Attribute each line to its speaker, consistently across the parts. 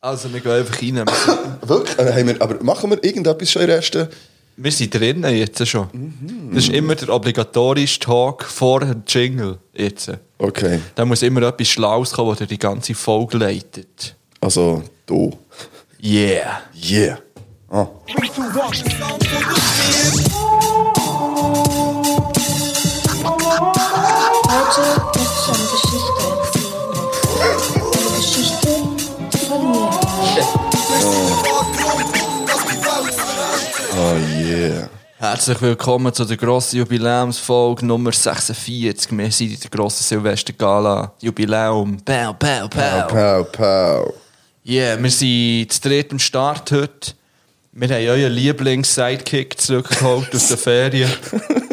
Speaker 1: Also, wir gehen einfach rein. Wir sind-
Speaker 2: Wirklich? Dann haben wir, aber machen wir irgendetwas schon in der ersten?
Speaker 1: Wir sind drinnen jetzt schon. Das ist immer der obligatorische Talk vor dem Jingle. Jetzt.
Speaker 2: Okay.
Speaker 1: Da muss immer etwas Schlaues kommen, das dir die ganze Folge leitet.
Speaker 2: Also, du.
Speaker 1: Yeah.
Speaker 2: Yeah. Ah.
Speaker 3: Heute möchte ich eine Geschichte erzählen. Eine Geschichte von mir.
Speaker 2: Oh yeah.
Speaker 1: Herzlich willkommen zu der grossen Jubiläumsfolge Nummer 46. Wir sind in der grossen Silvestergala. Jubiläum. Pow, pow, pow.
Speaker 2: Pow, pow.
Speaker 1: Yeah, wir sind zu dritt am Start heute. Wir haben euren Lieblings-Sidekick zurückgeholt aus den Ferien.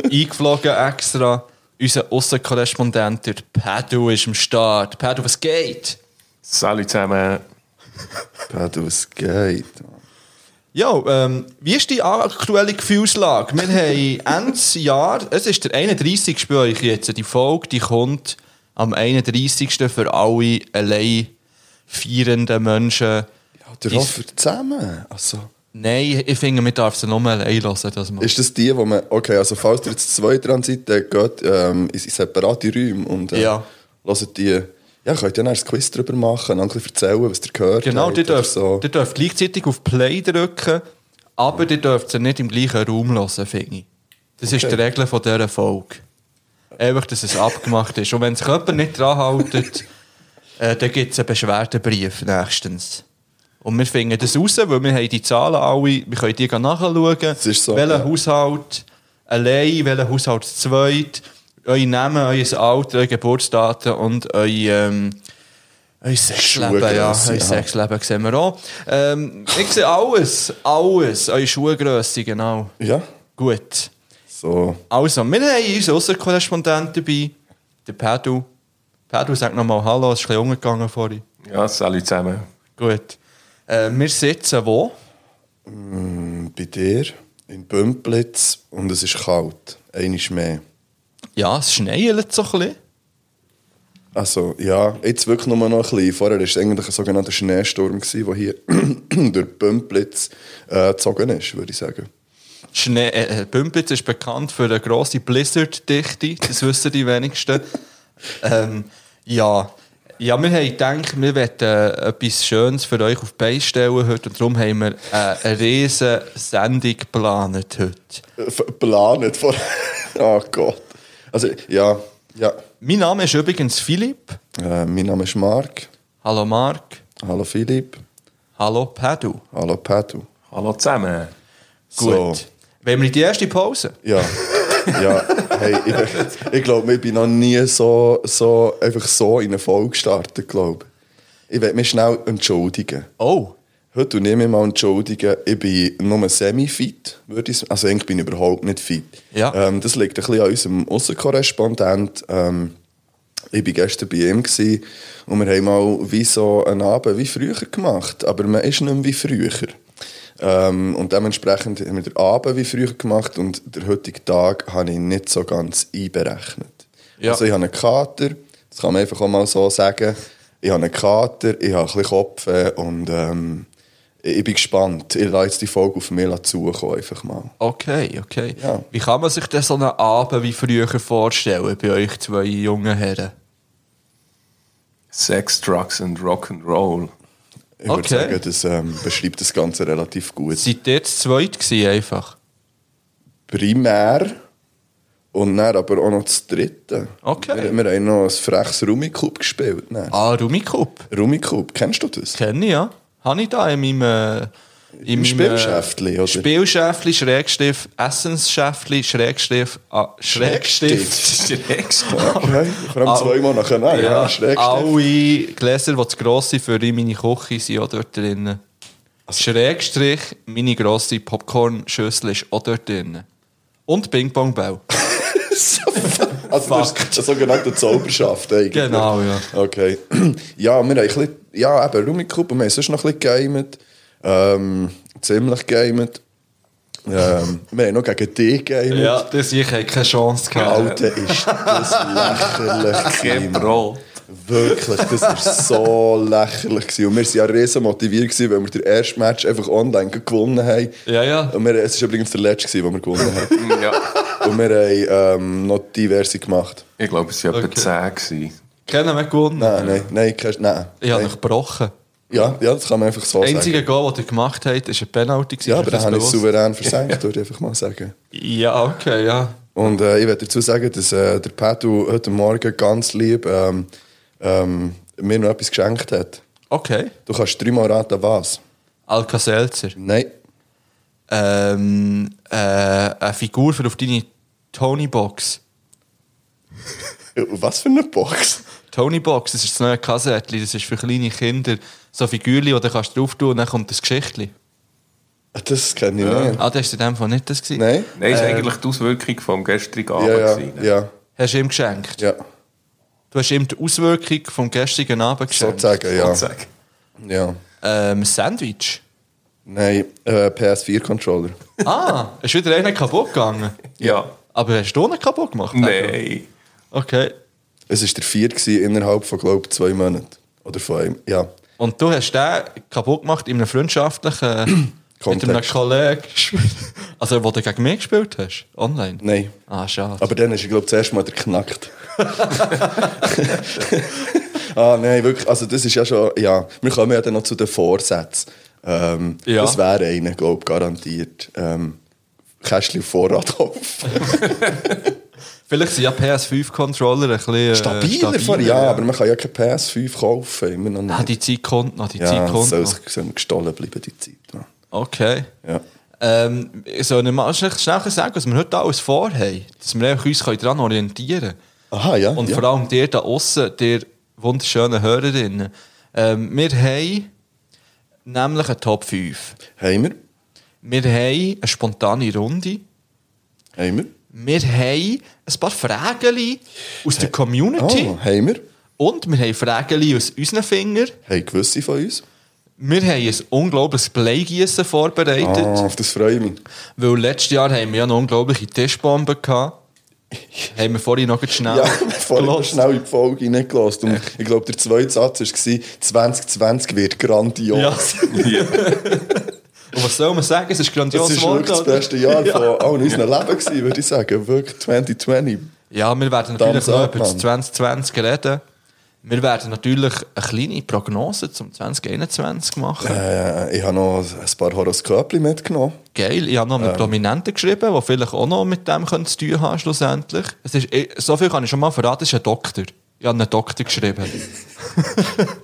Speaker 1: Eingeflogen extra. Unser Aussenkorrespondent, der Pedro, ist am Start. Pedro, was geht?
Speaker 4: Salut zusammen.
Speaker 2: Pow, du, es geht.
Speaker 1: Ja, ähm, wie ist die aktuelle Gefühlslage? Wir haben Ende Jahr, es ist der 31. bei euch jetzt. Die Folge die kommt am 31. für alle allein feierenden Menschen.
Speaker 2: Oh, Der
Speaker 1: Ist-
Speaker 2: Raffer zusammen. Also.
Speaker 1: Nein, ich finde, wir dürfen sie nur allein hören. Das mal.
Speaker 2: Ist das die, wo man. Okay, also falls ihr jetzt zwei dran seid, dann geht ähm, in separate Räume und äh,
Speaker 1: Ja.
Speaker 2: hört die. Ja, könnt ihr dann ein Quiz darüber machen und ein bisschen erzählen, was ihr gehört
Speaker 1: Genau,
Speaker 2: habt.
Speaker 1: ihr
Speaker 2: oder
Speaker 1: dürft,
Speaker 2: so.
Speaker 1: ihr dürft gleichzeitig auf Play drücken, aber ihr dürft sie nicht im gleichen Raum hören, finde ich. Das ist die Regel von dieser Folge. Einfach, dass es abgemacht ist. Und wenn sich jemand nicht dran hält, äh, dann gibt es einen Beschwerdebrief nächstens. Und wir finden das raus, weil wir haben die Zahlen alle, wir können die nachschauen,
Speaker 2: Das ist so,
Speaker 1: welcher
Speaker 2: ja.
Speaker 1: Haushalt allein, welcher Haushalt zu zweit, euer Name, euer Alter, euer Geburtsdatum und euer... Ähm, euer Sexleben,
Speaker 2: Schuhgrösse,
Speaker 1: ja. Euer
Speaker 2: ja.
Speaker 1: Sexleben sehen wir auch. Ähm, ich sehe alles, alles. Eure Schuhgrösse, genau.
Speaker 2: Ja,
Speaker 1: Gut.
Speaker 2: so.
Speaker 1: Also, wir haben unseren Aussenkorrespondent dabei, den Pedro. Pedro, sag nochmal Hallo, es ist ein bisschen umgegangen vorhin.
Speaker 4: Ja, salut zusammen.
Speaker 1: Gut. Äh, wir sitzen wo?
Speaker 2: Bei dir in Bümplitz und es ist kalt. Einiges mehr.
Speaker 1: Ja, es schneit so ein bisschen.
Speaker 2: Also, ja, jetzt wirklich nur noch ein bisschen. Vorher war es eigentlich ein sogenannter Schneesturm, gewesen, der hier durch Bümplitz äh, gezogen ist, würde ich sagen.
Speaker 1: Schnee, äh, äh, Bümplitz ist bekannt für eine grosse Blizzard-Dichte, das wissen die wenigsten. ähm, ja. ja, wir haben gedacht, wir wollen äh, etwas Schönes für euch auf die Beine stellen heute und darum haben wir äh, eine riesige Sendung geplant heute.
Speaker 2: Äh, Planet vor. oh Gott. Also, ja, ja.
Speaker 1: Mein Name ist übrigens Philipp.
Speaker 2: Äh, mein Name ist Marc.
Speaker 1: Hallo Marc.
Speaker 2: Hallo Philipp.
Speaker 1: Hallo Pedro.
Speaker 2: Hallo Pedro.
Speaker 4: Hallo zusammen.
Speaker 1: Gut.
Speaker 2: So.
Speaker 1: Wollen wir in die erste Pause?
Speaker 2: Ja. ja. Hey, ich, ich glaube, ich bin noch nie so, so, einfach so in eine Folge gestartet, glaube ich. Ich will mich schnell entschuldigen.
Speaker 1: Oh.
Speaker 2: Heute nehme ich mich mal entschuldigen. Ich bin nur semi-fit, würde ich sagen. Also eigentlich bin ich überhaupt nicht fit.
Speaker 1: Ja.
Speaker 2: Ähm, das liegt ein bisschen an unserem Aussenkorrespondent. Ähm, ich war gestern bei ihm gewesen und wir haben mal wie so einen Abend wie früher gemacht. Aber man ist nicht mehr wie früher. Ähm, und dementsprechend haben wir den Abend wie früher gemacht und den heutigen Tag habe ich nicht so ganz einberechnet.
Speaker 1: Ja.
Speaker 2: Also ich habe einen Kater, das kann man einfach auch mal so sagen. Ich habe einen Kater, ich habe ein bisschen Kopfweh und ähm, ich ich bin gespannt. Ich lasse jetzt die Folge auf mich zukommen, einfach mal.
Speaker 1: Okay, okay.
Speaker 2: Ja.
Speaker 1: Wie kann man sich denn so einen Abend wie früher vorstellen bei euch zwei jungen Herren?
Speaker 4: Sex, Drugs and Rock'n'Roll.
Speaker 2: Ich würde
Speaker 1: Okay.
Speaker 2: sagen, das ähm, beschreibt das Ganze relativ gut.
Speaker 1: Seid ihr zu zweit gewesen, einfach?
Speaker 2: primär und dann aber auch noch das dritte.
Speaker 1: Okay.
Speaker 2: Wir, wir haben noch ein freches Rummikub gespielt. Nein.
Speaker 1: Ah, Rummikub.
Speaker 2: Rummikub, kennst du das?
Speaker 1: Kenne ich, ja. Habe ich da in meinem... Äh, in meinem,
Speaker 2: Spielschäftli,
Speaker 1: äh,
Speaker 2: oder?
Speaker 1: Spielschäftli, Schrägstift, Essensschäftli, Schrägstift, ah, Schrägstift.
Speaker 2: Okay. Vor
Speaker 1: Ah.
Speaker 2: allem zweimal nachher. Ah, Ja, schräg.
Speaker 1: Alle Gläser, die zu gross sind für meine Küche, sind auch dort drin.
Speaker 2: Also-
Speaker 1: Schrägstrich, meine grosse Popcorn-Schüssel ist auch dort drin. Und Ping-Pong-Bell.
Speaker 2: Also das ist eine sogenannte Zauberschaft eigentlich.
Speaker 1: Genau, ja.
Speaker 2: Okay. Ja, wir haben ein bisschen, ja, eben Rummikub und wir haben sonst noch ein bisschen gegamet. Ähm, ziemlich gegamet. Ähm, wir haben noch gegen dich gegamet.
Speaker 1: Ja, das ich hätte keine Chance gehabt.
Speaker 2: Alter, ist das lächerlich. gewesen, Mann.
Speaker 4: Gebro.
Speaker 2: Wirklich, das war so lächerlich. Gewesen. Und wir waren ja riesen motiviert, gewesen, weil wir den ersten Match einfach online gewonnen haben.
Speaker 1: Ja, ja.
Speaker 2: Und wir, es war übrigens der letzte, gewesen, den wir gewonnen haben.
Speaker 4: ja.
Speaker 2: Und wir haben ähm, noch diverse gemacht.
Speaker 4: Ich glaube, es waren etwa
Speaker 1: Okay.
Speaker 4: 10 gewesen.
Speaker 1: Kennen wir gewonnen?
Speaker 2: Nein, nein, nein, kein, nein.
Speaker 1: Ich habe
Speaker 2: nein.
Speaker 1: dich gebrochen.
Speaker 2: Ja, ja, das kann man einfach so
Speaker 1: Das einzige
Speaker 2: sagen.
Speaker 1: Goal, das ihr gemacht habt, war ein Penalty. gewesen.
Speaker 2: Ja,
Speaker 1: Ist
Speaker 2: aber
Speaker 1: das
Speaker 2: dann habe ich es
Speaker 1: bewusst?
Speaker 2: souverän versenkt, würde ich einfach mal sagen.
Speaker 1: Ja, okay, ja.
Speaker 2: Und äh, ich werde dazu sagen, dass äh, der Pedro heute Morgen ganz lieb ähm, ähm, mir noch etwas geschenkt hat.
Speaker 1: Okay.
Speaker 2: Du kannst dreimal raten, was?
Speaker 1: Alka-Seltzer.
Speaker 2: Nein,
Speaker 1: Ähm, äh, eine Figur für auf deine Tony-Box.
Speaker 2: was für eine Box?
Speaker 1: Tony-Box, das ist das neue Kassettchen, das ist für kleine Kinder. So Figürchen, die du kannst drauf tun und dann kommt das Geschichtchen.
Speaker 2: Das kenne ich nicht.
Speaker 1: Ah, das war in dem Fall nicht das. Gewesen.
Speaker 2: Nein?
Speaker 4: Nein, es war eigentlich die Auswirkung vom gestrigen Abend.
Speaker 2: Ja, Ehm. ja,
Speaker 4: gewesen, ne?
Speaker 2: ja,
Speaker 1: Hast du ihm geschenkt?
Speaker 2: ja.
Speaker 1: Du hast ihm die Auswirkung vom gestrigen Abend geschenkt.
Speaker 2: Sozusagen, ja.
Speaker 4: Sozusagen.
Speaker 2: ja.
Speaker 1: Ähm, Sandwich.
Speaker 2: Nein, äh, PS4-Controller.
Speaker 1: Ah, ist wieder einer kaputt gegangen.
Speaker 4: Ja.
Speaker 1: Aber hast du einen kaputt gemacht?
Speaker 4: Nein.
Speaker 1: Okay.
Speaker 2: Es war der 4 gewesen, innerhalb von, glaube ich, zwei Monaten. Oder von einem, ja.
Speaker 1: Und du hast den kaputt gemacht in einem freundschaftlichen. mit einem
Speaker 2: Kontext.
Speaker 1: Kollegen. gespielt. Also, wo du gegen mich gespielt hast? Online?
Speaker 2: Nein.
Speaker 1: Ah, schade.
Speaker 2: Aber dann ist er, glaube ich, zuerst mal der knackt. ah, nein, wirklich. Also, das ist ja schon. Ja, wir kommen ja dann noch zu den Vorsätzen. Ähm,
Speaker 1: Ja.
Speaker 2: Das wäre einer, glaube ich, garantiert. Ähm, Kästchen auf Vorrat auf.
Speaker 1: Vielleicht sind ja PS5-Controller ein bisschen. äh,
Speaker 2: Stabiler vor ja, aber man kann ja keine PS5 kaufen. Immer noch
Speaker 1: Ah,
Speaker 2: nicht.
Speaker 1: die Zeit kommt noch, die
Speaker 2: ja,
Speaker 1: Zeit
Speaker 2: es
Speaker 1: kommt
Speaker 2: soll
Speaker 1: noch.
Speaker 2: sich soll gestohlen bleiben, die Zeit. Ja.
Speaker 1: Okay.
Speaker 2: Ja.
Speaker 1: Ähm, soll ich mal schnell, schnell sagen, was wir heute alles vorhaben? Dass wir einfach uns können daran orientieren können.
Speaker 2: Aha, ja.
Speaker 1: Und
Speaker 2: ja.
Speaker 1: vor allem dir da aussen, dir wunderschönen Hörerinnen. Ähm, wir haben nämlich eine Top 5.
Speaker 2: Haben wir?
Speaker 1: Wir haben eine spontane Runde.
Speaker 2: Haben wir?
Speaker 1: Wir haben ein paar Fragen aus der Community.
Speaker 2: Äh, Oh, haben wir?
Speaker 1: Und wir haben Fragen aus unseren Fingern.
Speaker 2: Haben gewisse von uns?
Speaker 1: Wir haben ein unglaubliches Bleigießen vorbereitet.
Speaker 2: Ah, auf das freue ich mich.
Speaker 1: Weil letztes Jahr haben wir ja eine unglaubliche Tischbombe gehabt. haben wir vorhin noch ganz schnell.
Speaker 2: Ja, vorhin noch
Speaker 1: gelost.
Speaker 2: schnell in die Folge hineingelassen. Und ich glaube, der zweite Satz war, 2020 wird grandios.
Speaker 1: Ja. Und was soll man sagen? Es ist grandios
Speaker 2: Das ist wirklich das
Speaker 1: geworden, oder?
Speaker 2: beste Jahr von allen unserem Leben, gewesen, würde ich sagen. Wirklich 2020.
Speaker 1: Ja, wir werden natürlich
Speaker 2: Thumbs
Speaker 1: noch
Speaker 2: up,
Speaker 1: über das
Speaker 2: Mann.
Speaker 1: 2020 reden. Wir werden natürlich eine kleine Prognose zum 2021 machen.
Speaker 2: Äh, ich habe noch ein paar Horoskope mitgenommen.
Speaker 1: Geil, ich habe noch einen
Speaker 2: Ähm.
Speaker 1: Prominenten geschrieben, der vielleicht auch noch mit dem könnte zu tun haben schlussendlich. Es ist, ich, so viel kann ich schon mal verraten, es ist ein Doktor. Ich habe einen Doktor geschrieben.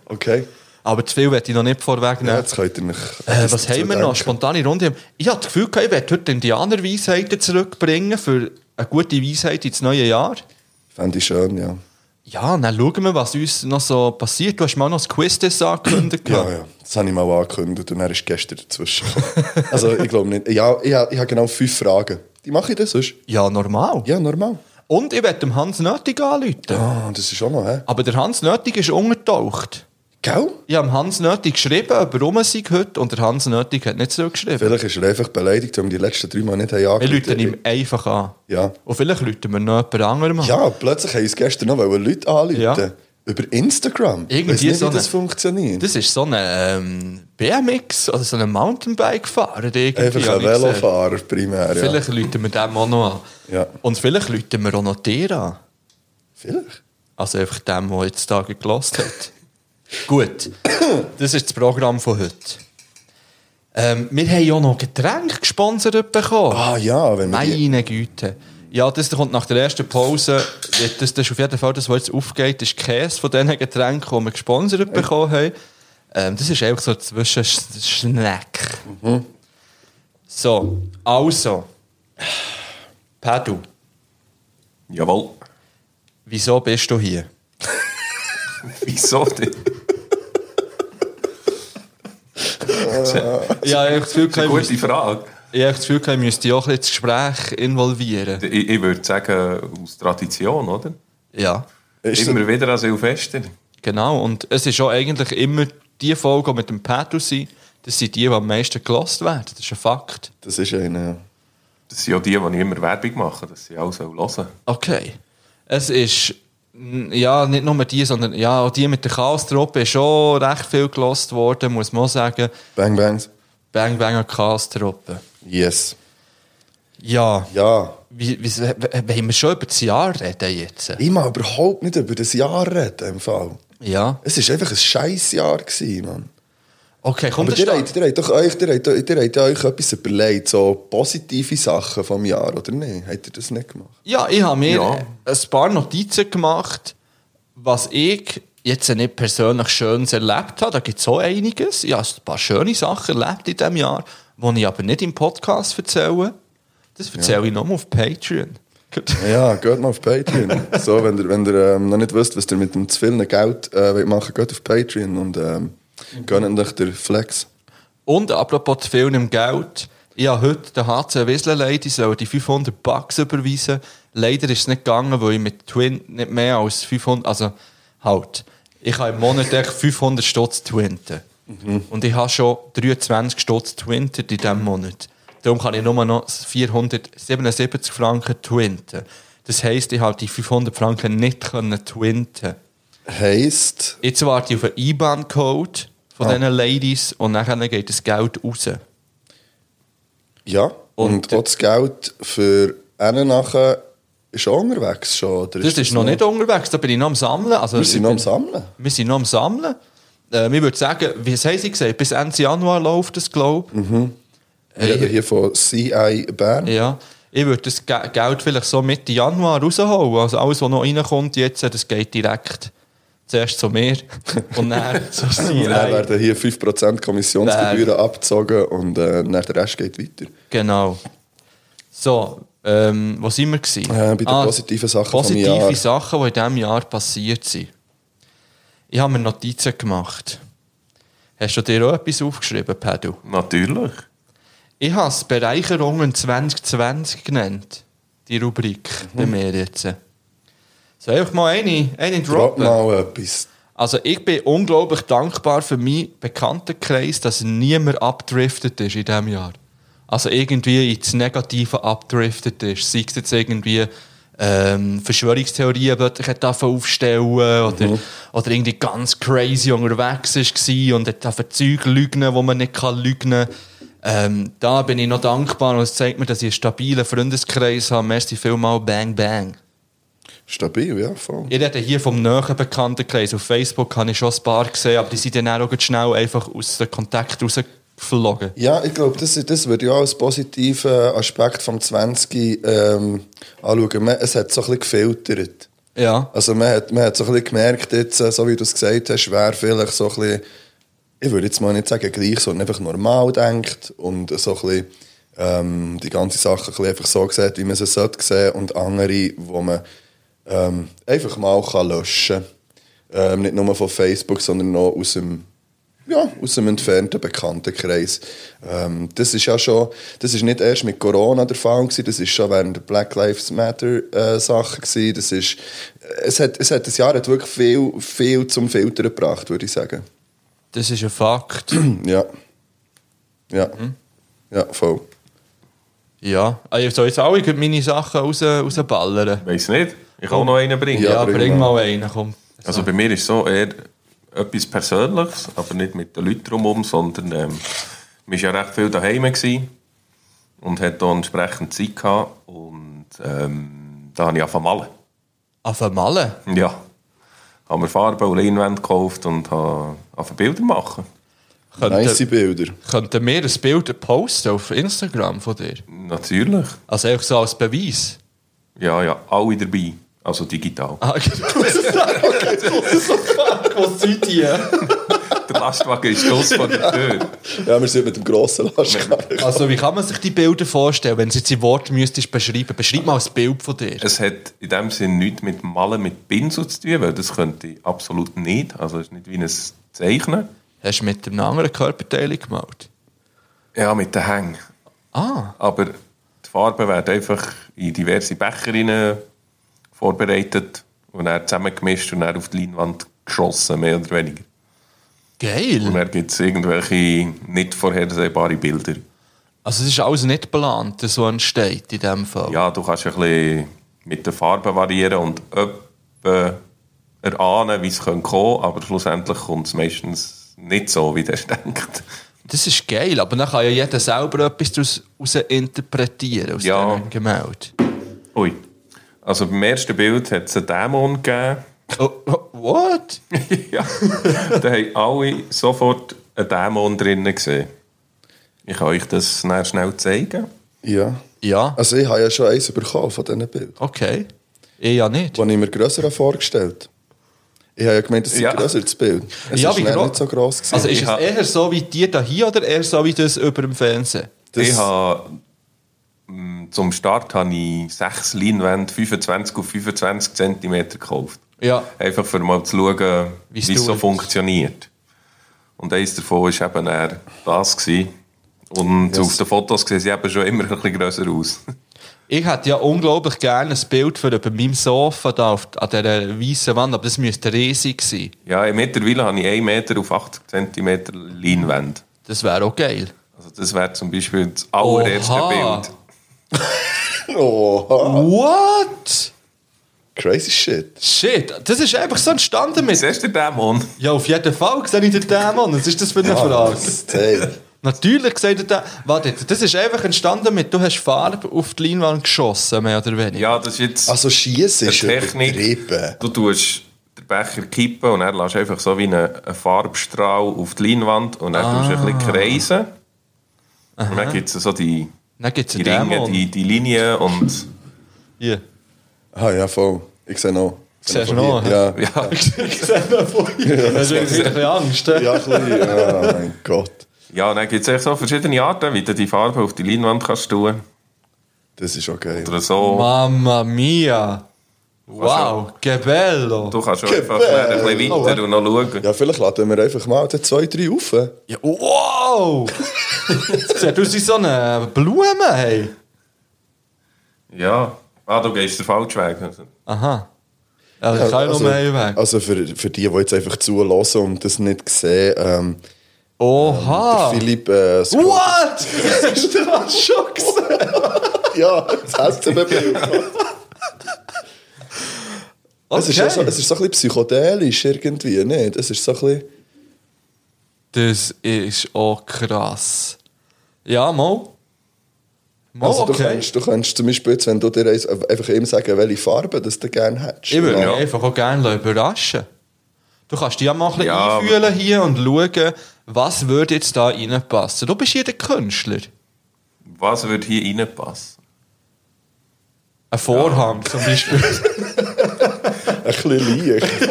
Speaker 2: Okay.
Speaker 1: Aber zu viel werde ich noch nicht
Speaker 2: Ja,
Speaker 1: vorwegnehmen.
Speaker 2: jetzt könnt ihr mich.
Speaker 1: Äh, was haben wir noch?
Speaker 2: Spannend.
Speaker 1: Spontane Runde. Ich habe das Gefühl, gehabt, ich werde heute Indianerweisheiten zurückbringen für eine gute Weisheit ins neue Jahr.
Speaker 2: Fände ich schön, ja.
Speaker 1: Ja, dann schauen wir, was uns noch so passiert. Du hast mal noch das Quiz angekündigt.
Speaker 2: Ja, ja. Das habe ich mal angekündigt und er ist gestern dazwischen gekommen. Also, ich glaube nicht. Ja, ich habe, ich habe genau fünf Fragen. Die mache ich das sonst?
Speaker 1: ja, normal.
Speaker 2: Ja, normal.
Speaker 1: Und ich werde dem Hans Nötig anrufen.
Speaker 2: Ah, das ist auch noch, hä?
Speaker 1: Aber der Hans Nötig ist untertaucht.
Speaker 2: Gell?
Speaker 1: Ich habe dem Hans Nötig geschrieben, ob er rum ist heute, und der Hans Nötig hat nicht zurückgeschrieben.
Speaker 2: Vielleicht ist er einfach beleidigt, weil wir die letzten drei Mal nicht haben
Speaker 1: Wir
Speaker 2: angekündigt.
Speaker 1: rufen ihm einfach an.
Speaker 2: Ja.
Speaker 1: Und vielleicht rufen wir noch jemand anderem an.
Speaker 2: Ja, plötzlich haben uns gestern noch wollen Leute anrufen.
Speaker 1: Ja.
Speaker 2: Über Instagram.
Speaker 1: Irgendwie
Speaker 2: Weiss nicht,
Speaker 1: so
Speaker 2: wie das
Speaker 1: eine-
Speaker 2: funktioniert.
Speaker 1: Das ist so ein ähm, BMX oder so ein Mountainbike-Fahrer. irgendwie,
Speaker 2: Einfach
Speaker 1: habe
Speaker 2: ein
Speaker 1: ich gesehen.
Speaker 2: Velofahrer primär. Ja.
Speaker 1: Vielleicht rufen wir dem auch noch an.
Speaker 2: Ja.
Speaker 1: Und vielleicht rufen wir auch noch dir an.
Speaker 2: Vielleicht.
Speaker 1: Also einfach dem, der jetzt Tage gelost hat. Gut, das ist das Programm von heute. Ähm, wir haben ja noch Getränke gesponsert bekommen.
Speaker 2: Ah ja, wenn wir die-
Speaker 1: Meine Güte. Ja, das kommt nach der ersten Pause. Das, das ist auf jeden Fall das, was jetzt aufgeht, ist Käse von diesen Getränken, die wir gesponsert bekommen haben. Ähm, das ist einfach so ein Zwischensnack. So, also. Pedro,
Speaker 4: Jawohl.
Speaker 1: wieso bist du hier?
Speaker 4: Wieso denn?
Speaker 1: Ja, ich habe das Gefühl,
Speaker 4: Das ist eine
Speaker 1: ich
Speaker 4: gute Frage.
Speaker 1: Ich habe das Gefühl, ich müsste ja auch ein bisschen das Gespräch involvieren.
Speaker 4: Ich, ich würde sagen, aus Tradition, oder?
Speaker 1: Ja,
Speaker 2: Ist
Speaker 4: Immer wieder an Silvester.
Speaker 1: genau. Und es ist auch eigentlich immer die Folge, die mit dem Pedro sind, das sind die, die am meisten gelost werden. Das ist ein Fakt.
Speaker 2: Das ist eine.
Speaker 4: Das sind ja die, die immer Werbung machen, dass sie auch hören sollen.
Speaker 1: Okay. Es ist ja, nicht nur die, sondern ja, auch die mit der Chaos-Truppe ist schon recht viel gelost worden, muss man auch sagen.
Speaker 2: Bang Bangs.
Speaker 1: Bang Bang an Chaos-Truppe.
Speaker 2: Yes.
Speaker 1: Ja,
Speaker 2: Ja.
Speaker 1: wie, wie, wollen wir schon über das Jahr reden jetzt?
Speaker 2: Ich mag überhaupt nicht über das Jahr reden, im Fall.
Speaker 1: Ja.
Speaker 2: Es war einfach ein scheiß Jahr, gewesen, Mann.
Speaker 1: Okay, komm,
Speaker 2: Aber
Speaker 1: das
Speaker 2: ihr
Speaker 1: steht-
Speaker 2: habt, ihr habt doch euch, ihr habt, ihr habt ja euch etwas überlegt, so positive Sachen vom Jahr, oder nicht? Habt ihr das nicht gemacht?
Speaker 1: Ja, ich habe mir
Speaker 4: Ja.
Speaker 1: ein paar Notizen gemacht, was ich jetzt nicht persönlich Schönes erlebt habe. Da gibt es so einiges. Ich habe ein paar schöne Sachen erlebt in diesem Jahr, die ich aber nicht im Podcast erzähle. Das erzähle ich nur auf Patreon. Gut.
Speaker 2: Ja, geht mal auf Patreon. so, wenn ihr, wenn ihr ähm, noch nicht wisst, was ihr mit dem zu vielen Geld äh, wollt machen wollt, geht auf Patreon und ähm, gönnt euch den Flex.
Speaker 1: Und apropos zu viel im Geld. Ich habe heute den HC Wiesle Lady soll die 500 Bucks überweisen. Leider ist es nicht gegangen, weil ich mit Twin nicht mehr als 500, also halt. Ich habe im Monat echt 500 Stutz Twinten. Und ich habe schon 23 Stutz Twinten in diesem Monat. Darum kann ich nur noch 477 Franken Twinten. Das heisst, ich habe die 500 Franken nicht können twinten
Speaker 2: Heisst,
Speaker 1: Jetzt warte ich auf einen IBAN-Code von
Speaker 2: Ah.
Speaker 1: diesen Ladies und dann geht das Geld raus.
Speaker 2: ja. Und,
Speaker 1: Und-
Speaker 2: auch das Geld für einen nachher ist auch unterwegs schon. Oder
Speaker 1: Das ist noch nicht unterwegs, da bin ich noch am Sammeln. Also,
Speaker 2: Wir sind noch am Sammeln.
Speaker 1: wir sind noch am Sammeln. Äh, ich würde sagen, wie haben sie gesagt, bis Ende Januar läuft das, glaube
Speaker 2: Mhm.
Speaker 1: ich.
Speaker 2: Wir reden hier von CI Bern.
Speaker 1: Ja. Ich würde das Ge- Geld vielleicht so Mitte Januar rausholen. Also alles, was noch reinkommt jetzt, äh, das geht direkt zuerst zu mir und dann zu
Speaker 2: Und dann
Speaker 1: sie.
Speaker 2: werden hier 5% Kommissionsgebühren abgezogen und äh, dann der Rest geht weiter.
Speaker 1: Genau. So, ähm, wo sind wir? Gewesen? Ah,
Speaker 2: Äh, bei den positiven Sachen vom
Speaker 1: Positive
Speaker 2: Jahr.
Speaker 1: Sachen, die in diesem Jahr passiert sind. Ich habe mir Notizen gemacht. Hast du dir auch etwas aufgeschrieben, Pedro?
Speaker 4: Natürlich.
Speaker 1: Ich habe es Bereicherungen 2020 genannt. Die Rubrik
Speaker 2: Mhm.
Speaker 1: bei mir jetzt. So, einfach mal eine, eine
Speaker 2: Drop
Speaker 1: droppen.
Speaker 2: mal etwas.
Speaker 1: Also ich bin unglaublich dankbar für meinen Bekanntenkreis, dass niemand abdriftet ist in diesem Jahr. Also irgendwie ins Negative abdriftet ist. Sei es jetzt irgendwie ähm, Verschwörungstheorien plötzlich hat angefangen aufstellen oder, oder irgendwie ganz crazy unterwegs war und hat angefangen Zeug lügen, wo man nicht kann lügen ähm, Da bin ich noch dankbar und es zeigt mir, dass ich einen stabilen Freundeskreis habe. Merci vielmals, Bang Bang.
Speaker 2: Stabil, ja, voll.
Speaker 1: Ich rede hier vom näheren Bekanntenkreis. Auf Facebook habe ich schon ein paar gesehen, aber die sind dann auch ganz schnell einfach aus den Kontakt rausgeflogen.
Speaker 2: Ja, ich glaube, das, das würde ich auch als positiven Aspekt vom 20 ähm, anschauen. Man, es hat so ein bisschen gefiltert.
Speaker 1: Ja.
Speaker 2: Also man hat, man hat so ein bisschen gemerkt, jetzt, äh, so wie du es gesagt hast, wäre vielleicht so ein bisschen, ich würde jetzt mal nicht sagen gleich, sondern einfach normal denkt und so ein bisschen ähm, die ganze Sache ein bisschen einfach so sieht, wie man sie sollte sehen und andere, wo man ähm, einfach mal kann löschen kann. Ähm, nicht nur von Facebook, sondern auch aus dem ja, aus dem entfernten Bekanntenkreis. Ähm, das ist ja schon, das ist nicht erst mit Corona der Fall gewesen, das ist schon während der Black Lives Matter äh, Sache gewesen. Das ist, es hat, es hat das Jahr hat wirklich viel, viel zum Filtern gebracht, würde ich sagen.
Speaker 1: Das ist ein Fakt.
Speaker 2: Ja, ja,
Speaker 1: Mhm.
Speaker 2: ja, voll.
Speaker 1: ja. Ah, Ich soll jetzt auch irgendwie meine Sachen raus, rausballern.
Speaker 4: Weiß nicht. Ich kann auch noch einen bringen.
Speaker 1: Ja,
Speaker 2: Oh. Ja,
Speaker 1: bring,
Speaker 2: bring
Speaker 1: mal einen, komm.
Speaker 4: Also bei mir ist so eher etwas Persönliches, aber nicht mit den Leuten drumherum, sondern ähm, man war ja recht viel daheim gewesen und hat da entsprechend Zeit gehabt und ähm, da habe ich angefangen zu malen.
Speaker 1: Auf Malen.
Speaker 4: Ja. Haben wir Farbe und Leinwände gekauft und habe angefangen Bilder machen.
Speaker 1: Könnten,
Speaker 2: Nice Bilder.
Speaker 1: könnten wir ein Bild posten auf Instagram von dir?
Speaker 4: Natürlich.
Speaker 1: Also einfach so als Beweis.
Speaker 4: Ja, ja, alle dabei. Also digital.
Speaker 1: Ah, genau. Das ist okay. Das ist so fuck, was sind die?
Speaker 4: Der Lastwagen ist los vor der Tür.
Speaker 2: Ja, wir sind mit dem grossen Lastwagen.
Speaker 1: Also wie kann man sich die Bilder vorstellen, wenn du jetzt in Worten müsstest beschreiben? Beschreib mal ein Bild von dir.
Speaker 4: Es hat in dem Sinne nichts mit Malen mit Pinsel zu tun, weil das könnte ich absolut nicht. Also es ist nicht wie ein Zeichnen.
Speaker 1: Hast du mit einem anderen Körperteil gemalt?
Speaker 4: Ja, mit den Hängen.
Speaker 1: Ah,
Speaker 4: Aber die Farben werden einfach in diverse Becher rein vorbereitet und dann zusammengemischt und dann auf die Leinwand geschossen, mehr oder weniger. Und
Speaker 1: geil.
Speaker 4: dann gibt es irgendwelche nicht vorhersehbaren Bilder.
Speaker 1: Also es ist alles nicht geplant, das so entsteht in dem Fall.
Speaker 4: Ja, du kannst ein bisschen mit den Farben variieren und ob etwa erahnen, wie es kommen könnte, aber schlussendlich kommt es meistens nicht so, wie der es denkt.
Speaker 1: Das ist geil, aber dann kann ja jeder selber etwas daraus raus interpretieren aus
Speaker 4: Ja.
Speaker 1: dem Gemälde.
Speaker 4: Ui. Also beim ersten Bild hat es einen Dämon gegeben.
Speaker 1: Oh, oh, what?
Speaker 4: ja. da haben alle sofort einen Dämon drinnen gesehen. Ich kann euch das nachher schnell zeigen.
Speaker 2: Ja.
Speaker 1: Ja,
Speaker 2: Also ich habe ja schon eins bekommen von diesen Bildern.
Speaker 1: okay. Ich ja nicht.
Speaker 2: Das habe ich mir grösser habe vorgestellt. Ich habe ja gemeint, es ist
Speaker 4: Ja.
Speaker 2: grösser, das Bild. Es
Speaker 1: Ja,
Speaker 2: ist
Speaker 1: wie
Speaker 2: nicht
Speaker 1: gro-
Speaker 2: nicht so gross gewesen.
Speaker 1: Also ist
Speaker 4: Ich
Speaker 1: es
Speaker 4: hab-
Speaker 1: eher so wie die da hier oder eher so wie das über dem Fernsehen?
Speaker 2: Das-
Speaker 4: ich habe, mm, zum Start habe ich sechs Leinwände 25 auf 25 cm gekauft.
Speaker 1: Ja.
Speaker 4: Einfach um mal zu schauen, wie
Speaker 1: Wie's
Speaker 4: es so
Speaker 1: tut.
Speaker 4: funktioniert. Und eines davon war eben eher das. Gewesen. Und auf den Fotos sehen sie eben schon immer ein bisschen grösser aus.
Speaker 1: Ich hätte ja unglaublich gerne ein Bild von über meinem Sofa da auf, an dieser weißen Wand, aber das müsste riesig sein.
Speaker 4: Ja, mittlerweile habe ich 1 Meter auf 80 cm Leinwand.
Speaker 1: Das wäre auch geil.
Speaker 4: Also das wäre zum Beispiel das allererste
Speaker 1: Oha.
Speaker 4: Bild.
Speaker 2: Oha.
Speaker 1: What?
Speaker 2: Oh, Crazy shit.
Speaker 1: Shit, das ist einfach so entstanden mit.
Speaker 4: Siehst du den Dämon?
Speaker 1: Ja, auf jeden Fall sehe ich den Dämon. Was ist das für eine Frage?
Speaker 2: Hey.
Speaker 1: Natürlich sehe ich den Warte, das ist einfach entstanden mit, du hast Farbe auf die Leinwand geschossen, mehr oder weniger.
Speaker 4: Ja, das ist jetzt
Speaker 2: Also schießen ist
Speaker 4: eine Technik.
Speaker 2: übertrieben.
Speaker 4: Du tust den Becher kippen und er lässt einfach so wie einen, einen Farbstrahl auf die Leinwand und dann tust du ein
Speaker 1: Ah.
Speaker 4: bisschen kreisen. Und dann gibt es so die,
Speaker 1: Dann gibt es
Speaker 4: die
Speaker 1: einen
Speaker 4: Ringe,
Speaker 1: Dämon.
Speaker 4: die, die Linien und
Speaker 1: Hier.
Speaker 2: Ah ja, voll. Ich sehe noch. Ich sehe
Speaker 1: Siehst du noch,
Speaker 2: von hier. Ja.
Speaker 4: ja,
Speaker 1: Ich sehe ihn von hier. Das ist wirklich ein bisschen Angst. hä?
Speaker 2: Ja, ein bisschen. Oh mein Gott.
Speaker 4: ja und dann gibt es echt so verschiedene Arten, wie du die Farbe auf die Leinwand kannst tun.
Speaker 2: Das ist okay.
Speaker 4: Oder so.
Speaker 1: Mamma mia. Wow, che bello.
Speaker 4: Du kannst schon
Speaker 2: Gebell.
Speaker 4: einfach ein bisschen weiter und noch schauen.
Speaker 2: Ja, vielleicht laden wir einfach mal den zwei, drei rauf.
Speaker 1: Ja, wow. das sieht aus wie so eine Blume, hey.
Speaker 4: Ja. Ah, du gehst den falschen Weg.
Speaker 1: Aha. Ja, das kann ich noch mehr weg.
Speaker 2: also für, für die, die jetzt einfach zulassen und das nicht sehen, ähm,
Speaker 1: Oha.
Speaker 2: der Philipp... Äh,
Speaker 1: Ah.
Speaker 2: scrollt-
Speaker 1: What? Das ist doch schon gesehen.
Speaker 2: Ja, das SCB-Bild. Es ist, ja so, es ist so ein bisschen psychodelisch irgendwie, nicht? Es ist so ein bisschen...
Speaker 1: Das ist auch krass. Ja, mal. Mal,
Speaker 2: Also du,
Speaker 1: Oh, okay.
Speaker 2: kannst, du kannst zum Beispiel jetzt, wenn du dir eins- äh, einfach ihm sagen, welche Farbe das du gerne hättest.
Speaker 1: Ich würde mich
Speaker 4: Ja.
Speaker 1: einfach auch gerne überraschen. Du kannst dich ja mal ein bisschen
Speaker 4: Ja,
Speaker 1: einfühlen hier und schauen, was würde jetzt da reinpassen. Du bist hier der Künstler.
Speaker 4: Was würde hier reinpassen?
Speaker 1: Ein Vorhang zum Beispiel.
Speaker 2: Ein bisschen leicht.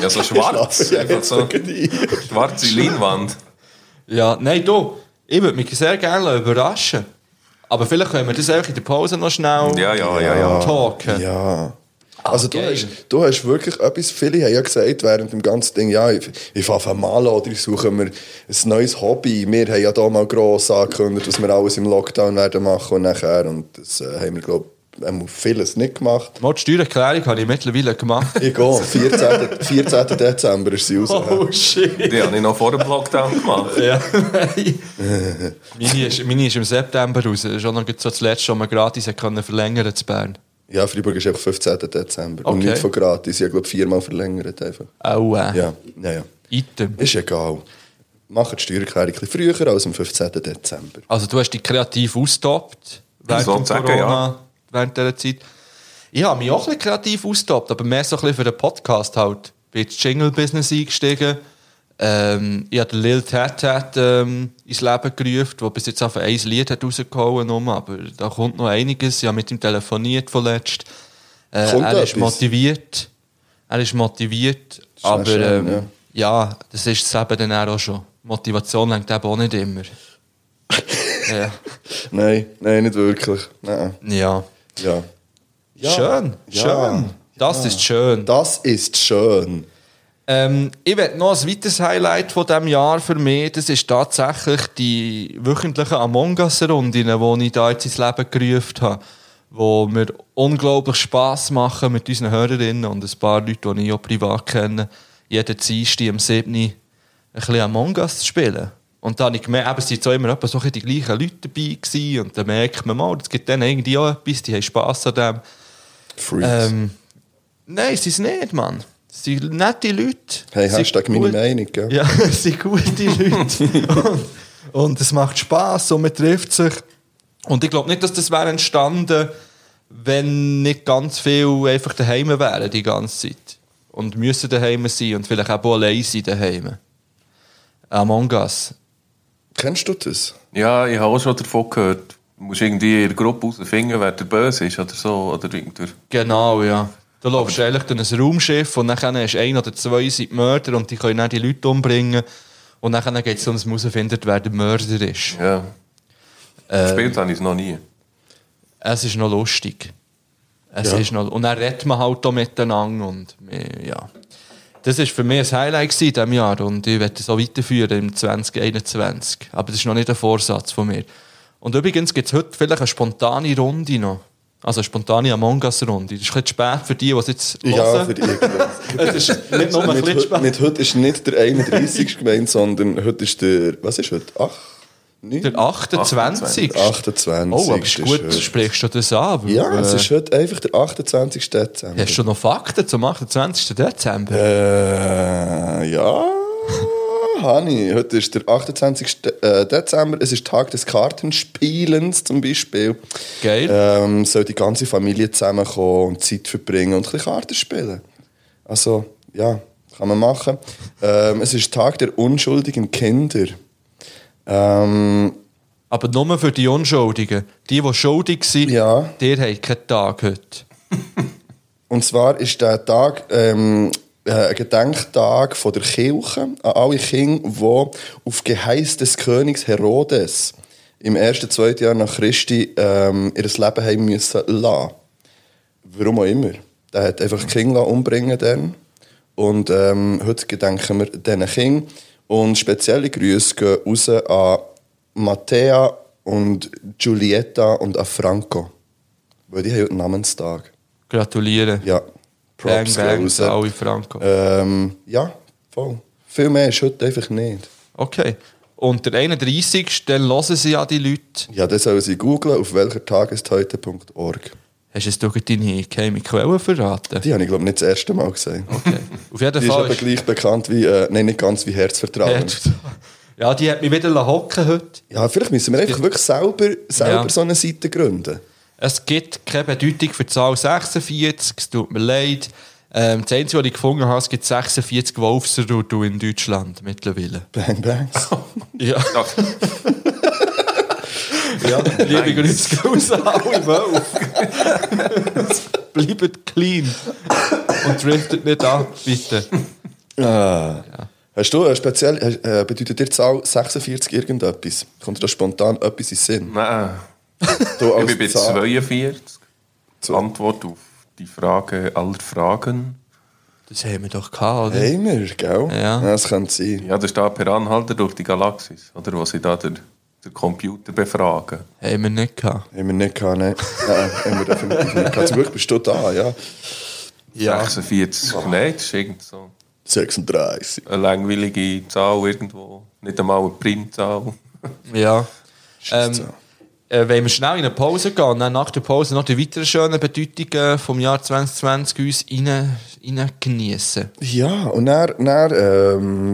Speaker 4: Ja, so schwarz. einfach so schwarze Leinwand.
Speaker 1: ja, nein, du. Ich würde mich sehr gerne überraschen. Aber vielleicht können wir das einfach in der Pause noch schnell
Speaker 4: Ja, ja, ja, ja.
Speaker 1: talken.
Speaker 2: Ja. Also du
Speaker 1: Ah, geil.
Speaker 2: hast, du hast wirklich etwas, viele haben ja gesagt während dem ganzen Ding, ja, ich, ich fange an malen oder ich suche mir ein neues Hobby. Wir haben ja da mal gross angekündigt, was wir alles im Lockdown werden machen und nachher. Und das äh, haben wir, glaube ich, vieles nicht gemacht.
Speaker 1: Mal die Steuererklärung habe ich mittlerweile gemacht.
Speaker 2: Ich gehe, 14. 14. Dezember ist sie raus.
Speaker 1: oh shit.
Speaker 4: Die habe ich noch vor dem Lockdown gemacht.
Speaker 1: Ja, nein. meine, ist, meine ist im September raus. Das ist auch noch so das letzte, das wir gratis können verlängern zu Bern.
Speaker 2: Ja, Freiburg ist einfach 15. Dezember. Und
Speaker 1: Okay.
Speaker 2: nicht von gratis. Ich glaube, viermal verlängert einfach.
Speaker 1: Aua.
Speaker 2: Ja, ja, ja.
Speaker 1: Item.
Speaker 2: Ist egal. Machen die Steuererklärung ein bisschen früher als am 15. Dezember.
Speaker 1: Also du hast dich kreativ ausgetoppt während
Speaker 4: soll
Speaker 1: dem
Speaker 4: sagen,
Speaker 1: Corona,
Speaker 4: ja.
Speaker 1: während dieser Zeit. Ich habe mich auch ein bisschen kreativ ausgetoppt, aber mehr so ein bisschen für den Podcast halt. Bin ins Jingle-Business eingestiegen. Ähm, ich habe den Lil Tat Tat ähm, ins Leben gerufen, der bis jetzt auf ein Lied hat rausgehauen hat, aber da kommt noch einiges. Ich habe mit ihm telefoniert vorletzt. Äh,
Speaker 2: Kommt
Speaker 1: er
Speaker 2: da
Speaker 1: ist
Speaker 2: etwas?
Speaker 1: motiviert. Er ist motiviert,
Speaker 2: ja
Speaker 1: aber
Speaker 2: schön,
Speaker 1: ähm, ja. das ist das Leben dann auch schon. Motivation lenkt eben auch nicht immer. ja.
Speaker 2: Nein, nein, nicht wirklich. Nein.
Speaker 1: Ja.
Speaker 2: Ja.
Speaker 1: Schön,
Speaker 2: Ja.
Speaker 1: schön. Das ist schön.
Speaker 2: Das ist schön.
Speaker 1: Ähm, ich werde noch ein weiteres Highlight von diesem Jahr für mich. Das ist tatsächlich die wöchentlichen Among Us-Runden, die ich da jetzt ins Leben gerufen habe. Wo mir unglaublich Spass machen mit unseren Hörerinnen und ein paar Leute, die ich auch privat kenne, jeden Dienstag am 7. ein bisschen Among Us zu spielen. Und dann habe ich gemerkt, eben, es sind so immer etwa so ein bisschen die gleichen Leute dabei gewesen. Und dann merkt man mal, es gibt denen irgendwie auch etwas, die haben Spass an dem.
Speaker 2: Freaks.
Speaker 1: Ähm, Nein, sie sind nicht, Mann. Sie sind nette Leute.
Speaker 2: Hey,
Speaker 1: Sie
Speaker 2: Hashtag
Speaker 1: sind
Speaker 2: meine
Speaker 1: gut-
Speaker 2: Meinung, gell?
Speaker 1: Ja, es sind gute Leute. und, und es macht Spass und man trifft sich. Und ich glaube nicht, dass das wäre entstanden, wenn nicht ganz viele einfach daheim wären die ganze Zeit. Und müssen daheim sein und vielleicht auch allein sein daheim. Among Us.
Speaker 2: Kennst du das?
Speaker 4: Ja, ich habe auch schon davon gehört. Du musst irgendwie in der Gruppe herausfinden, wer der Böse ist oder so. Oder irgendwie.
Speaker 1: Genau, ja. Du läufst eigentlich durch ein Raumschiff und dann ist ein oder zwei sind die Mörder und die können dann die Leute umbringen. Und dann geht es darum, dass man herausfindet, wer der Mörder ist.
Speaker 4: Ja. Gespielt habe ich es noch nie.
Speaker 1: es ist noch lustig. Es
Speaker 2: Ja.
Speaker 1: ist noch, und dann redet man halt auch miteinander. Und, äh, ja. Das war für mich ein Highlight gewesen in diesem Jahr und ich werde das auch weiterführen im 2021. Aber das ist noch nicht ein Vorsatz von mir. Und übrigens gibt es heute vielleicht eine spontane Runde noch. Also eine spontane Among Us-Runde. Das ist ein bisschen zu spät für die, die es jetzt
Speaker 2: Ja,
Speaker 1: hören.
Speaker 2: für irgendwas.
Speaker 1: Es ist nicht nur ein bisschen
Speaker 2: mit,
Speaker 1: zu
Speaker 2: heute,
Speaker 1: spät.
Speaker 2: mit heute ist nicht der 31. gemeint, sondern heute ist der. Was ist heute? Ach, 9?
Speaker 1: Der 28.
Speaker 2: 28.
Speaker 1: Oh, aber ist
Speaker 2: Das
Speaker 1: gut,
Speaker 2: heute.
Speaker 1: sprichst du das an.
Speaker 2: Ja,
Speaker 1: weil,
Speaker 2: es
Speaker 1: äh,
Speaker 2: ist heute einfach der 28. Dezember.
Speaker 1: Hast du noch Fakten zum 28. Dezember?
Speaker 2: Äh, ja. Hani, heute ist der 28. De- äh, Dezember, es ist Tag des Kartenspielens zum Beispiel.
Speaker 1: Geil.
Speaker 2: Ähm, soll die ganze Familie zusammenkommen und Zeit verbringen und ein bisschen Karten spielen. Also, ja, kann man machen. Ähm, es ist Tag der unschuldigen Kinder. Ähm,
Speaker 1: Aber nur für die Unschuldigen. Die, die schuldig sind,
Speaker 2: Ja.
Speaker 1: die haben keinen Tag heute.
Speaker 2: Und zwar ist der Tag ähm, äh, ein Gedenktag von der Kirche an alle Kinder, die auf Geheiß des Königs Herodes im ersten, zweiten Jahr nach Christi ähm, ihr Leben haben müssen lassen. Warum auch immer. Der hat einfach die Kinder lassen umbringen dann. Und ähm, heute gedenken wir diesen Kindern. Und spezielle Grüße gehen raus an Mattea und Giulietta und an Franco. Weil die haben heute Namenstag.
Speaker 1: Gratuliere.
Speaker 2: Ja,
Speaker 1: bang,
Speaker 2: Props
Speaker 1: bang,
Speaker 2: raus.
Speaker 1: zu alle Franco.
Speaker 2: Ähm, ja, voll. Viel mehr ist heute einfach nicht.
Speaker 1: Okay. Und der 31. dann hören sie ja die Leute.
Speaker 2: Ja, dann sollen sie googlen, auf welcher Tag ist heute.org.
Speaker 1: Hast du jetzt doch deine geheime Quelle verraten?
Speaker 2: Die habe ich, glaube ich, nicht das erste Mal gesehen.
Speaker 1: Okay. Auf jeden
Speaker 2: Die ist
Speaker 1: Fall.
Speaker 2: aber
Speaker 1: ist-
Speaker 2: gleich bekannt wie, äh, nein, nicht ganz wie Herzvertrauen.
Speaker 1: Ja, die hat mich wieder hocken heute.
Speaker 2: Ja, vielleicht müssen wir einfach wirklich selber, selber
Speaker 1: Ja.
Speaker 2: so eine Seite gründen.
Speaker 1: Es gibt keine Bedeutung für die Zahl 46, es tut mir leid. Ähm, das Einzige, was ich gefunden habe, es gibt 46 Wolfsrudel in Deutschland mittlerweile.
Speaker 2: Bang, bangs.
Speaker 1: Oh Ja,
Speaker 4: Ja,
Speaker 1: ja liebe Grüße raus an alle Wölfe. Bleibt clean und driftet nicht an, bitte.
Speaker 2: Hast du äh, speziell, hast- äh, bedeutet dir die Zahl 46 irgendetwas? Kommt dir da spontan etwas in den Sinn?
Speaker 4: Nein.
Speaker 2: Du
Speaker 4: Ich bin bei
Speaker 2: Zahl-
Speaker 4: 42. Die Antwort auf die Frage aller Fragen.
Speaker 1: Das haben wir doch gehabt, oder?
Speaker 2: Haben wir, gell?
Speaker 1: Ja.
Speaker 2: Das könnte sein.
Speaker 4: Ja, da steht per Anhalter durch die Galaxis, oder? Wo sie da den, den Computer befragen.
Speaker 1: Haben wir nicht gehabt.
Speaker 2: Haben wir nicht gehabt, nein. nein, haben wir definitiv nicht gehabt. Zum Glück bist du da, ja.
Speaker 4: 46. Nein, das ist irgend so
Speaker 2: 36.
Speaker 4: eine langweilige Zahl irgendwo. Nicht einmal eine Primzahl.
Speaker 1: Ja.
Speaker 2: Scheisse.
Speaker 1: Ähm, äh, wenn wir schnell in eine Pause gehen und dann nach der Pause noch die weiteren schönen Bedeutungen vom Jahr 2020 uns rein, rein geniessen.
Speaker 2: Ja, und dann, dann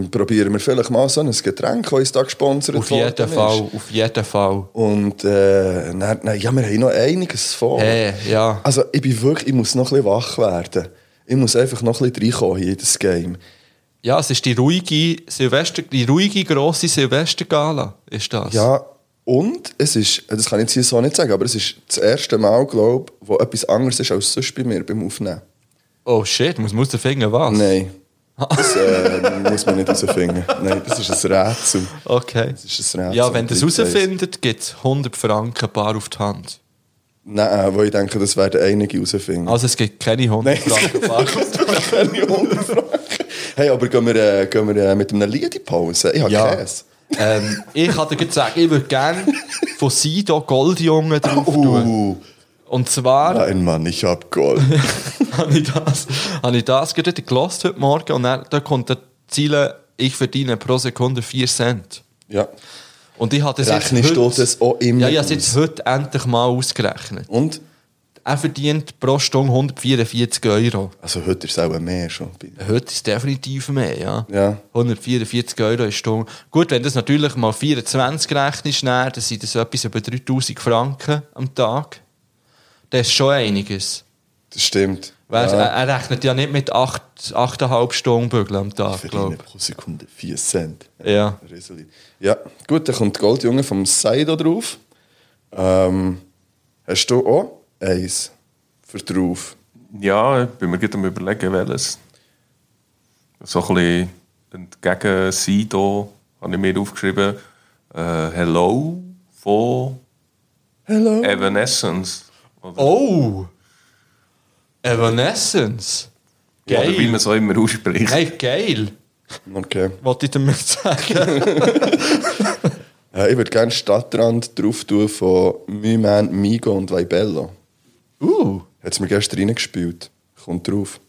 Speaker 2: ähm, probieren wir vielleicht mal so ein Getränk, das uns da gesponsert
Speaker 1: Auf
Speaker 2: worden
Speaker 1: jeden
Speaker 2: ist.
Speaker 1: Fall, auf jeden Fall.
Speaker 2: Und äh, dann, dann, ja, wir haben noch einiges vor.
Speaker 1: Hey, ja.
Speaker 2: Also ich bin wirklich, ich muss noch ein bisschen wach werden. Ich muss einfach noch ein bisschen reinkommen hier in das Game.
Speaker 1: Ja, es ist die ruhige Silvester, die ruhige grosse Silvestergala, ist das.
Speaker 2: Ja, und es ist, das kann ich jetzt hier so nicht sagen, aber es ist das erste Mal, glaube ich, wo etwas anderes ist als sonst bei mir beim Aufnehmen.
Speaker 1: Oh shit, muss man aus den Fingern was?
Speaker 2: Nein. Das äh, muss man nicht herausfinden. Nein, das ist ein Rätsel.
Speaker 1: Okay.
Speaker 2: Das ist ein Rätsel.
Speaker 1: Ja, wenn ihr es
Speaker 2: Ich weiss.
Speaker 1: herausfindet, gibt es 100 Franken bar auf die Hand.
Speaker 2: Nein, äh, wo ich denke, das werden einige herausfinden.
Speaker 1: Also es gibt keine 100
Speaker 2: Nein,
Speaker 1: Franken
Speaker 2: es
Speaker 1: bar.
Speaker 2: keine 100 Franken. Hey, aber gehen wir, äh, gehen wir äh, mit einem Lied in Pause? Ich habe
Speaker 1: Ja.
Speaker 2: Käse.
Speaker 1: ähm, ich kann dir gerade sagen, ich würde gerne von Sido Goldjungen drauf tun.
Speaker 2: Uh,
Speaker 1: Und zwar...
Speaker 2: nein, Mann, ich habe Gold.
Speaker 1: habe ich das, habe ich das gerade gelost heute Morgen und dann, da kommt der Ziel, ich verdiene pro Sekunde 4 Cent.
Speaker 2: ja.
Speaker 1: Und ich habe das
Speaker 2: Rechnest du das auch immer
Speaker 1: Ja, ich habe es jetzt
Speaker 2: aus?
Speaker 1: heute endlich mal ausgerechnet.
Speaker 2: Und?
Speaker 1: er verdient pro Stunde 144 Euro.
Speaker 2: Also heute ist es auch mehr schon. bei-
Speaker 1: Heute ist es definitiv mehr, ja.
Speaker 2: Ja.
Speaker 1: 144 Euro ist Stunde. Gut, wenn das natürlich mal 24 rechnest, dann dann sind das etwas über 3000 Franken am Tag. Das ist schon einiges.
Speaker 2: Das stimmt.
Speaker 1: Weißt,
Speaker 2: ja.
Speaker 1: er, er rechnet ja nicht mit 8, 8,5 Stunden Bügeln am Tag,
Speaker 2: Verdienen
Speaker 1: glaube
Speaker 2: pro Sekunde 4 Cent.
Speaker 1: Ja.
Speaker 2: Rieseli. Ja, gut, dann kommt Goldjunge vom Seido drauf. Ähm, hast du auch eins für drauf?
Speaker 4: Ja, ich bin mir gerade am überlegen, welches. So ein bisschen entgegen Sido habe ich mir aufgeschrieben. Äh, Hello von
Speaker 2: Hello.
Speaker 4: Evanescence. Oder,
Speaker 1: Oh! Evanescence!
Speaker 4: oder wie man
Speaker 1: Geil!
Speaker 4: es auch immer ausspricht.
Speaker 1: Hey, geil!
Speaker 2: Okay.
Speaker 1: Wollte ich damit sagen.
Speaker 2: Äh, ich würde gerne Stadtrand drauf tun von My Man, Migo und Vaibello.
Speaker 1: Uh!
Speaker 2: Hat es mir gestern reingespielt. Kommt drauf.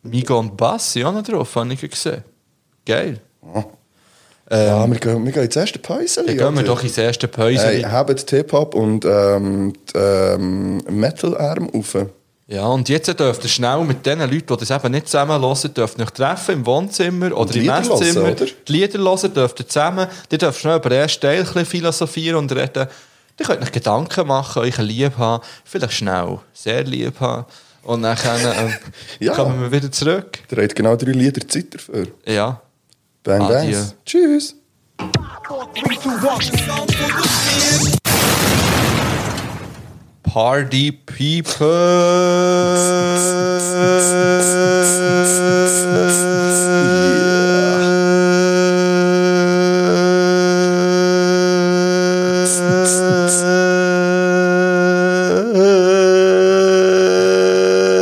Speaker 1: Migo und Bass sind auch noch drauf, habe ich gesehen. Geil.
Speaker 2: ja, wir gehen, wir gehen ins erste Päuschen.
Speaker 1: Ähm, Dann gehen wir doch ins erste Päuschen.
Speaker 2: Hey, habt Hip-Hop und ähm, die, ähm, Metal-Arm auf.
Speaker 1: Ja, und jetzt dürft ihr schnell mit den Leuten, die das eben nicht zusammen hören, dürft ihr euch treffen im Wohnzimmer oder im
Speaker 2: Lieder hören,
Speaker 1: Esszimmer.
Speaker 2: oder?
Speaker 1: Die Lieder hören dürft ihr zusammen. Die dürft schnell über den ersten Teil ein bisschen philosophieren und reden. Ihr könnt euch Gedanken machen, euch lieb haben. Vielleicht schnell, sehr lieb haben. Und dann können, ähm,
Speaker 2: Ja.
Speaker 1: kommen wir wieder zurück.
Speaker 2: Der hat genau drei Lieder Zeit dafür.
Speaker 1: Ja.
Speaker 2: Bang,
Speaker 1: Adieu.
Speaker 2: bang. Tschüss.
Speaker 1: Party People!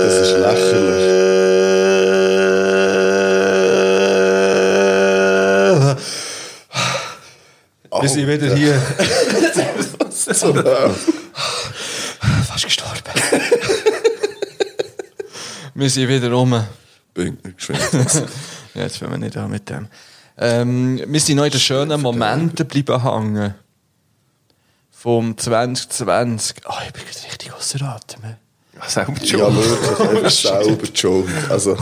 Speaker 2: Das ist lächerlich.
Speaker 1: Wir sind
Speaker 2: Oh.
Speaker 1: wieder hier. Fast gestorben. Wir sind wieder rum.
Speaker 2: Bing, geschwind.
Speaker 1: Ja, jetzt wollen wir nicht an mit dem. Ähm, wir sind noch in den schönen Momenten bleiben hängen. Vom 2020. Oh, ich bin gerade richtig außer Atem.
Speaker 4: Ja, Selbst schon.
Speaker 2: ja, wirklich.
Speaker 1: Oh,
Speaker 2: Einfach selber schon. Also,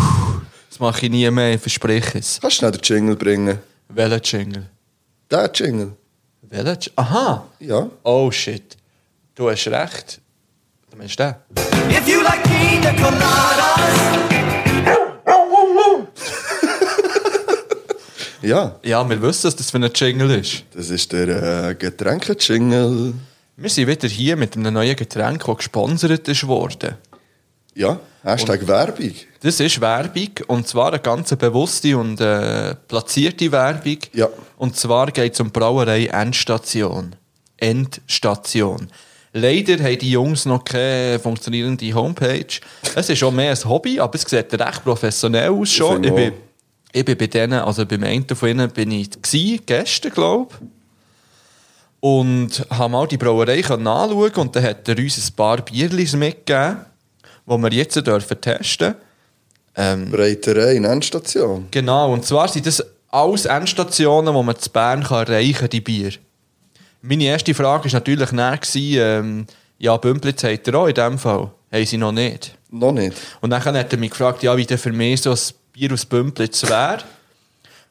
Speaker 1: Das mache ich nie mehr, ich verspreche es.
Speaker 2: kannst du schnell den Jingle bringen?
Speaker 1: Welcher Jingle?
Speaker 2: Der Jingle.
Speaker 1: Welcher Jingle? Aha!
Speaker 2: Ja.
Speaker 1: Oh shit. Du hast recht. Du meinst den?
Speaker 5: If you like pina coladas,
Speaker 2: Ja,
Speaker 1: Ja, wir wissen, dass das für ein Jingle ist.
Speaker 2: das ist der äh, Getränke-Jingle.
Speaker 1: Wir sind wieder hier mit einem neuen Getränk, das gesponsert ist worden.
Speaker 2: Ja, Hashtag Werbung.
Speaker 1: Das ist Werbung und zwar eine ganz bewusste und äh, platzierte Werbung.
Speaker 2: Ja.
Speaker 1: Und zwar geht es um die Brauerei Endstation. Endstation. Leider haben die Jungs noch keine funktionierende Homepage. Es ist schon mehr ein Hobby, aber es sieht recht professionell aus schon.
Speaker 2: finde
Speaker 1: Ich bin,
Speaker 2: auch.
Speaker 1: ich bin bei denen, also beim einen von ihnen bin ich gsi, gestern glaube und haben mal die Brauerei können anschauen und dann hat er uns ein paar Bierlis mitgegeben, die wir jetzt dürfen testen
Speaker 2: Breiterei in Endstation.
Speaker 1: Genau, und zwar sind das alles Endstationen, die man zu Bern kann erreichen kann, die Bier. Meine erste Frage war natürlich näher, ähm, ja, Bümplitz hat er auch in dem Fall. Haben sie noch nicht.
Speaker 2: Noch nicht.
Speaker 1: Und dann hat er mich gefragt, ja, wie denn für mich so ein Bier aus Bümplitz wäre.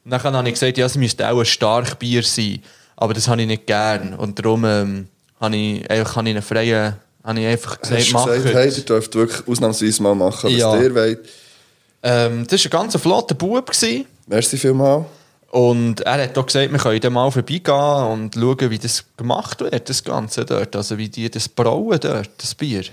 Speaker 1: Und dann habe ich gesagt, ja, es müsste auch ein starkes Bier sein. Aber das habe ich nicht gern. Und darum ähm, habe ich, einfach, habe ich einen freien, habe ich einfach
Speaker 2: Hast
Speaker 1: gesagt,
Speaker 2: du
Speaker 1: mach
Speaker 2: gesagt,
Speaker 1: es.
Speaker 2: hey, ihr dürft wirklich ausnahmsweise mal machen, was
Speaker 1: Ja.
Speaker 2: ihr wollt.
Speaker 1: ähm, Das war ein ganz flotter Bub. Gewesen.
Speaker 2: Merci vielmals.
Speaker 1: Und er hat auch gesagt, wir können dann mal vorbeigehen und schauen, wie das gemacht wird, das Ganze dort. Also wie die das brauen dort, das Bier.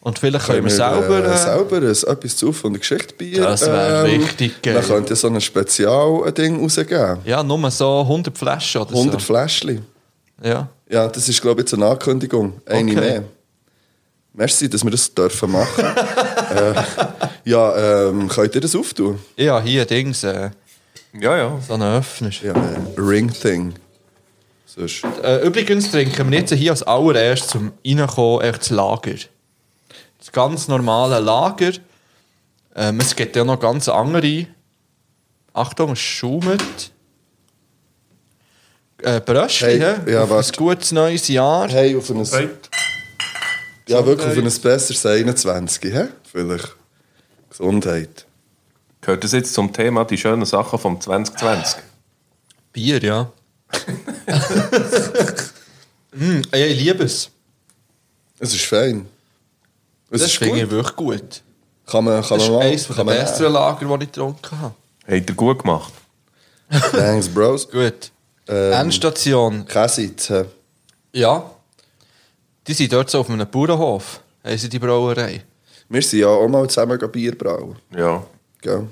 Speaker 1: Und vielleicht können, wir selber...
Speaker 2: äh,
Speaker 1: Äh,
Speaker 2: selber ein, etwas zu von der Geschichte Bier.
Speaker 1: Das wär richtig geil.
Speaker 2: Man könnte so ein Spezial-Ding rausgeben.
Speaker 1: Ja, nur so 100 Flaschen oder
Speaker 2: 100
Speaker 1: so.
Speaker 2: Fläschchen.
Speaker 1: Ja.
Speaker 2: Ja, das ist, glaube ich, jetzt eine Ankündigung. Eine
Speaker 1: Okay.
Speaker 2: mehr. Merci, dass wir das dürfen machen. äh, ja, ähm, könnt ihr das auftun?
Speaker 1: ja, hier Dings, äh,
Speaker 4: Ja, ja.
Speaker 1: so einen Öffner.
Speaker 2: Ja, äh, Ring-Thing. Sonst.
Speaker 1: Äh, übrigens trinken wir jetzt hier als allererstes zum Reinkommen echt das Lager. Das ganz normale Lager. Ähm, es gibt ja noch ganz andere. Achtung, es schaumt. Äh, Bröschli,
Speaker 2: Hey,
Speaker 1: hä?
Speaker 2: ja,
Speaker 1: Auf ein
Speaker 2: warte.
Speaker 1: gutes neues Jahr.
Speaker 2: Hey, auf ein...
Speaker 4: Hey.
Speaker 2: Ja, wirklich, für ein besseres 21, hä? Vielleicht. Gesundheit.
Speaker 4: Gehört das jetzt zum Thema die schönen Sachen vom 2020?
Speaker 1: Bier, ja. mm, ja, ich liebe es.
Speaker 2: Es ist fein. Es
Speaker 1: Das,
Speaker 2: ist
Speaker 1: finde ich
Speaker 2: gut.
Speaker 1: wirklich gut.
Speaker 2: Kann man, kann
Speaker 1: Das
Speaker 2: man
Speaker 1: ist eines der
Speaker 2: kann man
Speaker 1: besseren Lager, die ich getrunken habe.
Speaker 4: Habt ihr gut gemacht?
Speaker 2: Thanks, Bros.
Speaker 1: Gut.
Speaker 2: Ähm.
Speaker 1: Endstation.
Speaker 2: Käse.
Speaker 1: Ja. Die sind dort so auf einem Bauernhof. Haben sie die Brauerei.
Speaker 2: Wir sind ja auch mal zusammen gegangen Bier brauen.
Speaker 4: Ja.
Speaker 2: Gell?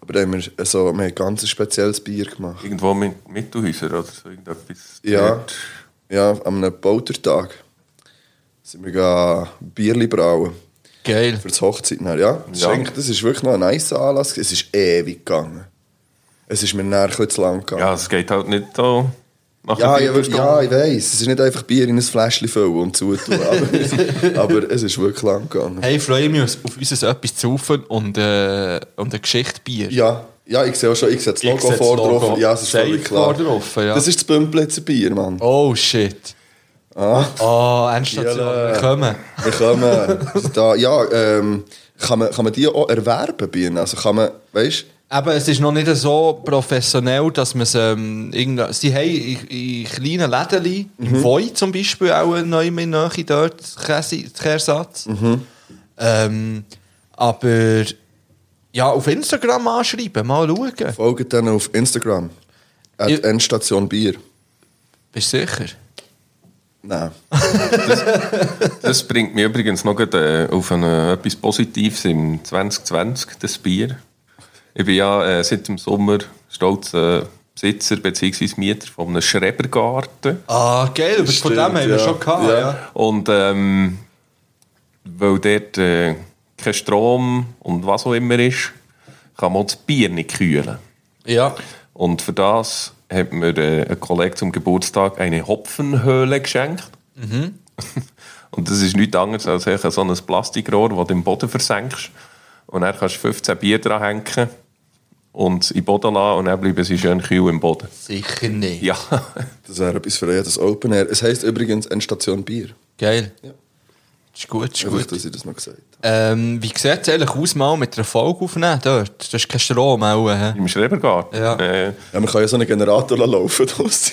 Speaker 2: Aber da haben wir, also, wir haben ein ganz spezielles Bier gemacht.
Speaker 4: Irgendwo mit Mittelhäuser oder so irgendetwas.
Speaker 2: Ja.
Speaker 4: Dort.
Speaker 2: Ja, an einem Poltertag sind wir gegangen Bierli brauen.
Speaker 1: Geil.
Speaker 2: Für das Hochzeit nachher, ja. Das,
Speaker 4: Ja.
Speaker 2: Ist eigentlich, das ist wirklich noch ein nicer Anlass. gewesen. Es ist ewig gegangen. Es ist mir nachher ein bisschen zu lang gegangen.
Speaker 4: Ja, es geht halt nicht so nach
Speaker 2: Ja,
Speaker 4: der
Speaker 2: ja,
Speaker 4: Viertelstunde.
Speaker 2: ja, ich weiss. Es ist nicht einfach Bier in ein Fläschchen füllen und zutun. Aber, aber es ist wirklich lang gegangen.
Speaker 1: Hey, freue mich auf- auf unser etwas zu saufen und, äh, und eine Geschichte Bier.
Speaker 2: Ja, ja, ich sehe auch schon, ich sehe das
Speaker 1: Ich
Speaker 2: Logo
Speaker 1: sehe das
Speaker 2: vor
Speaker 1: Logo.
Speaker 2: drauf. Ja, es ist
Speaker 1: Safe
Speaker 2: völlig klar.
Speaker 1: vor drauf, ja.
Speaker 2: Das ist das Bümplitzer Bier, Mann.
Speaker 1: Oh shit.
Speaker 2: Ah,
Speaker 1: Oh, Endstation.
Speaker 2: Jelle.
Speaker 1: Wir kommen.
Speaker 2: wir kommen. Wir sind da. Ja, ähm, kann, man, kann man die auch erwerben, Bier? Also kann man, weißt
Speaker 1: Aber es ist noch nicht so professionell, dass man es ähm, irgendwo- Sie haben in, in kleinen Läden, im
Speaker 2: Mhm.
Speaker 1: Voi zum Beispiel, auch neu in der Nähe dort, Käse- Kehrsatz.
Speaker 2: Mhm.
Speaker 1: Ähm, aber ja, auf Instagram anschreiben, mal schauen.
Speaker 2: folgt dann auf Instagram. At
Speaker 1: Ich-
Speaker 2: Endstation Bier. Nou,
Speaker 1: Bist du sicher?
Speaker 2: Nein.
Speaker 4: Das bringt mich übrigens noch gerade, äh, auf ein, äh, etwas Positives im 2020, das Bier. Ich bin ja äh, seit dem Sommer stolzer Besitzer bzw. Mieter von einem Schrebergarten.
Speaker 1: Ah, geil, aber von
Speaker 2: Stimmt,
Speaker 1: dem haben wir
Speaker 2: ja.
Speaker 1: schon gehabt. Ja.
Speaker 2: Ja.
Speaker 4: Und ähm, weil dort äh, kein Strom und was auch immer ist, kann man auch das Bier nicht kühlen.
Speaker 1: Ja.
Speaker 4: Und für das hat mir äh, ein Kollege zum Geburtstag eine Hopfenhöhle geschenkt. und das ist nichts anderes als eigentlich so ein Plastikrohr, das du im Boden versenkst. Und dann kannst du 15 Bier dranhängen und in den Boden lassen und dann bleiben sie schön kühl im Boden.
Speaker 1: Sicher nicht.
Speaker 4: Ja,
Speaker 2: Das wäre etwas für euch, das Open Air. Es heisst übrigens Endstation Bier.
Speaker 1: Geil.
Speaker 2: Ja.
Speaker 1: Ist gut, ist
Speaker 2: Gut,
Speaker 1: gut.
Speaker 2: dass ich das noch gesagt habe.
Speaker 1: Ähm, wie sieht es eigentlich aus, mal mit einer Folge aufnehmen dort? Das ist kein Strom auch. hä?
Speaker 4: im Schrebergarten.
Speaker 1: Ja.
Speaker 4: Äh,
Speaker 2: Ja, man kann ja so einen Generator laufen lassen.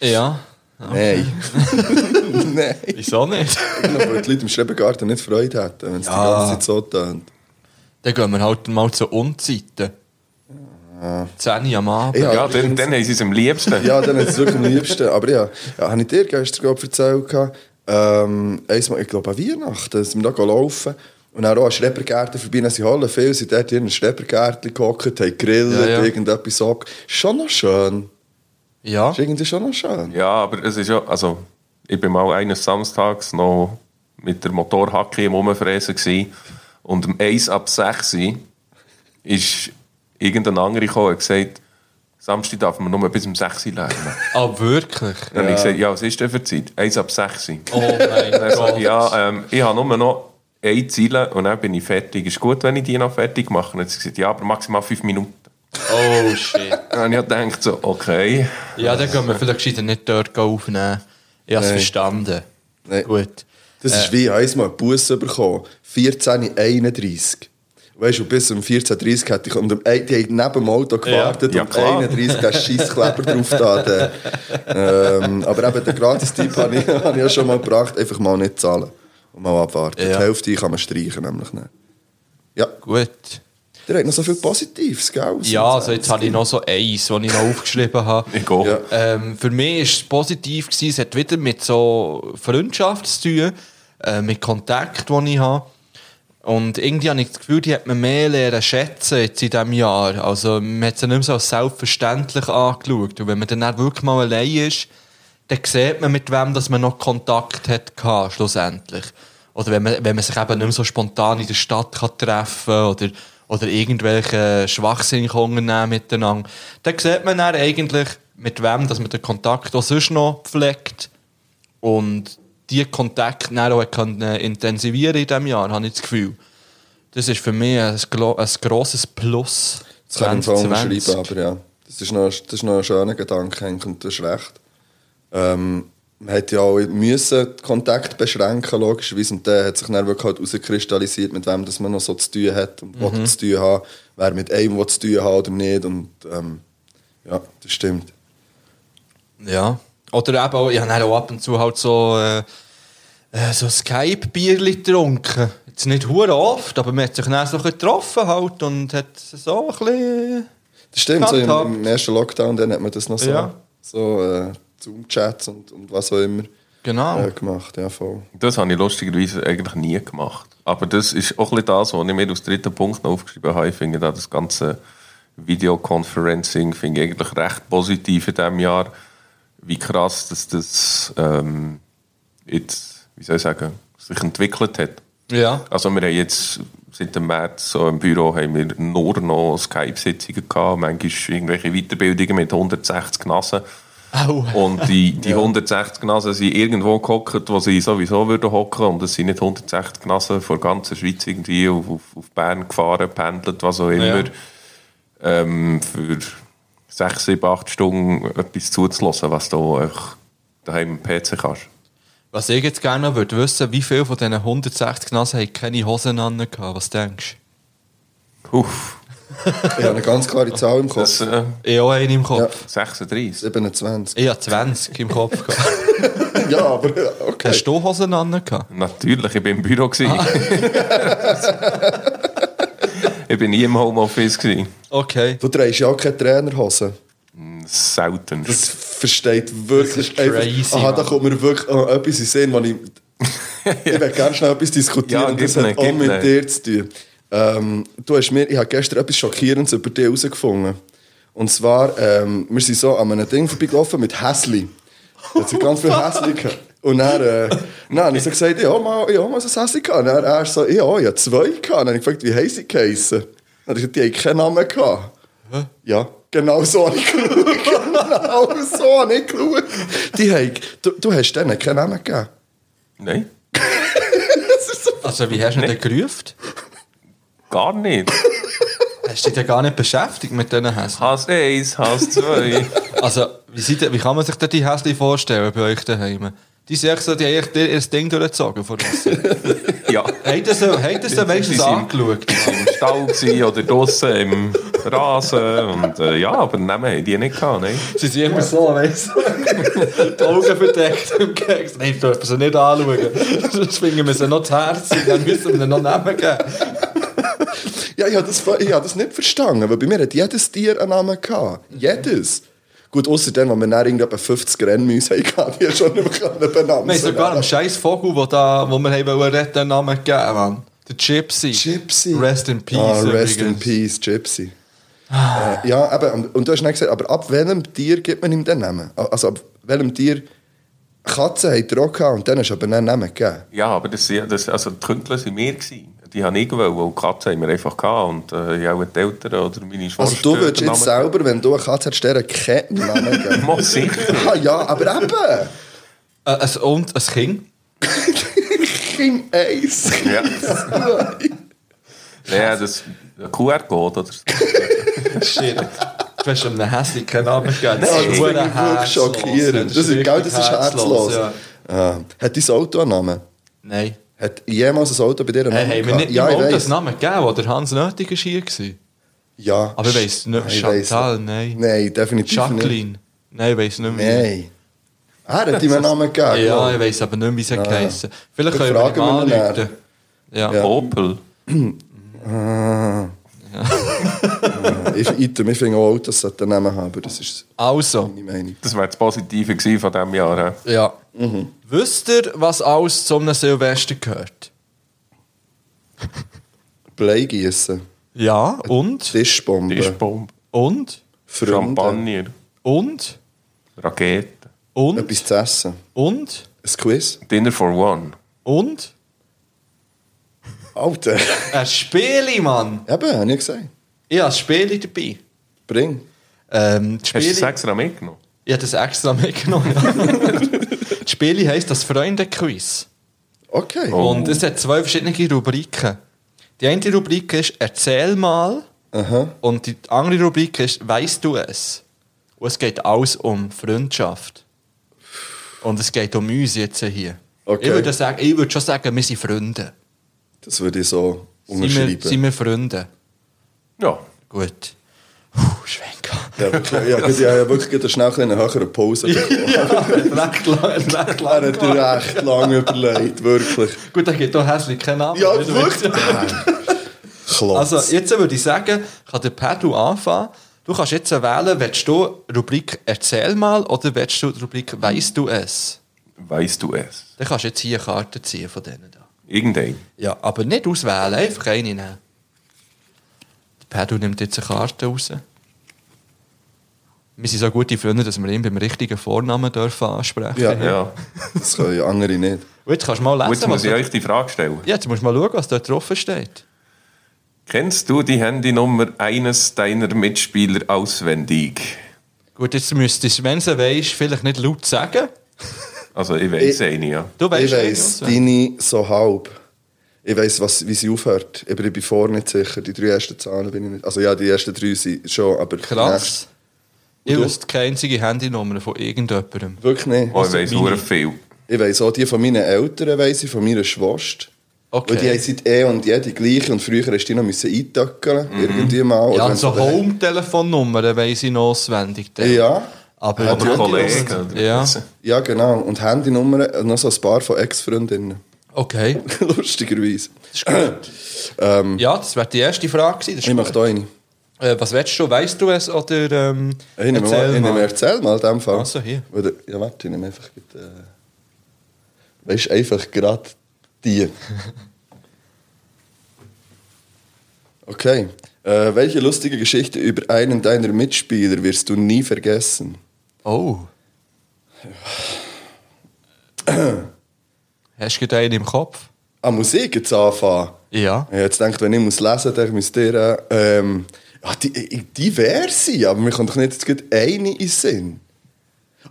Speaker 1: Ja.
Speaker 2: Nein. Nein.
Speaker 1: Wieso nicht?
Speaker 2: Weil die Leute im Schrebergarten nicht Freude hätten, wenn es die ganze Zeit so tönt.
Speaker 1: Dann gehen wir halt mal zur Unzeiten. 10 Uhr am Abend.
Speaker 2: Ich
Speaker 4: ja,
Speaker 2: habe
Speaker 4: dann,
Speaker 2: übrigens-
Speaker 4: dann haben sie es am liebsten.
Speaker 2: ja, dann ist es wirklich am liebsten. Aber ja, ja habe ich dir gestern glaub, erzählt, gehabt, ähm, einmal, ich glaube an Weihnachten, sind wir da laufen und dann auch an Schrebergärten vorbei, dann sind alle viele sind dort in einem Schrebergärtchen gehockt, haben gegrillt,
Speaker 1: Ja, ja.
Speaker 2: irgendetwas ab. Schon noch schön.
Speaker 1: Ja.
Speaker 2: Ist irgendwie schon noch schön.
Speaker 4: Ja, aber es ist ja, also ich bin mal eines Samstags noch mit der Motorhacke im Rumfräsen gsi und um 1 ab 6 Uhr ist irgendein anderer gekommen und hat gesagt, Samstag darf man nur bis um 6 Uhr lernen.
Speaker 1: Ah, wirklich?
Speaker 4: Dann habe ich gesagt, ja, was ist denn für Zeit? 1 ab 6 Uhr.
Speaker 1: Oh mein
Speaker 4: Dann sag
Speaker 1: Gott.
Speaker 4: ich, ja, ähm, ich habe nur noch eine Zeile und dann bin ich fertig. Ist gut, wenn ich die noch fertig mache? Dann hat sie gesagt, ja, aber maximal 5 Minuten.
Speaker 1: Oh shit.
Speaker 4: Dann habe ich gedacht, so, okay.
Speaker 1: Ja, dann können wir vielleicht gescheiter nicht dort aufnehmen. Ich habe es verstanden.
Speaker 2: Nein.
Speaker 1: Gut.
Speaker 2: Das ist wie einmal einen Bus bekommen. 14.31 Weißt du, bis um 14.30 hätte ich. Und um, ein- die haben neben dem Auto gewartet
Speaker 4: Ja,
Speaker 2: und um
Speaker 4: klar.
Speaker 2: 31 hast Scheisskleber drauf da. den. Ähm, aber eben den Gratis-Tipp habe ich, habe ich ja schon mal gebracht. Einfach mal nicht zahlen. Und mal abwarten.
Speaker 1: Ja.
Speaker 2: Die Hälfte kann man streichen, nämlich nicht. Ja,
Speaker 1: Gut.
Speaker 2: der hat noch so viel Positives, gell?
Speaker 1: Ja, also jetzt habe ich noch so eins, das ich noch aufgeschrieben habe.
Speaker 4: Ich gehe.
Speaker 2: Ja.
Speaker 1: Ähm, für mich war es positiv, gewesen. es hat wieder mit so Freundschaft zu tun, äh, mit Kontakt, den ich habe. Und irgendwie habe ich das Gefühl, die hat man mehr lernen schätzen jetzt in diesem Jahr. Also man hat sie nicht mehr so als selbstverständlich angeschaut. Und wenn man dann auch wirklich mal allein ist, dann sieht man, mit wem dass man noch Kontakt hat gehabt, schlussendlich. Oder wenn man, wenn man sich eben nicht mehr so spontan in der Stadt kann treffen kann oder, oder irgendwelche Schwachsinn kann unternehmen miteinander, dann sieht man dann eigentlich, mit wem dass man den Kontakt auch sonst noch pflegt. Und die Kontakte dann auch können äh, intensivieren in diesem Jahr, habe ich das Gefühl. Das ist für mich ein, glo- ein grosses Plus.
Speaker 2: Das kann ich im Fall
Speaker 1: 2020.
Speaker 2: unterschreiben, aber ja. Das ist noch, das ist noch ein schöner Gedanke, eigentlich, und du hast recht. Ähm, man hätte ja auch müssen die Kontakte beschränken, logischerweise. Und dann hat sich dann wirklich halt herauskristallisiert, mit wem das man noch so zu tun hat und was zu tun hat, wer mit einem was zu tun hat oder nicht. Und ähm, ja, das stimmt.
Speaker 1: Ja. Oder eben auch, ich habe dann auch ab und zu halt so, äh, äh, so Skype-Bierli getrunken. Jetzt nicht hure oft, aber man hat sich dann so ein bisschen getroffen halt und hat so ein bisschen...
Speaker 2: Das stimmt, so
Speaker 1: Gehabt
Speaker 2: im, im ersten Lockdown dann hat man das noch so,
Speaker 1: Ja.
Speaker 2: so äh, Zoom-Chats und, und was auch immer
Speaker 1: Genau.
Speaker 2: äh, gemacht. Ja, voll.
Speaker 4: Das habe ich lustigerweise eigentlich nie gemacht. Aber das ist auch ein bisschen das, was ich mir aus dritten Punkt noch aufgeschrieben habe. Ich finde da das ganze Videoconferencing finde ich eigentlich recht positiv in diesem Jahr. Wie krass, dass das ähm, jetzt, wie soll ich sagen, sich entwickelt hat.
Speaker 1: Ja.
Speaker 4: Also wir haben jetzt seit dem März so im Büro haben wir nur noch Skype-Sitzungen gehabt, manchmal irgendwelche Weiterbildungen mit 160 Nassen.
Speaker 1: Au.
Speaker 4: Und die, die 160 Nasen sind irgendwo gehockt, wo sie sowieso würden hocken. Und es sind nicht 160 Nasen von der ganzen Schweiz irgendwie auf, auf, auf Bern gefahren, pendelt, was auch immer. Ähm, für 6, 7, 8 Stunden etwas zuzulassen, was du auch daheim am PC kannst.
Speaker 1: Was ich jetzt gerne noch würde wissen, wie viele von diesen 160 Nasen haben keine Hosen an gehabt? Was denkst
Speaker 4: Uff,
Speaker 2: Ich habe eine ganz klare Zahl im Kopf.
Speaker 4: das äh,
Speaker 1: du? Ich habe auch einen im Kopf.
Speaker 4: 36.
Speaker 2: 27.
Speaker 1: Ich habe 20 im Kopf gehabt.
Speaker 2: Ja, aber ja, okay.
Speaker 1: Hast du Hosen an gehabt?
Speaker 4: Natürlich, ich bin im Büro. gewesen. ich bin nie im Homeoffice. gewesen.
Speaker 1: Okay.
Speaker 2: Du trägst ja auch keine Trainerhose.
Speaker 4: Selten.
Speaker 2: Das versteht wirklich
Speaker 1: Das ist crazy,
Speaker 2: Aha, da
Speaker 1: Mann.
Speaker 2: kommt mir wirklich oh, etwas in den Sinn, was ich... Ich will gerne schnell etwas diskutieren,
Speaker 4: Ja,
Speaker 2: und das
Speaker 4: gib
Speaker 2: hat
Speaker 4: mir,
Speaker 2: auch
Speaker 4: gib mir.
Speaker 2: mit dir zu tun. Ähm, du hast mir, ich habe gestern etwas Schockierendes über dich herausgefunden. Und zwar, ähm, wir sind so an einem Ding vorbeigelaufen mit Häsli. Da hat sie ganz viel Häsli gehabt. Und dann, äh, dann habe ich so gesagt, ich habe mal, ich habe mal so ein Häsli gehabt. Und dann er so, ja, ich habe zwei gehabt. Dann habe ich gefragt, wie heissen sie geheissen? Dann hat er gesagt, die haben keinen Namen gehabt. Ja, genau so habe ich geschaut. genau so habe ich geschaut. Die haben, du, du hast denen keinen Namen gegeben.
Speaker 4: Nein,
Speaker 1: Also, wie hast du denn gerufen?
Speaker 4: gar nicht.
Speaker 1: Hast du dich ja gar nicht beschäftigt mit diesen Häschen?
Speaker 4: Hass 1, Hass 2.
Speaker 1: Also, wie, sind, denn- wie kann man sich denn die Häschen vorstellen bei euch daheim? Die sind echt so, die haben echt ihr Ding durchgezogen von uns.
Speaker 4: ja.
Speaker 1: Habt ihr sie- habt ihr sie
Speaker 4: Die
Speaker 1: wenigstens
Speaker 4: sind-
Speaker 1: angeschaut?
Speaker 4: Im Stall gewesen oder draußen im Rasen. Und, äh, ja, aber nehmen haben die nicht gehabt. Nein.
Speaker 1: Sie sind immer so, weißt du? Die Augen verdeckt und gesagt, nein, das dürfen sie nicht anschauen. Sonst finden wir sie noch zu Herzen und dann müssen wir ihnen noch Namen geben.
Speaker 2: Ja, ich habe das, ich hab das nicht verstanden, weil bei mir hat jedes Tier einen Namen gehabt. Jedes. Gut, außer dann, wenn wir dann irgendetwa 50 Rennmäuse hatten, die ja schon nicht mehr benannt
Speaker 1: Wir haben sogar einen scheiß Vogel, den da, wo wir haben wollen retten, einen Namen gegeben Mann. Der Gypsy.
Speaker 2: Gypsy.
Speaker 1: Rest in Peace. eh,
Speaker 2: Ah, rest in
Speaker 1: übrigens. Ah.
Speaker 2: Peace, Gypsy. äh, ja, eben, und, und du hast dann gesagt, aber ab welchem Tier gibt man ihm den Namen? Also ab welchem Tier... Katzen hat er auch gehabt und dann hast du aber einen Namen gegeben.
Speaker 4: Ja, aber das, das, also die Kündler waren wir. Gewesen. Die haben ich gewollt, weil die Katze haben wir einfach gehabt. Und äh, ja, auch die Eltern oder meine Schwester.
Speaker 2: Also du würdest jetzt selber, wenn du eine Katze hättest, der keinen Namen geben.
Speaker 4: Mal sicher.
Speaker 2: ah, ja, aber eben!
Speaker 1: Äh, ein- und ein Kind.
Speaker 2: King Ace!
Speaker 4: Ja. ja, das ein QR-Code oder so.
Speaker 1: Shit. Du hast einem Häschen keinen Namen gegeben. Das
Speaker 2: Ja,
Speaker 1: ist
Speaker 2: das
Speaker 1: verdammt
Speaker 2: finde ich wirklich
Speaker 1: herzlos.
Speaker 2: schockierend. Das ist,
Speaker 1: wirklich
Speaker 2: gell, das ist herzlos.
Speaker 1: ja.
Speaker 2: Ah. Hat dein Auto einen Namen?
Speaker 1: Nein.
Speaker 2: Hat jemals ein Auto bei dir einen
Speaker 1: Hey,
Speaker 2: Namen?
Speaker 1: haben wir
Speaker 2: gehabt?
Speaker 1: nicht
Speaker 2: ja,
Speaker 1: ja,
Speaker 2: ich
Speaker 1: mal
Speaker 2: weiss.
Speaker 1: das Namen gegeben, oder Hans Nötig war hier? Gewesen?
Speaker 2: Ja.
Speaker 1: Aber ich weiss nicht.
Speaker 2: ich weiss
Speaker 1: Chantal,
Speaker 2: nicht.
Speaker 1: nein.
Speaker 2: Nein, definitiv nicht.
Speaker 1: Jacqueline. Nein, ich weiss nicht mehr.
Speaker 2: Nein. Er hat ihm einen Namen gegeben.
Speaker 1: Ja, ich weiss aber nicht mehr, wie sie geheissen. Vielleicht
Speaker 2: Dann
Speaker 1: können wir ihn
Speaker 2: fragen wir ihn
Speaker 1: anrufen. Ja.
Speaker 2: Ja.
Speaker 4: Opel.
Speaker 2: Ah. Ich, ich, ich finde auch Autos sollten einen Namen haben, aber das ist
Speaker 1: Also,
Speaker 2: meine Meinung.
Speaker 4: Das wäre das Positive gewesen von diesem Jahr. hä?
Speaker 1: ja. Wisst ihr, was alles zu einem Silvester gehört?
Speaker 2: Bleigießen,
Speaker 1: Ja,
Speaker 2: Äh,
Speaker 1: und?
Speaker 2: Tischbomben,
Speaker 4: Tischbombe,
Speaker 1: Und?
Speaker 2: Freunde,
Speaker 4: Champagner,
Speaker 1: Und?
Speaker 4: Rakete.
Speaker 1: Und?
Speaker 2: etwas zu essen,
Speaker 1: Und?
Speaker 2: ein Quiz.
Speaker 4: Dinner for One.
Speaker 1: Und?
Speaker 2: Alter,
Speaker 1: Ein Spieli, Mann!
Speaker 2: eben, habe ich gesagt.
Speaker 1: Ich habe ein Spieli dabei.
Speaker 2: Bring.
Speaker 1: Ähm, das
Speaker 4: Hast du das
Speaker 1: Spieli...
Speaker 4: extra mitgenommen?
Speaker 1: Ich habe das extra mitgenommen. das Spieli heisst das Freunde-Quiz.
Speaker 2: Okay.
Speaker 4: Oh.
Speaker 1: Und es hat zwei verschiedene Rubriken. Die eine Rubrik ist «Erzähl mal»
Speaker 2: Aha.
Speaker 1: und die andere Rubrik ist «Weißt du es?». Und es geht alles um Freundschaft. Und es geht um uns jetzt hier.
Speaker 2: Okay.
Speaker 1: Ich, würde sagen, ich würde schon sagen, wir sind Freunde.
Speaker 2: Das würde ich so
Speaker 1: Sind wir,
Speaker 2: unterschreiben.
Speaker 1: sind wir Freunde?
Speaker 4: Ja.
Speaker 1: Gut. Puh, Schwenker.
Speaker 2: ja, wirklich, ja, gut, ja, ja, wirklich gerade schnell eine höhere Pause bekommen.
Speaker 1: recht lang, recht
Speaker 2: Er
Speaker 1: lang.
Speaker 2: hat dir echt lange überlegt, wirklich.
Speaker 1: Gut, dann gibt auch hässlich keinen Namen.
Speaker 2: Ja,
Speaker 1: Nicht?
Speaker 2: wirklich. Klotz.
Speaker 1: Also, jetzt würde ich sagen, kann der Pedro anfangen. Du kannst jetzt wählen, willst du Rubrik «Erzähl mal» oder willst du die Rubrik «Weißt du es?»
Speaker 4: Weißt du es?
Speaker 1: Dann kannst du jetzt hier eine Karte ziehen von denen da.
Speaker 4: Irgendein.
Speaker 1: Ja, aber nicht auswählen, einfach eine nehmen. Der Pedro nimmt jetzt eine Karte raus. Wir sind so gute Freunde, dass wir ihn beim richtigen Vornamen dürfen ansprechen
Speaker 2: Ja.
Speaker 4: Ja.
Speaker 2: das können ja andere nicht.
Speaker 1: Und jetzt kannst du mal lesen,
Speaker 4: Und jetzt muss
Speaker 1: was
Speaker 4: ich
Speaker 1: da-
Speaker 4: euch die Frage stellen.
Speaker 1: Ja, jetzt musst du mal schauen, was da drauf steht.
Speaker 4: Kennst du die Handynummer eines deiner Mitspieler auswendig?
Speaker 1: Gut, jetzt müsstest du, wenn du weißt, vielleicht nicht laut sagen.
Speaker 4: Also ich weiß
Speaker 2: Ich-
Speaker 4: eine, ja. Oh,
Speaker 1: Du weißt
Speaker 2: Ich weiss deine so halb. Ich weiss, was, wie sie aufhört. Aber ich bin vorne nicht sicher. Die drei ersten Zahlen bin ich nicht. Also ja, die ersten drei sind schon, aber
Speaker 1: Krass. Ich
Speaker 2: du?
Speaker 1: wüsste keine einzige Handynummer von irgendjemandem.
Speaker 2: nein, wirklich nicht.
Speaker 4: Oh, ich weiss
Speaker 1: meine-
Speaker 4: nur viel.
Speaker 2: Ich weiss auch die von meinen Eltern, weiss ich, von meiner Schwester.
Speaker 1: Okay.
Speaker 2: Weil die haben seit eh und je die gleiche. Und früher musst du die noch müssen eintackern. Irgendwie mal.
Speaker 1: Mhm. Ja,
Speaker 2: Oder wenn
Speaker 1: also
Speaker 2: sie daheim-
Speaker 1: Home-Telefonnummern weiss ich noch auswendig.
Speaker 2: Ja.
Speaker 1: Aber,
Speaker 2: Ja, die
Speaker 1: aber-
Speaker 4: Kollegen. oder
Speaker 1: Ja.
Speaker 4: was?
Speaker 2: Ja, genau. Und Handynummern, äh, noch so ein paar von Ex-Freundinnen.
Speaker 1: Okay.
Speaker 2: Lustigerweise. Ähm,
Speaker 1: Ja, das wäre die erste Frage gewesen. Das ist
Speaker 2: Ich mache
Speaker 1: gut.
Speaker 2: da eine.
Speaker 1: Äh, was willst du? Weißt du es? Oder ähm,
Speaker 2: Ich nehme mal, ich
Speaker 1: erzähl
Speaker 2: nehme,
Speaker 1: mal.
Speaker 2: erzähl mal in dem Fall.
Speaker 1: Also, hier.
Speaker 2: Oder, ja, warte, ich nehme einfach gerade... Äh, weißt du, einfach gerade die. Okay. Äh, welche lustige Geschichte über einen deiner Mitspieler wirst du nie vergessen?
Speaker 1: Oh. Hast du gerade einen im Kopf?
Speaker 2: Ah, muss ich jetzt anfangen?
Speaker 1: Ja.
Speaker 2: Ich hab jetzt denkt, wenn ich muss lesen, dann müsst ihr... äh, Ähm, ja, die, äh, diverse, aber mir kommt doch nicht jetzt gerade eine in den Sinn.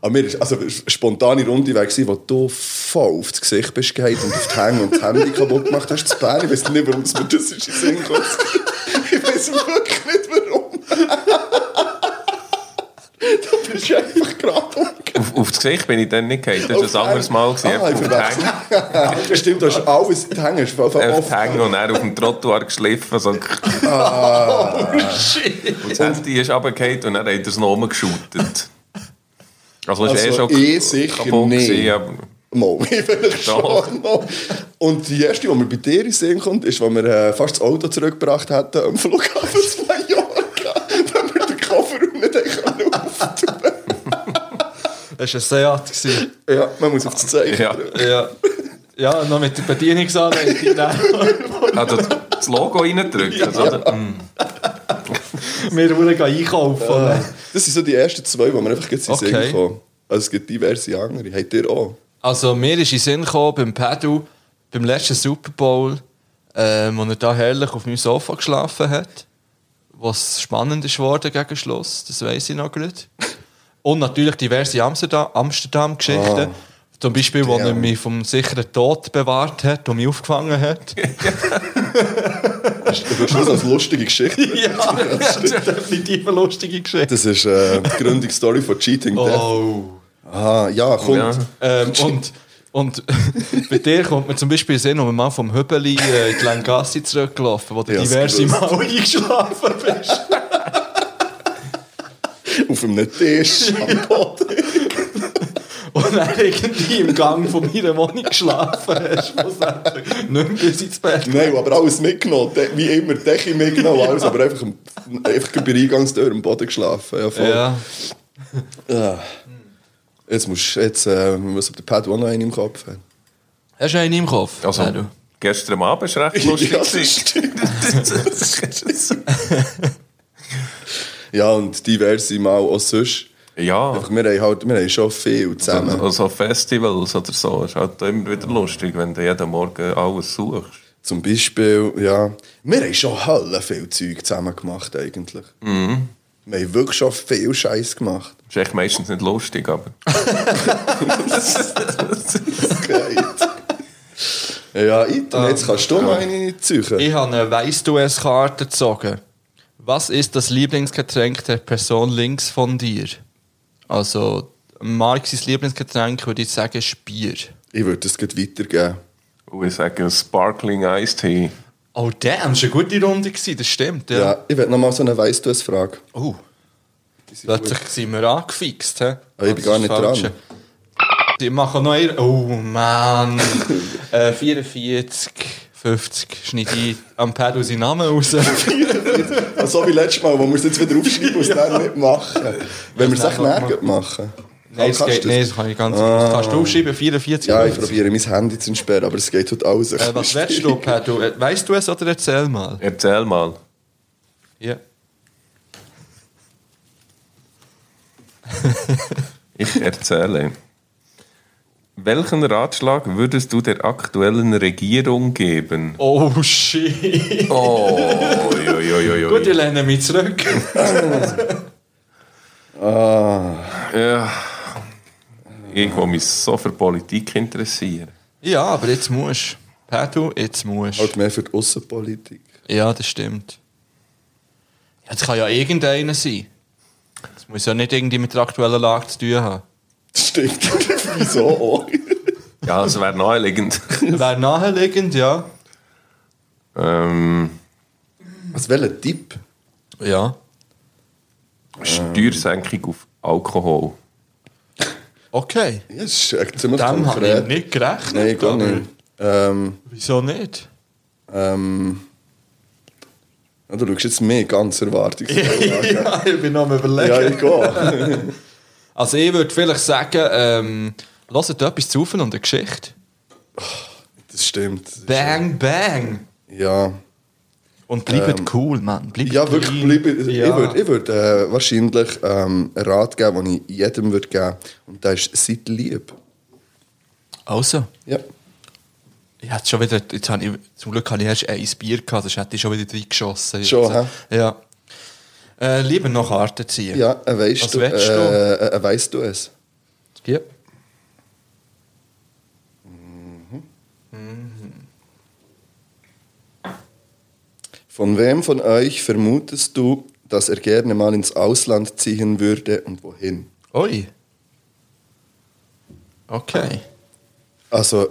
Speaker 2: Aber mir ist, also eine spontane Runde war, gewesen, wo du voll aufs Gesicht bist gehauen und auf die Hänge und das Handy kaputt gemacht hast. Das Bär, ich weiß nicht, warum es mir das ist in den Sinn gekommen ist. Ich weiß wirklich nicht, warum. du bist einfach gerade umgegangen.
Speaker 4: Auf, aufs Gesicht bin ich dann nicht gefallen. Das
Speaker 2: Auf
Speaker 4: war ein anderes Mal. gewesen.
Speaker 2: Ah, ich
Speaker 4: Einfach auf die Hänge-
Speaker 2: verwechsel. Stimmt, du hast alles in die Hänge. hast voll- voll
Speaker 4: einfach auf
Speaker 2: offen.
Speaker 4: die Hänge und dann auf dem Trottoir geschliffen. So. Und
Speaker 2: Ah. Oh,
Speaker 4: das Handy ist runtergefallen und dann hat er es noch rumgeschautet. Also, es ist eh
Speaker 2: Also,
Speaker 4: schon
Speaker 2: ich sicher nicht.
Speaker 4: gewesen, aber
Speaker 2: Mal, vielleicht
Speaker 4: Doch.
Speaker 2: schon. Mal. Und die erste, die mir bei dir in den Sinn kommt, ist, als wir äh, fast das Auto zurückgebracht hätten am Flughafen zu Mallorca, wenn wir den Kofferraum nicht hätten aufmachen
Speaker 1: Das war ein Seat. gewesen.
Speaker 2: Ja, man muss auf das Zeichen.
Speaker 4: Ja.
Speaker 2: drücken.
Speaker 1: ja. Ja, noch mit der Bedienungsanleitung.
Speaker 4: hat er Ah, das Logo reingedrückt. Also, oder?
Speaker 1: Wir wollen einkaufen.
Speaker 2: Das sind so die ersten zwei, die mir einfach jetzt in den
Speaker 1: Okay.
Speaker 2: Sinn kommen. Also es gibt diverse andere. Habt ihr auch?
Speaker 1: Also mir ist in den Sinn gekommen, beim Pedro, beim letzten Super Bowl, ähm, wo er da herrlich auf meinem Sofa geschlafen hat, was spannend ist geworden gegen Schluss, das weiß ich noch gut. Und natürlich diverse Amsterdam- Amsterdam-Geschichten. Zum Beispiel, wo er
Speaker 2: damn.
Speaker 1: mich vom sicheren Tod bewahrt hat und mich aufgefangen hat.
Speaker 2: Das ist so eine lustige Geschichte.
Speaker 1: ja, das ist definitiv eine lustige Geschichte.
Speaker 2: Das ist äh, die Gründungsstory von Cheating Death.
Speaker 1: Oh.
Speaker 2: Ah, ja, kommt.
Speaker 4: Ja.
Speaker 1: Ähm, und und bei dir kommt mir zum Beispiel in den Sinn, als wir mal vom Höbeli äh, in die Langassi zurückgelaufen, wo du
Speaker 2: Ja, das
Speaker 1: diverse
Speaker 2: gewusst.
Speaker 1: Mal eingeschlafen bist.
Speaker 2: Auf einem Tisch. am Boden.
Speaker 1: Und dann irgendwie im Gang von meiner Wohnung geschlafen hast. schlussendlich. Nicht mehr bis ins Bett.
Speaker 2: Nein, aber alles mitgenommen. De- Wie immer, die Decke mitgenommen, alles. Aber einfach, am- einfach bei der Eingangstür am Boden geschlafen. Ja, voll.
Speaker 1: Ja.
Speaker 2: Ja. Jetzt muss jetzt, äh, muss auf der Pad auch noch einen im Kopf haben.
Speaker 1: Hast du einen im Kopf?
Speaker 4: also
Speaker 1: Pedro?
Speaker 4: gestern Abend war es recht lustig.
Speaker 2: Ja, das
Speaker 4: gewesen.
Speaker 2: Ja, und diverse Mal auch sonst.
Speaker 4: ja.
Speaker 2: Einfach, wir, haben halt, wir haben schon viel zusammen.
Speaker 4: Ah. Also Festivals oder so, ist halt immer wieder lustig, wenn du jeden Morgen alles suchst.
Speaker 2: Zum Beispiel, ja. Wir haben schon Hölle viel Zeug zusammen gemacht, eigentlich. Wir haben wirklich schon viel Scheiß gemacht.
Speaker 4: Ist echt meistens nicht lustig, aber...
Speaker 2: Geil. Ah. ja, Ethan, jetzt kannst du noch eine zeugen.
Speaker 1: Ich habe eine Weißt du es Karte gezogen. Was ist das Lieblingsgetränk der Person links von dir? Also Marc sein Lieblingsgetränk würde ich sagen, ist Bier.
Speaker 2: Ich würde das gleich weitergeben.
Speaker 4: Und ich sage Sparkling Iced Tea.
Speaker 1: Oh, damn, das war eine gute Runde, gewesen, das stimmt. Ja.
Speaker 2: Ja, ich will nochmal so eine weißt du es Frage.
Speaker 1: Oh. Plötzlich sind wir angefixt. He?
Speaker 2: Ah, ich bin gar nicht
Speaker 1: Das ist
Speaker 2: dran.
Speaker 1: falsch. Ich mache noch eher. Oh, Mann. äh, 44, 50. Schneide ich am Pedal seinen Namen raus.
Speaker 2: Ah, Also so wie letztes Mal, wo wir es jetzt wieder aufschreiben und es dann nicht machen. Wenn wir es
Speaker 1: Nein, mach mal.
Speaker 2: echt näher machen.
Speaker 1: Nein, das
Speaker 2: Kannst
Speaker 1: geht
Speaker 2: du
Speaker 1: nicht. Das kann ich ganz
Speaker 2: Ah.
Speaker 1: Kannst du aufschreiben, 44?
Speaker 2: Ja, ich probiere mein Handy zu entsperren, aber es geht heute alles.
Speaker 1: äh, was willst du, Pedal? Äh, Weißt du es oder erzähl mal?
Speaker 4: Erzähl mal.
Speaker 1: Ja.
Speaker 4: Ich erzähle. Welchen Ratschlag würdest du der aktuellen Regierung geben?
Speaker 1: Oh, shit.
Speaker 4: Oh, jo, jo, jo, jo.
Speaker 1: Gut, ich lehne mich zurück.
Speaker 4: Ja. Ich, der mich so für Politik interessiert.
Speaker 1: ja, aber jetzt musst du. Pedal, jetzt musst du.
Speaker 2: Halt mehr für die Außenpolitik.
Speaker 1: Ja, das stimmt. Ja, das kann ja irgendeiner sein. Das muss ja nicht irgendwie mit der aktuellen Lage zu tun haben.
Speaker 2: Das stimmt. Wieso auch?
Speaker 4: Ja, also es wäre naheliegend.
Speaker 1: Wäre naheliegend, ja.
Speaker 4: ähm,
Speaker 2: Was welcher Tipp?
Speaker 1: Ja.
Speaker 4: Steuersenkung auf Alkohol.
Speaker 1: Okay.
Speaker 2: Ja, das ist echt ziemlich
Speaker 1: Dem habe ich
Speaker 2: konkret.
Speaker 1: nicht gerechnet.
Speaker 2: Nein, gar
Speaker 1: aber
Speaker 2: nicht. Ähm,
Speaker 1: Wieso nicht?
Speaker 2: ähm, ja, du schaust jetzt mehr ganz erwartungsvoll an.
Speaker 1: ja, ich bin noch am
Speaker 2: Ja,
Speaker 1: überlegen.
Speaker 2: ich gehe.
Speaker 1: Also ich würde vielleicht sagen, ähm, lasst etwas zu und eine Geschichte.
Speaker 2: Das stimmt. Das ist-
Speaker 1: Bang, bang.
Speaker 2: Ja.
Speaker 1: Und bleibt cool, Mann. Bleibt
Speaker 2: Ja, wirklich.
Speaker 1: clean.
Speaker 2: Bleib, Ich
Speaker 1: Ja.
Speaker 2: würde ich würd, äh, wahrscheinlich ähm, einen Rat geben, den ich jedem würde geben Und das ist, seid lieb.
Speaker 1: Also,
Speaker 2: Ja.
Speaker 1: ich hatte schon wieder, jetzt habe ich, zum Glück habe ich erst ein Bier gehabt, sonst hätte ich schon wieder reingeschossen.
Speaker 2: Schon,
Speaker 1: Jetzt, Ja. Äh, lieber noch Karten ziehen.
Speaker 2: Ja, äh, weißt
Speaker 1: Was
Speaker 2: du,
Speaker 1: willst du?
Speaker 2: Äh, äh, weißt du es?
Speaker 1: Ja.
Speaker 2: Von wem von euch vermutest du, dass er gerne mal ins Ausland ziehen würde und wohin?
Speaker 1: Oi. Okay.
Speaker 2: Also,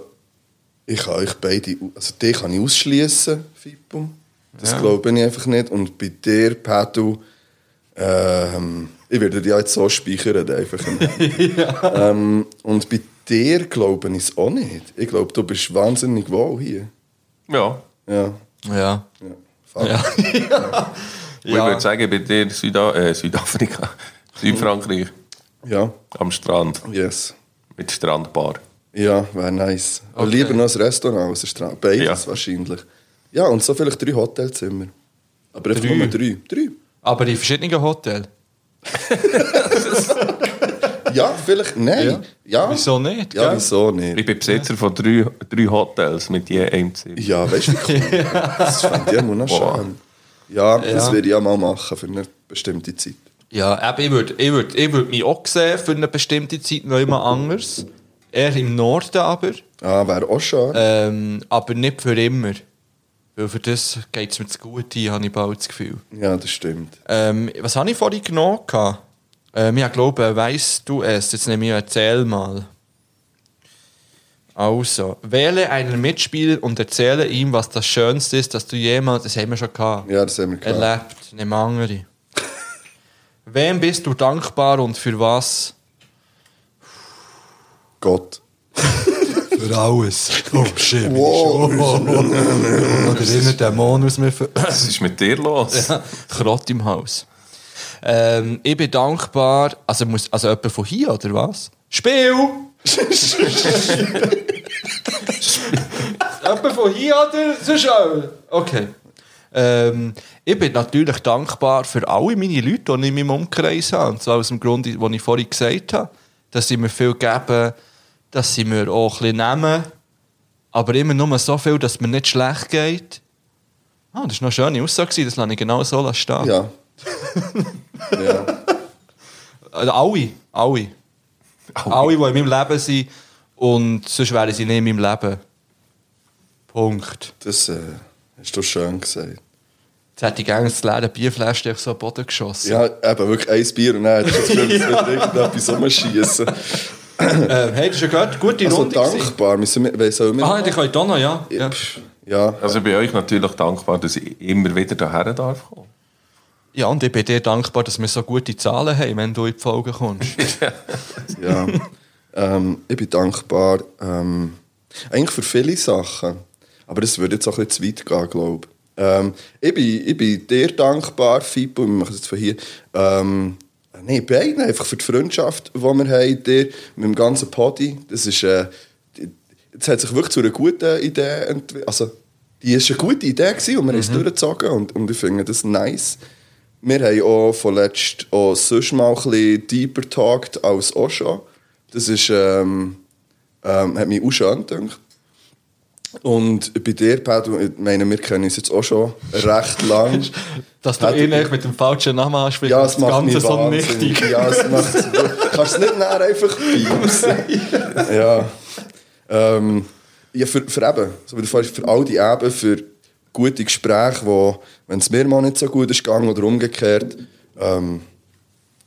Speaker 2: ich kann euch beide, also dich kann ich ausschließen, Fippo. Das glaube ich einfach nicht. Und bei dir, Pedro, ähm, ich werde dich ja jetzt so speichern, einfach. ähm, und bei dir glaube ich es auch nicht. Ich glaube, du bist wahnsinnig wohl hier.
Speaker 4: Ja.
Speaker 2: Ja.
Speaker 1: Ja.
Speaker 2: ja. Fuck.
Speaker 1: Ja.
Speaker 4: Und Ich würde sagen, bei dir Süda äh, Südafrika, Südfrankreich,
Speaker 2: ja.
Speaker 4: am Strand,
Speaker 2: Yes.
Speaker 4: mit Strandbar.
Speaker 2: Ja, wäre nice. Aber
Speaker 1: Okay.
Speaker 2: Lieber noch ein Restaurant als ein Strand. Beides
Speaker 4: Ja.
Speaker 2: wahrscheinlich. Ja, und so vielleicht drei Hotelzimmer. Aber einfach
Speaker 1: Drei?
Speaker 2: nur drei. Drei.
Speaker 1: Aber in verschiedenen Hotels.
Speaker 2: Ja, vielleicht nein. Ja.
Speaker 1: Wieso nicht?
Speaker 2: Ja,
Speaker 1: gell?
Speaker 2: wieso
Speaker 4: Ich
Speaker 2: nicht?
Speaker 4: bin Besitzer von drei, drei Hotels mit je einem Zimmer.
Speaker 2: Ja, weißt du, wie cool. das fände ich immer noch
Speaker 4: Boah.
Speaker 2: schön. Ja, das
Speaker 1: Ja.
Speaker 2: würde ich auch mal machen für eine bestimmte Zeit.
Speaker 1: Ja, eben, ich würde ich würd, ich würd mich auch sehen für eine bestimmte Zeit noch immer anders. Eher im Norden aber.
Speaker 2: Ah, wäre auch schön.
Speaker 1: Ähm, aber nicht für immer. Weil für das geht es mir zu gut ein, habe ich bald das Gefühl.
Speaker 2: Ja, das stimmt.
Speaker 1: Ähm, was habe ich vorhin genommen? gehabt? Ähm, ich glaube, weißt du es? Jetzt nehme ich erzähl mal. Also, wähle einen Mitspieler und erzähle ihm, was das Schönste ist, dass du jemals, das haben wir schon gehabt,
Speaker 2: Ja, das haben wir gehabt.
Speaker 1: erlebt, nicht andere. Wem bist du dankbar und für was?
Speaker 2: Gott.
Speaker 1: Für alles. Oh, shit.
Speaker 2: Wow.
Speaker 1: Oder immer Dämon aus mir.
Speaker 4: Was ist mit dir los?
Speaker 1: Krott im Haus. Ähm, ich bin dankbar. Also, muss, also jemand von hier, oder was? Spiel! jemand von hier, oder? So schön. Okay. Ähm, ich bin natürlich dankbar für alle meine Leute, die ich in meinem Umkreis habe. Und zwar aus dem Grund, den ich vorhin gesagt habe, dass sie mir viel geben, dass sie mir auch ein bisschen nehmen. Aber immer nur so viel, dass es mir nicht schlecht geht. Ah, das war noch eine schöne Aussage, gewesen, das lasse ich genau so stehen.
Speaker 2: Ja. ja.
Speaker 1: Also alle, alle. Alle, die in meinem Leben sind. Und sonst wären sie nicht in meinem Leben. Punkt.
Speaker 2: Das äh, hast du schön gesagt.
Speaker 1: Jetzt hat die Gang das leere Bierfläschchen auf so den Boden geschossen.
Speaker 2: Ja, eben wirklich ein Bier und dann hättest du das Gefühl, es wird irgendetwas rumschiessen.
Speaker 1: Ähm, hey, das ist ja gehört. Gute
Speaker 2: Also
Speaker 1: Runde. gewesen.
Speaker 2: dankbar. Müssen wir, wer soll mir
Speaker 1: Ah, die könnt auch noch, ja. ja.
Speaker 2: Pff, ja.
Speaker 4: Also ich bin euch natürlich dankbar, dass ich immer wieder daher darf kommen.
Speaker 1: Ja, und ich bin dir dankbar, dass wir so gute Zahlen haben, wenn du in die Folge kommst.
Speaker 2: ja. ähm, ich bin dankbar. Ähm, eigentlich für viele Sachen. Aber es würde jetzt auch ein bisschen zu weit gehen, glaube ich. Ähm, ich, bin, ich bin dir dankbar, Fippo, wir machen es jetzt von hier. Ähm, Nein, beiden. Einfach für die Freundschaft, die wir haben, dir, mit dem ganzen Poddy. Das ist, äh, es hat sich wirklich zu einer guten Idee entwickelt. Also, die war eine gute Idee gewesen, und wir haben es durchgezogen und, und ich finde das nice. Wir haben auch vorletzt auch sonst mal ein bisschen deeper talked als auch schon. Das ist, ähm, ähm, hat mich auch schön gedacht. Und bei dir, Pedro, ich meine, wir kennen uns jetzt auch schon recht lang.
Speaker 1: Dass du
Speaker 2: Hat-
Speaker 1: ihn nicht mit dem falschen Namen ansprichst,
Speaker 2: Ja,
Speaker 1: und
Speaker 2: es macht mich
Speaker 1: so
Speaker 2: wahnsinnig.
Speaker 1: nichtig.
Speaker 2: Ja, es macht Kannst du es nicht näher einfach piepsen? ja. Ähm, ja, für, für eben, so wie du vorhin- für all die eben, für gute Gespräche, wo, wenn es mir mal nicht so gut ist gegangen oder umgekehrt, ähm,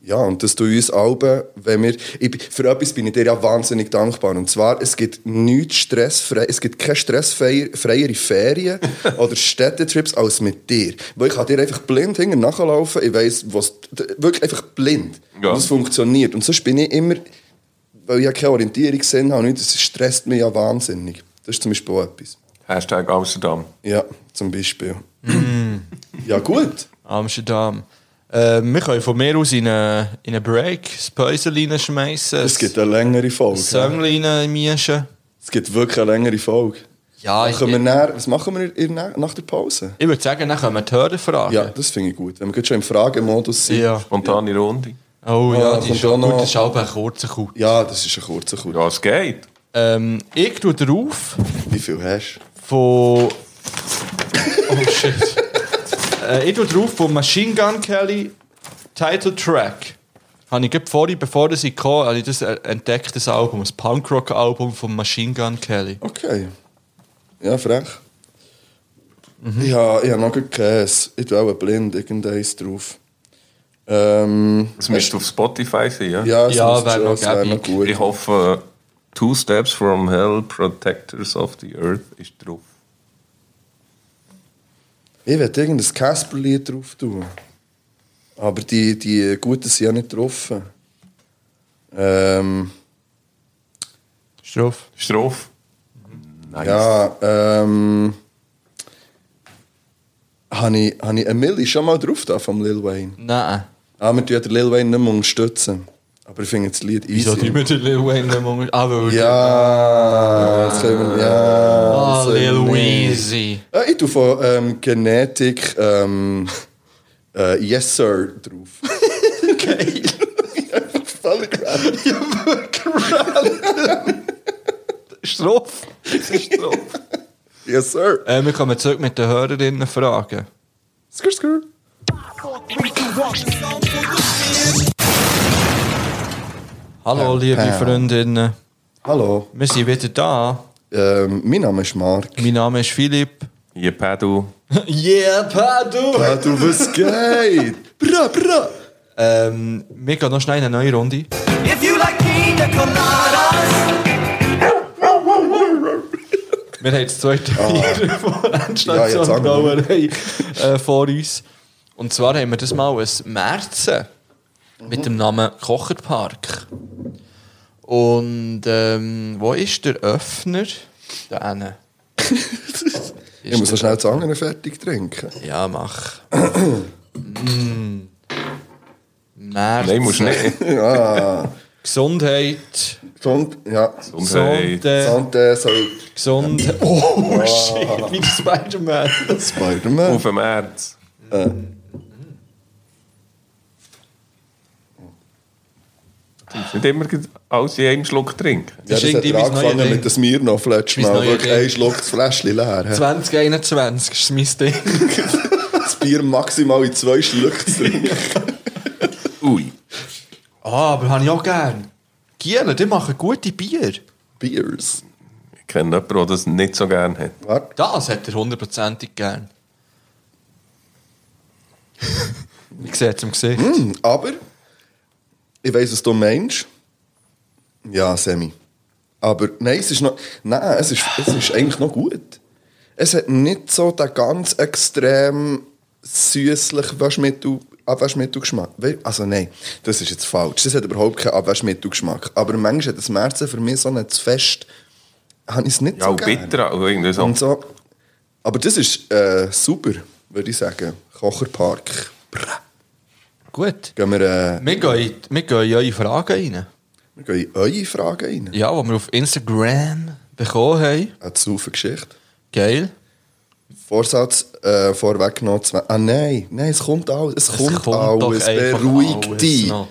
Speaker 2: ja, und dass du uns alle, wenn wir, ich, bin- für etwas bin ich dir ja wahnsinnig dankbar. Und zwar, es gibt nichts stressfrei, es gibt keine stressfreiere Ferien oder Städtetrips als mit dir. Weil ich kann dir einfach blind hinten nachlaufen, ich weiss, was, wirklich einfach blind.
Speaker 4: Ja.
Speaker 2: Und es funktioniert. Und sonst bin ich immer, weil ich ja keine Orientierung gesehen habe, nichts, das stresst mich ja wahnsinnig. Das ist zum Beispiel auch etwas.
Speaker 4: Hashtag Amsterdam.
Speaker 2: Ja, zum Beispiel.
Speaker 1: Mm.
Speaker 2: ja, gut.
Speaker 1: Amsterdam. Äh, wir können von mir aus in einen in eine Break das Päusel reinschmeissen,
Speaker 2: Es gibt eine längere Folge.
Speaker 1: das Sömmchen reinmischen.
Speaker 2: Es gibt wirklich eine längere Folge.
Speaker 1: Ja, ich,
Speaker 2: Machen wir
Speaker 1: ich
Speaker 2: näher, was machen wir in, der- nach der Pause?
Speaker 1: würde sagen, dann können wir die Hörer fragen.
Speaker 2: Ja, das finde ich gut. Wenn wir gerade schon im Fragemodus sind.
Speaker 1: Ja.
Speaker 4: Spontane Runde.
Speaker 1: Oh ja,
Speaker 2: Ah,
Speaker 1: die
Speaker 2: kommt
Speaker 1: ist schon
Speaker 2: auch
Speaker 1: gut,
Speaker 2: noch.
Speaker 1: das ist auch ein kurzer Kut.
Speaker 2: Ja, das ist ein kurzer Kurs.
Speaker 4: Ja, es geht.
Speaker 1: Ähm, ich tue drauf
Speaker 2: Wie viel hast
Speaker 1: von.
Speaker 2: du?
Speaker 1: Oh shit. äh, ich tue drauf von Machine Gun Kelly Title Track. Habe ich gerade vorhin, bevor das ich kam, habe ich das äh, entdeckt, das Album, das Punkrock-Album von Machine Gun Kelly.
Speaker 2: Okay. Ja, frech.
Speaker 1: Mhm.
Speaker 2: Ja, ich habe noch keinen Käse. Ich tue auch blind irgendeins drauf. Ähm,
Speaker 4: Es müsste auf Spotify sein, ja?
Speaker 2: ja, es
Speaker 1: Ja,
Speaker 2: muss
Speaker 1: wäre
Speaker 2: schon-
Speaker 1: noch
Speaker 2: es wäre noch
Speaker 1: gäbig.
Speaker 2: gut.
Speaker 4: Ich hoffe, Two Steps from Hell, Protectors of the Earth ist drauf.
Speaker 2: Ich werde irgendein Casper-Lied drauf tun. Aber die, die Guten sind ja nicht getroffen. Ähm,
Speaker 1: Ist drauf?
Speaker 4: Ist drauf? Nice.
Speaker 2: ja, ähm. Habe ich, habe ich eine Milli schon mal drauf da vom Lil Wayne?
Speaker 1: Nein.
Speaker 2: Ah, wir tun den Lil Wayne nicht mehr unterstützen. Aber ich finde das Lied easy.
Speaker 1: Wieso tun wir den Lil Wayne nicht mehr? Ah, weil
Speaker 2: Ja, das können wir. Ja,
Speaker 1: Ah,
Speaker 2: das
Speaker 1: Lil
Speaker 2: können wir nicht.
Speaker 1: Weezy.
Speaker 2: Ah, ich tue von ähm, Genetik ähm, äh, Yes Sir drauf. Geil. Völlig random.
Speaker 1: Ist drauf? Ist drauf.
Speaker 2: Yes Sir.
Speaker 1: äh, wir kommen zurück mit den Hörerinnen fragen.
Speaker 2: Skrr, skrr.
Speaker 1: Hallo, liebe Freundinnen.
Speaker 2: Hallo,
Speaker 1: Wir sind wieder da.
Speaker 2: ähm, mein Name ist Marc.
Speaker 1: Mein Name ist Philipp.
Speaker 4: Hier, Pedal.
Speaker 1: yeah, Padu!
Speaker 2: Ah, du, was geht? Bra, bra.
Speaker 1: Ähm, wir gehen noch schnell in eine neue Runde.
Speaker 5: If you like pina coladas,
Speaker 1: Wir haben das zweite Bier von
Speaker 2: Ah. Ja, jetzt
Speaker 1: Endstation
Speaker 2: haben wir.
Speaker 1: Brauerei äh, vor uns. Und zwar haben wir das mal ein Märzen
Speaker 2: Mhm.
Speaker 1: mit dem Namen Kocherpark. Und ähm, wo ist der Öffner? Da hinten.
Speaker 2: Ich muss noch schnell das andere fertig trinken.
Speaker 1: Ja, mach. Mm. Märzen.
Speaker 4: Nein, musst nicht.
Speaker 1: Gesundheit.
Speaker 2: Gesund, ja.
Speaker 4: Und hey,
Speaker 2: Äh.
Speaker 1: Gesundheit.
Speaker 2: Santé, soll
Speaker 1: Gesundheit. Oh, shit, wie der Spider-Man.
Speaker 2: Spider-Man.
Speaker 4: auf dem März. Du musst Nicht immer gleich alles in einem Schluck trinken.
Speaker 2: Ja,
Speaker 1: Das
Speaker 2: das
Speaker 1: ist
Speaker 2: hat
Speaker 1: irgendwie
Speaker 2: er
Speaker 1: mein neues
Speaker 2: angefangen
Speaker 1: Ding.
Speaker 2: mit dem Mirnoff letztes
Speaker 1: Mein
Speaker 2: Mal.
Speaker 1: neues
Speaker 2: Wirklich,
Speaker 1: Ding.
Speaker 2: ein Schluck das Fläschchen leer. hä?
Speaker 1: 2021 ist mein Ding.
Speaker 2: Das Bier maximal in zwei Schlücke zu trinken.
Speaker 4: Ui.
Speaker 1: Ah, aber habe ich auch gern. Gielen, die machen gute Bier.
Speaker 2: Beers.
Speaker 4: Ich kenne jemanden, der das nicht so gerne hat.
Speaker 2: Warte.
Speaker 1: Das hat er hundertprozentig gern. Ich sehe es im Gesicht.
Speaker 2: Hm, Aber ich weiß, was du meinst. Ja, Semi. Aber nein, es ist noch. Nein, es ist, es ist eigentlich noch gut. Es hat nicht so den ganz extrem süßlichen Waschmittel. Abwaschmittelgeschmack. We- Also nein, das ist jetzt falsch. Das hat überhaupt keinen Abwaschmittelgeschmack. Aber manchmal hat das Märzen für mich so einen zu fest. Habe ich es nicht
Speaker 4: Ja,
Speaker 2: so
Speaker 4: und
Speaker 2: gern.
Speaker 4: bitter oder irgendwie so.
Speaker 2: Und so. Aber das ist äh, super, würde ich sagen. Kocherpark. Brr.
Speaker 1: Gut.
Speaker 2: Gehen wir, äh,
Speaker 1: Wir gehen, wir gehen in eure Fragen rein.
Speaker 2: wir gehen in eure Fragen rein.
Speaker 1: Ja, die wir auf Instagram bekommen haben.
Speaker 2: Eine saufe Geschichte.
Speaker 1: Geil.
Speaker 2: Vorsatz äh, vorweggenommen. zwe- Ah nein, nein, es kommt alles. Es kommt,
Speaker 1: doch
Speaker 2: alles.
Speaker 1: einfach
Speaker 2: Beruhig
Speaker 1: alles
Speaker 2: dich.
Speaker 1: noch.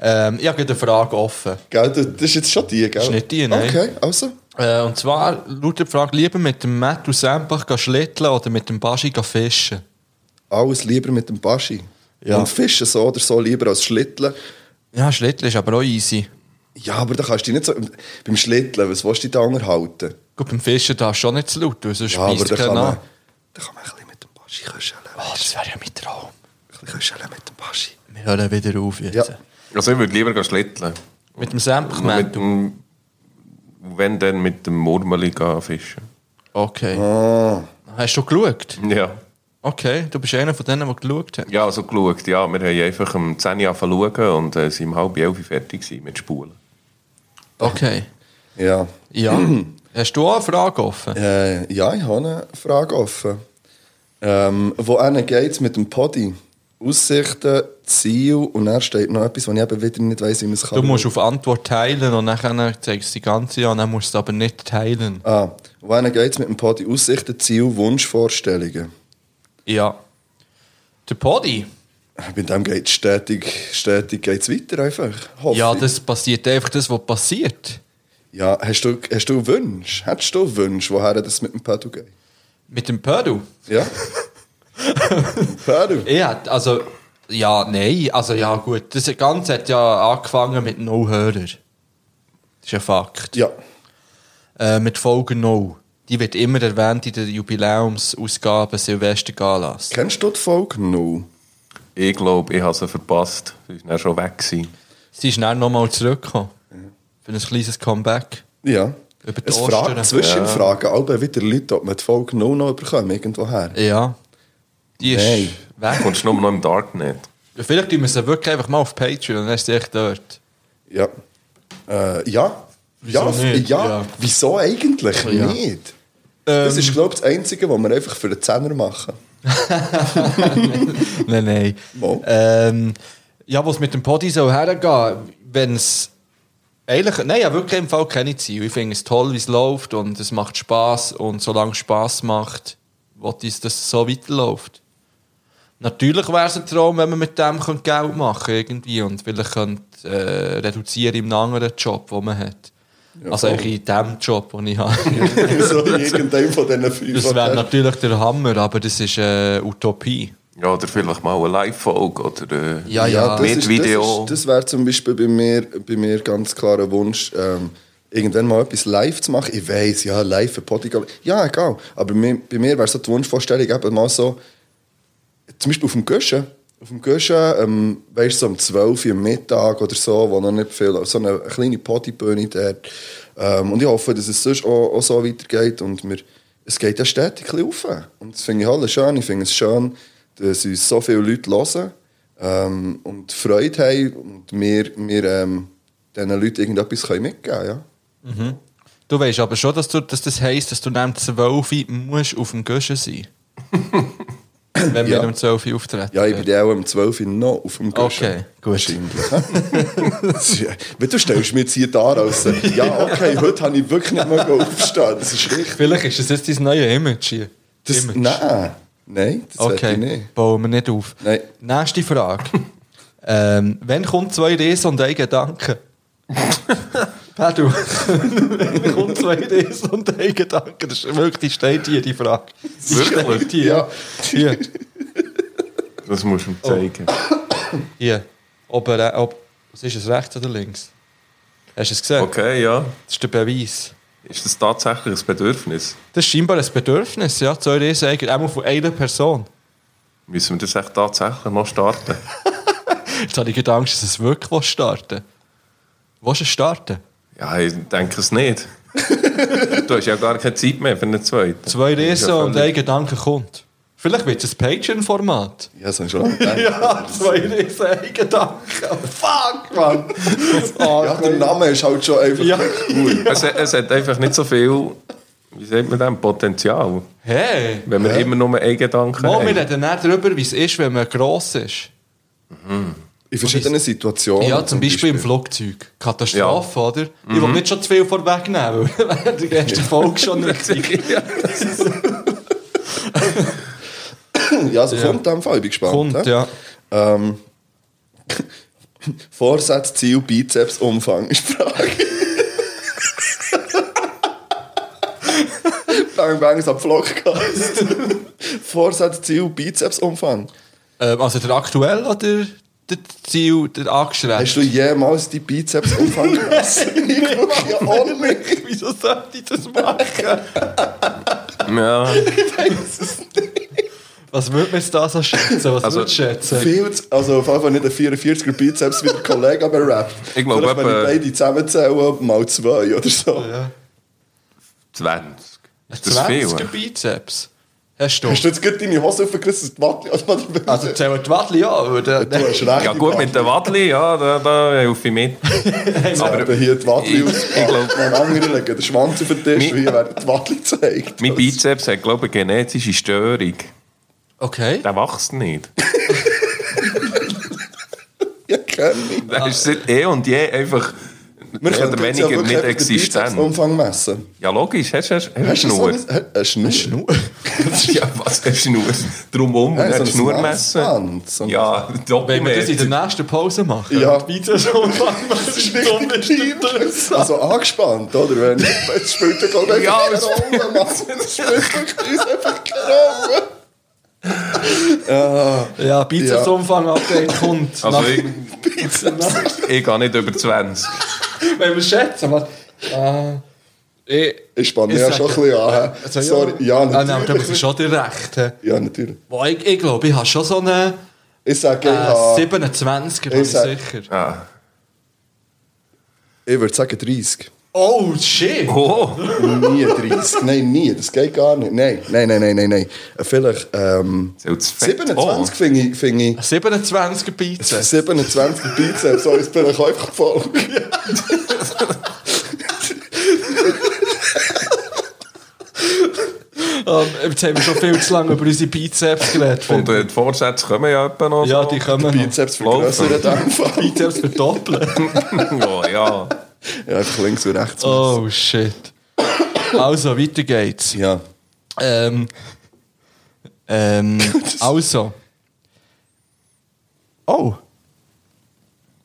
Speaker 1: Ähm, ich habe gerade eine Frage offen.
Speaker 2: Gell, du- das ist jetzt schon die, gell? Das
Speaker 1: ist nicht die, nein.
Speaker 2: Okay, also.
Speaker 1: Äh, und zwar lautet die Frage, lieber mit dem Matt aus Sempach gehen schlitteln oder mit dem Baschi gehen fischen?
Speaker 2: Alles lieber mit dem Baschi.
Speaker 1: Ja.
Speaker 2: Und Fischen so oder so lieber als Schlitteln.
Speaker 1: Ja, schlitteln ist aber auch easy.
Speaker 2: Ja, aber da kannst du dich nicht so... Beim Schlitteln, was willst du dich da unterhalten?
Speaker 1: Gut, beim Fischen darfst du schon nicht zu laut, weil sonst
Speaker 2: Ja, aber
Speaker 1: speist
Speaker 2: da
Speaker 1: ja,
Speaker 2: kann,
Speaker 1: keiner
Speaker 2: man,
Speaker 1: an.
Speaker 2: da kann man ein bisschen mit dem Baschi kuscheln.
Speaker 1: Oh, das wäre ja mein Traum.
Speaker 2: Ein bisschen kuscheln mit dem Baschi.
Speaker 1: Wir hören wieder auf jetzt.
Speaker 2: Ja.
Speaker 4: Also ich würde lieber gehen schlitteln.
Speaker 1: Mit dem Sempach,
Speaker 4: Und Mit
Speaker 1: Matt.
Speaker 4: dem, wenn dann mit dem Murmeli gehen fischen.
Speaker 1: Okay.
Speaker 2: Ah,
Speaker 1: Hast du geschaut?
Speaker 4: Ja.
Speaker 1: Okay, du bist einer von denen, der geschaut hat.
Speaker 4: Ja, also geschaut, ja. Wir haben einfach um 10 Uhr angefangen zu schauen und äh, sind um halb elf fertig gewesen mit Spulen.
Speaker 1: Okay.
Speaker 2: ja.
Speaker 1: Ja. Hast du auch eine Frage offen?
Speaker 2: Äh, ja, ich habe eine Frage offen. Ähm, wohin geht es mit dem Poddy? Aussichten, Ziel und dann steht noch etwas, wo ich eben wieder nicht weiss, wie man es kann.
Speaker 1: Du musst auf Antwort teilen und dann zeigst du die ganze an, dann musst du es aber nicht teilen.
Speaker 2: Ah, wohin geht es mit dem Poddy? Aussichten, Ziel, Wunschvorstellungen.
Speaker 1: Ja. Der Podi?
Speaker 2: Bei dem geht es stetig, stetig geht's weiter einfach. Hoffe
Speaker 1: Ja,
Speaker 2: ich.
Speaker 1: das passiert einfach das, was passiert.
Speaker 2: ja, hast du, hast du Wünsche? Hättest du Wünsche, woher das mit dem Pedal geht?
Speaker 1: Mit dem Pedal?
Speaker 2: Ja? Pedal?
Speaker 1: Ja, also... Ja, nein, also ja gut. Das Ganze hat ja angefangen mit No-Hörer. Das ist ein Fakt.
Speaker 2: Ja.
Speaker 1: Äh, mit Folge No. Die wird immer erwähnt in der Jubiläumsausgabe Silvester Galas.
Speaker 2: Kennst du die Folge noch?
Speaker 4: Ich glaube, ich habe sie verpasst. Sie ist dann schon weg gewesen.
Speaker 1: Sie ist dann nochmal zurückgekommen. Für ein kleines Comeback.
Speaker 2: Ja.
Speaker 1: Über die
Speaker 2: es
Speaker 1: Ostern. äh,
Speaker 2: fragen, zwischenfragen alle wieder Leute, ob man die Folge noch noch bekommen, irgendwoher.
Speaker 1: Ja. Die ist
Speaker 2: Nein.
Speaker 1: weg.
Speaker 4: Kommst du nur noch im Darknet?
Speaker 1: Ja, vielleicht tun wir sie wirklich einfach mal auf Patreon, dann ist sie echt dort.
Speaker 2: Ja. Äh, ja.
Speaker 1: Wieso
Speaker 2: ja,
Speaker 1: nicht?
Speaker 2: ja.
Speaker 1: Ja.
Speaker 2: Wieso eigentlich
Speaker 1: Ja. Ähm,
Speaker 2: nicht? Das ist, glaube ich, das Einzige, was wir einfach für den Zehner machen.
Speaker 1: nein, nein.
Speaker 2: Mal.
Speaker 1: Ähm, ja, was mit dem Podi soll hergehen, wenn es eigentlich, nein, ja, wirklich im Fall keine Ziele. Ich finde es toll, wie es läuft und es macht Spaß und solange es Spaß macht, wollte ich, dass es so weiterläuft. Natürlich wäre es ein Traum, wenn man mit dem könnte Geld machen könnte irgendwie und vielleicht könnte, äh, reduzieren im anderen Job, den man hat. also
Speaker 2: voll.
Speaker 1: eigentlich in dem Job, den ich habe.
Speaker 2: so in irgendeinem von diesen fünf.
Speaker 1: Das wäre natürlich der Hammer, aber das ist eine Utopie.
Speaker 4: Ja, oder vielleicht mal eine Live-Folge oder... Äh,
Speaker 1: Ja,
Speaker 2: ja,
Speaker 1: ja.
Speaker 2: das
Speaker 4: Mit
Speaker 2: ist,
Speaker 4: Video.
Speaker 2: Das, ist- das wäre zum Beispiel bei mir, bei mir ganz klar ein Wunsch, ähm, irgendwann mal etwas live zu machen. Ich weiß, ja, live ein Podcast. Ja, egal. Aber bei mir, bei mir wäre so die Wunschvorstellung eben mal so, zum Beispiel auf dem Göschen. Auf dem Göschen, ähm, weißt du, so um 12 Uhr am Mittag oder so, wo noch nicht viel, so eine kleine Partybühne dort. Ähm, und ich hoffe, dass es sonst auch, auch so weitergeht und wir, es geht ja stetig ein bisschen rauf. Und das finde ich alles schön. Ich finde es schön, dass uns so viele Leute hören ähm, und Freude haben und wir, wir ähm, diesen Leuten irgendetwas können mitgeben können. Ja?
Speaker 1: Du weißt aber schon, dass, du, dass das heisst, dass du neben 12 Uhr musst auf dem Guschen sein Wenn wir
Speaker 2: Ja.
Speaker 1: um 12 Uhr auftreten.
Speaker 2: Ja, ich bin ja auch um 12 Uhr noch auf dem Guschen.
Speaker 1: Okay, gut.
Speaker 2: Wahrscheinlich. Wenn du stellst mir jetzt hier da raus. also. Ja, okay, heute habe ich wirklich nicht mehr aufstehen. Das ist richtig.
Speaker 1: Vielleicht ist das jetzt dein neues Image hier.
Speaker 2: Das,
Speaker 1: Image.
Speaker 2: nein, nein, das okay.
Speaker 1: okay,
Speaker 2: ich nicht.
Speaker 1: bauen wir nicht auf.
Speaker 2: Nein.
Speaker 1: Nächste Frage. ähm, wenn kommt zwei Riesen und ein Gedanke? Pedro. Wenn kommt zwei Riesen und ein Gedanke? Das ist wirklich, die steht hier, die Frage. Die
Speaker 4: Wirklich?
Speaker 1: steht hier.
Speaker 2: Ja.
Speaker 1: Hier.
Speaker 4: Das musst du mir zeigen.
Speaker 2: Oh.
Speaker 1: Hier. Ob er, ob, was ist es, rechts oder links? Hast du es gesehen?
Speaker 4: Okay, ja.
Speaker 1: Das ist der Beweis.
Speaker 4: Ist das tatsächlich ein Bedürfnis?
Speaker 1: Das ist scheinbar ein Bedürfnis, ja. Zwei Riesen, einmal von einer Person.
Speaker 4: Müssen wir das echt tatsächlich noch starten?
Speaker 1: Jetzt habe ich gerade Angst, dass es wirklich starten will. Willst du es starten?
Speaker 4: Ja, ich denke es nicht. du hast ja gar keine Zeit mehr für einen zweiten.
Speaker 1: Zwei Riesen
Speaker 4: Ja,
Speaker 1: und
Speaker 4: völlig.
Speaker 1: ein Gedanke kommt. Vielleicht wird es ein Patreon-Format.
Speaker 2: Ja, das habe ich schon lange gedacht.
Speaker 1: Ja, zwei Riesen, ein Gedanke. Fuck, Mann! Oh,
Speaker 2: Ja, der Name ist halt schon einfach
Speaker 1: Ja.
Speaker 2: cool.
Speaker 4: Es, es hat einfach nicht so viel, wie sagt man dem, Potenzial.
Speaker 1: Hey!
Speaker 4: Wenn wir immer nur einen Gedanken
Speaker 1: Mo, wir
Speaker 4: haben.
Speaker 1: reden nicht darüber, wie es ist, wenn man gross ist.
Speaker 2: In verschiedenen Situationen.
Speaker 1: Ja, zum Beispiel im Flugzeug. Katastrophe, oder? Ich will nicht schon zu viel vorwegnehmen, weil die erste Folge schon nicht
Speaker 4: Ja.
Speaker 2: Ja, also kommt in dem Fall, ich bin gespannt.
Speaker 1: kommt.
Speaker 2: hä?
Speaker 1: Ja.
Speaker 2: Ähm, Vorsatz, Ziel, Bizeps, Umfang ist die Frage. bang, bang, ist am Vlogcast. Vorsatz, Ziel, Bizeps, Umfang.
Speaker 1: Ähm, also der aktuell oder der Ziel, der
Speaker 2: Hast
Speaker 1: angeschränkt?
Speaker 2: du jemals die Bizeps, Umfang gemessen? ich gucke ja auch nicht.
Speaker 1: Wieso sollte ich das machen?
Speaker 4: ja.
Speaker 1: Was würde man jetzt da so schätzen? Was
Speaker 4: Also,
Speaker 1: also, schätzen?
Speaker 2: Viel zu, also auf jeden Fall nicht ein 44er Bizeps wie der Kollege aber rappt.
Speaker 4: Ich glaub,
Speaker 2: Vielleicht, wenn ich
Speaker 4: etwa-
Speaker 2: beide zusammenzähle, mal zwei oder so.
Speaker 1: Ja.
Speaker 4: 20. Ist das
Speaker 1: 20
Speaker 4: viel?
Speaker 1: Bizeps. Hast du?
Speaker 2: Hast du jetzt gerade deine Hose aufgerissen, die Wattli als man
Speaker 1: Also zählen die Wadli ja, aber dann-
Speaker 2: du hast recht.
Speaker 4: Ja gut, mit
Speaker 2: der
Speaker 4: den Wadli, ja, da, da helfe ich mit.
Speaker 2: Aber hier die Wattli
Speaker 4: Ich-
Speaker 2: aus.
Speaker 4: ich
Speaker 2: Ich
Speaker 4: glaub-
Speaker 2: glaube, andere legen den Schwanz auf den Tisch,
Speaker 4: Mein-
Speaker 2: wie wer die Wattli zeigt.
Speaker 4: Mein Bizeps hat, glaube ich, eine genetische Störung.
Speaker 1: Okay.
Speaker 4: Der wächst nicht.
Speaker 2: Ja, kenn ich.
Speaker 4: Der ist seit eh und je einfach mehr oder
Speaker 2: jetzt
Speaker 4: weniger
Speaker 2: wirklich
Speaker 4: nicht
Speaker 2: einfach den
Speaker 4: existent.
Speaker 2: Bizepsumfang messen.
Speaker 4: Ja logisch, hast du hast, du eine
Speaker 2: Hast du so
Speaker 4: Schnur.
Speaker 2: ein- äh, eine Schnur?
Speaker 4: Ja, was hast du Schnur? Drum um und
Speaker 2: Nein, so
Speaker 4: hast
Speaker 2: ein
Speaker 4: Schnur messen.
Speaker 2: Schwanzband, so ein-
Speaker 1: Wenn
Speaker 4: Ja,
Speaker 1: wir das in der
Speaker 4: Doppelmeter.
Speaker 1: nächsten Pause machen.
Speaker 2: Ja.
Speaker 1: und die Bizeps umfangen, das ist dumm, das ist das.
Speaker 2: Also angespannt, oder? Wenn, es spielt ja gar
Speaker 4: Ja,
Speaker 2: keine
Speaker 4: es-
Speaker 2: Rolle, Mann. Es spielt doch uns einfach keine Rolle.
Speaker 1: Ja, Bizepsumfang-Update kommt.
Speaker 4: Also
Speaker 1: nach,
Speaker 4: ich,
Speaker 1: nach,
Speaker 4: ich gehe nicht über 20.
Speaker 1: wenn wir schätzen, was. Ah, ich,
Speaker 2: Ich spanne
Speaker 1: Ich
Speaker 2: ja
Speaker 1: sag-
Speaker 2: schon ein bisschen an. hä?
Speaker 1: also,
Speaker 2: Sorry, ja,
Speaker 1: Ah, nein, aber da
Speaker 2: natürlich.
Speaker 1: muss ich schon dir recht haben.
Speaker 2: Ja, natürlich.
Speaker 1: Boah, ich, ich glaube, ich habe schon so einen
Speaker 2: Ich sage,
Speaker 1: äh,
Speaker 2: ich, habe-
Speaker 1: 27er, bin
Speaker 2: Ich
Speaker 1: ich
Speaker 2: sag-
Speaker 1: sicher.
Speaker 4: Ah.
Speaker 2: ich würde sagen 30.
Speaker 1: Oh, shit!
Speaker 4: Oh,
Speaker 2: Nie 30. Nein, nie. Das geht gar nicht. Nein, nein, nein, nein, nein. nein. Äh, Vielleicht ähm,
Speaker 4: soll das Fett
Speaker 2: 27 finde ich. Find ich
Speaker 1: 27er Bizeps.
Speaker 2: 27 Bizeps, so ist vielleicht auch einfach voll.
Speaker 1: Ähm, jetzt haben wir schon viel zu lange über unsere Bizeps geredet.
Speaker 4: an. Und äh, die Vorsätze kommen ja etwa noch.
Speaker 1: ja,
Speaker 4: so.
Speaker 1: die kommen noch.
Speaker 2: Bizeps vergrößern einfach.
Speaker 1: Bizeps verdoppeln.
Speaker 4: oh, ja.
Speaker 2: Ja, einfach links und rechts.
Speaker 1: Oh, shit. Also, weiter geht's.
Speaker 2: Ja.
Speaker 1: Ähm, ähm, also. Oh.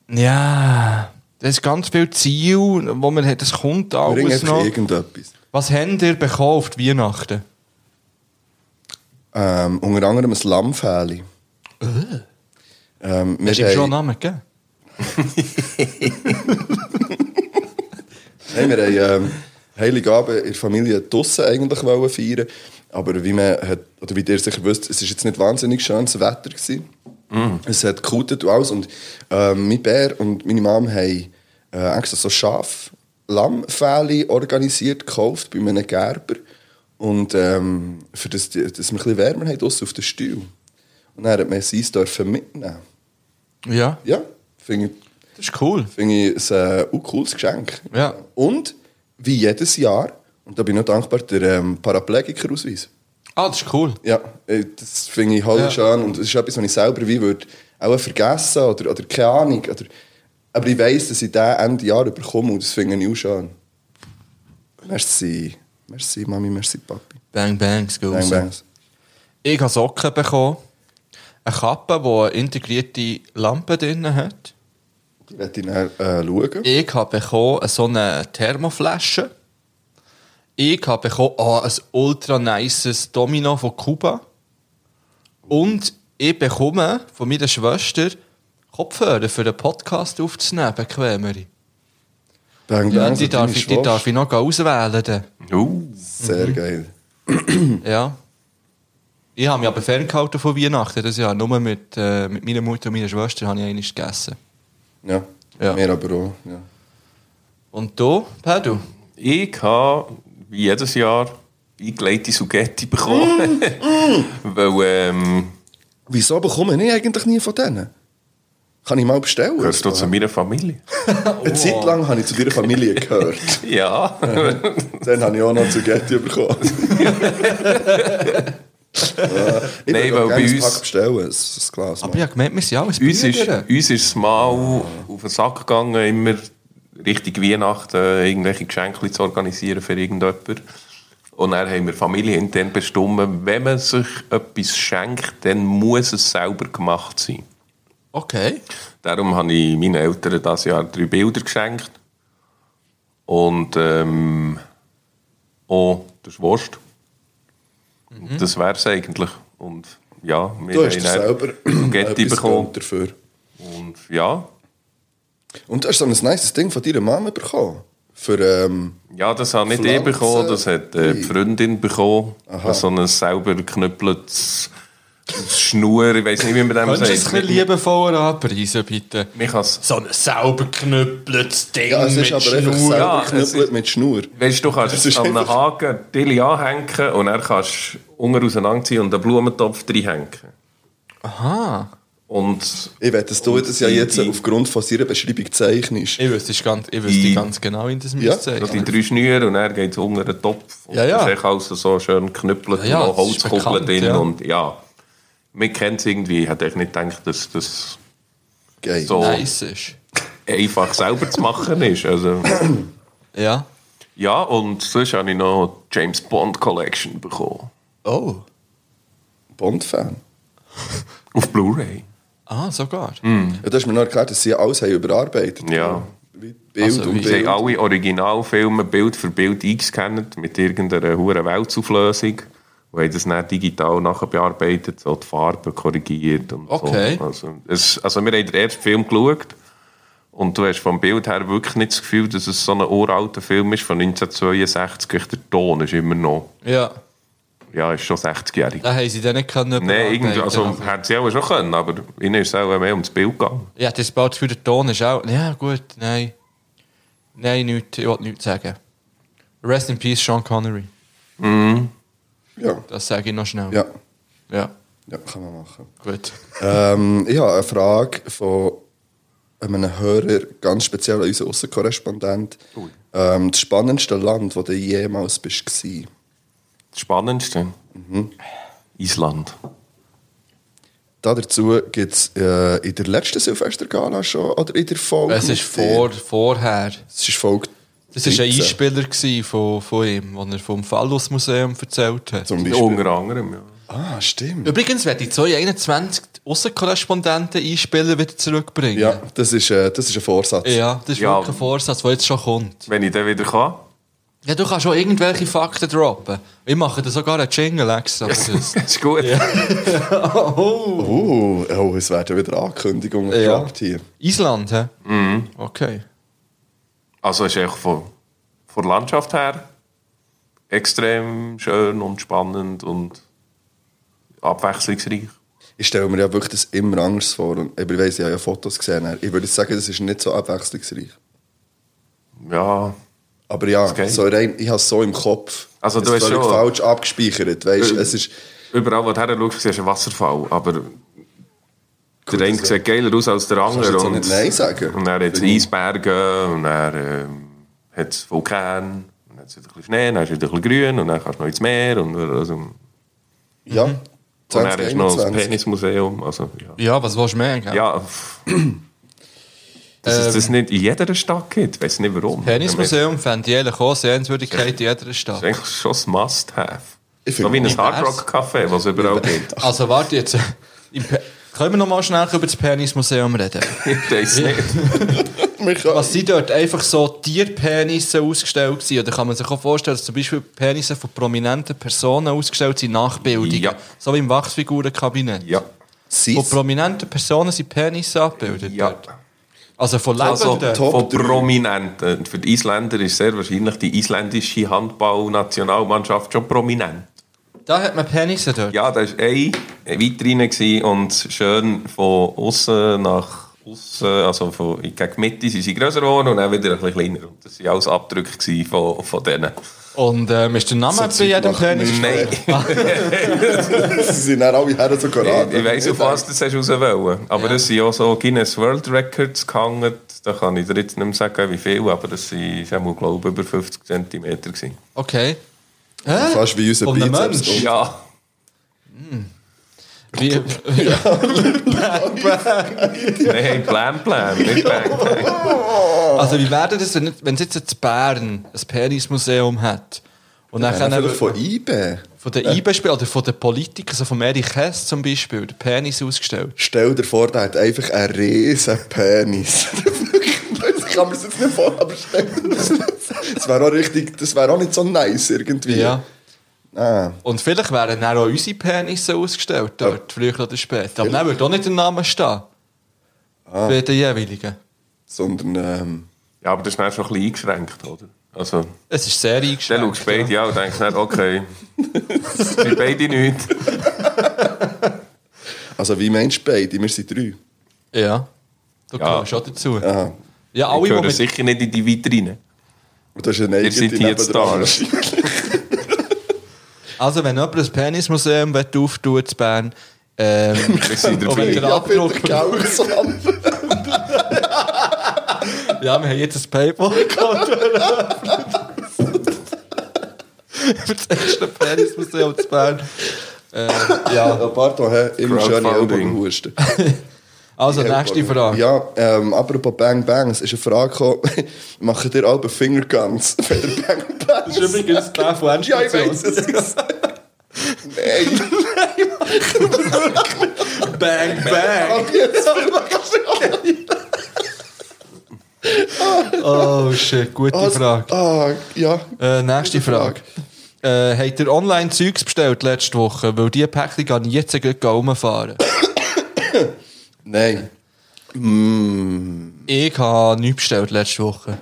Speaker 1: Ja. Das ist ganz viel Ziel, wo man hat. Das kommt
Speaker 2: Bring
Speaker 1: alles
Speaker 2: einfach
Speaker 1: noch.
Speaker 2: irgendetwas.
Speaker 1: Was habt ihr gekauft Weihnachten?
Speaker 2: Ähm, unter anderem ein Lammfähli. Ähm, wir
Speaker 1: Hast du ihm
Speaker 2: haben-
Speaker 1: schon einen Namen gegeben?
Speaker 2: Nein, wir haben ähm, Heiligabend in der Familie draussen eigentlich wollen feiern. Aber wie man hat, oder wie ihr sicher wisst, es war jetzt nicht wahnsinnig schönes Wetter. Gewesen. Es hat gekautet und alles. Und ähm, mein Bär und meine Mom haben äh, extra so Schaf, Lammfähle organisiert, gekauft bei einem Gerber. Und ähm, für das, dass wir ein bisschen wärmer haben, draussen auf den Stuhl. Und dann hat man sein dürfen mitnehmen.
Speaker 1: Ja.
Speaker 2: Ja, finde ich
Speaker 1: Das ist cool.
Speaker 2: finde ich ein äh, auch cooles Geschenk.
Speaker 1: Ja.
Speaker 2: Und wie jedes Jahr, und da bin ich noch dankbar, der ähm, Paraplegikerausweis.
Speaker 1: Ah, das ist cool.
Speaker 2: Ja, äh, das finde ich halt
Speaker 1: Ja.
Speaker 2: schön und das ist etwas, was ich selber wie würde auch vergessen oder, oder keine Ahnung. Oder, aber ich weiss, dass ich den Ende Jahr bekomme und das finde ich auch schön. Merci. Merci, Mami, merci, Papi.
Speaker 1: Bang Bang, es geht
Speaker 2: Bang,
Speaker 1: raus.
Speaker 2: bang.
Speaker 1: Ich habe Socken bekommen. Eine Kappe, die eine integrierte Lampe drin hat.
Speaker 2: Ich werde ihn dann, äh, schauen.
Speaker 1: Ich habe bekommen so eine Thermoflasche. Ich habe bekommen ah, ein ultra nices Domino von Kuba. Und ich bekomme von meiner Schwester Kopfhörer für den Podcast aufzunehmen, bequemere.
Speaker 2: Bang,
Speaker 1: Ja,
Speaker 2: bang,
Speaker 1: die,
Speaker 2: so
Speaker 1: darf
Speaker 2: also deine
Speaker 1: ich, die darf ich Mhm. noch auswählen. dann.
Speaker 4: Uh,
Speaker 2: Schwester. Sehr geil.
Speaker 1: Ja. Ich habe mich aber ferngehalten von Weihnachten das Jahr. Nur mit, äh, mit meiner Mutter und meiner Schwester habe ich einmal gegessen.
Speaker 2: Ja.
Speaker 1: Ja.
Speaker 2: Mir aber auch. Ja.
Speaker 1: Und du, Pedro?
Speaker 4: Ich habe wie jedes Jahr eingelegte Suggetti bekommen.
Speaker 1: Mm,
Speaker 4: Weil, ähm,
Speaker 2: Wieso bekomme ich eigentlich nie von denen? Kann ich mal bestellen?
Speaker 4: gehörst du zu meiner Familie?
Speaker 2: Eine Zeit lang habe ich zu deiner Familie gehört.
Speaker 4: Ja.
Speaker 1: Äh,
Speaker 2: Dann habe ich auch noch zu Getty bekommen. Ah, Ich
Speaker 4: Nein,
Speaker 2: würde
Speaker 4: weil
Speaker 2: auch gerne
Speaker 4: bei
Speaker 2: ein
Speaker 4: uns-
Speaker 2: Pack bestellen, ein, ein Glas.
Speaker 1: Aber ich habe gemerkt, wir sind alles
Speaker 4: uns, ist,
Speaker 1: Brüder.
Speaker 4: uns ist es mal auf den Sack gegangen, immer richtig Weihnachten irgendwelche Geschenke zu organisieren für irgendjemanden. Und dann haben wir familienintern bestimmt, wenn man sich etwas schenkt, dann muss es selber gemacht sein.
Speaker 1: Okay.
Speaker 4: Darum habe ich meinen Eltern dieses Jahr drei Bilder geschenkt. Und ähm, auch das Wurst.
Speaker 1: Mhm.
Speaker 4: Das wäre es eigentlich. Und ja, wir
Speaker 2: du hast dir
Speaker 4: dann
Speaker 2: selber
Speaker 4: Spaghetti
Speaker 2: etwas
Speaker 4: bekommen.
Speaker 2: gegönnt dafür.
Speaker 4: Und ja,
Speaker 2: Und du hast so ein nice Ding von deiner Mama bekommen. Für, ähm,
Speaker 4: ja, das habe nicht
Speaker 2: Pflanzen-
Speaker 4: ich bekommen, das hat äh, die Freundin bekommen.
Speaker 2: Aha.
Speaker 4: So ein selber geknüppeltes Schnur, ich weiß nicht, wie man dem
Speaker 1: Könntest du es ein
Speaker 4: sagt.
Speaker 1: bisschen liebevoller anpreisen, bitte?
Speaker 4: Mich kann's-
Speaker 1: So ein sauber geknüppeltes Ding
Speaker 2: ja, es ist aber einfach selber
Speaker 4: Ja, es
Speaker 2: geknüppelt
Speaker 4: ist-
Speaker 2: mit Schnur.
Speaker 4: Weißt du, du
Speaker 2: Das ist
Speaker 4: kannst an einem
Speaker 2: einfach-
Speaker 4: Haken Tilly anhängen und dann kannst du unten auseinanderziehen und einen Blumentopf reinhängen.
Speaker 1: Aha.
Speaker 4: Und
Speaker 2: Ich will, dass du
Speaker 4: Und
Speaker 2: das ja
Speaker 4: die-
Speaker 2: jetzt
Speaker 4: die-
Speaker 2: aufgrund von seiner Beschreibung zeichnest.
Speaker 1: Ich wüsste es ganz, ich wüsste
Speaker 4: Die-
Speaker 1: ganz genau, wie das mir
Speaker 2: Ja,
Speaker 1: das zeigt.
Speaker 4: so die drei Schnüre und dann geht es unter den Topf. Und
Speaker 1: Ja, ja.
Speaker 4: Das ist echt alles so schön geknüppelt
Speaker 1: Ja, ja,
Speaker 4: und noch
Speaker 1: das ist
Speaker 4: Holzkugeln
Speaker 1: bekannt,
Speaker 4: drin.
Speaker 1: ja.
Speaker 4: Und ja, man kennt es irgendwie. Ich hätte echt nicht gedacht, dass das
Speaker 2: Geil.
Speaker 4: so
Speaker 1: Nice ist.
Speaker 4: einfach selber zu machen ist. Also,
Speaker 1: Ja.
Speaker 4: ja, und sonst habe ich noch die James Bond Collection bekommen.
Speaker 1: Oh.
Speaker 2: Bond-Fan.
Speaker 4: Auf Blu-ray.
Speaker 1: Ah, sogar.
Speaker 2: Ja, du hast mir noch erklärt, dass sie alles haben überarbeitet
Speaker 4: Ja.
Speaker 2: Wie Bild
Speaker 1: Also,
Speaker 2: und
Speaker 1: wie-
Speaker 4: Sie haben
Speaker 2: Bild.
Speaker 4: alle Originalfilme Bild für Bild eingescannt mit irgendeiner hohen Weltauflösung. Und haben das dann digital nachher bearbeitet, so die Farben korrigiert und
Speaker 1: Okay.
Speaker 4: so. Also, es, also wir haben den ersten Film geschaut und du hast vom Bild her wirklich nicht das Gefühl, dass es so ein uralter Film ist von 1962. Echt Der Ton ist immer noch,
Speaker 1: Ja.
Speaker 4: ja, ist schon 60-jährig.
Speaker 1: Da haben sie dann nicht können. Genau.
Speaker 4: Nein, irgendwie,
Speaker 1: bearbeiten,
Speaker 4: also
Speaker 1: aber-
Speaker 4: hätte sie auch schon können, aber ihnen ist es auch mehr ums Bild gegangen.
Speaker 1: Ja, das bald das Gefühl, der Ton ist auch. Ja, gut, nein. Nein, nichts. Ich will nichts sagen. Rest in peace, Sean Connery.
Speaker 2: Ja.
Speaker 1: Das sage ich noch schnell.
Speaker 2: ja,
Speaker 1: Ja,
Speaker 2: ja, kann man machen.
Speaker 1: gut.
Speaker 2: Ähm, ich habe eine Frage von einem Hörer, ganz speziell an unseren Aussenkorrespondent. Ähm, das spannendste Land, wo du jemals bist, war.
Speaker 4: Das Spannendste? Island.
Speaker 2: Dazu gibt es äh, in der letzten Silvestergala schon, oder in der Folge.
Speaker 1: Es ist
Speaker 2: mit dir.
Speaker 1: vor, vorher.
Speaker 2: Es ist Folge.
Speaker 1: Das war ein
Speaker 2: 13,
Speaker 1: Einspieler gewesen von, von ihm, den er vom Phallus-Museum erzählt hat.
Speaker 2: Zum Beispiel.
Speaker 4: Unter anderem, ja.
Speaker 2: Ah, stimmt.
Speaker 1: Übrigens werde ich 2021 die Aussenkorrespondenten-Einspieler wieder zurückbringen.
Speaker 2: Ja, das ist, äh, das ist ein Vorsatz.
Speaker 1: Ja, das ist
Speaker 4: Ja.
Speaker 1: wirklich ein Vorsatz, der jetzt schon kommt.
Speaker 4: Wenn ich dann wieder kann.
Speaker 1: Ja, du kannst schon irgendwelche Fakten droppen. Ich mache da sogar einen Jingle extra für das.
Speaker 4: ist gut.
Speaker 2: Uh, oh, es werden wieder Ankündigungen
Speaker 1: Ja.
Speaker 2: gedroppt hier.
Speaker 1: Island, hä? Mhm. Okay.
Speaker 4: Also ist echt von, von der Landschaft her extrem schön und spannend und abwechslungsreich.
Speaker 2: Ich stelle mir ja wirklich das immer anders vor. Und ich weiß, ich habe ja Fotos gesehen. Ich würde sagen, das ist nicht so abwechslungsreich.
Speaker 4: Ja,
Speaker 2: Aber ja,
Speaker 4: Okay.
Speaker 2: so rein, ich habe es so im Kopf.
Speaker 4: Also du
Speaker 2: es
Speaker 4: hast
Speaker 2: völlig
Speaker 4: schon-
Speaker 2: falsch abgespeichert. Weißt,
Speaker 4: Ähm,
Speaker 2: es ist,
Speaker 4: überall, wo du her schaust, siehst du einen Wasserfall, aber
Speaker 2: Gut,
Speaker 4: der eine
Speaker 2: das-
Speaker 4: sieht geiler aus als der
Speaker 2: kannst
Speaker 4: andere.
Speaker 2: du jetzt auch nicht Nein
Speaker 4: Und,
Speaker 2: sagen.
Speaker 4: und dann hat es Eisberge, und dann ähm, hat es Vulkan, und dann hat es wieder ein bisschen Schnee, dann ist wieder ein bisschen grün, und dann kannst du noch ins Meer, und, also, und
Speaker 2: Ja,
Speaker 4: mhm. dann ist noch das
Speaker 2: 2021.
Speaker 4: Penismuseum. Also, ja.
Speaker 1: Ja, was willst du mehr? Gell?
Speaker 4: Ja, pff. dass es das nicht in jeder Stadt gibt. Ich weiß nicht warum.
Speaker 1: Tennismuseum fände ich eigentlich auch Sehenswürdigkeit in jeder
Speaker 4: Das
Speaker 1: Stadt.
Speaker 4: ist eigentlich schon ein Must-Have.
Speaker 2: Ich
Speaker 4: So
Speaker 2: finde
Speaker 4: wie ein
Speaker 2: nicht.
Speaker 4: Hard Rock Café, was es überall gibt.
Speaker 1: Also warte jetzt. Im Pe- Können wir noch mal schnell über das Penismuseum reden?
Speaker 4: Ich weiß nicht.
Speaker 2: Michael,
Speaker 1: Was sind dort einfach so Tierpenisse ausgestellt gewesen? Oder kann man sich auch vorstellen, dass zum Beispiel Penisse von prominenten Personen ausgestellt sind, Nachbildungen?
Speaker 4: Ja.
Speaker 1: So wie im Wachsfigurenkabinett.
Speaker 4: Ja.
Speaker 1: Von
Speaker 2: Sis,
Speaker 1: prominenten Personen sind Penisse abgebildet
Speaker 4: ja.
Speaker 1: dort. Also von
Speaker 4: Also
Speaker 1: Lebenden.
Speaker 2: Top
Speaker 4: von
Speaker 2: drei.
Speaker 4: Prominenten. Für die Isländer ist sehr wahrscheinlich die isländische Handballnationalmannschaft schon prominent.
Speaker 1: Da hat man Penisse dort.
Speaker 4: Ja, da war ein Vitrine gewesen und schön von außen nach außen, also von gegen die Mitte sind sie grösser geworden und dann wieder ein bisschen kleiner. Und das waren alles Abdrücke gewesen von, von denen.
Speaker 1: Und ähm, ist der Name
Speaker 2: So
Speaker 1: bei
Speaker 2: Zeug
Speaker 1: jedem
Speaker 2: macht
Speaker 1: Penis?
Speaker 4: Nein,
Speaker 2: Sie sind dann alle her so geraten.
Speaker 4: ich weiss, auf was das hast du raus wollen. Aber das sind auch so Guinness World Records gehangen. Da kann ich dir jetzt nicht mehr sagen, wie viel, aber das sind, ich glaube über 50 cm. Gewesen.
Speaker 1: Okay. Hä?
Speaker 2: Fast wie unser
Speaker 1: Um einen
Speaker 2: Bizeps.
Speaker 1: Mensch.
Speaker 4: Ja.
Speaker 1: Wie,
Speaker 4: Nein, Plan, Plan, nicht Bang, Bang.
Speaker 1: also wie wäre das, wenn wenn es jetzt in Bern ein Penismuseum hat? Und dann
Speaker 2: Ja,
Speaker 1: können
Speaker 2: vielleicht
Speaker 1: von,
Speaker 2: von IBE.
Speaker 1: von den IB-Spielen oder von den Politikern, also von Erich Hess zum Beispiel, der Penis ausgestellt.
Speaker 2: Stell dir vor, der hat einfach einen riesen Penis. ich kann mir das jetzt nicht vor, aber stell dir das. Das wäre auch richtig, das wäre auch nicht so nice irgendwie.
Speaker 1: Ja.
Speaker 2: Ah,
Speaker 1: Und vielleicht wären dann auch unsere Penisse ausgestellt dort, früher oder später. Aber dann würde auch nicht der Name stehen.
Speaker 2: Ah.
Speaker 1: Bei den jeweiligen.
Speaker 2: sondern, ähm,
Speaker 4: Ja, aber das ist dann schon ein bisschen eingeschränkt, oder? Also,
Speaker 1: Es ist sehr
Speaker 4: Dann
Speaker 1: eingeschränkt.
Speaker 4: schaust du beide an und denkst dann, okay, das sind beide nichts.
Speaker 2: also wie meinst du beide? Wir sind drei.
Speaker 1: Ja. Du
Speaker 4: Ja.
Speaker 1: gehörst auch dazu.
Speaker 2: Ah.
Speaker 1: Ja, alle,
Speaker 4: Ich
Speaker 1: die
Speaker 4: gehöre
Speaker 1: mit
Speaker 4: sicher nicht in die Vitrine.
Speaker 2: Und das ist eine
Speaker 4: Ihr seid
Speaker 2: eigene
Speaker 4: hier Stars.
Speaker 1: Also, wenn jemand ein Penismuseum will auftut in Bern, ähm,
Speaker 4: Wir sind
Speaker 1: Oh, wenn ihr-
Speaker 4: dabei.
Speaker 2: Ja, bitte, gell, so
Speaker 1: ja, wir haben jetzt ein Paypal-Konto. Für das erste Penismuseum in Bern. Äh, ja.
Speaker 2: Ja, pardon, hä? immer schöne
Speaker 4: Crowdfunding.
Speaker 2: Elbogen husten.
Speaker 1: Also, nächste Frage.
Speaker 2: Ja, ähm, apropos Bang Bang, es ist eine Frage gekommen, machen dir alle Fingerguns, wenn ihr Bang Bang
Speaker 1: Das ist übrigens der von
Speaker 2: Ja, ich weiß es. Nein,
Speaker 1: Bang, bang.
Speaker 2: ab jetzt.
Speaker 1: Oh shit, gute Frage.
Speaker 2: Ah, ja.
Speaker 1: Äh, nächste Frage. Äh, habt ihr online Zeugs bestellt letzte Woche? Weil die Päckchen gehen jetzt gleich rumfahren.
Speaker 2: Nein.
Speaker 1: ich habe nichts bestellt letzte Woche.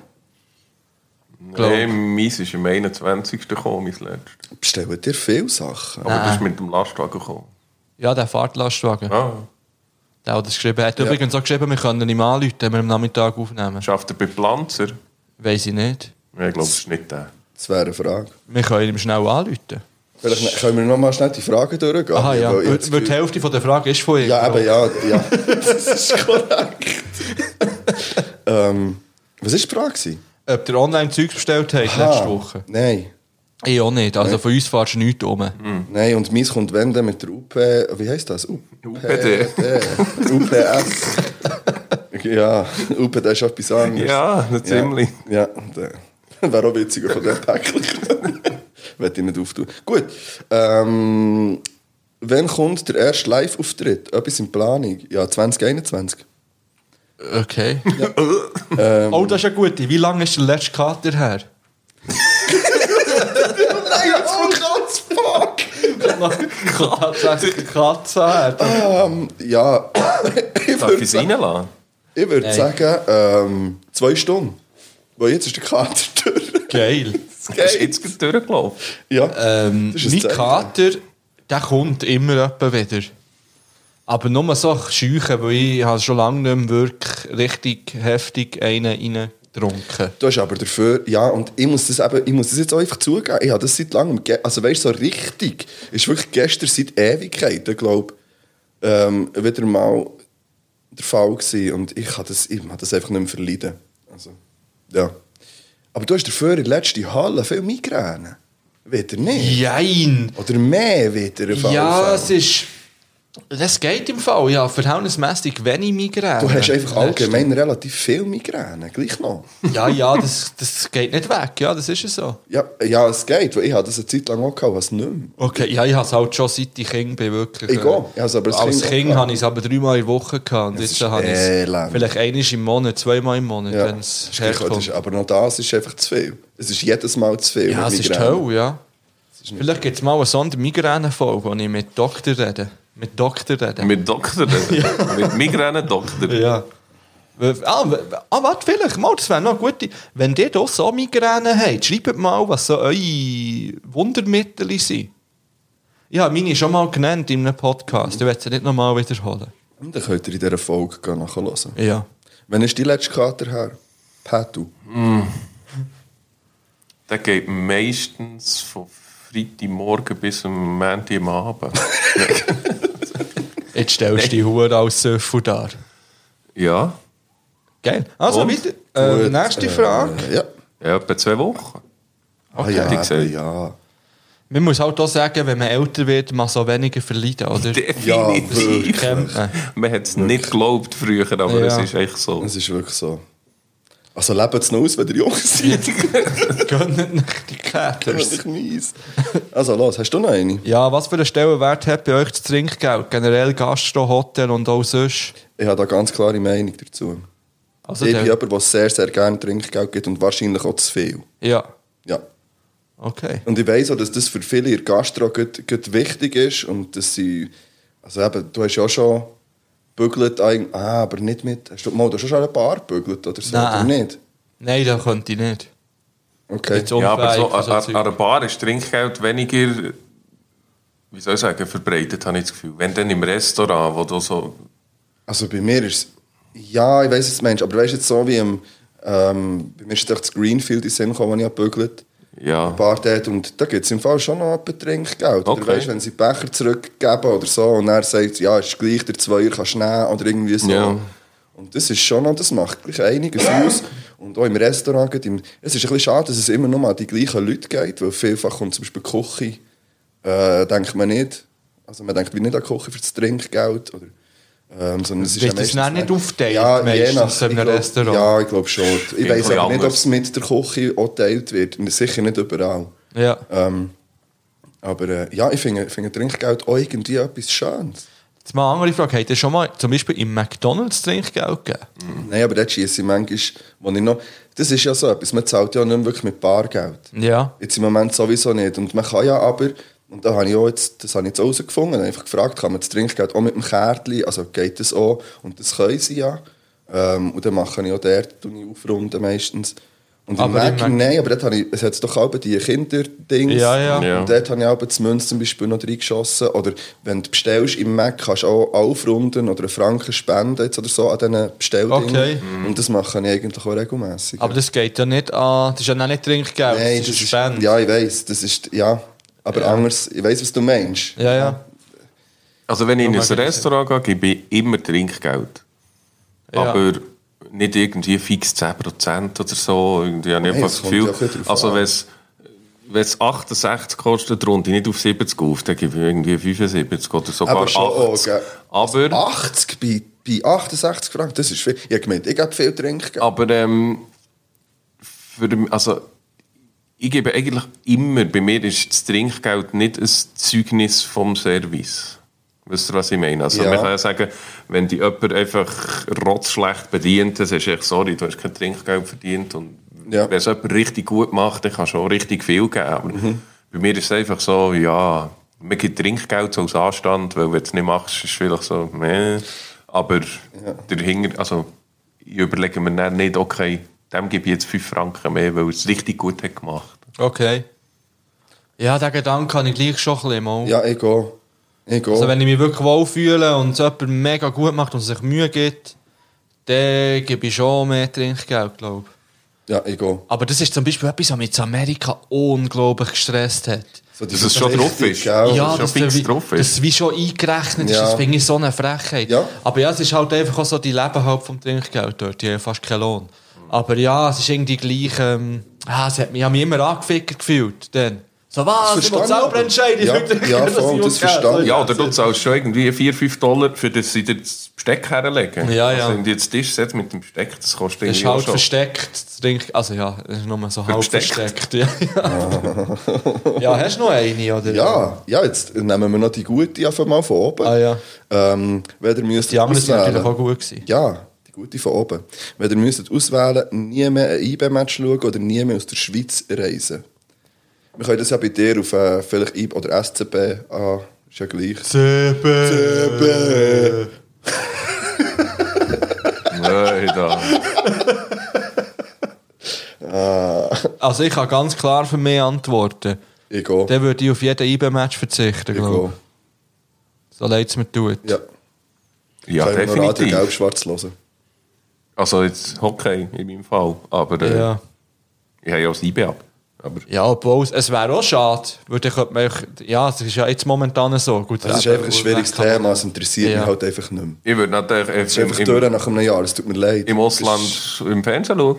Speaker 4: Nein, meins ist am 21. gekommen, mein letztes.
Speaker 2: Bestellen dir viele Sachen.
Speaker 4: Aber das ist mit dem Lastwagen gekommen.
Speaker 1: Ja, der Fahrtlastwagen.
Speaker 4: Ah,
Speaker 1: Der, der das geschrieben hat. Übrigens auch geschrieben, wir können ihm anrufen, wenn wir am Nachmittag aufnehmen.
Speaker 4: schafft er bei Pflanzer?
Speaker 1: Weiß ich nicht.
Speaker 4: Ja, ich glaube, es ist nicht der.
Speaker 2: Das wäre eine Frage.
Speaker 1: Wir können ihm schnell anrufen.
Speaker 2: Vielleicht ne- können wir noch mal schnell die Fragen durchgehen.
Speaker 1: Aha, ja.
Speaker 2: Weil ich
Speaker 1: Weil
Speaker 2: das
Speaker 1: die
Speaker 2: Gefühl-
Speaker 1: Hälfte von der Frage ist von ihm.
Speaker 2: Ja, eben, ja. ja. Das ist korrekt. ähm, was war die Frage? gewesen?
Speaker 1: Ob ihr online Zeugs bestellt habt letzte
Speaker 2: Ah,
Speaker 1: Woche?
Speaker 2: Nein.
Speaker 1: Ich auch nicht. Also von uns fährst du nichts um.
Speaker 2: Nein, und meins kommt wenn dann mit der UP. Wie heisst das? UP.
Speaker 4: UPD.
Speaker 2: UPS. ja, UPD ist etwas anderes.
Speaker 4: Ja, nicht ziemlich.
Speaker 2: Ja, der wäre auch witziger von dem Päckchen. Wollte ich nicht auftun. Gut. Ähm, wann kommt der erste Live-Auftritt? Etwas in Planung? Ja, 2021.
Speaker 1: Okay. oh, das ist eine gute. Wie lange ist der letzte Kater her?
Speaker 2: Nein, jetzt kommt ganz fuck!
Speaker 1: Tatsächlich Katze her.
Speaker 2: Ja, ich
Speaker 4: Darf ich
Speaker 2: würde
Speaker 4: es
Speaker 2: sagen,
Speaker 4: reinlassen?
Speaker 2: ich würd
Speaker 1: Nein.
Speaker 2: sagen ähm, zwei Stunden. Weil jetzt ist der Kater durch.
Speaker 1: Geil.
Speaker 4: Das ist eh- jetzt gerade durchgelaufen.
Speaker 2: Ja,
Speaker 1: Ähm,
Speaker 2: Das ist ein
Speaker 1: mein
Speaker 2: Zeichen.
Speaker 1: Kater, der kommt immer etwa wieder. Aber nur so scheuchen, weil ich habe schon lange nicht mehr wirklich richtig heftig einen reingetrunken.
Speaker 2: Du hast aber dafür, ja, und ich muss das, eben, ich muss das jetzt auch einfach zugeben. Ich habe das seit langem, ge- also weißt du, so richtig, ist wirklich gestern seit Ewigkeiten, glaube ich, ähm, wieder mal der Fall gewesen. Und ich habe das, ich habe das einfach nicht mehr verleiden. Also, ja. Aber du hast dafür in der letzten Halle viel Migräne. Wieder nicht.
Speaker 1: Jein!
Speaker 2: Oder mehr wieder. im Fall.
Speaker 1: Ja, es ist... Das geht im Fall, ja. Verhältnismäßig wenig Migräne.
Speaker 2: Du hast einfach
Speaker 1: Letzte-
Speaker 2: allgemein relativ viel Migräne, gleich noch.
Speaker 1: Ja, ja, das, das geht nicht weg. Ja, das ist ja so.
Speaker 2: Ja, ja es geht, weil ich habe das eine Zeit lang auch gehabt, was nicht mehr.
Speaker 1: Okay, ja, ich habe es halt schon seit ich Kind bin, wirklich.
Speaker 2: Ich
Speaker 1: äh,
Speaker 2: auch. Ich habe es aber als
Speaker 1: als
Speaker 2: Kind auch
Speaker 1: Kind
Speaker 2: gehabt.
Speaker 1: habe ich es aber dreimal in der Woche gehabt. Und
Speaker 2: Das
Speaker 1: jetzt
Speaker 2: ist
Speaker 1: habe ich es
Speaker 2: elend.
Speaker 1: vielleicht einmal im Monat, zweimal im Monat,
Speaker 2: Ja.
Speaker 1: wenn es
Speaker 2: Das ist gleich, das
Speaker 1: herkommt.
Speaker 2: ist, aber noch das ist einfach zu viel. Es ist jedes Mal zu viel.
Speaker 1: ja,
Speaker 2: mit
Speaker 1: es ist
Speaker 2: Migräne.
Speaker 1: toll, ja. Vielleicht gibt es mal eine Sonder-Migräne-Folge, wo ich mit Doktor rede. Mit Doktor rede.
Speaker 4: Mit Doktor. Mit Migräne-Doktor.
Speaker 1: ja. Äh, Ah, w- ah, warte, vielleicht. Mal, das wäre noch gut. Wenn ihr hier so Migräne habt, schreibt mal, was so eure Wundermittel sind. Ja, meine schon mal genannt in einem Podcast. Ich werde sie nicht nochmal wiederholen.
Speaker 2: Und dann könnt ihr in dieser Folge gehen nachhören.
Speaker 1: Ja.
Speaker 2: Wann ist die letzte Kater her? Petu.
Speaker 4: Der geht meistens von Freitagmorgen bis am Montag am Abend.
Speaker 1: Jetzt stellst du die Hure als Söffel dar.
Speaker 4: ja,
Speaker 1: Geil. Also,
Speaker 4: Und?
Speaker 1: weiter. Äh, nächste Frage.
Speaker 2: Äh, ja.
Speaker 4: ja, etwa zwei Wochen.
Speaker 2: Ah, ja,
Speaker 4: hätte ich gesagt.
Speaker 2: eben, ja.
Speaker 1: Man muss halt auch sagen, wenn man älter wird, man so weniger verleiden, oder?
Speaker 2: Ja,
Speaker 4: Definitiv.
Speaker 2: wirklich.
Speaker 1: Kämpfen.
Speaker 4: Man hat es nicht geglaubt früher, aber
Speaker 1: Ja.
Speaker 4: es ist echt so.
Speaker 2: Es ist wirklich so. Also lebt es noch aus, wenn ihr jung seid.
Speaker 1: Gönnt nicht die
Speaker 2: Das
Speaker 1: Käters.
Speaker 2: ist mies. Also los, hast du noch eine?
Speaker 1: Ja, was für einen Stellenwert hat bei euch das Trinkgeld? Generell Gastro, Hotel und auch sonst?
Speaker 2: Ich habe da ganz klare Meinung dazu.
Speaker 1: Also
Speaker 2: ich
Speaker 1: der-
Speaker 2: bin jemand, der sehr, sehr gerne Trinkgeld gibt und wahrscheinlich auch zu viel.
Speaker 1: Ja,
Speaker 2: Ja.
Speaker 1: okay.
Speaker 2: Und ich weiss auch, dass das für viele in der Gastro gut, gut wichtig ist und dass sie... Also eben, du hast ja auch schon bügelt, eigentlich- ah, aber nicht mit... Hast du, mal, du hast auch schon eine Bar bügelt oder so,
Speaker 1: Nein.
Speaker 2: oder nicht?
Speaker 1: Nein, das könnte ich nicht.
Speaker 2: Okay.
Speaker 1: Jetzt auch-
Speaker 4: Ja, aber so,
Speaker 1: Unfähig für
Speaker 4: an,
Speaker 1: so
Speaker 4: an
Speaker 1: Zeug.
Speaker 4: an einer Bar ist Trinkgeld weniger, wie soll ich sagen, verbreitet, habe ich das Gefühl. Wenn dann im Restaurant, wo du so...
Speaker 2: Also bei mir ist es... Ja, ich weiss jetzt, Mensch, aber weißt du, jetzt so wie im... Ähm, bei mir ist doch das Greenfield in Sinn gekommen, das ich bügelt.
Speaker 4: Ja,
Speaker 2: Bar dort und da gibt es im Fall schon noch ein Trinkgeld.
Speaker 4: Okay.
Speaker 2: Oder weißt, wenn sie Becher zurückgeben oder so und er sagt, ja, ist gleich, der Zweier kannst du nehmen oder irgendwie so.
Speaker 4: Ja.
Speaker 2: Und das ist schon noch, das macht gleich einiges aus. Und auch im Restaurant, gerade im, es ist ein bisschen schade, dass es immer nur an die gleichen Leute geht, weil vielfach kommt zum Beispiel die Küche, äh, denkt man nicht, also man denkt wie nicht an die Küche für das Trinkgeld oder ähm, sondern es ist
Speaker 1: Wird
Speaker 2: ja
Speaker 1: das
Speaker 2: meistens-
Speaker 1: dann nicht aufgeteilt,
Speaker 2: Ja, je
Speaker 1: meistens in
Speaker 2: nach,
Speaker 1: einem
Speaker 2: ich glaub-
Speaker 1: Restaurant?
Speaker 2: Ja, ich glaube schon. Ich weiß
Speaker 4: bisschen
Speaker 2: aber nicht, ob
Speaker 4: anders.
Speaker 2: es mit der Küche auch geteilt wird. Und sicher nicht überall.
Speaker 1: Ja.
Speaker 2: Ähm, aber äh, ja, ich finde finde Trinkgeld auch irgendwie etwas Schönes.
Speaker 1: Jetzt mal eine andere Frage. Habt ihr schon mal zum Beispiel im McDonalds Trinkgeld gegeben?
Speaker 2: Nein, aber das schiesse ich manchmal, wo ich noch... Das ist ja so etwas, man zahlt ja nicht mehr wirklich mit Bargeld.
Speaker 1: Ja.
Speaker 2: Jetzt im Moment sowieso nicht. Und man kann ja aber, und da habe ich auch jetzt, das habe ich jetzt herausgefunden, einfach gefragt, kann man das Trinkgeld auch mit dem Kärtchen, also geht das auch? Und das können sie ja. Ähm, und dann mache ich auch dort, tue ich aufrunden meistens. Und im
Speaker 1: Aber im
Speaker 2: Mac,
Speaker 1: Mac-
Speaker 2: nein, aber dort habe ich, es hat doch auch die Kinder-Dings.
Speaker 1: Ja, ja.
Speaker 4: Ja.
Speaker 2: Und dort habe ich auch die Münze zum Beispiel noch reingeschossen. Oder wenn du bestellst im Mac, kannst du auch aufrunden oder einen Franken spenden jetzt oder so an diesen Bestelldingen. Mhm.
Speaker 1: Okay.
Speaker 2: Und das mache ich eigentlich auch regelmäßig.
Speaker 1: Aber das geht ja nicht an... Das ist ja auch nicht Trinkgeld,
Speaker 2: Nein,
Speaker 1: das
Speaker 2: das
Speaker 1: ist
Speaker 2: ist,
Speaker 1: Spende.
Speaker 2: ja, ich weiß, das ist ja, aber anders, ich weiß, was du meinst.
Speaker 1: ja, ja.
Speaker 4: also wenn ich in ein
Speaker 1: mag ich
Speaker 4: Restaurant gehe, gebe ich immer Trinkgeld.
Speaker 1: Ja.
Speaker 4: Aber nicht irgendwie fix 10% oder so. Irgendwie habe ich
Speaker 2: Nein,
Speaker 4: einfach
Speaker 2: es
Speaker 4: das
Speaker 2: kommt
Speaker 4: Gefühl,
Speaker 2: ja auch ein bisschen drauf
Speaker 4: also
Speaker 2: an.
Speaker 4: wenn es wenn es 68 kostet, runde ich nicht auf 70 auf, dann gebe ich irgendwie 75 oder sogar
Speaker 2: Aber schon auch,
Speaker 4: 80.
Speaker 2: gell?
Speaker 4: aber
Speaker 2: 80 bei, bei 68 Franken, das ist viel. Ich habe gemeint, ich habe viel
Speaker 1: Ah.
Speaker 2: Trinkgeld.
Speaker 4: Aber ähm, für, also, ich gebe eigentlich immer, bei mir ist das Trinkgeld nicht ein Zeugnis vom Service. Wisst ihr, was ich meine? Also,
Speaker 2: Ja.
Speaker 4: man kann ja sagen, eh, wenn die jemand einfach rotzschlecht bedient, dann sagst du echt, sorry, du hast kein Trinkgeld verdient. Und
Speaker 2: Ja.
Speaker 4: wenn es jemand richtig gut macht, dann kannst du auch richtig viel geben. Aber bei mir ist es einfach so, ja, man gibt Trinkgeld so als Anstand, weil wenn du es nicht machst, ist es vielleicht so, meh. Aber der Hinger, also, ich überlege mir dann nicht, okay, dem gebe ich jetzt 5 Franken mehr, weil er es richtig gut hat gemacht.
Speaker 1: Okay. Ja, den Gedanken habe ich gleich schon ein bisschen mal.
Speaker 2: Ja, ich gehe. Ich gehe.
Speaker 1: Also wenn ich mich wirklich wohlfühle und es jemand mega gut macht und sich Mühe gibt, dann gebe ich schon mehr Trinkgeld, glaube ich.
Speaker 2: ja, ich gehe.
Speaker 1: Aber das ist zum Beispiel etwas, was mich in Amerika unglaublich gestresst hat.
Speaker 2: So,
Speaker 4: Dass es schon drauf ist.
Speaker 2: Geld.
Speaker 4: das ist ja fix
Speaker 1: wie,
Speaker 4: drauf ist.
Speaker 1: das wie schon eingerechnet ist,
Speaker 2: Ja.
Speaker 1: das finde ich so eine Frechheit.
Speaker 2: Ja.
Speaker 1: Aber ja, es ist halt einfach auch so, die leben halt vom Trinkgeld dort, die haben fast keinen Lohn. Aber ja, es ist irgendwie gleich, ähm, ah, es hat mich, ich habe mich immer angefickt gefühlt, dann. So, was, ich muss
Speaker 2: verstehe ich
Speaker 1: selber
Speaker 2: aber.
Speaker 1: entscheiden, ich
Speaker 2: Ja,
Speaker 1: will nicht,
Speaker 2: ja,
Speaker 1: dass ich
Speaker 2: voll,
Speaker 1: muss
Speaker 2: das
Speaker 1: Geld-
Speaker 2: verstehe ich.
Speaker 4: Ja, oder du zahlst schon irgendwie 4, 5 Dollar, für das sie dir das Besteck herlegen.
Speaker 1: Ja, ja.
Speaker 4: Also, wenn du jetzt Tisch setzt mit dem Besteck, das kostet
Speaker 1: Das ist
Speaker 4: irgendwie auch
Speaker 1: halt
Speaker 4: schon.
Speaker 1: versteckt. das Trink also ja, das ist nur so halb
Speaker 4: Versteckt.
Speaker 1: versteckt. Ja, ja. ja, hast du noch eine, oder?
Speaker 2: Ja, ja, jetzt nehmen wir noch die gute einfach mal von oben.
Speaker 1: Ah, ja.
Speaker 2: Ähm, wenn ihr müsst
Speaker 1: Die anderen sind
Speaker 2: auswählen-
Speaker 1: natürlich auch gut gewesen.
Speaker 2: Ja, die gute von oben. Wenn ihr müsst auswählen, nie mehr ein IB-Match schauen oder nie mehr aus der Schweiz reisen. Wir können das ja bei dir auf äh, vielleicht IB oder SCB an. Ist ja gleich. SCB.
Speaker 4: Nein, da.
Speaker 1: Also ich kann ganz klar für mich antworten.
Speaker 2: Ich gehe.
Speaker 1: Dann würde ich auf jeden IB-Match verzichten,
Speaker 2: Ich
Speaker 1: glaube
Speaker 2: gehe.
Speaker 1: ich. So leid es mir tut.
Speaker 2: Ja.
Speaker 4: Ja,
Speaker 2: Können wir noch Radio
Speaker 4: definitiv.
Speaker 2: Gelb-Schwarz hören?
Speaker 4: Also jetzt Hockey in meinem Fall. Aber äh,
Speaker 1: Ja.
Speaker 4: ich habe ja auch das IB ab. Aber
Speaker 1: Ja, obwohl es- es wäre auch schade, weil dann könnte man, ja, es ist ja jetzt momentan so. Gut,
Speaker 2: Das ist
Speaker 1: eben,
Speaker 2: einfach ein schwieriges
Speaker 1: kann man-
Speaker 2: Thema, es interessiert
Speaker 1: Ja.
Speaker 2: mich halt einfach nicht mehr.
Speaker 4: ich würde natürlich
Speaker 2: Es
Speaker 4: äh,
Speaker 2: ist einfach
Speaker 4: im,
Speaker 2: durch
Speaker 4: im,
Speaker 2: nach einem Jahr, es tut mir leid.
Speaker 4: im Ausland
Speaker 2: Das ist-
Speaker 4: im Fernsehen schauen.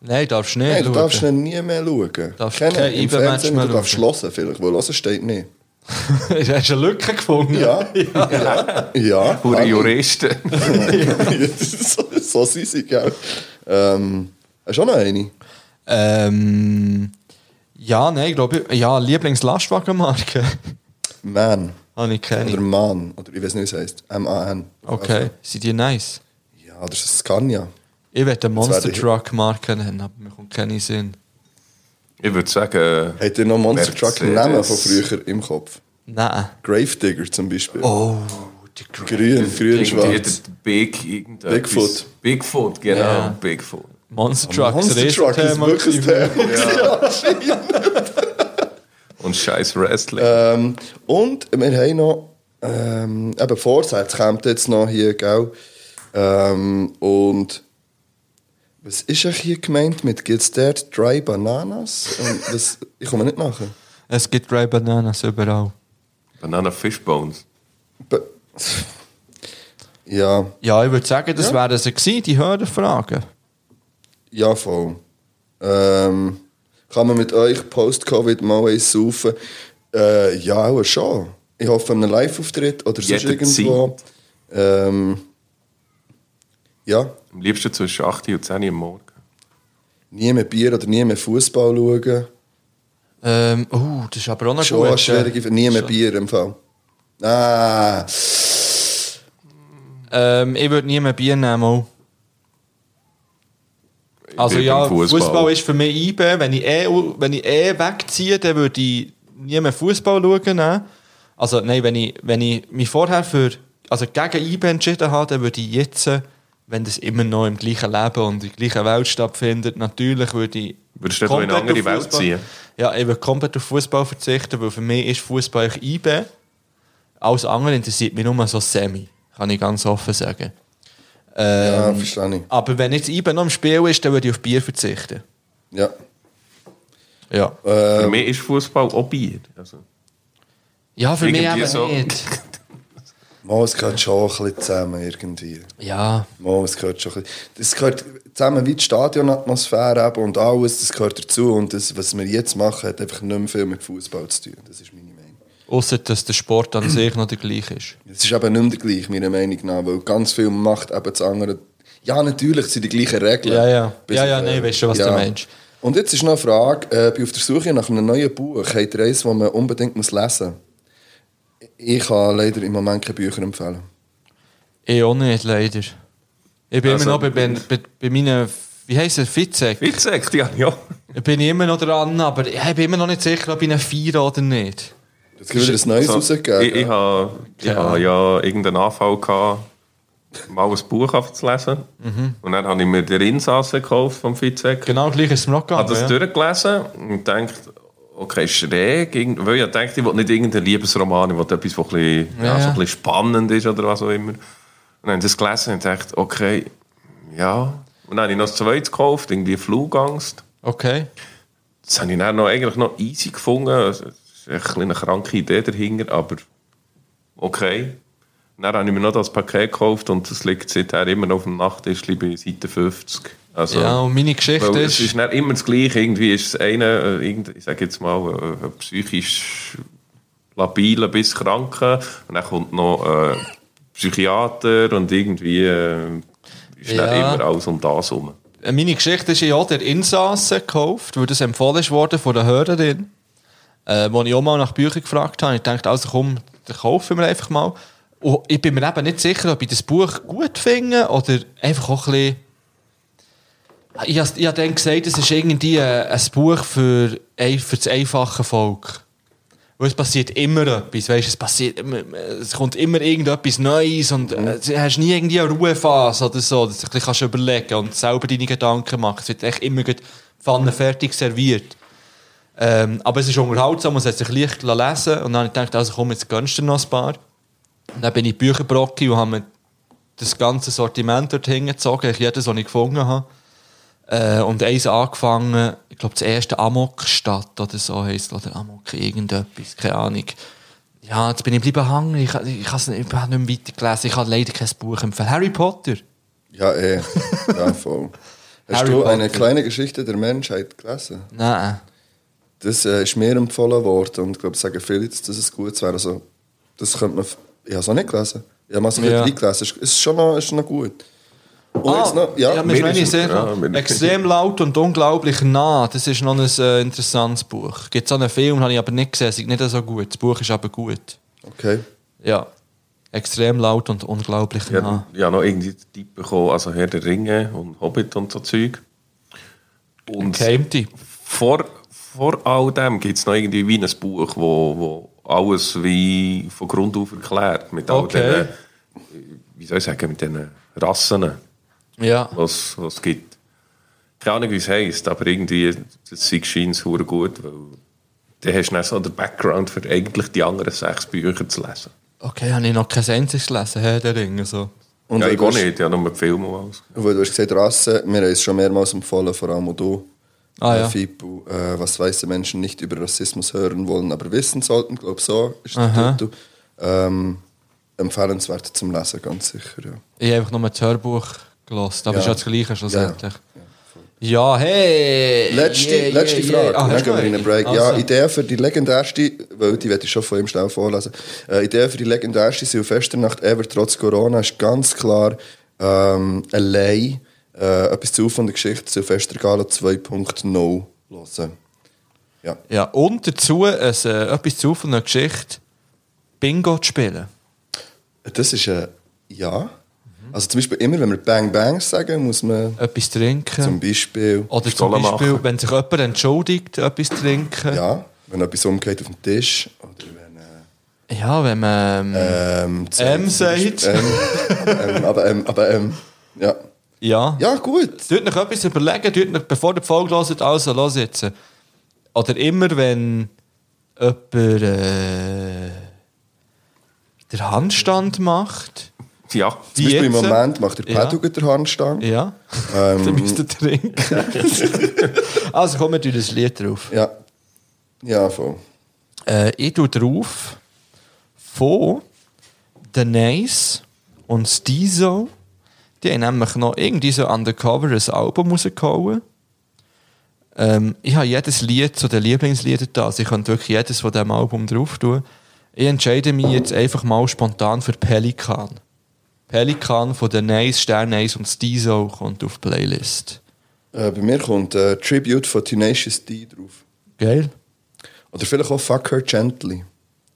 Speaker 1: Nein, darfst du nicht.
Speaker 2: Nein, du
Speaker 1: schauen.
Speaker 2: darfst ihn nie mehr schauen.
Speaker 1: Darfst
Speaker 2: Kennen,
Speaker 1: kein
Speaker 2: Im
Speaker 1: IBE-Match
Speaker 2: Fernsehen,
Speaker 1: mehr
Speaker 2: du darfst
Speaker 1: schauen.
Speaker 2: hören vielleicht, weil hören steht nicht.
Speaker 1: Hast du eine Lücke gefunden?
Speaker 2: Ja, ja, ja. Ah,
Speaker 4: Pure
Speaker 2: Hallo.
Speaker 4: Juristen.
Speaker 2: so, so sind sie, gell. Ähm, hast du auch noch eine?
Speaker 1: Ähm, ja, nein, glaube ich. Ja, Lieblingslastwagenmarke.
Speaker 2: Man.
Speaker 1: Habe ich
Speaker 2: Oder
Speaker 1: keine.
Speaker 2: Man. Oder ich weiß nicht, wie es heisst. M-A-N. Also.
Speaker 1: Okay, sind die nice?
Speaker 2: Ja, das ist ein Scania.
Speaker 1: Ich werde eine
Speaker 2: wär
Speaker 1: Monster
Speaker 2: die-
Speaker 1: Truck Marke nennen, aber mir kommt keine Sinn.
Speaker 4: Ich würde sagen, äh,
Speaker 2: Hat ihr noch Monster Truck einen Namen von
Speaker 4: Mercedes.
Speaker 2: früher im Kopf?
Speaker 1: Nein.
Speaker 2: Gravedigger zum Beispiel.
Speaker 1: Oh, die Gra-
Speaker 2: Grün, grün,
Speaker 4: irgendwie
Speaker 2: schwarz.
Speaker 4: der Big irgendetwas.
Speaker 2: Bigfoot.
Speaker 4: Bigfoot, genau.
Speaker 1: Ja.
Speaker 4: Bigfoot.
Speaker 1: Monster Truck,
Speaker 2: Monster Truck ist wirklich ein Thema.
Speaker 4: Und scheiß Wrestling.
Speaker 2: Ähm, und wir haben noch ähm, eben Vorsätze kommt jetzt noch hier, gell? Ähm, und was ist eigentlich hier gemeint mit «Gibt's dort dry bananas?» und was, Ich komme nicht nachher.
Speaker 1: Es gibt Ray Bananas überall.
Speaker 4: Banana Fishbones.
Speaker 2: Ba- ja,
Speaker 1: Ja, ich würde sagen, das
Speaker 2: Ja.
Speaker 1: wären sie gewesen, die Hörerfragen.
Speaker 2: ja voll. Ähm, kann man mit euch post-Covid mal eins saufen? Äh, ja, auch schon. Ich hoffe, an einem Live-Auftritt oder sonst
Speaker 4: Jederzeit.
Speaker 2: irgendwo. Ähm, ja,
Speaker 4: Am liebsten zwischen 8 und 10 Uhr am Morgen.
Speaker 2: nie mehr Bier oder nie mehr Fußball schauen.
Speaker 1: Ähm, oh, das ist aber auch noch
Speaker 2: Schon eine
Speaker 1: gut.
Speaker 2: schwierige Nie mehr Bier im Fall. Ah,
Speaker 1: Ähm, ich würde nie mehr Bier nehmen. Auch. Also
Speaker 4: bin
Speaker 1: ja,
Speaker 4: beim Fussball.
Speaker 1: Fußball. ist für mich IB. Wenn ich eh, wenn ich eh wegziehe, dann würde ich nie mehr Fußball schauen. Nein. Also nein, wenn ich, wenn ich mich vorher für, also gegen IB entschieden habe, dann würde ich jetzt, wenn das immer noch im gleichen Leben und in der gleichen Welt stattfindet, natürlich würde ich
Speaker 4: Würdest du nicht noch in eine
Speaker 1: komplett
Speaker 4: andere
Speaker 1: auf
Speaker 4: Welt
Speaker 1: Fussball-
Speaker 4: ziehen?
Speaker 1: Ja, ich würde komplett auf Fußball verzichten, weil für mich ist Fußball eigentlich IB. Alles andere interessiert mich nur so semi, kann ich ganz offen sagen.
Speaker 2: ja,
Speaker 1: Ähm,
Speaker 2: Ah, verstehe ich.
Speaker 1: aber wenn jetzt IBE noch im Spiel ist, dann würde ich auf Bier verzichten.
Speaker 2: Ja.
Speaker 1: Ja,
Speaker 4: Für mich ist Fußball auch Bier. Also,
Speaker 1: ja für mich
Speaker 4: irgendwie
Speaker 1: eben
Speaker 4: so.
Speaker 1: nicht.
Speaker 2: Mal, es gehört schon ein bisschen zusammen irgendwie.
Speaker 1: Ja,
Speaker 2: Mal, es gehört schon ein bisschen. Das gehört zusammen wie die Stadionatmosphäre eben und alles, das gehört dazu. Und das, was wir jetzt machen, hat einfach nicht mehr viel mit Fußball zu tun. Das ist meine Meinung.
Speaker 1: außer dass der Sport an sich noch der gleiche ist.
Speaker 2: Es ist eben nicht mehr gleich, meiner Meinung nach, weil ganz viel macht eben das andere. Ja, natürlich sind die gleichen Regeln.
Speaker 1: Ja, ja.
Speaker 2: Bis
Speaker 1: Ja,
Speaker 2: auf,
Speaker 1: ja,
Speaker 2: äh,
Speaker 1: nein, weißt du, was du meinst.
Speaker 2: Und jetzt ist noch eine Frage, äh, ich bin auf der Suche nach einem neuen Buch. Habt ihr eins, das man unbedingt muss lesen muss? Ich kann leider im Moment keine Bücher empfehlen.
Speaker 1: Ich auch nicht, leider. Ich bin
Speaker 4: Also-
Speaker 1: immer noch bei, bei, bei, bei meinen, wie heisst er, Fitzek.
Speaker 4: Witzig, ja. ja.
Speaker 1: Ich bin ich immer noch dran, aber ich bin immer noch nicht sicher, ob ich einen Feier oder nicht.
Speaker 2: Jetzt gibt wieder ein neues
Speaker 4: So,
Speaker 2: rausgegeben.
Speaker 4: also, Ich, ich habe ich
Speaker 1: Ja.
Speaker 4: habe ja irgendeinen Anfall gehabt, mal ein Buch aufzulesen. Und dann habe ich mir den Insassen gekauft vom Fitzek.
Speaker 1: Genau gleich ist es mir noch
Speaker 4: habe das
Speaker 1: gegangen. Ja.
Speaker 4: durchgelesen und gedacht, okay, schräg. irgend- Weil ich denkt, ich will nicht irgendeinen Liebesroman, ich will etwas, was ein bisschen, ja,
Speaker 1: Ja,
Speaker 4: so
Speaker 1: ja.
Speaker 4: ein bisschen spannend ist oder was auch immer. Und dann habe ich das gelesen und dachte, okay, ja. Und dann habe ich noch das zweite gekauft, irgendwie Flugangst.
Speaker 1: Okay.
Speaker 4: Das habe ich dann noch, eigentlich noch nou easy gefunden. Es ist ein bisschen eine kranke Idee dahinter, aber okay. Und Dann habe ich mir noch das Paket gekauft und das liegt seither immer noch auf dem Nachttisch bei Seite 50. Also,
Speaker 1: Ja, dus- und meine Geschichte
Speaker 4: weil
Speaker 1: ist,
Speaker 4: es ist nicht immer das Gleiche. Irgendwie ist das eine, äh, irgend- ich sage jetzt mal, äh, ein psychisch labiler bis kranker. Und dann kommt noch äh, Psychiater und irgendwie äh, ist
Speaker 1: Ja.
Speaker 4: dann immer alles um das herum.
Speaker 1: Äh, meine Geschichte ist ja der Insassen gekauft, weil das empfohlen wurde von der Hörerin, äh, wo ich auch mal nach Büchern gefragt habe. Ich dachte, also komm, dann kaufen wir einfach mal. Und ich bin mir eben nicht sicher, ob ich das Buch gut finde oder einfach auch ein bisschen... Ich habe, ich habe dann gesagt, es ist irgendwie äh, ein Buch für, ein- für das einfache Volk. Weil es passiert immer etwas, weißt, es, passiert, immer- es kommt immer irgendetwas Neues und äh, du hast nie irgendwie eine Ruhephase oder so, dass du ein bisschen kannst überlegen und selber deine Gedanken machen. Es wird echt immer gut Pfanne fertig serviert. Ähm, aber es ist unterhaltsam, es hat sich leicht lesen lassen. Und dann habe ich gedacht, also komm, jetzt gönnst du dir noch ein paar. Und dann bin ich Bücherbrocki und habe mir das ganze Sortiment dort hingezogen, ich jedes, was ich gefunden habe. Äh, und eins angefangen, ich glaube, das erste Amokstadt oder so heisst, oder Amok irgendetwas, keine Ahnung. Ja, jetzt bin ich geblieben hängen, ich, ich, ich, has- ich habe nicht mehr weitergelesen, ich habe leider kein Buch empfehlen. Harry Potter?
Speaker 2: Ja, eh. Ja, voll. Hast
Speaker 1: Harry
Speaker 2: du eine
Speaker 1: Potter.
Speaker 2: kleine Geschichte der Menschheit gelesen?
Speaker 1: Nein.
Speaker 2: Das äh, ist mir empfohlen worden und ich glaube, sagen viele jetzt, dass es gut wäre. Also, das könnte man... f- Ich habe es auch nicht gelesen. Ich habe mal so ein
Speaker 1: Ja.
Speaker 2: bisschen gelesen. Es ist schon noch, ist noch gut. Und
Speaker 1: Ah,
Speaker 2: jetzt noch...
Speaker 1: ja,
Speaker 2: Ja,
Speaker 1: mir ist
Speaker 4: mir
Speaker 1: meine
Speaker 4: ist-
Speaker 1: sehr
Speaker 4: ja, mir-
Speaker 1: extrem laut und unglaublich nah. Das ist noch ein äh, interessantes Buch. Gibt es auch einen Film, habe ich aber nicht gesehen, es ist nicht so gut. Das Buch ist aber gut.
Speaker 2: Okay.
Speaker 1: Ja. Extrem laut und unglaublich
Speaker 4: Ja,
Speaker 1: nah.
Speaker 4: ja, nou, noch irgendwie den Tipp bekommen, also Herr der Ringe und Hobbit und so Zeug. Und
Speaker 1: Geheimte.
Speaker 4: vor, vor all dem gibt es noch irgendwie wie ein Buch, wo, wo alles wie von Grund auf erklärt. Mit all
Speaker 1: Okay.
Speaker 4: diesen, eh, wie soll ich sagen, mit diesen eh, Rassen,
Speaker 1: Ja.
Speaker 4: was was es gibt. Keine Ahnung, wie es heisst, aber irgendwie, das sei scheint sehr gut, weil dann hast du dann so den Background für eigentlich die anderen sechs Bücher zu lesen.
Speaker 1: Okay, habe ich noch kein einziges gelesen, Herr der Ringe. So.
Speaker 2: Und
Speaker 4: ja,
Speaker 2: weil
Speaker 4: ich
Speaker 2: du
Speaker 4: auch
Speaker 2: hast-
Speaker 4: nicht, ja, nur die Filme und alles.
Speaker 2: Weil du hast gesagt, Rasse, wir haben es schon mehrmals empfohlen, vor allem auch du.
Speaker 1: Ah, ja.
Speaker 2: Äh, Fipu, äh, was weiße Menschen nicht über Rassismus hören wollen, aber wissen sollten, glaube so ist der Titel. Ähm, empfehlenswert zum Lesen, ganz sicher. Ja.
Speaker 1: Ich habe einfach nur das Hörbuch gelesen, aber
Speaker 2: Ja.
Speaker 1: es ist ja das Gleiche schlussendlich. Ja, hey!
Speaker 2: Letzte,
Speaker 1: Yeah, yeah,
Speaker 2: letzte
Speaker 1: yeah.
Speaker 2: Frage,
Speaker 1: Ah,
Speaker 2: dann
Speaker 1: hast du
Speaker 2: gehen wir in einen
Speaker 1: eine?
Speaker 2: Break. Ja,
Speaker 1: Also.
Speaker 2: Idee für die legendärste, weil die werde ich schon von ihm schnell vorlesen. Äh, Idee für die legendärste Silvesternacht ever, trotz Corona, ist ganz klar ähm, allein äh, etwas zu von der Geschichte Silvestergala 2.0 hören. Ja.
Speaker 1: Ja, und dazu ein, äh, etwas zu von einer Geschichte: Bingo zu spielen.
Speaker 2: Das ist ein Ja. Also zum Beispiel immer, wenn wir Bang Bang sagen, muss man
Speaker 1: Etwas trinken.
Speaker 2: zum Beispiel
Speaker 1: Oder zum
Speaker 4: Stollen
Speaker 1: Beispiel,
Speaker 4: machen.
Speaker 1: wenn sich jemand entschuldigt, etwas trinken. Ja,
Speaker 2: Ja, wenn etwas umgeht auf dem Tisch oder wenn... Äh,
Speaker 1: wenn man.
Speaker 2: Ähm, zu-
Speaker 1: Ähm sagt.
Speaker 2: Ähm, ähm, aber ähm, aber ähm, ja.
Speaker 1: ja.
Speaker 2: Ja, gut.
Speaker 1: Tut euch etwas überlegen, tut euch, bevor ihr die Folge hört, also los jetzt. Oder immer, wenn jemand äh, den Handstand macht.
Speaker 4: Ja,
Speaker 2: Zum Beispiel im
Speaker 1: jetzt?
Speaker 2: Moment Ähm, macht der Pedro ja. den Handstand. Ja.
Speaker 1: Ja. Dann müsst ihr trinken. also kommen wir durch das Lied drauf.
Speaker 2: ja. voll.
Speaker 1: Äh, ich tue drauf von The Nice und Steezo. Die haben nämlich noch irgendwie so undercover ein Album rausgehauen. Ähm, ich habe jedes Lied zu den Lieblingsliedern da. Also ich könnte wirklich jedes von diesem Album drauf tun. Ich entscheide mich jetzt einfach mal spontan für Pelikan. Pelikan von The Nice, Stern Nice und Steezo kommt auf die Playlist.
Speaker 2: Äh, bei mir kommt äh, Tribute von Tenacious D drauf.
Speaker 1: Geil?
Speaker 2: Oder vielleicht auch Fuck Her Gently.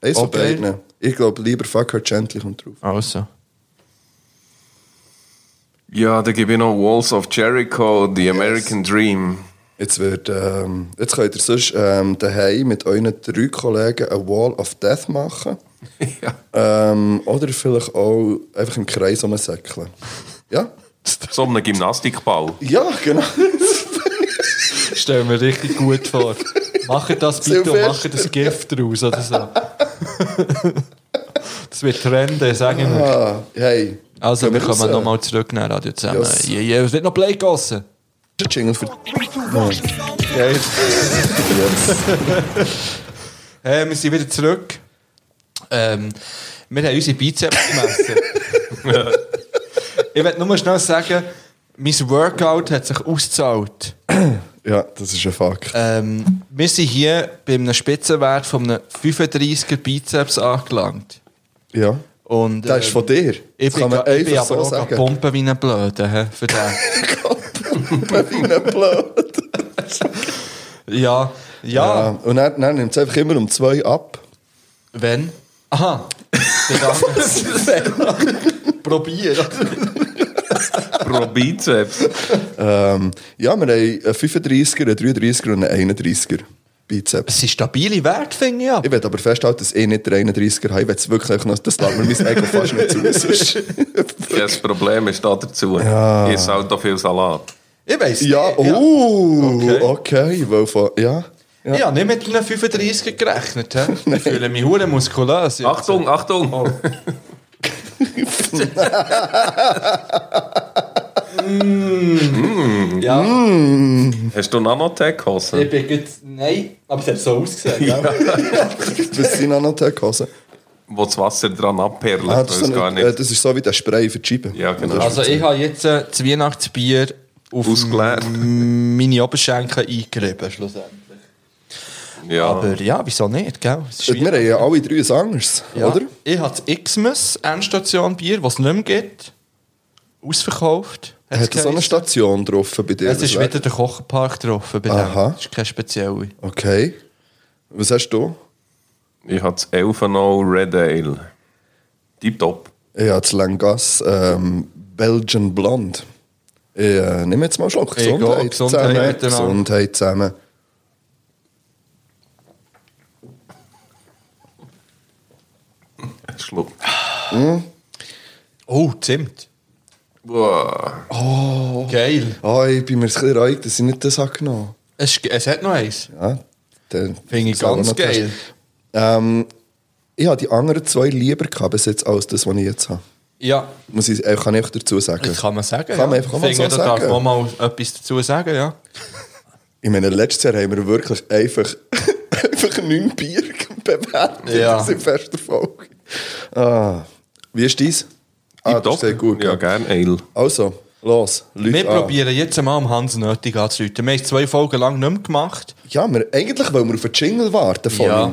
Speaker 2: Eins von
Speaker 1: Okay.
Speaker 2: beiden. Ich glaube, lieber Fuck Her Gently kommt drauf.
Speaker 1: Also.
Speaker 4: Ja, da gebe ich noch Walls of Jericho, The American Dream.
Speaker 2: Jetzt, wird, ähm, jetzt könnt ihr sonst ähm, daheim mit euren drei Kollegen eine Wall of Death machen.
Speaker 4: ja.
Speaker 2: Ähm, oder vielleicht auch einfach im Kreis rumsäckeln. Ja?
Speaker 4: So einen Gymnastikball.
Speaker 2: Ja, genau.
Speaker 1: Stell mir richtig gut vor. Macht das bitte und
Speaker 2: Silvester.
Speaker 1: macht das Gift draus oder so. Das wird Trende, sagen wir.
Speaker 2: Ah, hey.
Speaker 1: Also,
Speaker 2: Gehen
Speaker 1: wir kommen
Speaker 2: raus.
Speaker 1: nochmal zurück nach Radio zusammen.
Speaker 2: äh, Yes.
Speaker 1: Yeah, yeah. Es wird noch Play gegossen.
Speaker 2: Der Jingle für. Nein. Geil. Yes.
Speaker 1: Hey, wir sind wieder zurück. Ähm, wir haben unsere Bizeps gemessen. ich will nur schnell sagen, mein Workout hat sich ausgezahlt.
Speaker 2: Ja, das ist ein Fakt.
Speaker 1: Ähm, wir sind hier bei einem Spitzenwert von einem 35er Bizeps angelangt.
Speaker 2: Ja.
Speaker 1: Und,
Speaker 2: Das ist
Speaker 1: ähm,
Speaker 2: von dir.
Speaker 1: Ich
Speaker 2: Das
Speaker 1: bin,
Speaker 2: kann man
Speaker 1: ga- ich bin
Speaker 2: einfach
Speaker 1: aber
Speaker 2: so
Speaker 1: auch sagen.
Speaker 2: sagen.
Speaker 1: pumpen wie ein Blöder hä, für den.
Speaker 2: Blöd.
Speaker 1: ja, ja,
Speaker 2: Ja. Und dann, dann nimmt es einfach immer um zwei ab.
Speaker 1: wenn. Aha. Bedankt. Probier.
Speaker 4: Pro Bizeps.
Speaker 2: Ähm, ja, wir haben einen 35er, einen 33er und einen 31er. Bizeps.
Speaker 1: Es sind stabile Werte, finde ich.
Speaker 2: Ich
Speaker 1: aber.
Speaker 2: will aber festhalten, dass ich nicht der 31er habe. Ich will es wirklich noch, das lässt mir mein Ego fast nicht zu. sonst-
Speaker 4: Ja, Das Problem ist da dazu. Ich esse halt auch viel Salat.
Speaker 1: Ich weiss
Speaker 2: ja,
Speaker 1: nicht,
Speaker 2: oh, okay.
Speaker 1: Okay.
Speaker 2: weil von, ja.
Speaker 1: Ja. Ich habe nicht mit einem 35 gerechnet. hä? Ich fühle mich hure muskulös. jetzt.
Speaker 4: Achtung, Achtung!
Speaker 1: Oh. Ja,
Speaker 4: Mm. Hast du Nanotech-Hosen?
Speaker 1: ich bin jetzt... Nein, aber es hat so ausgesehen.
Speaker 4: Ja.
Speaker 2: Was sind Nanotech-Hosen?
Speaker 4: Wo das Wasser dran abperlt,
Speaker 2: Ah, das,
Speaker 4: weiß
Speaker 2: ist so
Speaker 4: gar
Speaker 2: ein-
Speaker 4: nicht.
Speaker 2: äh, das ist so wie der Spray für die Scheibe.
Speaker 4: Ja, genau.
Speaker 2: Oder?
Speaker 1: Also ich habe jetzt äh, das Weihnachtsbier auf
Speaker 4: Ausgeleert.
Speaker 1: m- meine Oberschenkel eingerieben, schlussendlich.
Speaker 4: ja.
Speaker 1: Aber ja, wieso nicht, gell? Es ist
Speaker 2: Wir haben ja alle drei ein anderes,
Speaker 1: Ja.
Speaker 2: oder?
Speaker 1: Ich habe das Xmas Endstation Bier, das es nicht mehr gibt. Ausverkauft. hat's
Speaker 2: Hat das so eine
Speaker 1: geheißen.
Speaker 2: Station drauf bei dir?
Speaker 1: Es
Speaker 2: Was
Speaker 1: ist
Speaker 2: wär-
Speaker 1: wieder der Kochpark drauf. Bei
Speaker 2: Aha.
Speaker 1: Aha. Das ist keine spezielle.
Speaker 2: Okay. Was hast du?
Speaker 4: Ich habe das Elfenau Red Ale. Tipptopp.
Speaker 2: Ja, das Langas ähm, Belgian Blond. Ich äh, nehme jetzt mal einen Schluck.
Speaker 1: Ich gehe.
Speaker 2: Gesundheit,
Speaker 1: Gesundheit
Speaker 2: zusammen.
Speaker 1: miteinander.
Speaker 2: Gesundheit zusammen.
Speaker 4: Schluck.
Speaker 1: Oh, Zimt.
Speaker 4: Wow.
Speaker 1: Geil.
Speaker 2: Ah, ich bin mir ein bisschen reich, dass ich nicht das habe genommen habe.
Speaker 1: Es, ist- es hat noch eins.
Speaker 2: Ja, dann-
Speaker 1: Finde ich
Speaker 2: das auch
Speaker 1: ganz
Speaker 2: noch test.
Speaker 1: geil.
Speaker 2: Ähm, ich habe die anderen zwei lieber gehabt bis jetzt als das, was ich jetzt habe.
Speaker 1: Ja,
Speaker 2: Muss ich, äh, kann ich euch dazu sagen.
Speaker 1: das kann man sagen.
Speaker 2: Kann
Speaker 1: ja.
Speaker 2: man einfach auch mal
Speaker 1: Finde,
Speaker 2: so
Speaker 1: da darf
Speaker 2: sagen.
Speaker 1: man mal etwas dazu sagen, ja.
Speaker 2: Ich meine, letztes Jahr haben wir wirklich einfach, einfach neun Bier bewertet.
Speaker 1: Ja.
Speaker 2: Das ist in fester Folge. Ah, wie ist dies? Ah, das
Speaker 4: Tipptopp.
Speaker 2: ist sehr gut.
Speaker 4: Ja,
Speaker 2: gell?
Speaker 4: gerne Ale.
Speaker 2: Also, los, Leute
Speaker 1: Wir
Speaker 2: an.
Speaker 1: probieren jetzt mal am Hans Nötig anzuleiten. Wir haben es zwei Folgen lang nicht mehr gemacht.
Speaker 2: Ja, wir, eigentlich wollen wir auf den Jingle warten von ihm.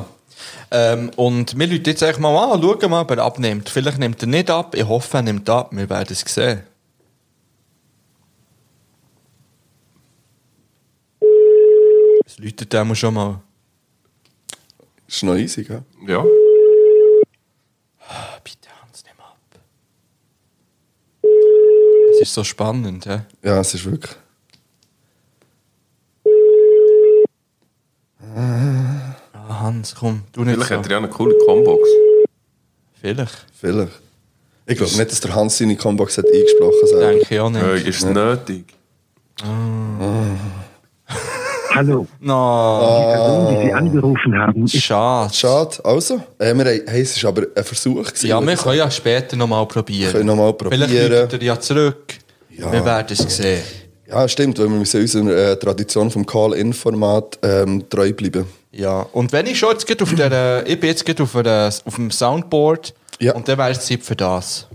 Speaker 1: Ähm, und wir läuten jetzt einfach mal an, schauen mal, ob er abnimmt. Vielleicht nimmt er nicht ab, ich hoffe, er nimmt ab. Wir werden es sehen. Es läutet dem schon mal.
Speaker 2: Ist noch easy, gell?
Speaker 4: Ja.
Speaker 1: Ah, Bitte, Hans, nimm ab. Es ist so spannend, hä?
Speaker 2: Ja, es ist wirklich.
Speaker 1: Ah, Hans, komm, du nicht
Speaker 4: Vielleicht
Speaker 1: so.
Speaker 4: hat er ja eine coole Combox.
Speaker 1: Vielleicht,
Speaker 2: Vielleicht. Ich glaube nicht, dass der Hans seine Combox hat eingesprochen hat.
Speaker 1: denke ich auch nicht.
Speaker 4: Äh, ist es nötig?
Speaker 6: Hallo,
Speaker 1: No,
Speaker 6: die Person, die Sie angerufen haben, ist
Speaker 1: schade.
Speaker 2: Schade. Also, äh, wir, haben- hey, es ist aber ein Versuch. Gewesen,
Speaker 1: Ja, wir können ja später nochmal probieren.
Speaker 2: Können noch mal
Speaker 1: Vielleicht
Speaker 2: probieren.
Speaker 1: läutet er ja zurück.
Speaker 2: Ja.
Speaker 1: Wir werden es sehen.
Speaker 2: ja, stimmt, weil wir müssen unserer äh, Tradition vom Call-In-Format ähm, treu bleiben.
Speaker 1: Ja, und wenn ich schon jetzt gerade auf der, ich bin jetzt gerade auf, der, auf dem Soundboard
Speaker 2: Ja.
Speaker 1: und dann wäre es Zeit für das.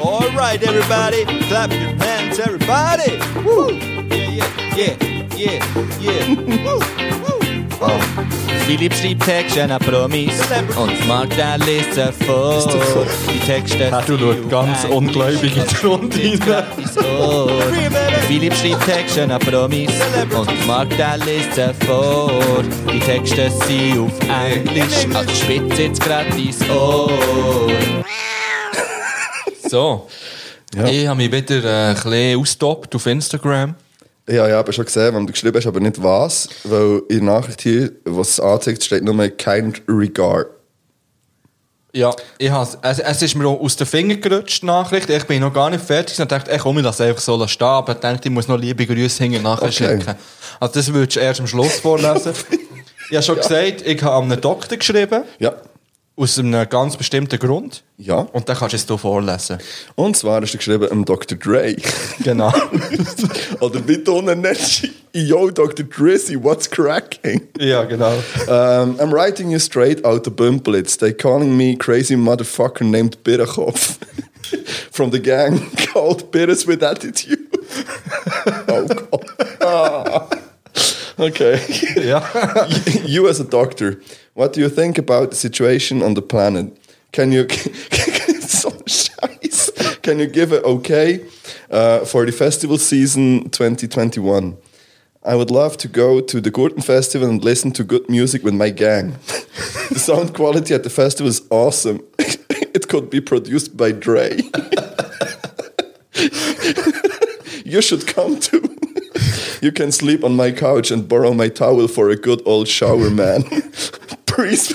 Speaker 1: Alright, everybody, clap your hands, everybody. Woo. Yeah, yeah, yeah, yeah, yeah. Woo, woo. Philipp schreibt Texte an Promis und mag dann lesen vor. Die Texte. du schaust ganz ungläubig in die Runde rein. Philipp schreibt Texte an Promis und mag dann lesen vor. Die Texte sind auf Englisch, also spitz jetzt gerade dein Ohr. So. Ich habe mich wieder äh, ein bisschen ausgetoppt auf Instagram.
Speaker 2: Ja, ja, aber schon gesehen, wenn du geschrieben hast, aber nicht was, weil in der Nachricht hier, was es anzeigt, steht nur kind regard.
Speaker 1: Ja, ich has, es, es ist mir auch aus den Fingern gerutscht, die Nachricht. Ich bin noch gar nicht fertig. Ich dachte, ey, komm, ich lasse einfach so stehen. Aber ich dachte, ich muss noch liebe Grüße hinten nachher
Speaker 2: Okay.
Speaker 1: schicken. Also das würdest du erst am Schluss vorlesen. ich habe schon gesagt, ich habe einem Doktor geschrieben.
Speaker 2: Ja.
Speaker 1: Aus einem ganz bestimmten Grund.
Speaker 2: Ja.
Speaker 1: Und dann kannst du es hier vorlesen.
Speaker 2: Und zwar hast du geschrieben, ähm, Dr. Dre.
Speaker 1: Genau.
Speaker 2: Oder bitte ohne Energy. Yo, Dr. Drizzy, what's cracking?
Speaker 1: ja, genau.
Speaker 2: Um, I'm writing you straight out the bump blitz. They calling me crazy motherfucker named Birachoff from the gang called Bitters with Attitude. oh God. Ah. Okay.
Speaker 1: Ja.
Speaker 2: you as a doctor, what do you think about the situation on the planet? Can you so scheiße. Can you give it okay uh, for the festival season 2021? I would love to go to the Gurten Festival and listen to good music with my gang. the sound quality at the festival is awesome. it could be produced by Dre. you should come too. you can sleep on my couch and borrow my towel for a good old shower, man. please,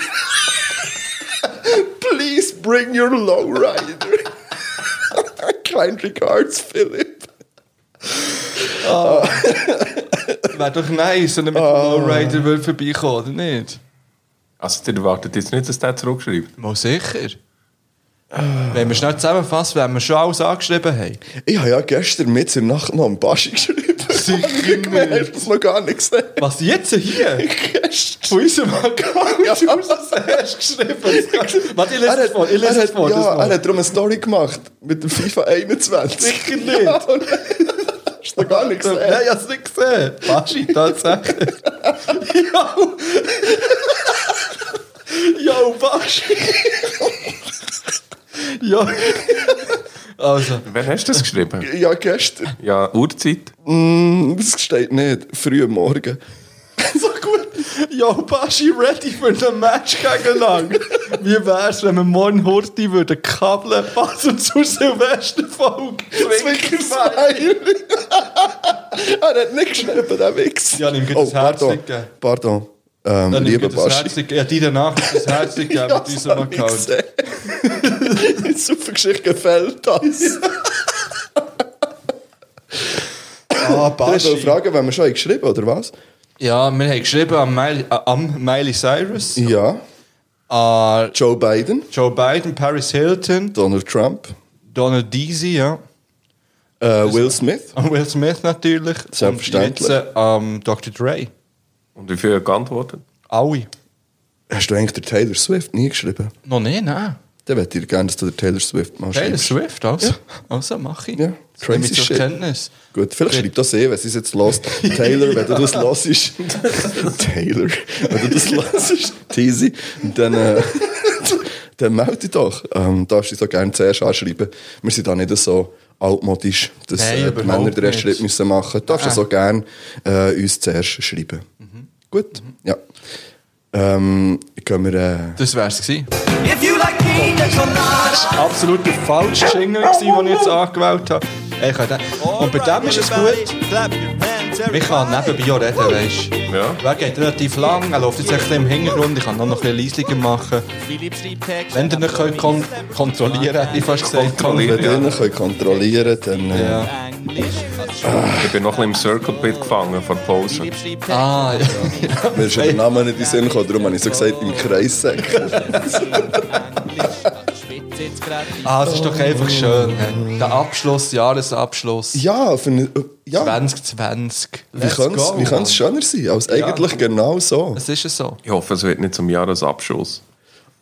Speaker 2: please bring your lowrider. kind regards, Philip.
Speaker 1: Wäre doch nice, wenn er mit dem
Speaker 2: Ah.
Speaker 1: Lowrider würde vorbeikommen, oder nicht?
Speaker 4: Also, ihr erwartet jetzt nicht, dass der zurückschreibt.
Speaker 1: Mal sicher. Wenn wir schnell zusammenfassen, wenn wir schon alles angeschrieben haben.
Speaker 2: Ich habe ja gestern mit in der Nacht noch einen Baschi geschrieben.
Speaker 1: Sicher
Speaker 2: Ich habe
Speaker 1: nicht.
Speaker 2: es noch gar nicht gesehen.
Speaker 1: Was jetzt hier?
Speaker 2: Gestern.
Speaker 1: Von unserem Account
Speaker 2: Ja.
Speaker 1: aus hast du geschrieben. Warte, ich lese es vor. Ich lese es
Speaker 2: er, hat,
Speaker 1: vor. das
Speaker 2: ja,
Speaker 1: mal.
Speaker 2: er hat darum eine Story gemacht mit dem FIFA 21.
Speaker 1: Sicher nicht.
Speaker 2: Ja, und- Hast du noch gar nicht gesehen?
Speaker 1: Nein, ich hab's nicht gesehen. Baschi, tatsächlich. Jo! Jo, Baschi! Jo! Also,
Speaker 4: Wer hast du das geschrieben?
Speaker 2: Ja, gestern.
Speaker 4: Ja, Uhrzeit.
Speaker 2: Das steht nicht. Früh am Morgen.
Speaker 1: so gut. Jo, Baschi, ready für den Match gegen lang. Wie wär's, wenn wir morgen Horti würden kabeln, passend zur Silvesterfolge?
Speaker 2: Zwinkersmile. er hat nicht geschrieben, der Wichs.
Speaker 1: Ja, nimm gleich das Herz
Speaker 2: pardon.
Speaker 1: nicht,
Speaker 2: Pardon. Ähm,
Speaker 1: Dann lieber
Speaker 2: lieber
Speaker 1: das
Speaker 2: Baschi.
Speaker 1: Herzig, ja, deine Nachricht das Herzig geben mit unserem Account.
Speaker 2: Super Geschichte gefällt das.
Speaker 1: Ah,
Speaker 2: Ich wollte fragen, wenn wir schon haben geschrieben oder was?
Speaker 1: Ja, wir haben geschrieben am Miley, äh, am Miley Cyrus, Ah,
Speaker 2: Ja.
Speaker 1: an
Speaker 2: Joe Biden,
Speaker 1: Joe Biden, Paris Hilton,
Speaker 2: Donald Trump,
Speaker 1: Donald Deasy, ja,
Speaker 2: äh, Will Smith.
Speaker 1: an Will Smith natürlich.
Speaker 2: Selbstverständlich.
Speaker 1: Und jetzt äh, am Dr. Dre.
Speaker 4: Und wie viel geantwortet?
Speaker 1: Alle.
Speaker 2: Hast du eigentlich der Taylor Swift nie geschrieben?
Speaker 1: Noch nicht, nein.
Speaker 2: Dann hätte ich gerne, dass du der Taylor Swift mal
Speaker 1: Taylor
Speaker 2: schreibst.
Speaker 1: Swift, also. Also, mach ich.
Speaker 2: Ja,
Speaker 1: Das nehme ich
Speaker 2: crazy
Speaker 1: zur
Speaker 2: shit.
Speaker 1: Kenntnis.
Speaker 2: Gut, vielleicht schreibt das eh, wenn sie es jetzt lost. Taylor, wenn du das hörst. Taylor, wenn du das hörst. Teasy. Dann, äh, dann melde dich doch. Ähm, darfst du so gerne zuerst anschreiben. Wir sind da nicht so altmodisch, dass
Speaker 1: Nein,
Speaker 2: äh, die
Speaker 1: überhaupt
Speaker 2: Männer den
Speaker 1: nicht. Ah.
Speaker 2: Restschritt müssen machen müssen. Darfst du
Speaker 1: Nein.
Speaker 2: so gerne äh, uns zuerst schreiben.
Speaker 1: Mhm.
Speaker 2: Gut, ja. Ähm, gehen wir... Äh,
Speaker 1: Das wär's gewesen.
Speaker 5: If you like pina colada,
Speaker 1: Absolut der falsche Jingle, gewesen, den ich jetzt angewählt habe. Ich kann den. Und bei dem ist es gut. Ich kann nebenbei auch reden, weißt du.
Speaker 4: Ja.
Speaker 1: Der Weg geht relativ lang, er läuft jetzt echt im Hintergrund, ich kann noch ein bisschen leisiger machen. Wenn ihr nicht könnt kon kontrollieren könnt, hätte ich fast gesagt.
Speaker 4: Kontrollieren.
Speaker 2: wenn ihr ihn könnt kontrollieren könnt, dann... Äh,
Speaker 1: Ja.
Speaker 4: Ich bin noch ein bisschen im Circle Pit gefangen von Posen.
Speaker 1: Ah, ja.
Speaker 2: Mir ist der Name nicht in den Sinn gekommen, darum habe ich so gesagt, im Kreissack.
Speaker 1: ah, es ist
Speaker 2: Oh.
Speaker 1: doch einfach schön. hä? Der Abschluss, Jahresabschluss
Speaker 2: Ja, für eine, ja.
Speaker 1: 2020.
Speaker 2: Wie kann's- wie kann es schöner sein als eigentlich genau so?
Speaker 1: Es ist ja so.
Speaker 4: Ich hoffe, es wird nicht zum Jahresabschluss.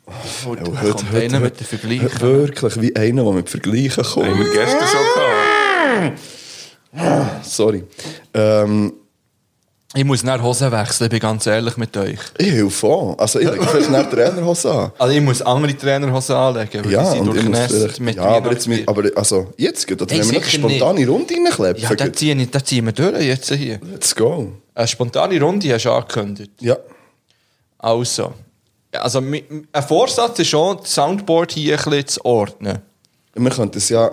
Speaker 2: Ja,
Speaker 1: Da kommt einer mit dem Vergleich.
Speaker 2: heute- Wirklich, wie einer, der mit Vergleichen
Speaker 4: Haben
Speaker 2: kommt.
Speaker 4: wir gestern schon gehabt.
Speaker 2: Sorry. Ähm,
Speaker 1: Ich muss nach Hosen wechseln, ich bin ganz ehrlich mit euch.
Speaker 2: ich helfe auch. Also, ich lege vielleicht nicht Trainerhose an.
Speaker 1: Also ich muss andere Trainerhosen anlegen, weil
Speaker 2: Ja,
Speaker 1: die sind
Speaker 2: und ich muss
Speaker 1: durchnässt
Speaker 2: vielleicht,
Speaker 1: mit
Speaker 2: ja aber, jetzt,
Speaker 1: Weihnachten.
Speaker 2: mit- aber also, jetzt geht Oder
Speaker 1: Nein,
Speaker 2: wenn wir noch eine
Speaker 1: sicher nicht.
Speaker 2: spontane Runde reinkleppen?
Speaker 1: Ja, da ziehen, ich- da ziehen wir durch jetzt hier.
Speaker 2: Let's go.
Speaker 1: Eine spontane Runde hast du angekündigt.
Speaker 2: Ja.
Speaker 1: Also, also mi- mi- ein Vorsatz ist schon, das Soundboard hier ein bisschen zu ordnen.
Speaker 2: Wir können das ja...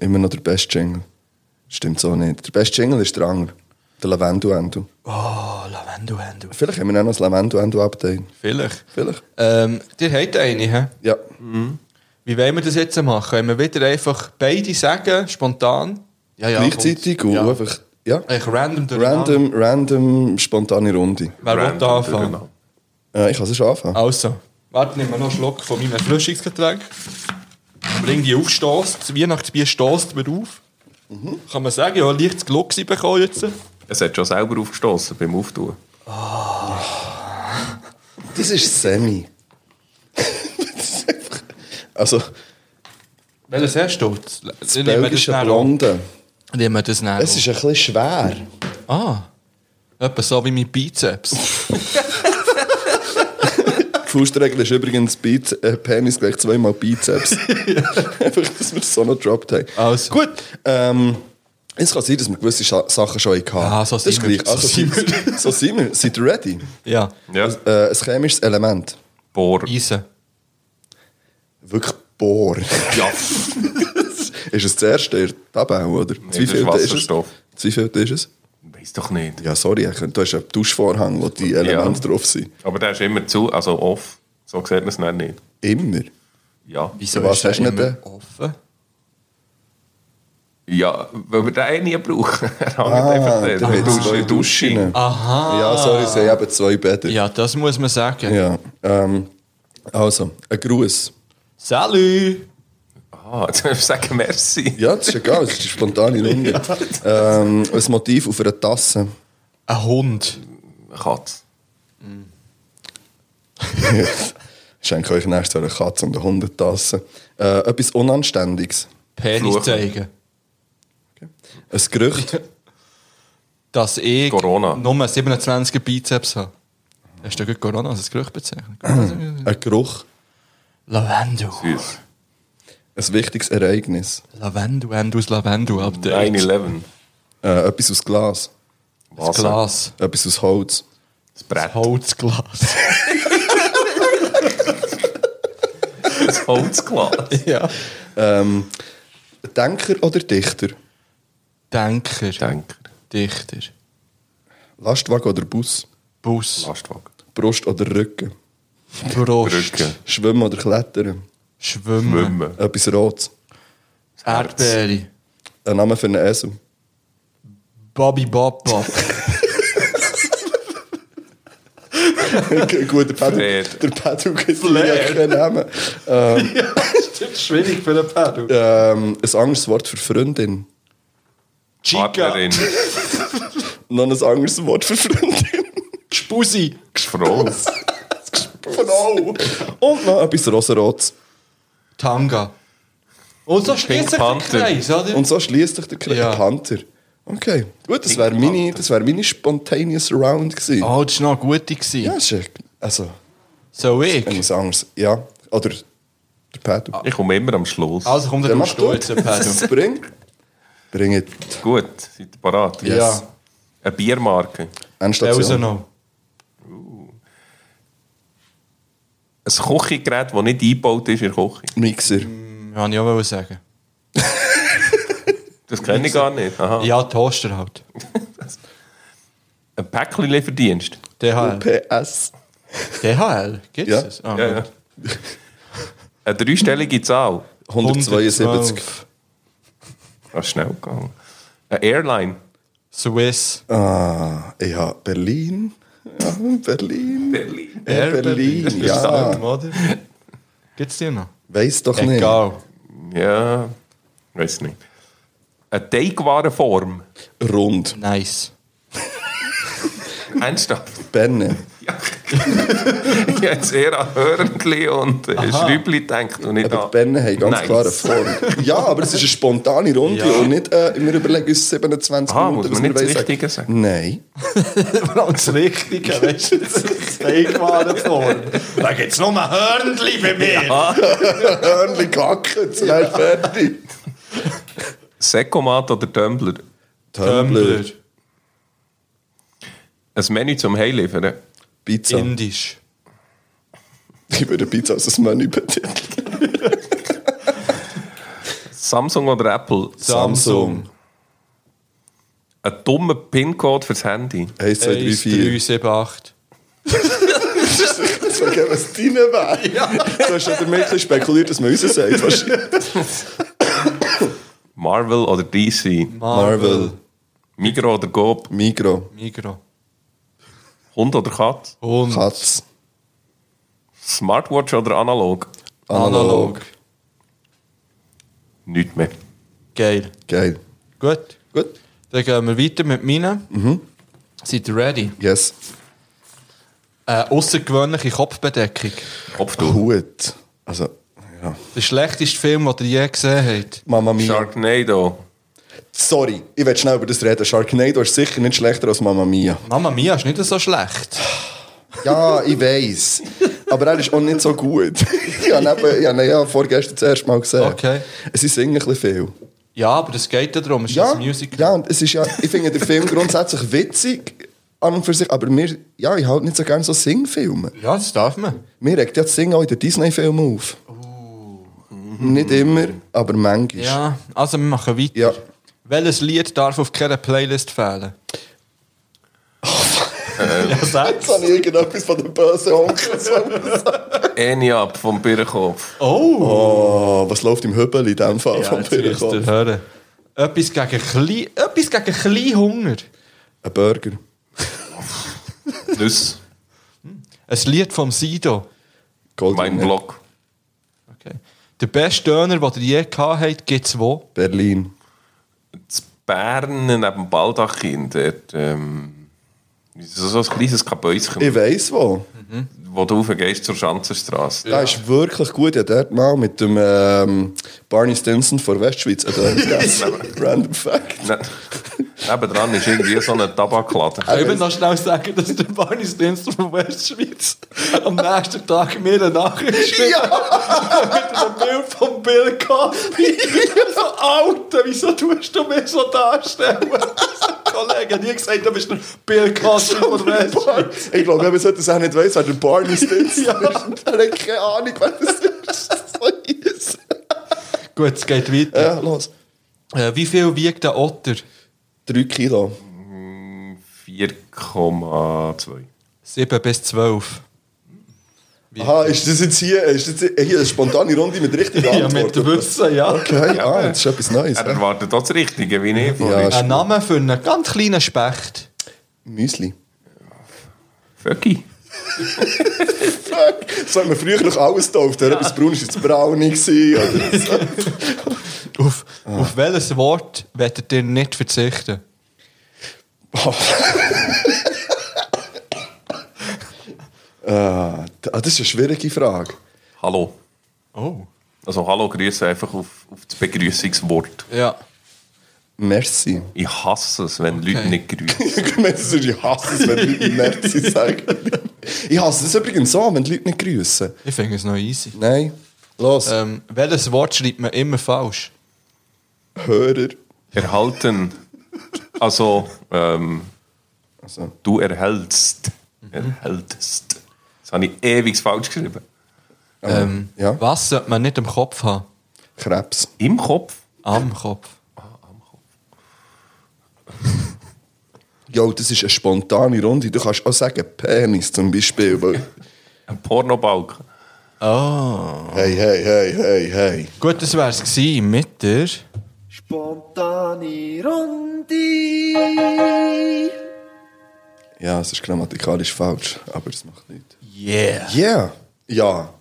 Speaker 2: Immer noch der beste Jingle. Stimmt so nicht. Der beste Jingle ist der andere. Der Lavendu-Endu.
Speaker 1: Oh, Lavendel, Lavendel.
Speaker 2: Vielleicht haben wir auch noch das Lavendu-Endu-Update.
Speaker 1: Vielleicht.
Speaker 2: Vielleicht.
Speaker 1: Ähm, ihr habt eine, hä?
Speaker 2: Ja.
Speaker 1: Wie wollen wir das jetzt machen? Wenn wir wieder einfach beide sagen, spontan? Ja, ja.
Speaker 2: Gleichzeitig und
Speaker 1: Ja.
Speaker 2: einfach... Ja.
Speaker 1: Ich random durcheinander.
Speaker 2: Random, random, spontane Runde.
Speaker 1: Wer will da anfangen?
Speaker 4: Genau.
Speaker 2: Äh, ich kann es schon anfangen.
Speaker 1: Also, warte, nehmen wir noch einen Schluck von meinem Flüssiggetränk. Bring die auf, stoßt. Das Weihnachtsbier stoßt mir auf.
Speaker 2: Mhm.
Speaker 1: Kann man sagen, ja, leichtes Glück bekommen jetzt.
Speaker 4: Es hat schon selber aufgestoßen beim Auftun.
Speaker 2: Das ist Semi. das ist einfach... Also,
Speaker 1: Welches hast du? Das ich nehme das
Speaker 2: belgische
Speaker 1: näher an.
Speaker 2: Blonde.
Speaker 1: Ich nehme das näher
Speaker 2: Es ist ein bisschen schwer.
Speaker 1: an. Ah, etwa so wie mein Bizeps.
Speaker 2: Die Faustregel ist übrigens Bize äh, Penis gleich zweimal Bizeps. Einfach, dass wir das so noch gedroppt haben.
Speaker 1: Also.
Speaker 2: Gut, ähm, es kann sein, dass wir gewisse Scha Sachen schon hatten.
Speaker 1: Ah, so
Speaker 2: Das ist
Speaker 1: sind wir.
Speaker 2: gleich.
Speaker 1: So
Speaker 2: Also,
Speaker 1: sind wir.
Speaker 2: so sind wir. Seid ihr ready?
Speaker 1: ja,
Speaker 4: Ja.
Speaker 2: Äh, ein chemisches Element.
Speaker 4: Bohr.
Speaker 1: Eisen.
Speaker 2: Wirklich Bohr.
Speaker 4: Ja.
Speaker 2: ist es das erste in der Tabelle, oder?
Speaker 4: das ist Wasserstoff.
Speaker 2: es? Zwiefeld ist es?
Speaker 4: Weiß doch nicht.
Speaker 2: Ja, sorry, ich könnte- du hast einen Duschvorhang, wo die Elemente drauf sind.
Speaker 4: Aber der ist immer zu, also off. So sieht man es dann nicht.
Speaker 2: Immer.
Speaker 4: Ja.
Speaker 1: Wieso
Speaker 2: Was
Speaker 1: ist der
Speaker 2: hast du denn
Speaker 1: immer
Speaker 2: da?
Speaker 1: offen?
Speaker 4: Ja, weil wir den eh nie brauchen. Er hängt
Speaker 2: Ah,
Speaker 4: einfach
Speaker 2: der
Speaker 4: drin.
Speaker 2: hat
Speaker 4: Dusche-
Speaker 2: zwei Duschen.
Speaker 4: Dusche.
Speaker 1: Aha.
Speaker 2: Ja, sorry, sie haben eben zwei Bäder.
Speaker 1: Ja, das muss man sagen.
Speaker 2: Ja, ähm, also, ein Gruß.
Speaker 1: Salut!
Speaker 4: Ah, jetzt muss ich sagen Merci.
Speaker 2: Ja, das ist egal, das ist eine spontane Runde. ähm, ein Motiv auf einer Tasse.
Speaker 1: Ein Hund.
Speaker 4: Katz.
Speaker 2: Ich schenke euch nächstes Jahr eine Katze und eine Hundetasse. Äh, etwas Unanständiges.
Speaker 1: Penis
Speaker 4: Fluchen.
Speaker 1: zeigen.
Speaker 2: Ein Gerücht.
Speaker 1: Dass ich
Speaker 4: Corona.
Speaker 1: nur 27 Bizeps habe. Hast du gut Corona als ein Gerücht bezeichnet?
Speaker 2: ein Geruch.
Speaker 1: Lavendel.
Speaker 4: Süß.
Speaker 2: Ein wichtiges Ereignis.
Speaker 1: Lavendel, Ende aus Lavendel. Update.
Speaker 4: 9-11.
Speaker 2: Äh, etwas aus Glas.
Speaker 1: Das Glas.
Speaker 2: Etwas aus Holz.
Speaker 4: Das Brett.
Speaker 1: Holzglas.
Speaker 4: Das Holzglas.
Speaker 1: ja.
Speaker 2: Ähm, Denker oder Dichter?
Speaker 1: Denker.
Speaker 4: Denker.
Speaker 1: Dichter.
Speaker 2: Lastwagen oder Bus?
Speaker 1: Bus.
Speaker 4: Lastwagen.
Speaker 2: Brust oder Rücken?
Speaker 1: Brust.
Speaker 4: Brücke.
Speaker 2: Schwimmen oder Klettern?
Speaker 1: Schwimmen.
Speaker 4: Schwimmen.
Speaker 2: Etwas Rotes.
Speaker 1: Erdbeere.
Speaker 2: Ein Name für einen Esel.
Speaker 1: Bobby Bob Bob.
Speaker 2: Gut, der Pedro,
Speaker 4: Fred.
Speaker 2: der Pedro gibt mir ja keinen Namen.
Speaker 1: Schwierig für den Pedro.
Speaker 2: Ähm, ein anderes Wort für Freundin.
Speaker 1: Chica.
Speaker 4: Partnerin.
Speaker 2: Noch ein anderes Wort für Freundin.
Speaker 1: Spusi.
Speaker 4: Frau.
Speaker 2: Von all. Und noch etwas Rosarotes.
Speaker 1: Tanga. Und so schließt sich der
Speaker 4: Panther.
Speaker 1: Kreis, oder?
Speaker 2: Und so schließt sich der Kreis.
Speaker 1: Ja.
Speaker 2: Panther. Okay, gut, das wäre meine, das wär meine spontaneous Round gewesen.
Speaker 1: oh, das war noch eine gute. gewesen.
Speaker 2: Ja, ist, ja- also,
Speaker 1: So
Speaker 2: wenn
Speaker 1: ich.
Speaker 2: es anders Ja, oder der Pedro.
Speaker 1: Ah,
Speaker 4: Ich komme immer am Schluss.
Speaker 1: Also kommt der
Speaker 2: Dann
Speaker 1: Dusch
Speaker 2: machst
Speaker 1: durch, der Pedro.
Speaker 2: es. Bring. Bring it.
Speaker 4: Gut, seid ihr bereit?
Speaker 2: Yes.
Speaker 1: Ja.
Speaker 4: Eine Biermarke.
Speaker 1: Also
Speaker 2: Endstation.
Speaker 1: noch.
Speaker 4: Ein Küchengerät, das nicht eingebaut ist in der Küche.
Speaker 2: Mixer.
Speaker 1: Ja, ich auch sagen.
Speaker 4: Das kenne ich gar nicht. Aha.
Speaker 1: Ja, Toaster halt.
Speaker 4: Ein Päckchen-Lieferdienst.
Speaker 1: DHL.
Speaker 2: PS.
Speaker 1: DHL? Gibt's
Speaker 2: Ja.
Speaker 1: es? Ah,
Speaker 4: Ja, ja.
Speaker 1: gut.
Speaker 4: Eine dreistellige Zahl.
Speaker 2: 172.
Speaker 1: 112.
Speaker 4: Das ist schnell gegangen. Eine Airline.
Speaker 1: Swiss.
Speaker 2: Ah, ja, Berlin. Ja, Berlin.
Speaker 4: Berlin.
Speaker 2: Air Berlin,
Speaker 1: Ist das
Speaker 2: ja.
Speaker 1: alt, oder? Gibt's die noch?
Speaker 2: Weiß doch nicht.
Speaker 1: Egal.
Speaker 4: Ja, weiß nicht. Eine Teigwarenform.
Speaker 2: Rund.
Speaker 1: Nice.
Speaker 4: Ernsthaft?
Speaker 2: Berne.
Speaker 4: Ja. ich habe jetzt eher an Hörnchen und äh, Schrübli gedacht und nicht
Speaker 2: Aber
Speaker 4: an...
Speaker 2: die Berne haben ganz
Speaker 4: Nice.
Speaker 2: klare Form. Ja, aber es ist eine spontane Runde
Speaker 1: Ja.
Speaker 2: und nicht, äh, wir überlegen uns 27
Speaker 4: Aha,
Speaker 2: Minuten,
Speaker 4: muss man nicht das
Speaker 2: wollen sagen.
Speaker 4: Richtige sagen?
Speaker 2: Nein.
Speaker 1: Genau das Richtige, weißt du? Das Steigwarenform. Da gibt's nur ein Hörnli bei mir.
Speaker 2: Hörnli kacken, jetzt wäre fertig.
Speaker 4: Sekomat oder Tumblr.
Speaker 1: Tumblr.
Speaker 4: Ein Menü zum Heimliefern.
Speaker 2: Pizza.
Speaker 1: Indisch.
Speaker 2: Ich würde Pizza als ein Menü betiteln.
Speaker 4: Samsung oder Apple.
Speaker 2: Samsung.
Speaker 4: Ein dummer PIN-Code fürs Handy.
Speaker 2: 1, 2, 3, 4.
Speaker 1: 1378.
Speaker 2: Das wäre gerne, was deine wäre. Du hast ja damit ein bisschen spekuliert, dass man uns sagt. wahrscheinlich.
Speaker 4: Marvel oder DC.
Speaker 2: Marvel,
Speaker 4: Migros oder Coop.
Speaker 2: Migro,
Speaker 1: Migro.
Speaker 4: Hund oder Katz.
Speaker 1: Und
Speaker 2: Katz,
Speaker 4: Smartwatch oder analog.
Speaker 2: Analog.
Speaker 4: Nicht mehr.
Speaker 1: Geil.
Speaker 2: Geil.
Speaker 1: Gut.
Speaker 2: Gut.
Speaker 1: Dann gehen wir weiter mit meinen. Seid ihr ready?
Speaker 2: Yes.
Speaker 1: Eine außergewöhnliche Kopfbedeckung.
Speaker 4: Kopftuch.
Speaker 2: Hut. Also, ja.
Speaker 1: Der schlechteste Film, den ihr je gesehen habt.
Speaker 2: Mama Mia.
Speaker 4: Sharknado.
Speaker 2: Sorry, ich will schnell über das reden. Sharknado ist sicher nicht schlechter als Mama Mia.
Speaker 1: Mama Mia ist nicht so schlecht.
Speaker 2: Ja, ich weiß. Aber er ist auch nicht so gut. ich habe ihn eben- ich habe ihn ja vorgestern das erste Mal gesehen.
Speaker 1: Okay.
Speaker 2: Es ist ein bisschen viel.
Speaker 1: Ja, aber es geht ja darum. Es ist
Speaker 2: Ja,
Speaker 1: ein Musical.
Speaker 2: ja, und es ist ja, ich finde den Film grundsätzlich witzig an und für sich, aber mir, ja, ich halt nicht so gerne so Singfilme.
Speaker 1: Ja, das darf man.
Speaker 2: Mir regt ja das Singen auch in den Disney-Filmen auf. Oh, Nicht immer, aber manchmal.
Speaker 1: Ja, also wir machen weiter.
Speaker 2: Ja.
Speaker 1: Welches Lied darf auf keiner Playlist fehlen? ja, sag's.
Speaker 2: Jetzt habe ich irgendetwas von den bösen Onkel.
Speaker 4: Eniab vom Birrenkopf.
Speaker 1: Oh!
Speaker 2: Oh, was läuft im Höbel in diesem Fall
Speaker 1: Ja,
Speaker 2: vom
Speaker 1: jetzt wirst du
Speaker 2: Pirkopf?
Speaker 1: hören. Etwas gegen Klein, etwas gegen Kleinhunger.
Speaker 2: Ein Burger.
Speaker 4: Das
Speaker 1: Ein Lied vom Sido.
Speaker 2: Gold
Speaker 4: mein Blog.
Speaker 1: Okay. Der beste Döner, den ihr je gehabt habt, gibt es wo?
Speaker 2: Berlin.
Speaker 4: In Bern, neben Baldachin, dort, ähm, so, so ein kleines Kabäuschen,
Speaker 2: Ich weiss wo.
Speaker 4: wo du raufgehst zur Schanzenstrasse.
Speaker 2: Der ist wirklich gut. Ich habe dort mal mit dem ähm, Barney Stinson von Westschweiz einen Döner gegessen. Random Fact.
Speaker 4: Ne- Nebendran ist irgendwie so ein Tabakladen.
Speaker 1: Ich
Speaker 2: Äh. Also-
Speaker 1: will noch schnell sagen, dass der Barney Stinson von Westschweiz am nächsten Tag mir eine Nachricht geschrieben hat. Mit einem Bild von Bill Cosby. so, Alter, wieso tust du mich so darstellen? Kollege, hat nie gesagt, du bist der Bill Cosby von Westschweiz.
Speaker 2: Ich glaube, man sollte das auch nicht wissen, weil der Barney Stinson ist. Er hat keine Ahnung, wer das ist. So ist.
Speaker 1: Gut, es geht weiter.
Speaker 2: Ja, los.
Speaker 1: Äh, wie viel wiegt der Otter?
Speaker 2: 3 Kilo.
Speaker 4: 4,2.
Speaker 1: 7 bis 12.
Speaker 2: Aha, ist das jetzt hier, ist das jetzt hier eine spontane Runde mit richtigen
Speaker 1: Ja,
Speaker 2: Antworten?
Speaker 1: mit dem Wissen, ja.
Speaker 2: Okay, ah, jetzt ist etwas Neues.
Speaker 4: Er erwartet auch das Richtige, wie ich vorhin.
Speaker 2: Ja,
Speaker 1: Ein Name für einen ganz kleinen Specht.
Speaker 2: Müsli.
Speaker 4: Vöcki.
Speaker 2: So haben wir früher noch alles getauft. Ja. Etwas braun war jetzt brownie. gewesen, Oder so.
Speaker 1: Auf,
Speaker 2: Ah.
Speaker 1: auf welches Wort werdet ihr nicht verzichten?
Speaker 2: ah, d- ah, das ist eine schwierige Frage.
Speaker 4: Hallo.
Speaker 1: Oh.
Speaker 4: Also Hallo grüße einfach auf, auf das Begrüßungswort.
Speaker 1: Ja.
Speaker 2: Merci.
Speaker 4: Ich hasse es, wenn Leute nicht grüßen.
Speaker 2: Ich meine, das ist- ich hasse es, wenn Leute Merci sagen. Ich hasse es übrigens auch, wenn die Leute nicht grüßen.
Speaker 1: Ich finde es noch easy.
Speaker 2: Nein. Los.
Speaker 1: Ähm, welches Wort schreibt man immer falsch?
Speaker 2: Hörer.
Speaker 4: Erhalten. Also, ähm,
Speaker 2: Also,
Speaker 4: du erhältst. Erhältst. Das habe ich ewig falsch geschrieben.
Speaker 1: Ähm,
Speaker 2: ja.
Speaker 1: Was sollte man nicht im Kopf haben?
Speaker 2: Krebs.
Speaker 4: Im Kopf.
Speaker 1: Am Kopf.
Speaker 2: Jo, das ist eine spontane Runde. Du kannst auch sagen Penis zum Beispiel. Weil,
Speaker 4: Ein Pornobalken.
Speaker 2: hey, hey, hey, hey, hey.
Speaker 1: Gut, das wär's gewesen mit der...
Speaker 7: Spontane Runde.
Speaker 2: Ja, es ist grammatikalisch falsch, aber es macht nichts.
Speaker 1: Yeah.
Speaker 2: Yeah. Ja.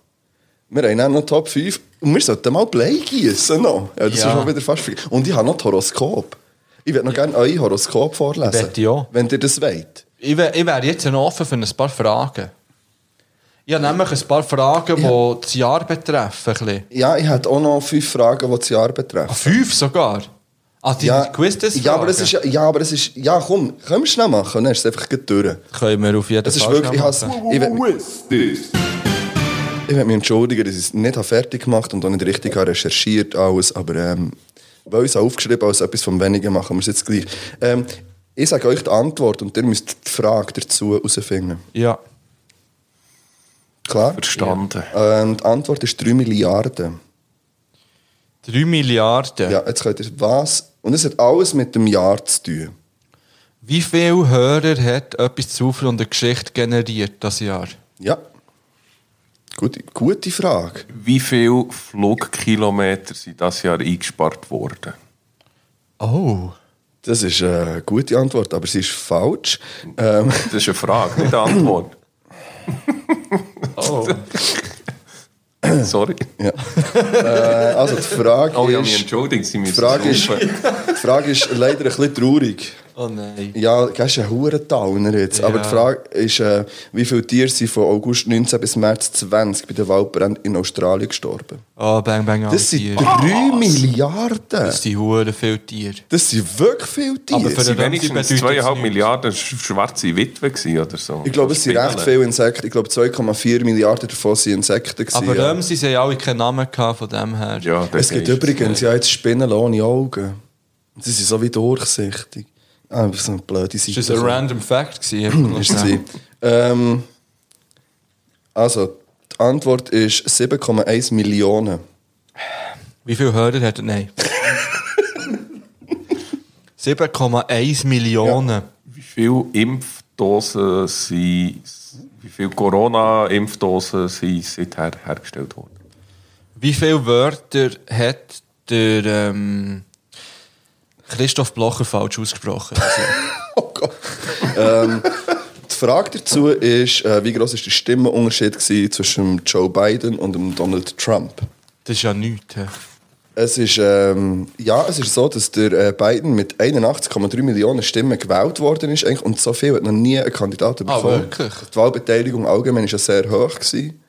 Speaker 2: Wir haben auch noch Top 5. Und wir sollten mal Blei gießen noch. Ja, das
Speaker 1: Ja.
Speaker 2: ist schon wieder fast vergessen. Und ich habe noch das Horoskop. Ich würde noch gerne euer Horoskop vorlesen.
Speaker 1: Wette ja.
Speaker 2: Wenn ihr das wollt.
Speaker 1: Ich, wär- ich wäre jetzt noch offen für ein paar Fragen. Ich habe nämlich ein paar Fragen, die das Jahr betreffen. ein bisschen.
Speaker 2: Ja, ich hätte auch noch fünf Fragen, die das Jahr betreffen.
Speaker 1: Fünf sogar? Ah, die
Speaker 2: Ja,
Speaker 1: quiz das
Speaker 2: ja, aber es ist, ja, aber es ist, ja, komm, können wir schnell machen, dann ist es einfach gleich durch.
Speaker 1: Können wir auf jeden
Speaker 2: Es ist
Speaker 1: Fall
Speaker 2: wirklich, ich,
Speaker 1: schnell
Speaker 2: has,
Speaker 1: machen.
Speaker 2: ich will mich, ich will mich entschuldigen, dass ich es nicht habe fertig gemacht und auch nicht richtig habe recherchiert alles, aber ähm, weil ich es aufgeschrieben als etwas vom Wenigen machen wir es jetzt gleich. Ähm, ich sage euch die Antwort und ihr müsst die Frage dazu herausfinden.
Speaker 1: Ja.
Speaker 2: Klar?
Speaker 4: Verstanden.
Speaker 2: Ähm, die Antwort ist 3 Milliarden.
Speaker 1: 3 Milliarden.
Speaker 2: Ja, jetzt könnt ihr was? Und es hat alles mit dem Jahr zu tun.
Speaker 1: Wie viele Hörer hat etwas zu viel und eine Geschichte generiert das Jahr?
Speaker 2: Ja. Gute, gute Frage.
Speaker 4: Wie viele Flugkilometer sind das Jahr eingespart worden?
Speaker 1: Oh.
Speaker 2: Das ist eine gute Antwort, aber sie ist falsch. Ähm,
Speaker 4: Das ist eine Frage, nicht eine Antwort.
Speaker 1: oh.
Speaker 4: Sorry.
Speaker 2: also die Frage
Speaker 4: Oh, ich habe mich
Speaker 2: ist...
Speaker 4: entschuldigt. Sie
Speaker 2: Die
Speaker 4: müssen
Speaker 2: Frage ist,
Speaker 4: rufen.
Speaker 2: die Frage ist leider ein bisschen traurig.
Speaker 1: oh nein.
Speaker 2: Ja, das ist ein Hurentauner jetzt. Aber
Speaker 1: Ja.
Speaker 2: die Frage ist, äh, wie viele Tiere sind von August 19 bis März 20 bei den Waldbränden in Australien gestorben?
Speaker 1: Oh, Bang Bang alle
Speaker 2: Das sind
Speaker 1: Tiere.
Speaker 2: 3 Milliarden.
Speaker 1: Ah, Das sind hure viele Tiere.
Speaker 2: Das sind wirklich viele
Speaker 1: Aber für
Speaker 2: Tiere.
Speaker 1: den-
Speaker 4: wenigstens
Speaker 1: bedeutet
Speaker 4: 2,5
Speaker 1: nichts.
Speaker 4: Milliarden sch- schwarze Witwe gewesen oder so.
Speaker 2: Ich glaube, es sind recht
Speaker 4: Spinnen.
Speaker 2: viele Insekten. Ich glaube, 2,4 Milliarden davon sind Insekten. Gewesen,
Speaker 1: Aber
Speaker 2: ja.
Speaker 1: ähm, sie haben alle keinen Namen gehabt von dem her.
Speaker 4: Ja, der
Speaker 2: Es gibt
Speaker 4: Geist.
Speaker 2: übrigens ja jetzt Spinnen ohne Augen. Sie sind so wie durchsichtig. Ah, das sind blöde Seite.
Speaker 1: Ist das ein random Fact gewesen?
Speaker 2: Also- Ist sie. Ähm, also, die Antwort ist 7,1 Millionen.
Speaker 1: Wie viele Hörer hat er? Nein. 7,1 Millionen.
Speaker 4: Wie viele Impfdosen sind, wie viele Corona-Impfdosen sind seither hergestellt worden?
Speaker 1: Wie viele Wörter hat der ähm, Christoph Blocher falsch ausgesprochen. Also,
Speaker 2: Oh Gott. ähm, die Frage dazu ist, äh, wie groß ist der Stimmenunterschied gewesen zwischen dem Joe Biden und dem Donald Trump?
Speaker 1: das ist ja nichts. hä?
Speaker 2: Es ist, ähm, ja, es ist so, dass der äh, Biden mit 81,3 Millionen Stimmen gewählt worden ist eigentlich, und so viel hat noch nie ein Kandidat bekommen.
Speaker 1: wirklich?
Speaker 2: Die Wahlbeteiligung allgemein war ja sehr hoch. Gewesen.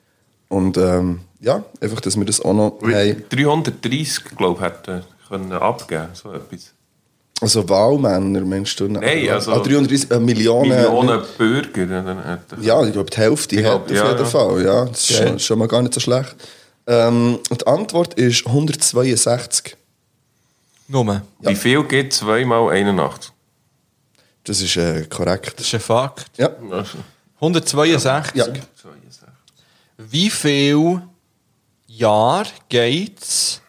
Speaker 2: Und ähm, ja, einfach, dass wir das auch noch haben.
Speaker 4: 330, glaube ich, hätte können abgeben so etwas.
Speaker 2: Also Wahlmänner, meinst du?
Speaker 4: Nein, also-
Speaker 2: Ah, 330 äh, Millionen.
Speaker 4: Millionen Bürger. äh,
Speaker 2: Ja, ich glaube, die Hälfte
Speaker 4: Ich glaub,
Speaker 2: hat auf
Speaker 4: ja,
Speaker 2: jeden
Speaker 4: ja.
Speaker 2: Fall. Ja, das ist schon, schon mal gar nicht so schlecht. Ähm, und die Antwort ist 162.
Speaker 1: Nur,
Speaker 4: Wie viel gibt 2 mal 81?
Speaker 2: Das ist äh, korrekt.
Speaker 1: das ist ein Fakt.
Speaker 2: Ja.
Speaker 4: Also,
Speaker 1: 162.
Speaker 2: ja.
Speaker 4: 62.
Speaker 1: Wie viel Jahr geht es,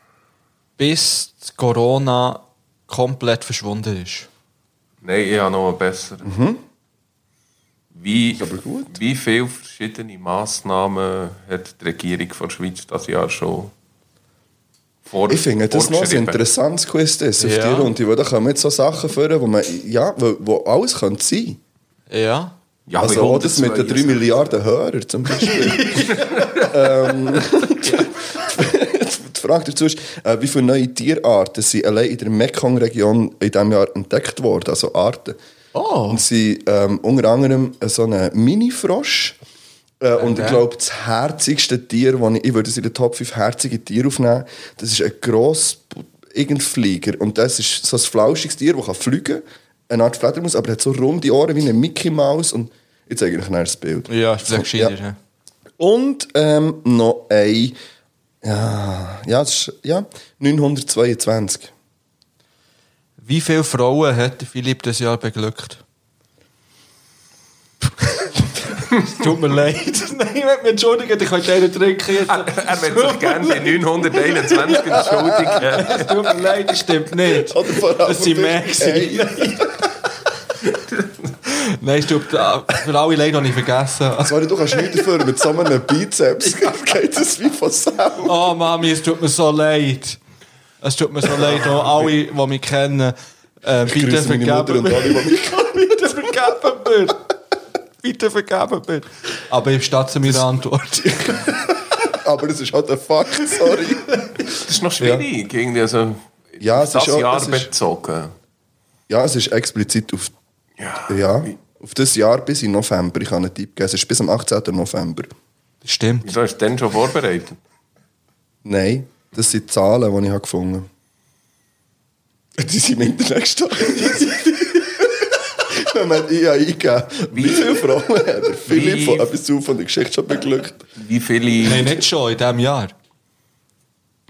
Speaker 1: bis die Corona komplett verschwunden ist?
Speaker 4: Nein, ich habe noch einen besseren. Wie,
Speaker 2: Mhm. aber gut.
Speaker 4: wie viele verschiedene Massnahmen hat die Regierung von der Schweiz das Jahr schon vor
Speaker 2: Ich finde das noch ein
Speaker 4: fortgeschrieben?
Speaker 2: interessantes Quiz das auf
Speaker 1: Ja.
Speaker 2: die Runde, weil da kommen jetzt so Sachen vor, wo man, ja, wo, wo alles kann sein
Speaker 1: Ja.
Speaker 4: Ja,
Speaker 2: Also
Speaker 4: aber
Speaker 2: auch das mit den 3
Speaker 4: 162.
Speaker 2: Milliarden Hörern zum Beispiel. ähm, die Frage dazu ist, äh, wie viele neue Tierarten sind allein in der Mekong-Region in diesem Jahr entdeckt worden, also Arten.
Speaker 1: Oh.
Speaker 2: Und sie ähm, unter anderem so einen Mini-Frosch. Äh, und ich
Speaker 1: Okay.
Speaker 2: glaube, das herzigste Tier, das ich, ich würde es in den Top 5 herzige Tiere aufnehmen, das ist ein gross, irgendein Flieger. Und das ist so ein flauschiges Tier, das kann fliegen kann, eine Art Fledermaus, aber hat so runde Ohren wie ein Mickey Mouse. Und ich zeige euch nachher das Bild.
Speaker 1: Ja, ist sehr gescheiter.
Speaker 2: Ja.
Speaker 1: Ja.
Speaker 2: Und ähm, noch ein, ja, ja, das ist, ja, 922.
Speaker 1: Wie viele Frauen hat der Philipp das Jahr beglückt? Tut mir leid. Nein, ich will mich entschuldigen, ich kann den trinken. jetzt.
Speaker 4: Er wird sich gerne bei 921 entschuldigen.
Speaker 1: Es tut mir leid, das stimmt nicht.
Speaker 2: Oder vor allem
Speaker 1: Das sind mehr
Speaker 2: durch-
Speaker 1: gewesen. Nein, ich glaube, für alle Leute habe ich vergessen.
Speaker 2: Sorry, du kannst nichts dafür, mit so einem Bizeps geht das wie von selber.
Speaker 1: Oh Mami, es tut mir so leid. Es tut mir so leid, auch alle, die mich kennen. Äh, bitte
Speaker 2: Grüße meine Mutter
Speaker 1: vergeben
Speaker 2: und alle,
Speaker 1: mir.
Speaker 2: die mich
Speaker 1: Bitte vergeben mir. Bitte vergeben mir. Aber ich statte mir Antwort.
Speaker 2: Aber das ist halt ein Fakt, sorry.
Speaker 4: Das ist noch schwierig. Irgendwie also,
Speaker 2: Ja,
Speaker 4: auf
Speaker 2: es
Speaker 4: das
Speaker 2: ist auch-
Speaker 4: Jahr
Speaker 2: es ist-
Speaker 4: bezogen.
Speaker 2: Ja, es ist explizit auf,
Speaker 4: Ja.
Speaker 2: ja, auf das Jahr bis in November. Ich habe einen Tipp gegeben. Es ist bis am 18. November.
Speaker 1: Stimmt.
Speaker 4: Wieso hast du denn schon vorbereitet?
Speaker 2: Nein, das sind die Zahlen, die ich habe gefunden habe. Die sind im Internet gestanden. Wenn man die eingegeben wie viele Frauen hat der Philipp
Speaker 4: Wie-
Speaker 2: von etwas zu von der Geschichte schon beglückt?
Speaker 4: Wie viele.
Speaker 1: Nein, nicht schon in diesem Jahr.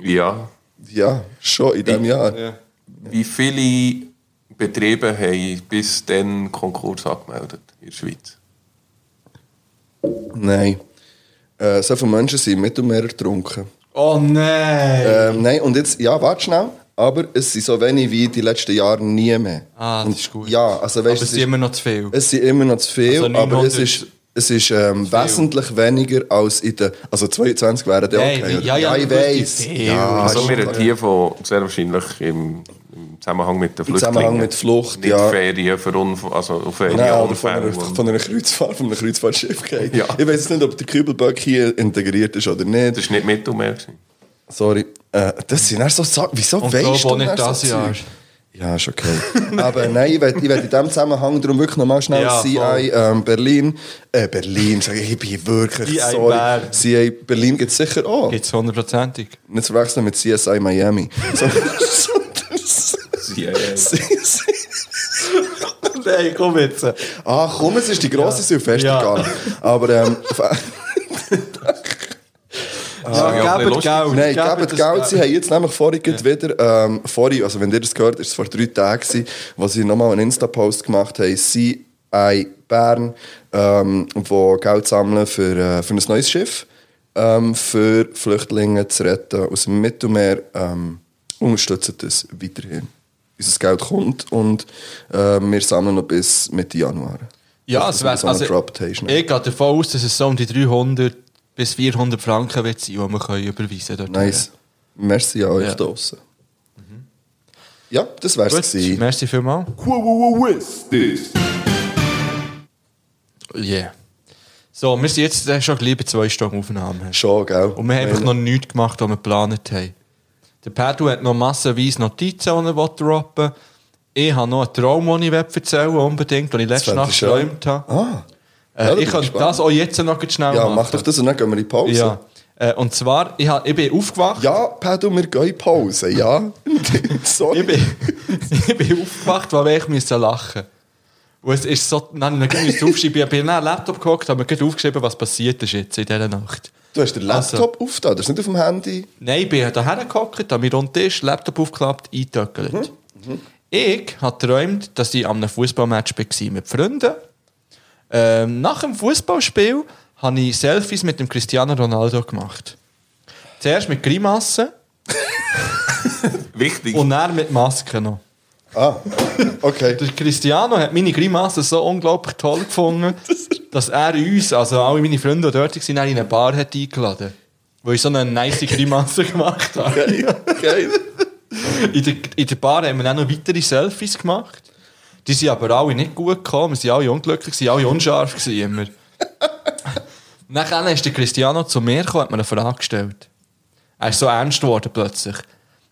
Speaker 4: Ja.
Speaker 2: Ja, schon in diesem Jahr.
Speaker 4: Wie viele Betriebe haben bis dann Konkurs angemeldet in der Schweiz?
Speaker 2: Nein. Äh, so viele Menschen sind im Mittelmeer ertrunken.
Speaker 1: Oh nein.
Speaker 2: Ähm, nein, und jetzt, ja, warte schnell, aber es sind so wenig wie die letzten Jahre nie mehr.
Speaker 1: Ah, das
Speaker 2: und,
Speaker 1: ist gut.
Speaker 2: Ja, also
Speaker 1: Aber
Speaker 2: weißt
Speaker 1: es
Speaker 2: es
Speaker 1: ist immer noch zu viel.
Speaker 2: es sind immer noch zu viel,
Speaker 1: Also
Speaker 2: aber es
Speaker 1: 900.
Speaker 2: ist, es ist ähm, wesentlich weniger als in den. Also 22 wären dann
Speaker 1: Nein,
Speaker 2: okay. oder?
Speaker 1: ja, ja,
Speaker 2: ich
Speaker 1: das ist
Speaker 2: weiß.
Speaker 1: viel.
Speaker 2: Ja,
Speaker 4: Also
Speaker 2: ist Ah,
Speaker 4: wir
Speaker 2: schon-
Speaker 4: haben hier von sehr wahrscheinlich im, im Zusammenhang mit den
Speaker 2: Im
Speaker 4: Flüchtlingen.
Speaker 2: Zusammenhang mit Flucht,
Speaker 4: nicht
Speaker 2: ja.
Speaker 4: Ferien für Unfall, also auf Ferien
Speaker 2: Nein, aber von
Speaker 4: Unfälle.
Speaker 2: einer, von einer Kreuzfahrt, von einem Kreuzfahrtschiff geht.
Speaker 4: Ja.
Speaker 2: Ich weiß jetzt nicht, ob der Kübelböck hier integriert ist oder nicht.
Speaker 4: das ist nicht Mittelmeer. gewesen.
Speaker 2: Sorry. Äh, das sind dann so Sachen. Wieso
Speaker 1: Und
Speaker 2: weißt
Speaker 1: glaube
Speaker 2: du
Speaker 1: auch nicht
Speaker 2: dann so
Speaker 1: das
Speaker 2: Zeug?
Speaker 1: Jahr.
Speaker 2: Ja, ist okay. Aber nein, ich werde ich werd in diesem Zusammenhang darum wirklich nochmal schnell
Speaker 1: Ja, voll.
Speaker 2: CI ähm, Berlin. Äh, Berlin, sag ich, ich bin wirklich
Speaker 1: CI
Speaker 2: sorry.
Speaker 1: Bern.
Speaker 2: CI Berlin gibt es sicher auch.
Speaker 1: Geht es hundertprozentig?
Speaker 2: Nicht zu verwechseln mit CSI Miami. So, so-
Speaker 4: Sie, äh,
Speaker 1: Nein, komm jetzt.
Speaker 2: ah, komm, es ist die grosse Silvestergala. Aber ähm,
Speaker 1: Ja,
Speaker 4: ja,
Speaker 1: gebt
Speaker 4: lustig.
Speaker 1: Geld.
Speaker 2: Nein,
Speaker 1: Gebt
Speaker 2: geben
Speaker 1: das
Speaker 2: die Geld. Sie haben jetzt nämlich vorhin gerade wieder, ähm, vorhin, also wenn ihr das gehört, ist es vor drei Tagen, gewesen, wo sie nochmal einen Insta-Post gemacht haben, CI Bern, ähm, wo Geld sammeln für, äh, für ein neues Schiff, ähm, für Flüchtlinge zu retten aus dem Mittelmeer. Ähm, unterstützen das weiterhin. Unser Geld kommt und äh, wir sammeln noch bis Mitte Januar.
Speaker 1: Ja, es
Speaker 2: Das ist
Speaker 1: wäre.
Speaker 2: so eine
Speaker 1: Also,
Speaker 2: Drop-Tation.
Speaker 1: ich gehe davon aus, dass es so um die 300 bis 400 Franken wird sein, die wir können überweisen können.
Speaker 2: Nice. Merci an euch
Speaker 1: Ja.
Speaker 2: da draussen. Mhm. Ja, das wär's
Speaker 1: Gut,
Speaker 2: gewesen.
Speaker 1: merci vielmals. Yeah. So, wir sind jetzt äh, schon gleich bei zwei Stunden Aufnahmen.
Speaker 2: Schon, gell?
Speaker 1: Und wir haben einfach
Speaker 2: Meine-
Speaker 1: noch nichts gemacht, was wir geplant haben. Der Pedro hat noch massenweise Notizen, die er droppen will. Ich habe noch einen Traum, den ich erzählen will, unbedingt, den ich
Speaker 2: Das
Speaker 1: letzte
Speaker 2: fände
Speaker 1: Nacht
Speaker 2: ich schön.
Speaker 1: geträumt habe.
Speaker 2: Ah,
Speaker 1: Äh,
Speaker 2: Ja, da bin
Speaker 1: ich
Speaker 2: ich
Speaker 1: könnte
Speaker 2: gespannt.
Speaker 1: das auch jetzt noch ganz schnell
Speaker 2: ja,
Speaker 1: machen.
Speaker 2: mach doch das und dann gehen wir in die Pause.
Speaker 1: Ah, Ja. Äh, und zwar, ich, hab, ich bin aufgewacht.
Speaker 2: Ja, Pedro, wir gehen in Pause, ja. Sorry.
Speaker 1: Ich, bin, ich bin aufgewacht, weil ich musste lachen. Und es ist so, dann musste ich musste aufschreiben, ich bin an den Laptop gehockt, habe mir gerade aufgeschrieben, was passiert ist jetzt in dieser Nacht.
Speaker 2: Du hast den
Speaker 1: Also.
Speaker 2: Laptop also. aufgetan, das ist nicht auf dem Handy.
Speaker 1: Nein, ich bin daher gehockt, habe mir rund den Tisch, Laptop aufgeklappt, eingetöckelt. Ich habe geträumt, dass ich an einem Fußballmatch war mit Freunden. Ähm, nach dem Fußballspiel habe ich Selfies mit dem Cristiano Ronaldo gemacht. Zuerst mit Grimassen
Speaker 4: Wichtig.
Speaker 1: und dann mit Masken noch.
Speaker 2: Ah, okay.
Speaker 1: Der Cristiano hat meine Grimasse so unglaublich toll gefunden, dass er uns, also alle meine Freunde, die dort waren, dann in eine Bar hat eingeladen Weil ich so eine nice Grimasse gemacht habe.
Speaker 2: Geil.
Speaker 1: In der, in der Bar haben wir dann noch weitere Selfies gemacht. Die sind aber alle nicht gut gekommen, wir sind alle unglücklich, sind alle unscharf gewesen immer. Nachher ist der Cristiano zu mir gekommen, hat mir eine Frage gestellt. Er ist so ernst geworden plötzlich.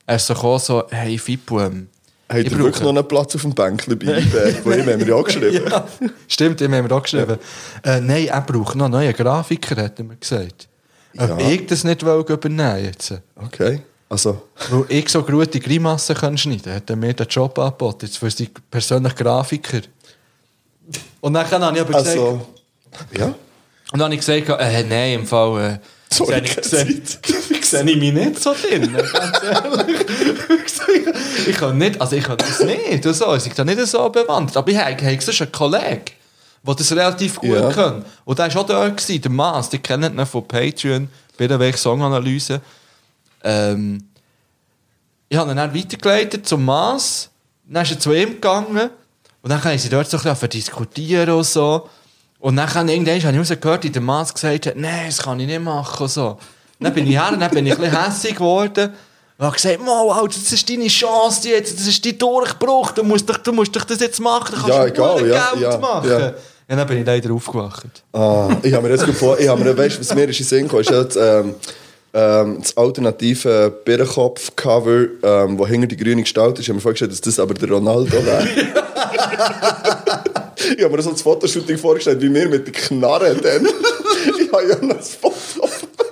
Speaker 1: Er ist so gekommen, so, hey Fippo, ähm,
Speaker 2: Habt ihr
Speaker 1: brauche-
Speaker 2: wirklich noch einen Platz auf dem Bänkchen bei eBay? Wo ich mir ja geschrieben.
Speaker 1: Ja, stimmt, ihm haben wir auch geschrieben. Äh, nein, er braucht noch einen neuen Grafiker, hat er mir gesagt. Ob
Speaker 2: Ja.
Speaker 1: ich das nicht wollte übernehmen jetzt.
Speaker 2: Okay, also,
Speaker 1: Weil ich so gute Grimassen kann schneiden kann, hat er mir den Job angeboten, jetzt für seinen persönlichen Grafiker. Und dann habe ich aber gesagt,
Speaker 2: also, ja.
Speaker 1: und dann habe ich gesagt äh, nein, im Fall... Äh,
Speaker 2: Sorry,
Speaker 1: sehe ich-
Speaker 2: keine
Speaker 1: sehe- sehe ich mich nicht so drin, ganz ehrlich. ich kann nicht, also ich kann das nicht, und so, ich bin da nicht so bewandert, aber ich habe habe sonst einen Kollegen, der das relativ gut
Speaker 2: Ja.
Speaker 1: kann. Und der war auch da, gewesen, der Maas, die kennen ihn von Patreon, bei der Weg Songanalyse. Ähm, ich habe ihn dann weitergeleitet zum Maas, dann ist er zu ihm gegangen und dann haben sie dort so ein bisschen diskutieren und so. Und dann habe ich irgendwann habe ich rausgehört, wie der Maas gesagt hat, nein, das kann ich nicht machen. und So. Dann bin ich her, dann bin ich ein bisschen hässig geworden und habe gesagt, «Mau, Alter, das ist deine Chance jetzt, das ist dein Durchbruch, du musst doch, du musst doch das jetzt machen, du kannst
Speaker 2: Ja,
Speaker 1: ja,
Speaker 2: egal,
Speaker 1: Geld
Speaker 2: ja, ja,
Speaker 1: machen.»
Speaker 2: ja.
Speaker 1: Und dann bin ich leider aufgewacht.
Speaker 2: Ah, ich habe mir jetzt vor, ich habe mir, weißt du, was mir ist in den Sinn gekommen, ist ja das, ähm, ähm, das alternative Birrenkopf-Cover, ähm, wo hinter die grüne Gestalt ist. Ich habe mir vorgestellt, dass das aber der Ronaldo wäre. ich habe mir so das Fotoshooting vorgestellt, wie wir mit der Knarre dann. ich habe ja noch das Foto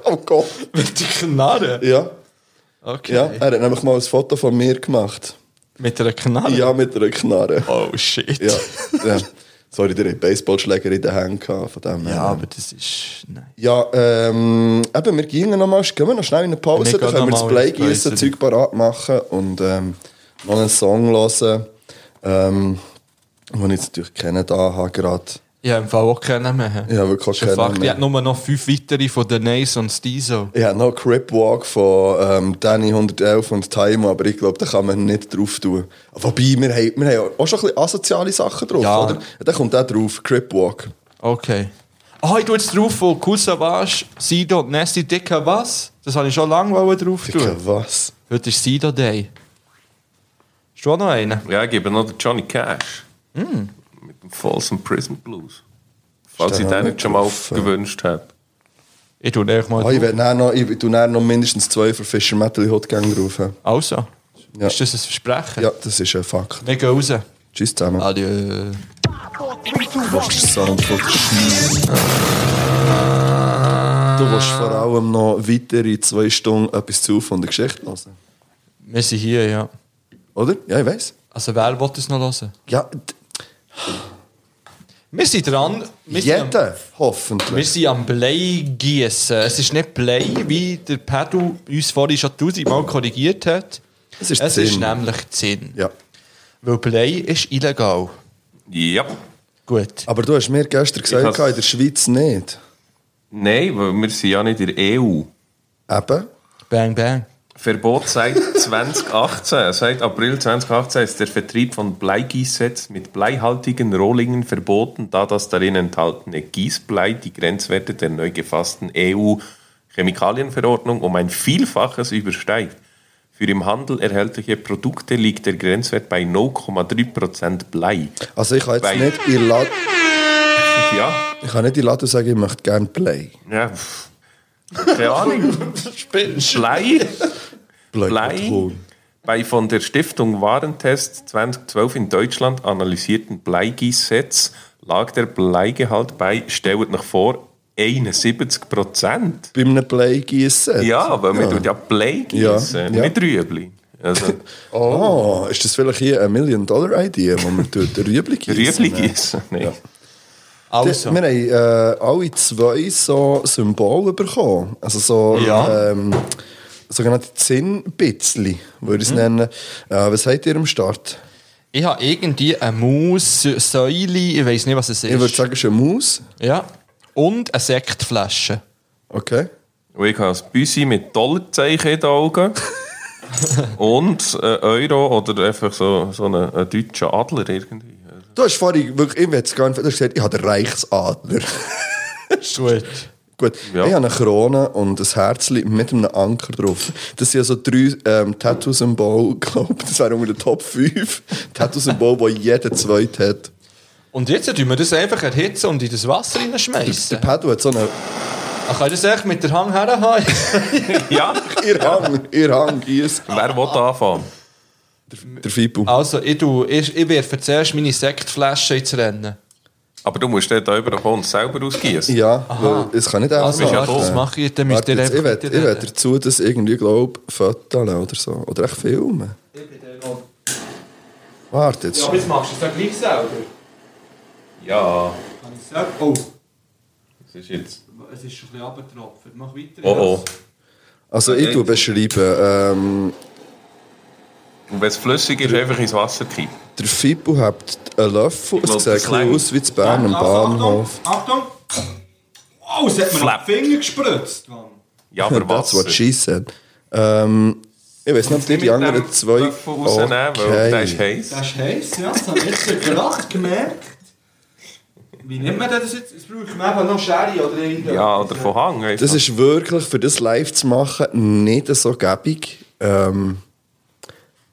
Speaker 2: am Kopf.
Speaker 1: Mit den Knarre?
Speaker 2: Ja,
Speaker 1: Okay.
Speaker 2: ja, er hat nämlich mal ein Foto von mir gemacht.
Speaker 1: Mit einer Knarre?
Speaker 2: Ja, mit einer Knarre.
Speaker 1: Oh shit.
Speaker 2: Ja, ja. Sorry, der hat Baseballschläger in den Händen gehabt, von dem her.
Speaker 1: Ja, aber das ist. Nein.
Speaker 2: Ja, ähm, eben, wir gehen noch mal, gehen wir noch schnell in eine Pause,
Speaker 1: Wir
Speaker 2: dann
Speaker 1: gehen
Speaker 2: können wir
Speaker 1: noch
Speaker 2: das
Speaker 1: mal
Speaker 2: Play
Speaker 1: ins Play
Speaker 2: gießen,
Speaker 1: zurück.
Speaker 2: Zeug parat machen und ähm, noch einen Song hören, ähm, den ich jetzt natürlich kennen da habe gerade.
Speaker 1: Ich habe im Fall auch keinen mehr.
Speaker 2: Ich habe wirklich auch
Speaker 1: Das ist ein
Speaker 2: keinen
Speaker 1: Fakt.
Speaker 2: mehr.
Speaker 1: Ich habe nur noch fünf weitere von The Nays und Steezo.
Speaker 2: Ich habe noch Crip Walk von ähm, Danny 111 und Time, aber ich glaube, da kann man nicht drauf tun. Wobei, wir haben, wir haben auch schon ein bisschen asoziale Sachen drauf,
Speaker 1: Ja.
Speaker 2: oder? Da kommt auch drauf, Crip Walk.
Speaker 1: Okay. Ah, ich tue jetzt drauf von Cool Savage, Sido und Nasty Dicker was? Das habe ich schon lange wollen drauf
Speaker 2: Dicker,
Speaker 1: tun.
Speaker 2: was?
Speaker 1: Heute ist Sido Day. Ist du auch noch einer?
Speaker 4: Ja, ich gebe noch den Johnny Cash. Mit dem Folsom Prison Blues. Falls
Speaker 2: Mm. Ist
Speaker 4: ich
Speaker 2: der
Speaker 4: den
Speaker 2: noch
Speaker 4: nicht schon mal
Speaker 2: drauf?
Speaker 4: gewünscht habe.
Speaker 1: Ich tue einfach mal
Speaker 2: Ah, ich
Speaker 1: drauf.
Speaker 2: werde nachher noch, ich tue nachher noch mindestens zwei für Fischer Metal Hot Gang drauf. haben.
Speaker 1: Also,
Speaker 2: Ja.
Speaker 1: ist das ein Versprechen?
Speaker 2: Ja, das ist ein Fakt.
Speaker 1: Wir gehen raus.
Speaker 2: Tschüss zusammen.
Speaker 1: Adieu.
Speaker 2: willst den Sound von der Schmiede. Du willst vor allem noch weitere zwei Stunden etwas zu von der Geschichte hören.
Speaker 1: Wir sind hier, ja.
Speaker 2: Oder? Ja, ich weiß.
Speaker 1: Also, wer will das noch hören?
Speaker 2: Ja, d-
Speaker 1: Wir sind dran. Wir sind am-
Speaker 2: jeder,
Speaker 1: Wir
Speaker 2: hoffentlich.
Speaker 1: sind am Blei gießen. Es ist nicht Blei, wie der Pedro uns vorhin schon tausendmal korrigiert hat.
Speaker 2: Es ist
Speaker 1: es ist
Speaker 2: Zinn.
Speaker 1: nämlich Zinn.
Speaker 2: Ja.
Speaker 1: Weil Blei ist illegal.
Speaker 4: Ja.
Speaker 1: Gut.
Speaker 2: Aber du hast mir gestern gesagt,
Speaker 4: hab's-
Speaker 2: in der Schweiz nicht.
Speaker 4: Nein, weil wir sind ja nicht in der E EU.
Speaker 2: Eben.
Speaker 1: Bang, bang.
Speaker 4: Verbot seit 2018. Seit April 2018 ist der Vertrieb von Bleigießsets mit bleihaltigen Rohlingen verboten, da das darin enthaltene Gießblei die Grenzwerte der E neu gefassten EU-Chemikalienverordnung um ein Vielfaches übersteigt. Für im Handel erhältliche Produkte liegt der Grenzwert bei 0,3% Blei.
Speaker 2: Also ich kann jetzt
Speaker 4: Weil-
Speaker 2: nicht in Laden,
Speaker 4: Ja,
Speaker 2: ich kann nicht in Laden sagen, ich möchte gerne Play.
Speaker 4: ja. pff. Keine Ahnung. Blei.
Speaker 2: Play.
Speaker 4: Blei. Bei von der Stiftung Warentest 2012 in Deutschland analysierten Bleigießsets lag der Bleigehalt bei, stellt nach vor, 71 Prozent.
Speaker 2: Bei einem Play gießen.
Speaker 4: Ja, weil wir tun ja Blei gießen,
Speaker 2: Ja, ja.
Speaker 4: nicht Rüebli. Also,
Speaker 2: Oh, ist das vielleicht hier eine Million-Dollar-Idee, wo wir dort Rüebli gießen?
Speaker 4: Rüebli gießen. Nee.
Speaker 1: Also,
Speaker 2: Wir haben äh, alle zwei so Symbole bekommen. Also so
Speaker 1: Ja.
Speaker 2: ähm, sogenannte Zinnbitzli, würde ich
Speaker 1: Mhm.
Speaker 2: es nennen. Äh, was habt ihr am Start?
Speaker 1: ich habe irgendwie eine Maus, Säule, ich weiß nicht, was es ist.
Speaker 2: Ich würde sagen, es ist eine Maus.
Speaker 1: Ja. Und eine Sektflasche.
Speaker 2: Okay.
Speaker 4: Und ich habe ein Büsi mit Dollarzeichen in den Augen. Und äh, Euro oder einfach so, so einen, einen deutschen Adler irgendwie.
Speaker 2: Du hast vorhin wirklich, ich es gar nicht, du hast gesagt, ich habe den Reichsadler.
Speaker 1: Gut.
Speaker 2: Gut,
Speaker 4: Ja.
Speaker 2: ich habe eine Krone und ein Herzli mit einem Anker drauf. Das sind also drei ähm, Tattoo-Symbole, glaube ich. Das wären unter den Top 5 Tattoo-Symbole, die jeder zweite hat.
Speaker 1: Und jetzt tun wir das einfach erhitzen und in das Wasser reinschmeißen.
Speaker 2: Pedro hat so einen
Speaker 1: Ich kann das echt mit der Hang herhaben.
Speaker 4: Ja,
Speaker 2: Ihr Hang, Ihr Hang, Gies.
Speaker 4: wer will anfangen?
Speaker 2: Der Fibu.
Speaker 1: also, ich, tu- ich, ich werfe zuerst meine Sektflasche ins Rennen.
Speaker 4: Aber du musst dort über den Bund selber ausgießen.
Speaker 2: Ja, weil es kann nicht einfach
Speaker 1: Also,
Speaker 4: ja
Speaker 1: warte,
Speaker 4: doof.
Speaker 1: das mache ich, dann müsst
Speaker 2: Warte
Speaker 1: ihr
Speaker 2: jetzt,
Speaker 1: einfach
Speaker 2: ich will,
Speaker 1: mit
Speaker 2: ich
Speaker 1: dir
Speaker 2: will
Speaker 1: reden.
Speaker 2: dazu, dass irgendwie, glaube ich, Fotos oder so. Oder echt filmen. Warte jetzt.
Speaker 1: jetzt machst du es dann gleich selber.
Speaker 4: Ja,
Speaker 1: Kann ich sagen? Oh,
Speaker 4: das ist jetzt.
Speaker 1: es ist schon ein bisschen abgetropft. Mach weiter.
Speaker 4: Oh oh.
Speaker 2: Also ich tu beschreiben, ähm,
Speaker 4: Und wenn es flüssig ist, einfach ins Wasser kippen.
Speaker 2: der Fibu hat einen Löffel,
Speaker 4: glaub, Ah,
Speaker 2: es sieht
Speaker 4: das
Speaker 2: ein bisschen
Speaker 4: reicht.
Speaker 2: aus wie zu Bern am Bahnhof.
Speaker 1: Achtung! Oh, es hat
Speaker 4: mir Flap. auf den
Speaker 1: Finger gespritzt.
Speaker 4: Ja, aber
Speaker 2: That's
Speaker 4: Wasser.
Speaker 2: what she said. Ähm, ich weiß nicht, ob dir die anderen zwei...
Speaker 4: Okay. Weil der ist heiß.
Speaker 1: ist heiß, ja. Das habe ich jetzt gerade gemerkt. Wie nimmt man das jetzt? Es braucht man einfach noch Sherry oder irgendwas.
Speaker 4: Ja, oder von Hang. Einfach.
Speaker 2: Das ist wirklich, für das live zu machen, nicht so gäbig. Ähm,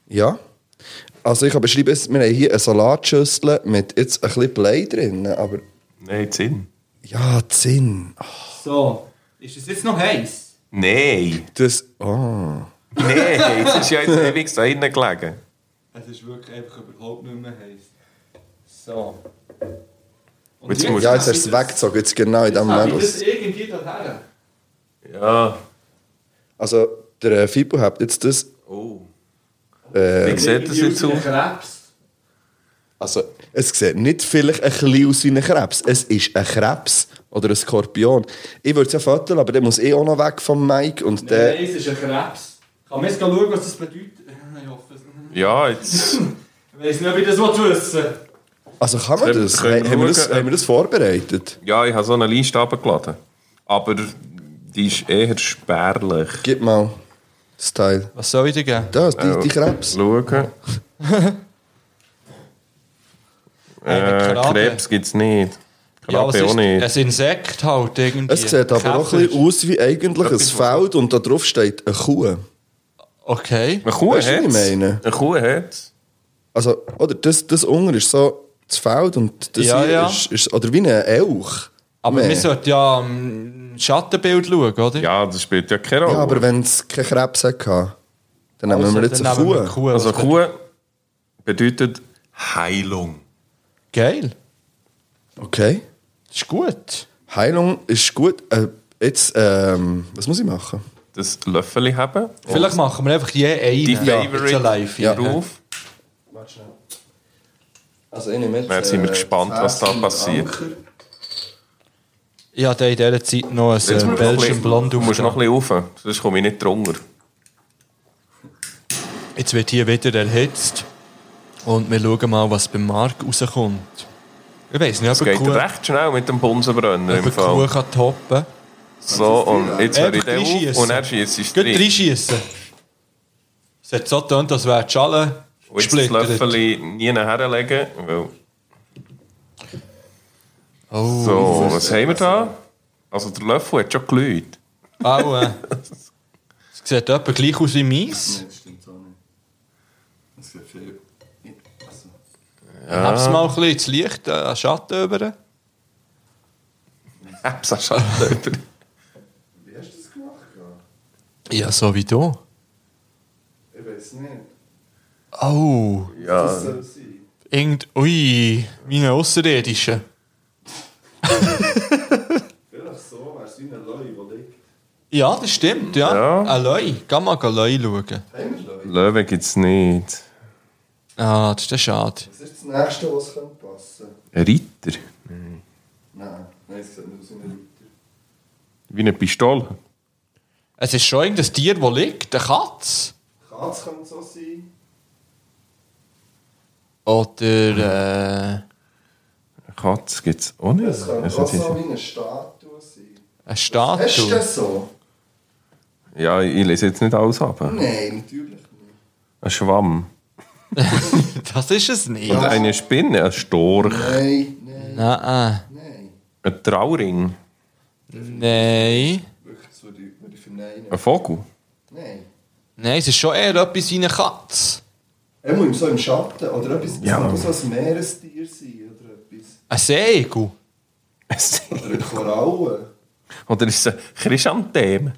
Speaker 2: ja. Also ich kann beschreiben, es- wir haben hier eine Salatschüssel mit jetzt ein bisschen Blei drin, aber
Speaker 4: Nein, Sinn.
Speaker 2: ja, Zinn.
Speaker 1: So, ist es jetzt noch heiß?
Speaker 4: Nein.
Speaker 2: Das, oh.
Speaker 4: Nein, das ist ja jetzt ewig da hinten gelegen.
Speaker 1: Es ist wirklich einfach überhaupt nicht mehr heiß. So. Und
Speaker 4: Jetzt musst-
Speaker 2: Ja, jetzt hast du es weggezogen, jetzt genau in dem
Speaker 1: habe ich das
Speaker 2: Moment.
Speaker 1: irgendwie daher.
Speaker 4: Ja.
Speaker 2: Also der äh, Fibu hat jetzt das,
Speaker 4: Oh.
Speaker 2: äh,
Speaker 4: Wie sieht das jetzt aus?
Speaker 1: Krebs.
Speaker 2: also es sieht nicht vielleicht ein bisschen aus wie ein Krebs, es ist ein Krebs oder ein Skorpion. Ich würde es ja fotografieren, aber der muss eh auch noch weg vom Mike und der...
Speaker 1: Nein, es ist ein Krebs. Kann man jetzt schauen, was das bedeutet? Ich hoffe es.
Speaker 4: Ja, jetzt.
Speaker 1: Ich weiß nicht, ob ich das wissen will.
Speaker 2: Also kann man
Speaker 4: Können-
Speaker 2: das?
Speaker 4: können
Speaker 2: Haben wir das,
Speaker 4: schauen, äh,
Speaker 2: haben wir das vorbereitet?
Speaker 4: Ja, ich habe so eine Liste abgeladen. Aber die ist eher spärlich.
Speaker 2: Gib mal das Teil.
Speaker 1: Was soll ich dir geben?
Speaker 2: Das, die, die Krebs.
Speaker 4: Schauen. Äh,
Speaker 1: Krabbe.
Speaker 4: Krebs gibt es nicht.
Speaker 1: Ja, was
Speaker 4: Krabbe
Speaker 1: ist
Speaker 4: auch nicht.
Speaker 1: ein Insekt halt irgendwie.
Speaker 2: Es sieht aber auch ein bisschen aus wie eigentlich ein Feld und da drauf steht eine Kuh.
Speaker 1: Okay.
Speaker 4: Eine Kuh
Speaker 2: Weisst du, was ich
Speaker 4: hat's.
Speaker 2: meine?
Speaker 4: Eine Kuh hat's.
Speaker 2: Also, oder das, das unten ist so das Feld und das
Speaker 1: Ja,
Speaker 2: hier
Speaker 1: ja.
Speaker 2: Ist, ist... Oder wie ein Elch.
Speaker 1: Aber
Speaker 2: Nee.
Speaker 1: wir sollten ja ähm, Schattenbild schauen, oder?
Speaker 4: Ja, das spielt ja keine Rolle.
Speaker 2: Ja, aber wenn es keinen Krebs hatte, dann nehmen wir
Speaker 1: Also
Speaker 2: jetzt
Speaker 1: dann
Speaker 2: eine
Speaker 1: nehmen wir
Speaker 2: Kuh.
Speaker 1: Kuh.
Speaker 4: also Kuh bedeutet Heilung.
Speaker 1: Geil.
Speaker 2: Okay.
Speaker 1: Das ist gut.
Speaker 2: Heilung ist gut. Äh, jetzt, ähm, was muss ich machen?
Speaker 4: Das Löffeli haben.
Speaker 1: Vielleicht machen wir einfach je einen.
Speaker 4: Die
Speaker 1: Ja,
Speaker 4: Favorite
Speaker 1: jetzt ein Live.
Speaker 4: im
Speaker 1: Ja.
Speaker 4: Beruf.
Speaker 2: Also, ich nehme jetzt...
Speaker 4: Jetzt sind wir gespannt, was da passiert.
Speaker 1: Ich hatte in dieser Zeit noch ein
Speaker 4: Jetzt
Speaker 1: äh,
Speaker 4: musst du noch ein
Speaker 1: Belgian
Speaker 4: bisschen-
Speaker 1: Blond
Speaker 4: Du musst noch
Speaker 1: auf.
Speaker 4: ein bisschen rauf, sonst komme ich nicht drunter.
Speaker 1: Jetzt wird hier wieder erhitzt. Und wir schauen mal, was beim Marc rauskommt. Ich weiß nicht,
Speaker 4: Es
Speaker 1: ob er
Speaker 4: geht
Speaker 1: Kuh,
Speaker 4: recht schnell mit dem Bunsenbrenner
Speaker 1: ob er
Speaker 4: im
Speaker 1: Kuh
Speaker 4: Fall.
Speaker 1: kann toppen kann.
Speaker 4: So, und jetzt höre
Speaker 1: Einfach
Speaker 4: ich den auf
Speaker 1: reinschiessen.
Speaker 4: und er schießt es
Speaker 1: Gut
Speaker 4: drin.
Speaker 1: reinschiessen. Es hat so getönt, als wäre die Schale
Speaker 4: Und Oh, jetzt das
Speaker 1: gesplittert.
Speaker 4: Löffeli nie herlegen, weil...
Speaker 1: Oh,
Speaker 4: So, was haben wir da? Also der Löffel hat schon geläut.
Speaker 1: Au, äh. Es sieht etwa gleich aus wie meins.
Speaker 2: also.
Speaker 1: Hab's mal ein bisschen ins Licht, äh, an den Schatten über.
Speaker 4: Hab's auch schon
Speaker 2: halt
Speaker 4: drüber.
Speaker 1: Ja, so wie du.
Speaker 2: Ich weiß nicht.
Speaker 1: Oh,
Speaker 4: Ja,
Speaker 1: irgend... Ui, wie ein Außerirdischer.
Speaker 2: Vielleicht so, wäre es wie ein Leu, der liegt.
Speaker 1: Ja, das stimmt, ja.
Speaker 4: Ja.
Speaker 1: Ein Leu. Geh mal ein Leu schauen.
Speaker 4: Löwe gibt's nicht.
Speaker 1: Ah, das ist der schade.
Speaker 2: Das ist das Nächste, was könnte passen
Speaker 4: Ein Reiter?
Speaker 2: Nein, nein, es sieht nicht aus wie ein
Speaker 4: Wie eine Pistole?
Speaker 1: Es ist schon irgendein Tier, das liegt. Eine Katze.
Speaker 2: Reiter. Katz Ah, könnte so sein.
Speaker 1: Oder äh,
Speaker 4: Eine Katze gibt's auch nicht.
Speaker 2: Es könnte
Speaker 4: Also,
Speaker 2: auch
Speaker 4: das ist-
Speaker 2: so wie eine Statue sein.
Speaker 1: eine
Speaker 2: Hast du
Speaker 1: Statue.
Speaker 2: das so?
Speaker 4: Ja, ich lese jetzt nicht alles ab. Ein
Speaker 2: Nein, natürlich nicht.
Speaker 4: Schwamm.
Speaker 1: Das ist es nicht.
Speaker 4: Und eine Spinne, ein Storch,
Speaker 2: Nein, nein,
Speaker 1: Nein.
Speaker 2: nein.
Speaker 4: ein Trauring,
Speaker 1: Nein.
Speaker 2: Wirklich, das würde ich, würde ich verneinen.
Speaker 4: ein Vogel.
Speaker 2: Nein.
Speaker 1: Nein, es ist schon eher etwas wie eine Katze.
Speaker 2: Er muss so im Schatten oder etwas,
Speaker 4: Ja.
Speaker 2: das muss so ein Meerestier sein oder etwas.
Speaker 1: Ein Segel.
Speaker 2: Oder eine Koralle.
Speaker 4: Oder ist es ein Chrysantheme?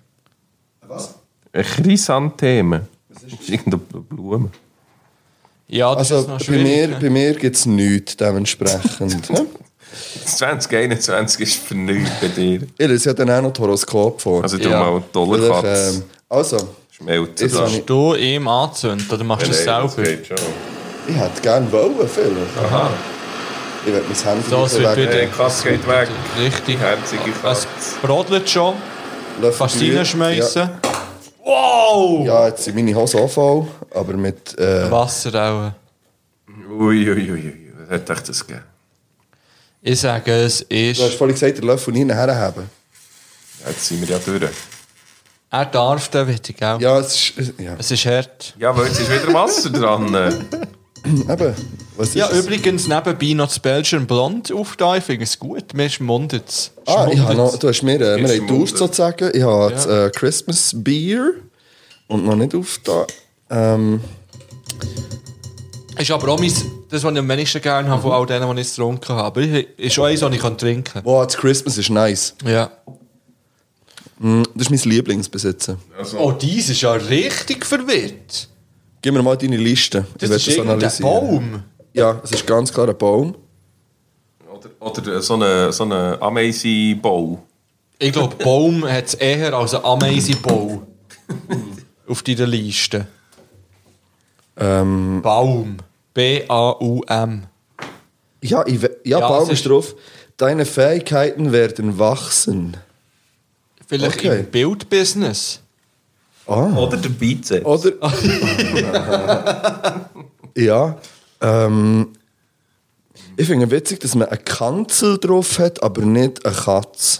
Speaker 2: Was?
Speaker 4: Ein Chrysantheme. Das ist irgendeine Blume.
Speaker 1: Ja, das
Speaker 2: Also
Speaker 1: ist noch
Speaker 2: bei mir,
Speaker 1: schwierig.
Speaker 2: bei mir gibt es nichts dementsprechend. ne?
Speaker 4: Das 2021 ist für nichts bei dir.
Speaker 2: ich lese ja dann auch noch das Horoskop vor.
Speaker 4: Also du
Speaker 1: Ja.
Speaker 4: mal tolle
Speaker 2: Vielleicht,
Speaker 4: Katze.
Speaker 2: ähm, also,
Speaker 4: Schmelzen
Speaker 2: Ist auch
Speaker 4: lassen.
Speaker 2: nicht-
Speaker 1: Hast du ihm anzünden oder machst du es
Speaker 4: Nein, das
Speaker 1: selber?
Speaker 4: geht schon.
Speaker 2: ich hätte gerne wollen vielleicht. Aha. Ich werde mein Handy
Speaker 1: Das
Speaker 2: nicht
Speaker 1: wird
Speaker 2: weg-
Speaker 1: wieder-
Speaker 4: Nein, die Katze geht weg.
Speaker 1: Richtig. Also,
Speaker 4: Herzige
Speaker 1: Es
Speaker 4: Katze.
Speaker 1: brodelt schon.
Speaker 2: Löffel
Speaker 1: Fast
Speaker 2: Brühe.
Speaker 1: reinschmeissen.
Speaker 2: Ja.
Speaker 1: Wow!
Speaker 2: ja, jetzt sind meine Hosen auch voll, aber mit... Äh,
Speaker 1: Wasser auch.
Speaker 4: Uiuiui, was hätte ich das gegeben?
Speaker 1: Ich sage, es
Speaker 2: du hast
Speaker 1: ist.
Speaker 2: vorhin gesagt, den Löffel nie herhaben.
Speaker 4: Jetzt sind wir ja durch.
Speaker 1: Er darf den wieder, gell?
Speaker 2: Ja, es ist... äh, Ja,
Speaker 1: Es ist hart.
Speaker 4: Ja, aber jetzt ist wieder Wasser dran. eh.
Speaker 2: eben. Was ist
Speaker 1: Ja,
Speaker 2: es?
Speaker 1: übrigens nebenbei noch das Belgian Blond auf da. Ich finde es gut. Mir schmundet es.
Speaker 2: Ah, ich habe noch,
Speaker 1: Schmundet
Speaker 2: du hast mir, äh, wir
Speaker 4: Jetzt
Speaker 2: haben getauscht
Speaker 4: Mundart.
Speaker 2: sozusagen. Ich habe das äh, Christmas Beer und noch nicht auf da. Ähm,
Speaker 1: es. Ist aber auch mein, das, was ich am wenigsten gerne habe von all denen, die ich getrunken habe. Aber ich- Ist auch eins, das ich kann trinken
Speaker 2: wow, das Christmas ist nice.
Speaker 1: kann. Ja.
Speaker 2: Das ist mein Lieblingsbesitzen.
Speaker 1: Oh, dies ist ja richtig verwirrt.
Speaker 2: Gib mir mal deine Liste.
Speaker 1: Das
Speaker 2: will
Speaker 1: ist irgendein Baum.
Speaker 2: Ja, es ist ganz klar ein Baum.
Speaker 4: Oder, oder so einen so eine Ameisen-Bau.
Speaker 1: Ich glaube, Baum hat es eher als ein Ameisenbaum auf deiner Liste.
Speaker 2: Ähm,
Speaker 1: Baum. B-A-U-M.
Speaker 2: ja, ich, we- ja,
Speaker 1: Ja,
Speaker 2: Baum
Speaker 1: es
Speaker 2: ist
Speaker 1: ist-
Speaker 2: drauf. Deine Fähigkeiten werden wachsen.
Speaker 1: Vielleicht
Speaker 2: Okay.
Speaker 1: im Bildbusiness.
Speaker 2: Ah.
Speaker 4: Oder der Bizeps.
Speaker 2: Oder. ja. Ähm, ich finde witzig, dass man eine Kanzel drauf hat, aber nicht eine Katze.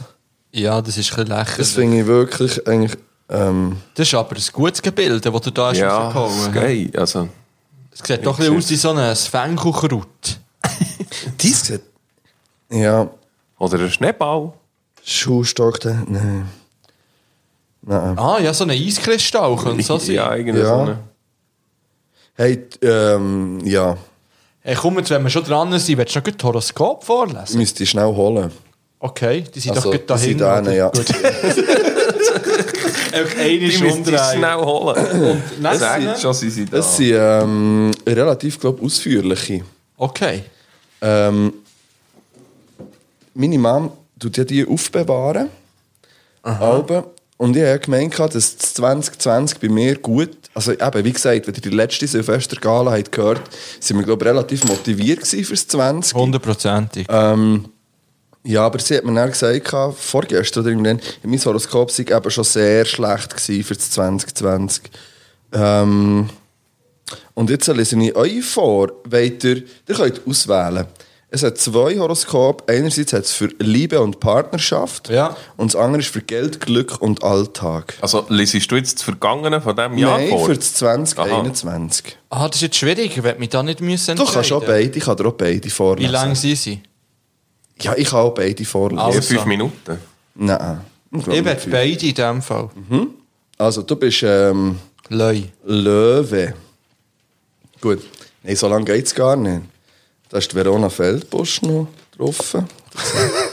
Speaker 1: Ja, das ist ein
Speaker 2: Das
Speaker 1: lächerlich.
Speaker 2: finde ich wirklich eigentlich. Ähm,
Speaker 1: Das ist aber ein gutes Gebilde, das du da hast
Speaker 4: ja, das
Speaker 1: rausgehauen
Speaker 4: ist
Speaker 1: hast.
Speaker 4: geil. Also,
Speaker 1: Es sieht doch ein bisschen aus wie so ein Fenkelkraut.
Speaker 2: dies sieht. Ja,
Speaker 4: oder ein Schneeball.
Speaker 2: Schuhstock. da- Nein. Nein.
Speaker 1: Ah, ja, so ein Eiskristall könnte so sein.
Speaker 4: Ja, irgendwie
Speaker 2: Ja.
Speaker 4: so eine.
Speaker 2: Hey, t- ähm, ja.
Speaker 1: Hey, komm, jetzt, wenn wir schon dran sind, willst du noch gut Horoskop vorlesen?
Speaker 2: Müsste ich schnell holen.
Speaker 1: Okay, die sind
Speaker 2: Also,
Speaker 1: doch gut
Speaker 2: die
Speaker 1: dahin.
Speaker 2: sind da hinten, ja.
Speaker 1: Gut. Einfach eine
Speaker 4: Die müsst ihr schnell holen.
Speaker 1: Nein,
Speaker 4: Sagt
Speaker 1: sie-
Speaker 4: schon, sie sind da.
Speaker 2: Das sind ähm, relativ, glaube ich, ausführliche.
Speaker 1: Okay.
Speaker 2: Ähm, meine Mom tut ja die aufbewahren. Alben. Und ich habe ja gemeint, gehabt, dass das 2020 bei mir gut, also eben, wie gesagt, wenn ihr die letzte Silvestergala habt gehört, sind wir, glaube ich, relativ motiviert gewesen fürs 20.
Speaker 1: Hundertprozentig.
Speaker 2: Äh. Ja, aber sie hat mir dann gesagt, gehabt, vorgestern oder irgendwann, mein Horoskop sei eben schon sehr schlecht gewesen für das 2020. Ähm, und jetzt lese ich euch vor, wollt ihr, ihr könnt auswählen. Es hat zwei Horoskope. Einerseits hat es für Liebe und Partnerschaft
Speaker 1: Ja.
Speaker 2: und das andere ist für Geld, Glück und Alltag.
Speaker 4: Also, lesest du jetzt das Vergangene von diesem Jahr
Speaker 2: Nein,
Speaker 4: vor?
Speaker 2: für das 2021.
Speaker 1: ah, das ist jetzt schwierig, ich werde mich da nicht müssen
Speaker 2: Du kannst auch
Speaker 1: entscheiden.
Speaker 2: beide, ich kann dir auch beide
Speaker 1: Wie
Speaker 2: vorlesen.
Speaker 1: lang sind sie?
Speaker 2: Ja, ich kann auch beide vorlesen.
Speaker 1: Also.
Speaker 4: Eher fünf Minuten.
Speaker 2: Nein. glaub
Speaker 1: Ich
Speaker 2: nicht
Speaker 1: werde
Speaker 2: viel.
Speaker 1: beide in dem Fall.
Speaker 2: Also, du bist... Ähm,
Speaker 1: Leu.
Speaker 2: Löwe. Gut. Nein, so lange geht es gar nicht. Da ist die Verona Feldbusch noch getroffen.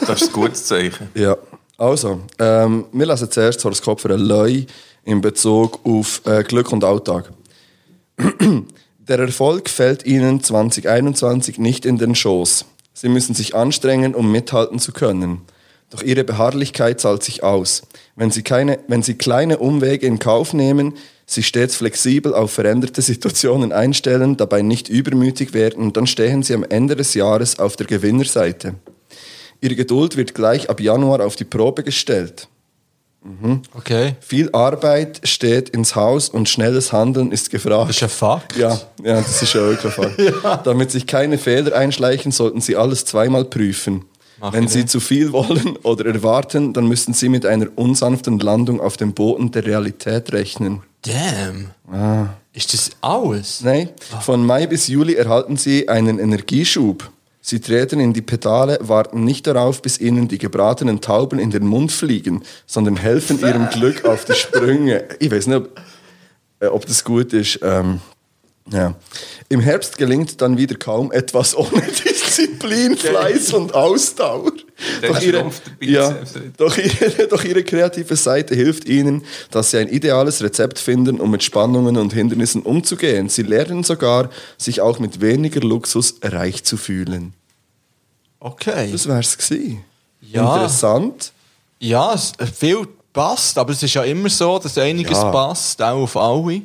Speaker 4: Das ist ein gutes Zeichen.
Speaker 2: Ja. Also, ähm, wir lesen zuerst das Horoskop für einen Löi in Bezug auf äh, Glück und Alltag. Der Erfolg fällt Ihnen 2021 nicht in den Schoß. Sie müssen sich anstrengen, um mithalten zu können. Doch Ihre Beharrlichkeit zahlt sich aus. Wenn Sie, keine, wenn Sie kleine Umwege in Kauf nehmen, sich stets flexibel auf veränderte Situationen einstellen, dabei nicht übermütig werden, dann stehen Sie am Ende des Jahres auf der Gewinnerseite. Ihre Geduld wird gleich ab Januar auf die Probe gestellt.
Speaker 1: Okay.
Speaker 2: Viel Arbeit steht ins Haus und schnelles Handeln ist gefragt.
Speaker 1: Das ist ein Fakt.
Speaker 2: Ja, ja, das ist ja wirklich wahr. Damit sich keine Fehler einschleichen, sollten Sie alles zweimal prüfen.
Speaker 1: Mach
Speaker 2: Wenn
Speaker 1: ich
Speaker 2: Sie
Speaker 1: nicht.
Speaker 2: zu viel wollen oder erwarten, dann müssen Sie mit einer unsanften Landung auf dem Boden der Realität rechnen.
Speaker 1: Damn. Ist das alles?
Speaker 2: Ah. Nein, von Mai bis Juli erhalten Sie einen Energieschub. Sie treten in die Pedale, warten nicht darauf, bis Ihnen die gebratenen Tauben in den Mund fliegen, sondern helfen Ihrem Glück auf die Sprünge. Ich weiß nicht, ob, äh, ob das gut ist. Ähm, ja. Im Herbst gelingt dann wieder kaum etwas ohne Disziplin, Fleiß und Ausdauer.
Speaker 4: Der
Speaker 2: Doch ihre,
Speaker 4: schrumpft der
Speaker 2: ja,
Speaker 4: Bizeps nicht.
Speaker 2: doch, ihre, doch ihre kreative Seite hilft ihnen, dass sie ein ideales Rezept finden, um mit Spannungen und Hindernissen umzugehen. Sie lernen sogar, sich auch mit weniger Luxus reich zu fühlen.
Speaker 1: Okay.
Speaker 2: Das wär's gewesen.
Speaker 1: Ja.
Speaker 2: Interessant.
Speaker 1: Ja, es, äh, viel passt, aber es ist ja immer so, dass einiges
Speaker 2: Ja. Mhm.
Speaker 1: passt, auch auf alle.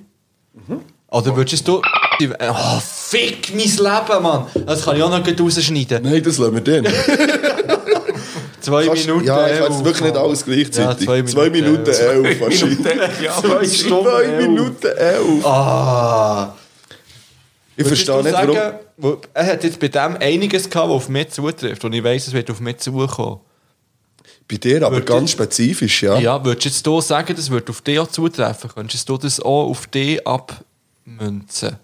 Speaker 1: Oder würdest du... Oh, fick mein Leben, Mann! Das kann ich auch noch gut rausschneiden.
Speaker 2: Nein, das lassen wir drin.
Speaker 1: Zwei
Speaker 2: Kannst-
Speaker 1: Minuten
Speaker 2: Ja, ich kann
Speaker 1: elf,
Speaker 2: jetzt wirklich nicht
Speaker 1: Mann.
Speaker 2: alles gleichzeitig.
Speaker 1: Ja, zwei Minuten äh,
Speaker 2: zwei Minuten äh,
Speaker 1: elf.
Speaker 2: elf wahrscheinlich.
Speaker 4: Ja,
Speaker 1: Zwei Stunden
Speaker 2: Zwei
Speaker 1: elf.
Speaker 2: Minuten elf.
Speaker 1: Ah.
Speaker 2: Ich verstehe nicht,
Speaker 1: sagen,
Speaker 2: warum...
Speaker 1: warum... Er hat jetzt bei dem einiges gehabt, was auf mich zutrifft. Und ich weiss, es wird auf mich zukommen.
Speaker 2: Bei dir aber
Speaker 1: Wirklich?
Speaker 2: ganz spezifisch, ja.
Speaker 1: Ja, würdest du jetzt hier sagen, das würde auf dich auch zutreffen? Könntest du das auch auf dich abmünzen?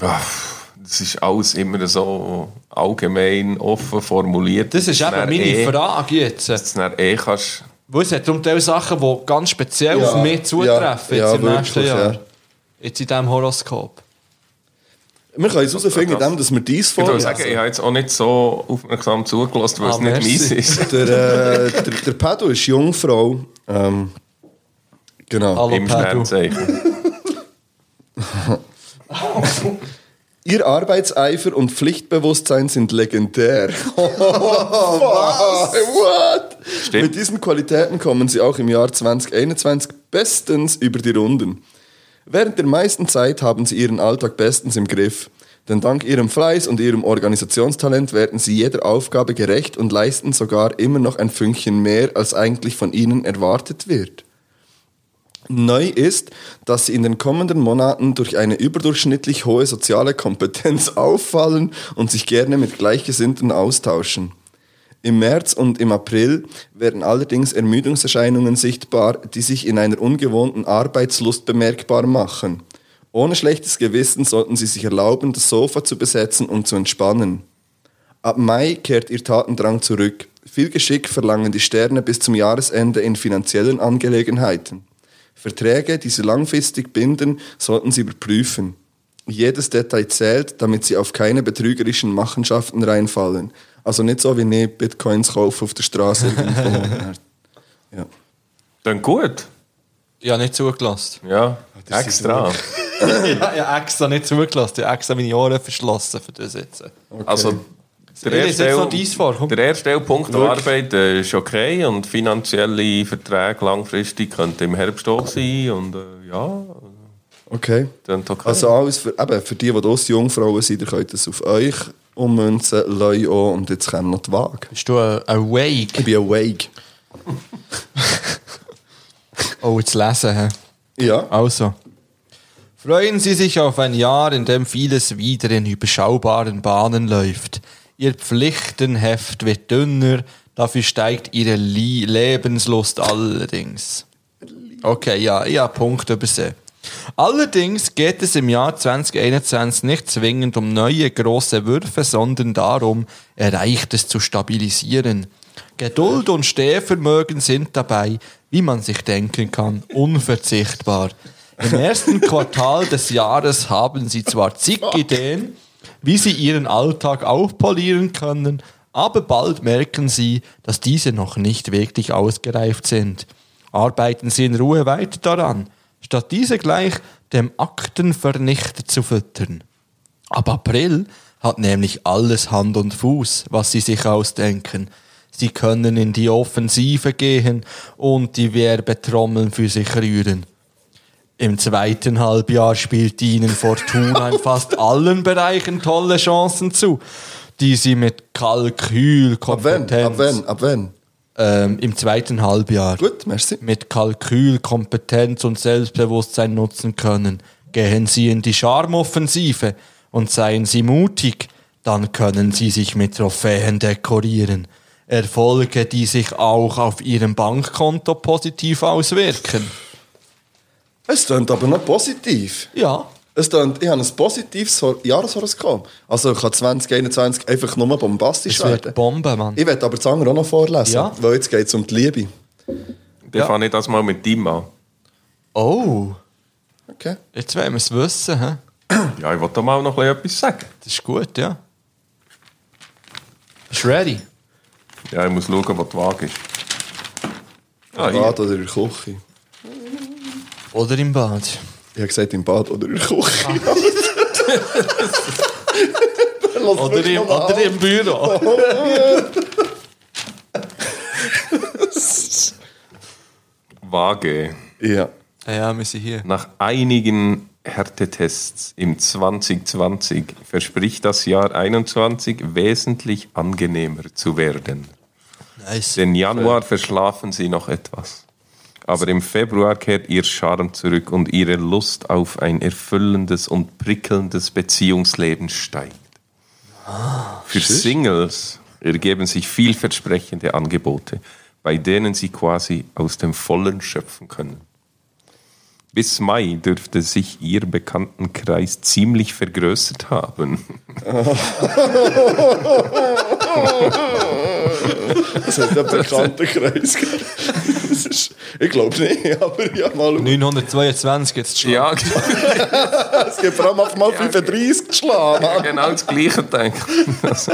Speaker 4: Das ist alles immer so allgemein offen formuliert.
Speaker 1: Das ist eben
Speaker 4: Dann
Speaker 1: meine
Speaker 4: eh-
Speaker 1: Frage jetzt.
Speaker 4: Dass du dann eh kannst
Speaker 1: Weil es hat darum teilweise Sachen, die ganz speziell
Speaker 2: Ja,
Speaker 1: auf mich zutreffen
Speaker 2: ja,
Speaker 1: jetzt
Speaker 2: ja,
Speaker 1: im nächsten
Speaker 2: wirklich,
Speaker 1: Jahr.
Speaker 2: ja.
Speaker 1: Jetzt in diesem Horoskop.
Speaker 2: Wir können es herausfinden,
Speaker 4: Das-
Speaker 2: indem dass wir dies
Speaker 4: Ich würde
Speaker 2: vorlesen.
Speaker 4: sagen, ich habe jetzt auch nicht so aufmerksam zugelassen, weil
Speaker 1: Oh, Ah,
Speaker 4: es nicht meins
Speaker 1: merci.
Speaker 4: ist.
Speaker 2: Der, äh, der, der Pedro ist Jungfrau. Ähm, genau.
Speaker 1: Hallo,
Speaker 4: Im
Speaker 1: Pedro.
Speaker 4: Sternzeichen.
Speaker 2: Ihr Arbeitseifer und Pflichtbewusstsein sind legendär. Oh, was? What?
Speaker 4: Stimmt.
Speaker 2: Mit diesen Qualitäten kommen sie auch im Jahr 2021 bestens über die Runden. Während der meisten Zeit haben sie ihren Alltag bestens im Griff. Denn dank ihrem Fleiß und ihrem Organisationstalent werden sie jeder Aufgabe gerecht und leisten sogar immer noch ein Fünkchen mehr, als eigentlich von ihnen erwartet wird. Neu ist, dass sie in den kommenden Monaten durch eine überdurchschnittlich hohe soziale Kompetenz auffallen und sich gerne mit Gleichgesinnten austauschen. Im März und im April werden allerdings Ermüdungserscheinungen sichtbar, die sich in einer ungewohnten Arbeitslust bemerkbar machen. Ohne schlechtes Gewissen sollten sie sich erlauben, das Sofa zu besetzen und zu entspannen. Ab Mai kehrt ihr Tatendrang zurück. Viel Geschick verlangen die Sterne bis zum Jahresende in finanziellen Angelegenheiten. Verträge, die sie langfristig binden, sollten sie überprüfen. Jedes Detail zählt, damit sie auf keine betrügerischen Machenschaften reinfallen. Also nicht so wie ne Bitcoins kaufen auf der Straße. irgendwo. ja.
Speaker 4: Dann gut.
Speaker 1: Ja, nicht zugelassen.
Speaker 4: Ja,
Speaker 1: Ah,
Speaker 2: das ist
Speaker 4: extra.
Speaker 1: ja, ja, extra nicht zugelassen. Ich habe extra meine Ohren verschlossen für das jetzt.
Speaker 4: Also, der
Speaker 1: Ich lese jetzt
Speaker 4: erste-
Speaker 1: noch dies vor, komm.
Speaker 4: Der erste Punkt
Speaker 2: Schau.
Speaker 4: Arbeit äh, ist okay und finanzielle Verträge langfristig könnten im Herbst auch sein und äh, ja,
Speaker 2: Okay.
Speaker 4: dann okay.
Speaker 2: Also alles für, eben, für die, die aus Jungfrauen sind, ihr könnt es auf euch ummünzen, Leute an und jetzt kommen noch die Waage.
Speaker 1: Bist du äh,
Speaker 2: Ich
Speaker 1: awake?
Speaker 2: bin awake.
Speaker 1: Oh, jetzt lesen. hä?
Speaker 2: Ja.
Speaker 1: Also. Freuen Sie sich auf ein Jahr, in dem vieles wieder in überschaubaren Bahnen läuft. Ihr Pflichtenheft wird dünner, dafür steigt Ihre Lie Lebenslust allerdings. Okay, ja, ich habe Punkt übersehen. Allerdings geht es im Jahr 2021 nicht zwingend um neue große Würfe, sondern darum, Erreichtes zu stabilisieren. Geduld und Stehvermögen sind dabei, wie man sich denken kann, unverzichtbar. Im ersten Quartal des Jahres haben sie zwar zig Ideen, wie sie ihren Alltag aufpolieren können, aber bald merken sie, dass diese noch nicht wirklich ausgereift sind. Arbeiten sie in Ruhe weiter daran, statt diese gleich dem Aktenvernichter zu füttern. Ab April hat nämlich alles Hand und Fuß, was sie sich ausdenken. Sie können in die Offensive gehen und die Werbetrommeln für sich rühren. Im zweiten Halbjahr spielt ihnen Fortuna in fast allen Bereichen tolle Chancen zu, die sie mit
Speaker 2: Ab wann?
Speaker 1: Kalkülkompetenz...
Speaker 2: Ab wann? Ab wann?
Speaker 1: Ähm, Im zweiten Halbjahr
Speaker 2: Gut, merci.
Speaker 1: mit Kalkül, Kompetenz und Selbstbewusstsein nutzen können. Gehen Sie in die Charmoffensive und seien Sie mutig, dann können Sie sich mit Trophäen dekorieren. Erfolge, die sich auch auf Ihrem Bankkonto positiv auswirken.
Speaker 2: Es klingt aber noch positiv.
Speaker 1: Ja,
Speaker 2: Es klingt, ich habe ein positives Hor- Jahreshoroskop. Also ich kann 2021 einfach nur bombastisch
Speaker 1: es wird
Speaker 2: werden.
Speaker 1: Bombe, Mann.
Speaker 2: ich werde aber das andere auch noch vorlesen,
Speaker 1: Ja.
Speaker 2: weil jetzt geht es um die Liebe.
Speaker 4: Dann
Speaker 1: Ja.
Speaker 4: fange ich das mal mit dem an.
Speaker 1: Oh,
Speaker 2: Okay.
Speaker 1: jetzt wollen wir es wissen. He?
Speaker 4: Ja, ich wollte da mal noch ein bisschen etwas sagen.
Speaker 1: Das ist gut, ja. Bist du ready?
Speaker 4: Ja, ich muss schauen, wo die Waage ist. Ah,
Speaker 2: Im
Speaker 4: hier.
Speaker 2: Bad oder in der Küche.
Speaker 1: Oder im Bad?
Speaker 2: Ich habe gesagt, im Bad oder in der Küche.
Speaker 1: Ah. Oder im, oder im Büro?
Speaker 4: Waage.
Speaker 2: Ja.
Speaker 1: Ah Ja, wir sind hier.
Speaker 4: Nach einigen Härtetests im 2020 verspricht das Jahr 21 wesentlich angenehmer zu werden.
Speaker 1: Nice.
Speaker 4: Den Januar verschlafen sie noch etwas. Aber im Februar kehrt ihr Charme zurück und ihre Lust auf ein erfüllendes und prickelndes Beziehungsleben steigt. Für Singles ergeben sich vielversprechende Angebote, bei denen sie quasi aus dem Vollen schöpfen können. Bis Mai dürfte sich ihr Bekanntenkreis ziemlich vergrößert haben.
Speaker 2: Das hat ja Bekanntenkreis gegeben. Das ist- Ich glaube nicht, aber ja, mal schauen.
Speaker 1: 922 jetzt schon.
Speaker 4: Ja,
Speaker 2: Es gibt vor allem auf mal 35 geschlagen. Mann.
Speaker 4: genau das Gleiche denke ich. Also,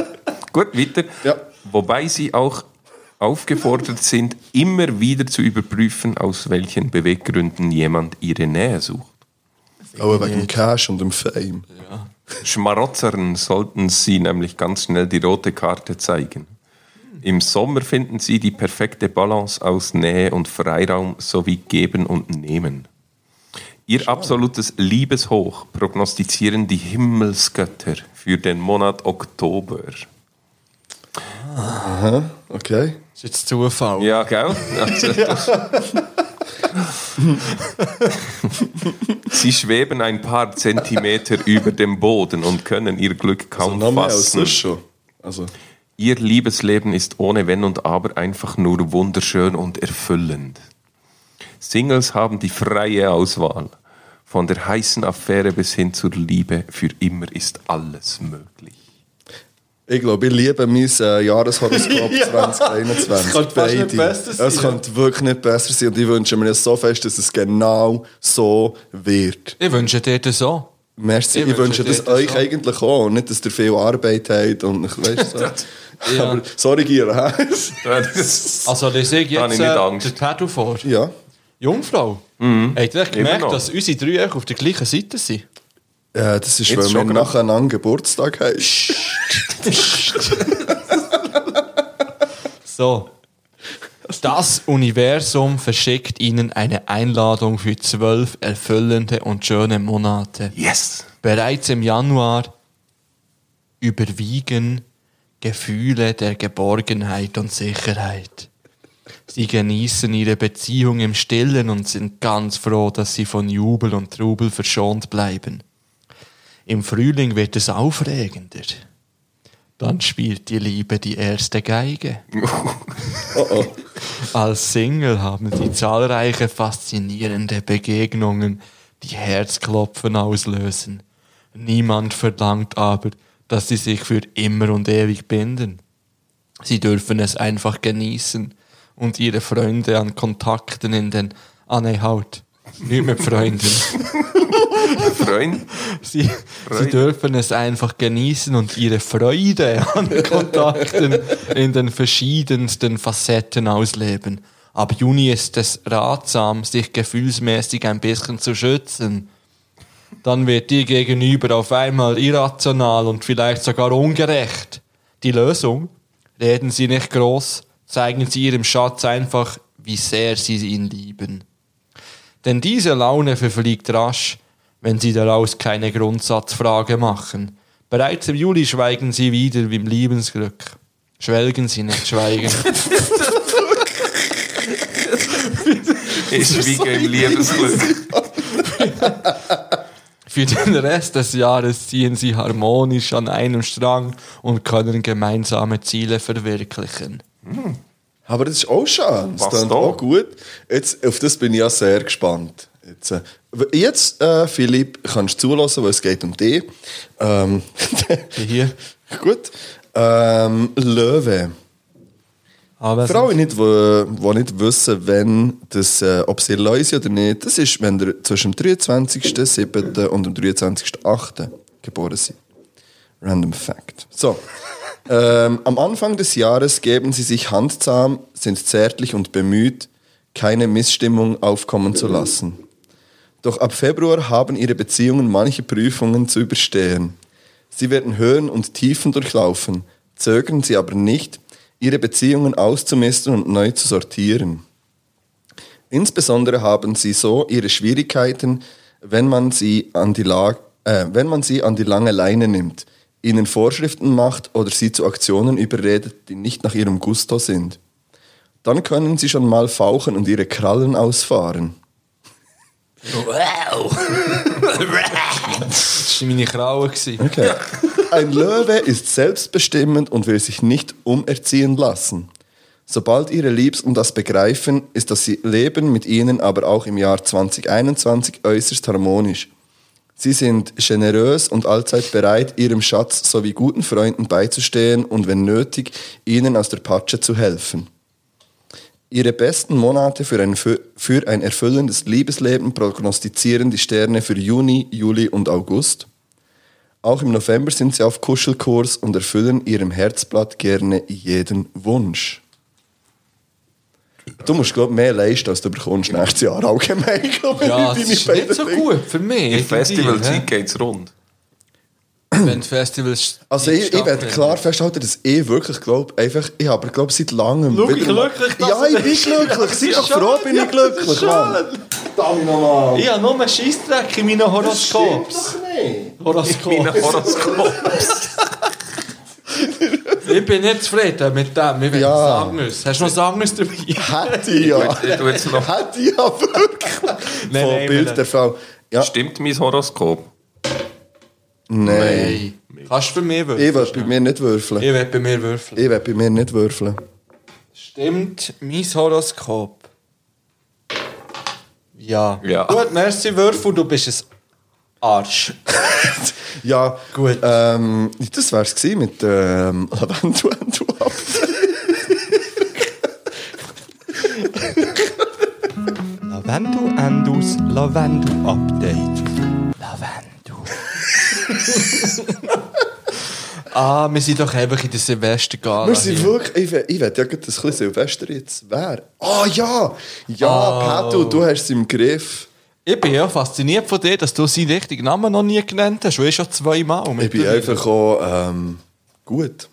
Speaker 4: Gut, weiter.
Speaker 2: Ja.
Speaker 4: Wobei sie auch aufgefordert sind, immer wieder zu überprüfen, aus welchen Beweggründen jemand ihre Nähe sucht.
Speaker 2: Auch wegen dem Cash und dem Fame.
Speaker 4: Schmarotzern sollten sie nämlich ganz schnell die rote Karte zeigen. Im Sommer finden sie die perfekte Balance aus Nähe und Freiraum sowie Geben und Nehmen. Ihr absolutes Liebeshoch prognostizieren die Himmelsgötter für den Monat Oktober.
Speaker 2: Okay.
Speaker 1: Das ist jetzt Zufall.
Speaker 4: Ja, gell? Also, Sie schweben ein paar Zentimeter über dem Boden und können ihr Glück kaum
Speaker 2: Noch mehr als
Speaker 4: fassen.
Speaker 2: sonst schon. Also,
Speaker 4: Ihr Liebesleben ist ohne Wenn und Aber einfach nur wunderschön und erfüllend. Singles haben die freie Auswahl. Von der heißen Affäre bis hin zur Liebe, für immer ist alles möglich.
Speaker 2: ich glaube, ich liebe mein äh, Jahreshoroskop 2021.
Speaker 1: es könnte fast nicht
Speaker 2: Beide.
Speaker 1: besser sein.
Speaker 2: Es könnte wirklich nicht besser sein. Und ich wünsche mir das so fest, dass es genau so wird.
Speaker 1: Ich wünsche dir das auch.
Speaker 2: Merci.
Speaker 1: Ich
Speaker 2: Ich,
Speaker 1: wünsche
Speaker 2: wünsche
Speaker 1: dir
Speaker 2: das
Speaker 1: das
Speaker 2: euch
Speaker 1: auch.
Speaker 2: eigentlich auch. Und Nicht, dass ihr viel Arbeit habt. Und, weißt, so.
Speaker 1: Ja.
Speaker 2: Aber sorry, Gira. hä?
Speaker 1: Also, ich sehe
Speaker 4: Da habe
Speaker 1: jetzt äh,
Speaker 4: ich nicht Angst.
Speaker 1: den Tattoo vor.
Speaker 2: ja.
Speaker 1: Jungfrau, mhm. habt ihr echt gemerkt,
Speaker 4: noch.
Speaker 1: dass unsere drei echt auf der gleichen Seite sind?
Speaker 2: Ja, Äh, das ist,
Speaker 4: Jetzt
Speaker 2: weil wir
Speaker 4: schon gerade.
Speaker 2: nacheinander Geburtstag haben.
Speaker 1: So. Das Universum verschickt ihnen eine Einladung für zwölf erfüllende und schöne Monate.
Speaker 4: Yes!
Speaker 1: Bereits im Januar überwiegen Gefühle der Geborgenheit und Sicherheit. Sie genießen ihre Beziehung im Stillen und sind ganz froh, dass sie von Jubel und Trubel verschont bleiben. Im Frühling wird es aufregender. Dann spielt die Liebe die erste Geige. Als Single haben sie zahlreiche faszinierende Begegnungen, die Herzklopfen auslösen. Niemand verlangt aber, dass sie sich für immer und ewig binden. Sie dürfen es einfach genießen und ihre Freunde an Kontakten in den Anne Haut Nicht mit Freunden.
Speaker 4: Freund.
Speaker 1: Sie, sie
Speaker 4: Freude.
Speaker 1: dürfen es einfach genießen und ihre Freude an Kontakten in den verschiedensten Facetten ausleben. Ab Juni ist es ratsam, sich gefühlsmäßig ein bisschen zu schützen. Dann wird dir gegenüber auf einmal irrational und vielleicht sogar ungerecht. Die Lösung? Reden Sie nicht groß, zeigen Sie Ihrem Schatz einfach, wie sehr Sie ihn lieben. Denn diese Laune verfliegt rasch, wenn sie daraus keine Grundsatzfrage machen. Bereits im Juli schweigen sie wieder im Liebensglück. Schwelgen sie nicht, schweigen.
Speaker 4: Ist wie im Liebesglück.
Speaker 1: Für den Rest des Jahres ziehen sie harmonisch an einem Strang und können gemeinsame Ziele verwirklichen.
Speaker 2: Aber das ist auch schön. Das
Speaker 4: Was
Speaker 2: klingt
Speaker 4: da?
Speaker 2: auch gut. Jetzt, auf das bin ich ja sehr gespannt. Jetzt, äh, w- jetzt äh, Philipp, kannst du zulassen, weil es geht um dich. Ähm,
Speaker 1: Die Hier,
Speaker 2: gut. Ähm, Löwe.
Speaker 1: aber
Speaker 2: Frauen, nicht, die, die nicht wissen, wenn das, äh, ob sie Läuse oder nicht, das ist, wenn ihr zwischen dem 23.07. und dem 23.08. geboren seid. Random Fact. So. ähm, am Anfang des Jahres geben sie sich handzahm, sind zärtlich und bemüht, keine Missstimmung aufkommen zu lassen. Doch ab Februar haben ihre Beziehungen manche Prüfungen zu überstehen. Sie werden Höhen und Tiefen durchlaufen, zögern sie aber nicht, ihre Beziehungen auszumisten und neu zu sortieren. Insbesondere haben sie so ihre Schwierigkeiten, wenn man sie an die, La äh, wenn man sie an die lange Leine nimmt, ihnen Vorschriften macht oder sie zu Aktionen überredet, die nicht nach ihrem Gusto sind. Dann können sie schon mal fauchen und ihre Krallen ausfahren.
Speaker 1: das war meine Kraue. gewesen.
Speaker 2: Okay. Ein Löwe ist selbstbestimmend und will sich nicht umerziehen lassen. Sobald ihre Liebsten um das begreifen, ist das Leben mit ihnen aber auch im Jahr 2021 äußerst harmonisch. Sie sind generös und allzeit bereit, ihrem Schatz sowie guten Freunden beizustehen und wenn nötig, ihnen aus der Patsche zu helfen. Ihre besten Monate für ein, fü- für ein erfüllendes Liebesleben prognostizieren die Sterne für Juni, Juli und August. Auch im November sind sie auf Kuschelkurs und erfüllen ihrem Herzblatt gerne jeden Wunsch. Du musst glaub, mehr leisten, als du bekommst nächstes Jahr allgemein. glaub ich,
Speaker 1: Ja,
Speaker 2: bei
Speaker 1: das
Speaker 2: meinen
Speaker 1: ist nicht
Speaker 2: beiden
Speaker 1: so
Speaker 2: Dingen.
Speaker 1: gut für mich.
Speaker 4: Im Festivalzeit
Speaker 1: Festival
Speaker 4: geht es rund.
Speaker 1: Wenn die Festivals.
Speaker 2: Also ich, ich werde klar festhalten, dass ich wirklich glaube, einfach, ich habe glaube seit langem...
Speaker 1: Schau,
Speaker 2: wieder mal-
Speaker 1: glücklich, dass
Speaker 2: Ja,
Speaker 1: du
Speaker 2: ich bin
Speaker 1: das-
Speaker 2: glücklich.
Speaker 1: Das
Speaker 2: Sei
Speaker 1: ist
Speaker 2: doch froh,
Speaker 1: schön.
Speaker 2: bin ich
Speaker 1: Ja, das ist
Speaker 2: glücklich,
Speaker 1: schön.
Speaker 2: Mann. Dami nochmal.
Speaker 1: Ich habe nur einen Scheissdreck in meinen Horoskops.
Speaker 4: Mein
Speaker 1: Horoskops.
Speaker 4: Horoskop.
Speaker 1: Ich bin nicht zufrieden mit dem. Ich will
Speaker 2: Ja.
Speaker 1: was anderes. Hast du noch was anderes dabei?
Speaker 2: Hätte ich ja.
Speaker 4: Ich tu jetzt noch-
Speaker 2: Hätte ich ja wirklich.
Speaker 1: Nein,
Speaker 2: Vom
Speaker 1: nein,
Speaker 2: Bild
Speaker 1: wir-
Speaker 2: der Frau. Ja,
Speaker 4: Stimmt mein Horoskop?
Speaker 2: nein.
Speaker 1: Nein. Kannst du bei mir würfeln?
Speaker 2: Ich will bei mir nicht würfeln.
Speaker 1: Ich will bei mir würfeln.
Speaker 2: Ich will bei mir nicht würfeln.
Speaker 1: Stimmt mein Horoskop? Ja.
Speaker 4: Ja.
Speaker 1: Gut, merci Würfel, du bist ein Arsch.
Speaker 2: Ja,
Speaker 1: Gut.
Speaker 2: Ähm, das wär's es mit ähm, Lavendu und Duab.
Speaker 1: Lavendu Endus Lavendu Update. Lavendu. ah, wir sind doch einfach in der Silvestergala.
Speaker 2: Wir sind
Speaker 1: hier.
Speaker 2: wirklich, ich, will- ich will ja gerade ein bisschen Silvester jetzt wäre. Ah ja! Ja,
Speaker 1: Oh.
Speaker 2: Pedro, du hast es im Griff.
Speaker 1: Ich bin ja fasziniert von dir, dass du seinen richtigen Namen noch nie genannt hast. Du bist schon zweimal.
Speaker 2: Ich bin einfach auch ähm, gut.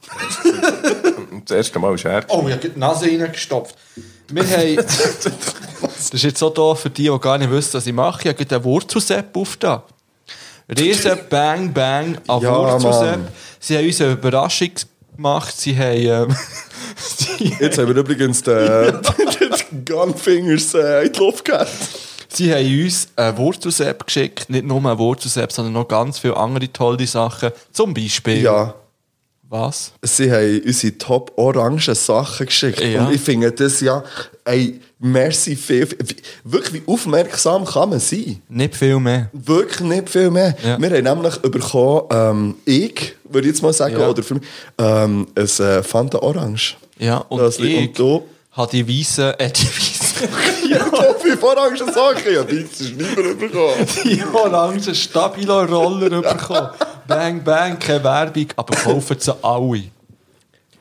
Speaker 4: Das erste Mal ist er.
Speaker 1: Oh, ich habe die Nase reingestopft. Wir haben. das ist jetzt so da für die, die gar nicht wissen, was ich mache. Ich habe gerade einen Wurzelsepp auf da. Riesen Bang Bang an
Speaker 2: Ja,
Speaker 1: Wurzelsepp.
Speaker 2: Mann.
Speaker 1: Sie haben uns eine Überraschung gemacht. Sie haben. Ähm, sie,
Speaker 2: Jetzt haben wir übrigens den, den Gunfingers äh, in die Luft gehabt.
Speaker 1: sie haben uns eine Wurzelsepp geschickt. Nicht nur eine Wurzelsepp, sondern noch ganz viele andere tolle Sachen. Zum Beispiel.
Speaker 2: Ja,
Speaker 1: Was?
Speaker 2: sie haben unsere top orangen Sachen geschickt.
Speaker 1: Ja.
Speaker 2: Und ich finde das ja, ey, merci viel. wie- Wirklich, wie aufmerksam kann man sein?
Speaker 1: Nicht viel mehr.
Speaker 2: Wirklich nicht viel mehr.
Speaker 1: Ja.
Speaker 2: Wir haben nämlich bekommen, ähm, ich, würde ich jetzt mal sagen,
Speaker 1: Ja.
Speaker 2: oder für mich, ähm, ein äh, Fanta Orange.
Speaker 1: Ja, und
Speaker 2: Lösli,
Speaker 1: ich
Speaker 2: und du?
Speaker 1: habe die weißen, äh, die weißen,
Speaker 2: Top in orangen Sachen. Ich habe Pizza Schneider bekommen.
Speaker 1: Ich habe langsam einen Stabilo-Roller bekommen. Bang, bang, keine Werbung, aber kaufen sie alle.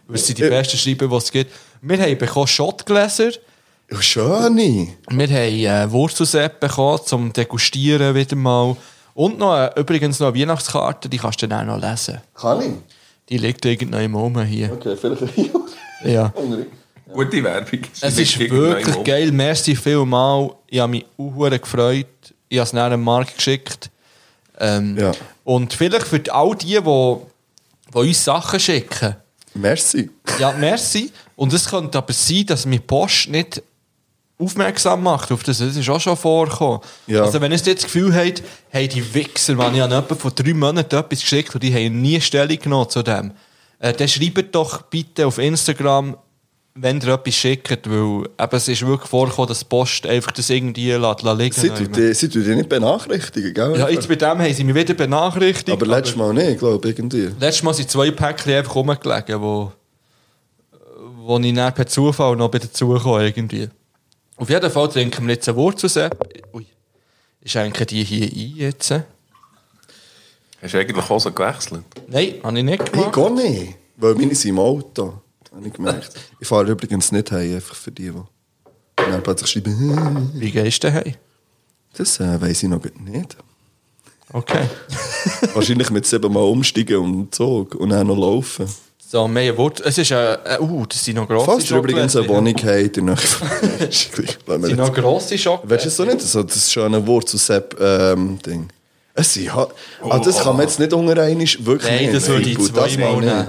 Speaker 1: Weil sie die besten Schreiben, die es gibt. Wir haben bekommen Schottgläser,
Speaker 2: Ja, Schöne.
Speaker 1: wir haben äh, Wurzelsepp bekommen, zum Degustieren wieder mal. Und noch, äh, übrigens noch eine Weihnachtskarte, die kannst du dann auch noch lesen.
Speaker 2: Kann ich?
Speaker 1: Die liegt irgendwo oben hier.
Speaker 2: Okay, vielleicht ein Jahr.
Speaker 1: Ja.
Speaker 4: Gute Werbung.
Speaker 1: Es ist wirklich geil. Merci vielmal. Ich habe mich auch gefreut. Ich habe es nach dem Markt geschickt. Ähm,
Speaker 2: Ja.
Speaker 1: Und vielleicht für all die, die, die uns Sachen schicken.
Speaker 2: Merci.
Speaker 1: Ja, merci. Und es könnte aber sein, dass mich die Post nicht aufmerksam macht auf das. Das ist auch schon vorgekommen.
Speaker 2: Ja.
Speaker 1: Also wenn ihr jetzt das Gefühl habt, hey, die Wichser, man, ich habe jemanden vor drei Monaten etwas geschickt und die haben nie Stellung genommen zu dem, äh, dann schreibt doch bitte auf Instagram, wenn ihr etwas schickt, weil eben, es ist wirklich vorgekommen, dass die Post einfach das irgendwie lässt, lässt liegen
Speaker 2: Sie tun dich sie tun dich nicht benachrichtigen, gell?
Speaker 1: Ja, jetzt bei dem haben sie mich wieder benachrichtigt.
Speaker 2: aber letztes Mal nicht, glaube ich, irgendwie.
Speaker 1: Letztes Mal sind zwei Päckchen einfach rumgelegen, wo, wo ich dann per Zufall noch dazugekommen irgendwie. Auf jeden Fall trinken wir jetzt eine Wurzelsepp. Ui. Ich schenke die hier ein jetzt.
Speaker 4: Hast du eigentlich auch so gewechselt?
Speaker 1: Nein, habe ich nicht
Speaker 2: Ich
Speaker 1: gemacht.
Speaker 2: gehe nicht, weil meine sind im Auto. Das habe ich gemerkt. Ich fahre übrigens nicht heim, einfach für die, die... Und dann plötzlich schreiben, "Hm,
Speaker 1: Wie gehst du hey?
Speaker 2: das äh, weiss ich noch gut nicht.
Speaker 1: Okay.
Speaker 2: Wahrscheinlich mit siebenmal umsteigen und Zug und dann noch laufen.
Speaker 1: So, mehr Wurzel. Es ist ein. Äh, uh, das sind noch grosse
Speaker 2: Falls ihr übrigens eine
Speaker 1: Schokolädchen.
Speaker 2: Wohnung habt, in der Ist gleich, lassen wir
Speaker 1: Das sind noch
Speaker 2: jetzt.
Speaker 1: grosse
Speaker 2: Weißt du
Speaker 1: Schokolade.
Speaker 2: so nicht, so das schöne Wurzel-Sepp-Ding? ähm, es sind halt... Ah, das kann man jetzt nicht unter einmal, wirklich
Speaker 1: Nein,
Speaker 2: nicht.
Speaker 1: das würde ich
Speaker 2: Gut, das
Speaker 1: zweimal
Speaker 2: mal nicht.
Speaker 1: nehmen.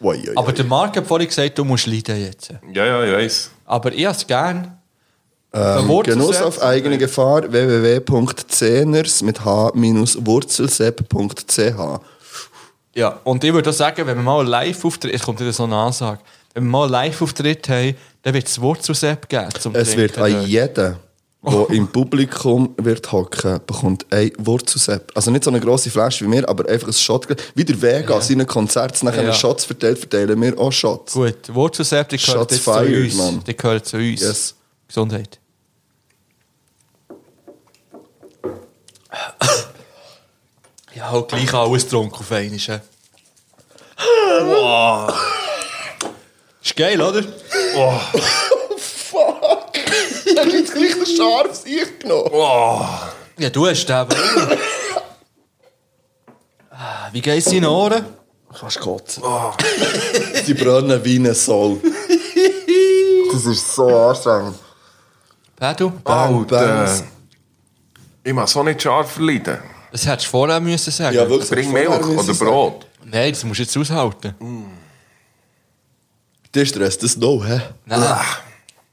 Speaker 2: Ui, ui,
Speaker 1: Aber
Speaker 2: ui.
Speaker 1: der Marc hat vorhin gesagt, du musst leiden jetzt.
Speaker 4: Ja, ja, ich weiss.
Speaker 1: Aber ich habe es gerne.
Speaker 2: Ähm, Genuss auf eigene Gefahr www.zehners mit h-wurzelsepp.ch
Speaker 1: Ja, und ich würde auch sagen, wenn wir mal einen Live-Auftritt, es kommt wieder so eine Ansage, wenn wir mal einen Live-Auftritt haben, dann wird es Wurzel-Sepp geben. Zum
Speaker 2: Es wird
Speaker 1: Trinken
Speaker 2: an
Speaker 1: dort. Oh.
Speaker 2: jeden, der im Publikum wird hocken, bekommt ein Wurzelsepp. Also nicht so eine grosse Flasche wie mir, aber einfach ein Shot. Wie der Vega an seinen Konzerten nachher
Speaker 1: Ja.
Speaker 2: Shots verteilt, verteilen wir auch Shots.
Speaker 1: Gut, Wurzel-Sepp, die gehört
Speaker 2: Shots
Speaker 1: jetzt zu
Speaker 2: fired,
Speaker 1: uns.
Speaker 2: Mann.
Speaker 1: Die gehört zu uns.
Speaker 2: Yes.
Speaker 1: Gesundheit. Ich habe halt gleich alles getrunken auf einmal. Wow. Ist geil, oder?
Speaker 2: Fuck! Ich hab jetzt gleich den scharfes Ich genommen.
Speaker 1: Ja, du hast den. aber- Ah, Wie geht's deinen Ohren?
Speaker 2: Kannst kotzen. Die brennen wie ein Soul. Das ist so anstrengend.
Speaker 1: Pedro?
Speaker 2: Bang, bangs.
Speaker 4: Ich muss so nicht scharf verleiden.
Speaker 1: Das hättest du vorher müssen sagen.
Speaker 2: Ja, wirklich.
Speaker 4: Bring
Speaker 2: vorher
Speaker 4: Milch
Speaker 2: müssen
Speaker 4: oder
Speaker 2: sie
Speaker 4: Brot.
Speaker 1: Nein, das musst du jetzt aushalten.
Speaker 2: sagen. Dir stresst das noch, hä?
Speaker 1: Nein.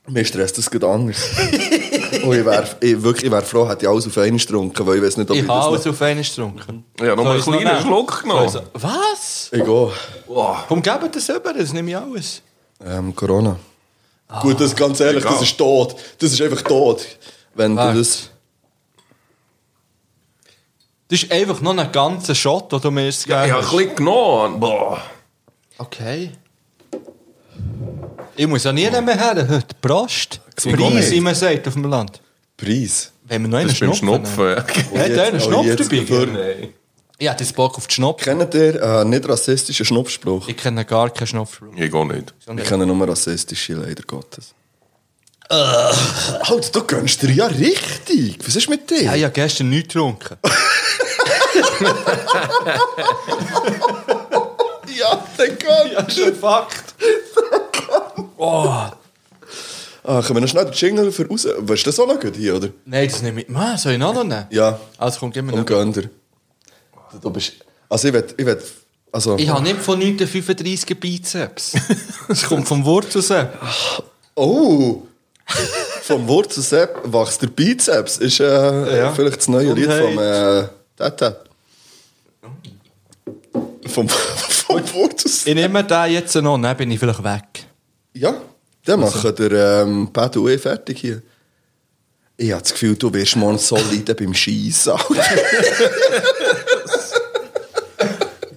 Speaker 2: Mir stresst das gerade anders. Und ich wäre ich, wirklich, ich wär froh, hätte ich alles auf einmal getrunken, weil ich weiß nicht, ob ich,
Speaker 1: Ich habe
Speaker 2: das
Speaker 1: alles
Speaker 2: noch...
Speaker 1: auf einmal getrunken.
Speaker 4: Ja, noch
Speaker 1: Soll
Speaker 4: Mhm. einen
Speaker 1: ich's noch nehmen?
Speaker 4: kleinen Schluck genommen.
Speaker 1: Soll ich's- Was?
Speaker 2: Ich gehe.
Speaker 4: Boah.
Speaker 1: Komm, geben das über, das nehme ich alles.
Speaker 2: Ähm, Corona.
Speaker 1: Ah.
Speaker 2: Gut, das ganz ehrlich,
Speaker 4: Egal.
Speaker 2: das ist tot. Das ist einfach tot. Wenn
Speaker 1: Fakt.
Speaker 2: du das...
Speaker 1: Das ist einfach noch ein ganzer Shot, den du mir jetzt
Speaker 4: Ja,
Speaker 1: gegeben
Speaker 4: ich habe ein bisschen genommen. Boah.
Speaker 1: Okay. Ich muss ja nie mehr her heute. Prost.
Speaker 2: Ich gar
Speaker 1: Preis,
Speaker 2: nicht.
Speaker 1: wie man sagt auf dem Land.
Speaker 2: Preis.
Speaker 1: Wenn wir noch einen
Speaker 4: Das ist beim
Speaker 1: Schnupfen haben.
Speaker 4: Schnupfen.
Speaker 1: Hat
Speaker 2: Jetzt-
Speaker 1: er einen
Speaker 2: oh,
Speaker 1: Schnupf
Speaker 2: jetzt
Speaker 1: dabei?
Speaker 2: für-
Speaker 4: Nein.
Speaker 1: Ich hätte jetzt Bock auf den Schnupf.
Speaker 2: Kennt ihr einen nicht rassistischen Schnupfspruch?
Speaker 1: Ich kenne gar keinen Schnupf.
Speaker 4: Ich gehe nicht.
Speaker 2: Ich kenne nur rassistische, leider Gottes. Äh, Halt, du gönnst dir ja richtig. Was ist mit dir?
Speaker 1: Ja, ich habe gestern nichts getrunken.
Speaker 2: ja dann gönn.
Speaker 1: Das ist ein Fakt.
Speaker 2: Ah, können wir noch schnell den Jingle für raus... Weißt du das auch noch gut hier, oder?
Speaker 1: Nein, das nehme ich. Man, soll ich noch nehmen?
Speaker 2: Ja.
Speaker 1: Also komm, gib mir
Speaker 2: Und
Speaker 1: noch.
Speaker 2: gönn dir. Du bist... Also ich will... Ich will also...
Speaker 1: Ich habe nicht von 935 Bizeps. Das kommt vom Wurzelsepp.
Speaker 2: Oh! Vom Wurzelsepp wächst der Bizeps. Ist äh,
Speaker 1: Ja.
Speaker 2: vielleicht das neue Lied
Speaker 1: Gesundheit.
Speaker 2: vom äh, Tata. Vom, vom Wurzelsepp.
Speaker 1: Ich nehme den jetzt noch, dann bin ich vielleicht weg.
Speaker 2: Ja, dann
Speaker 4: Also.
Speaker 2: machen der ähm, Pedro eh fertig hier. Ich habe das Gefühl, du wirst morgen so leiden beim Schießen.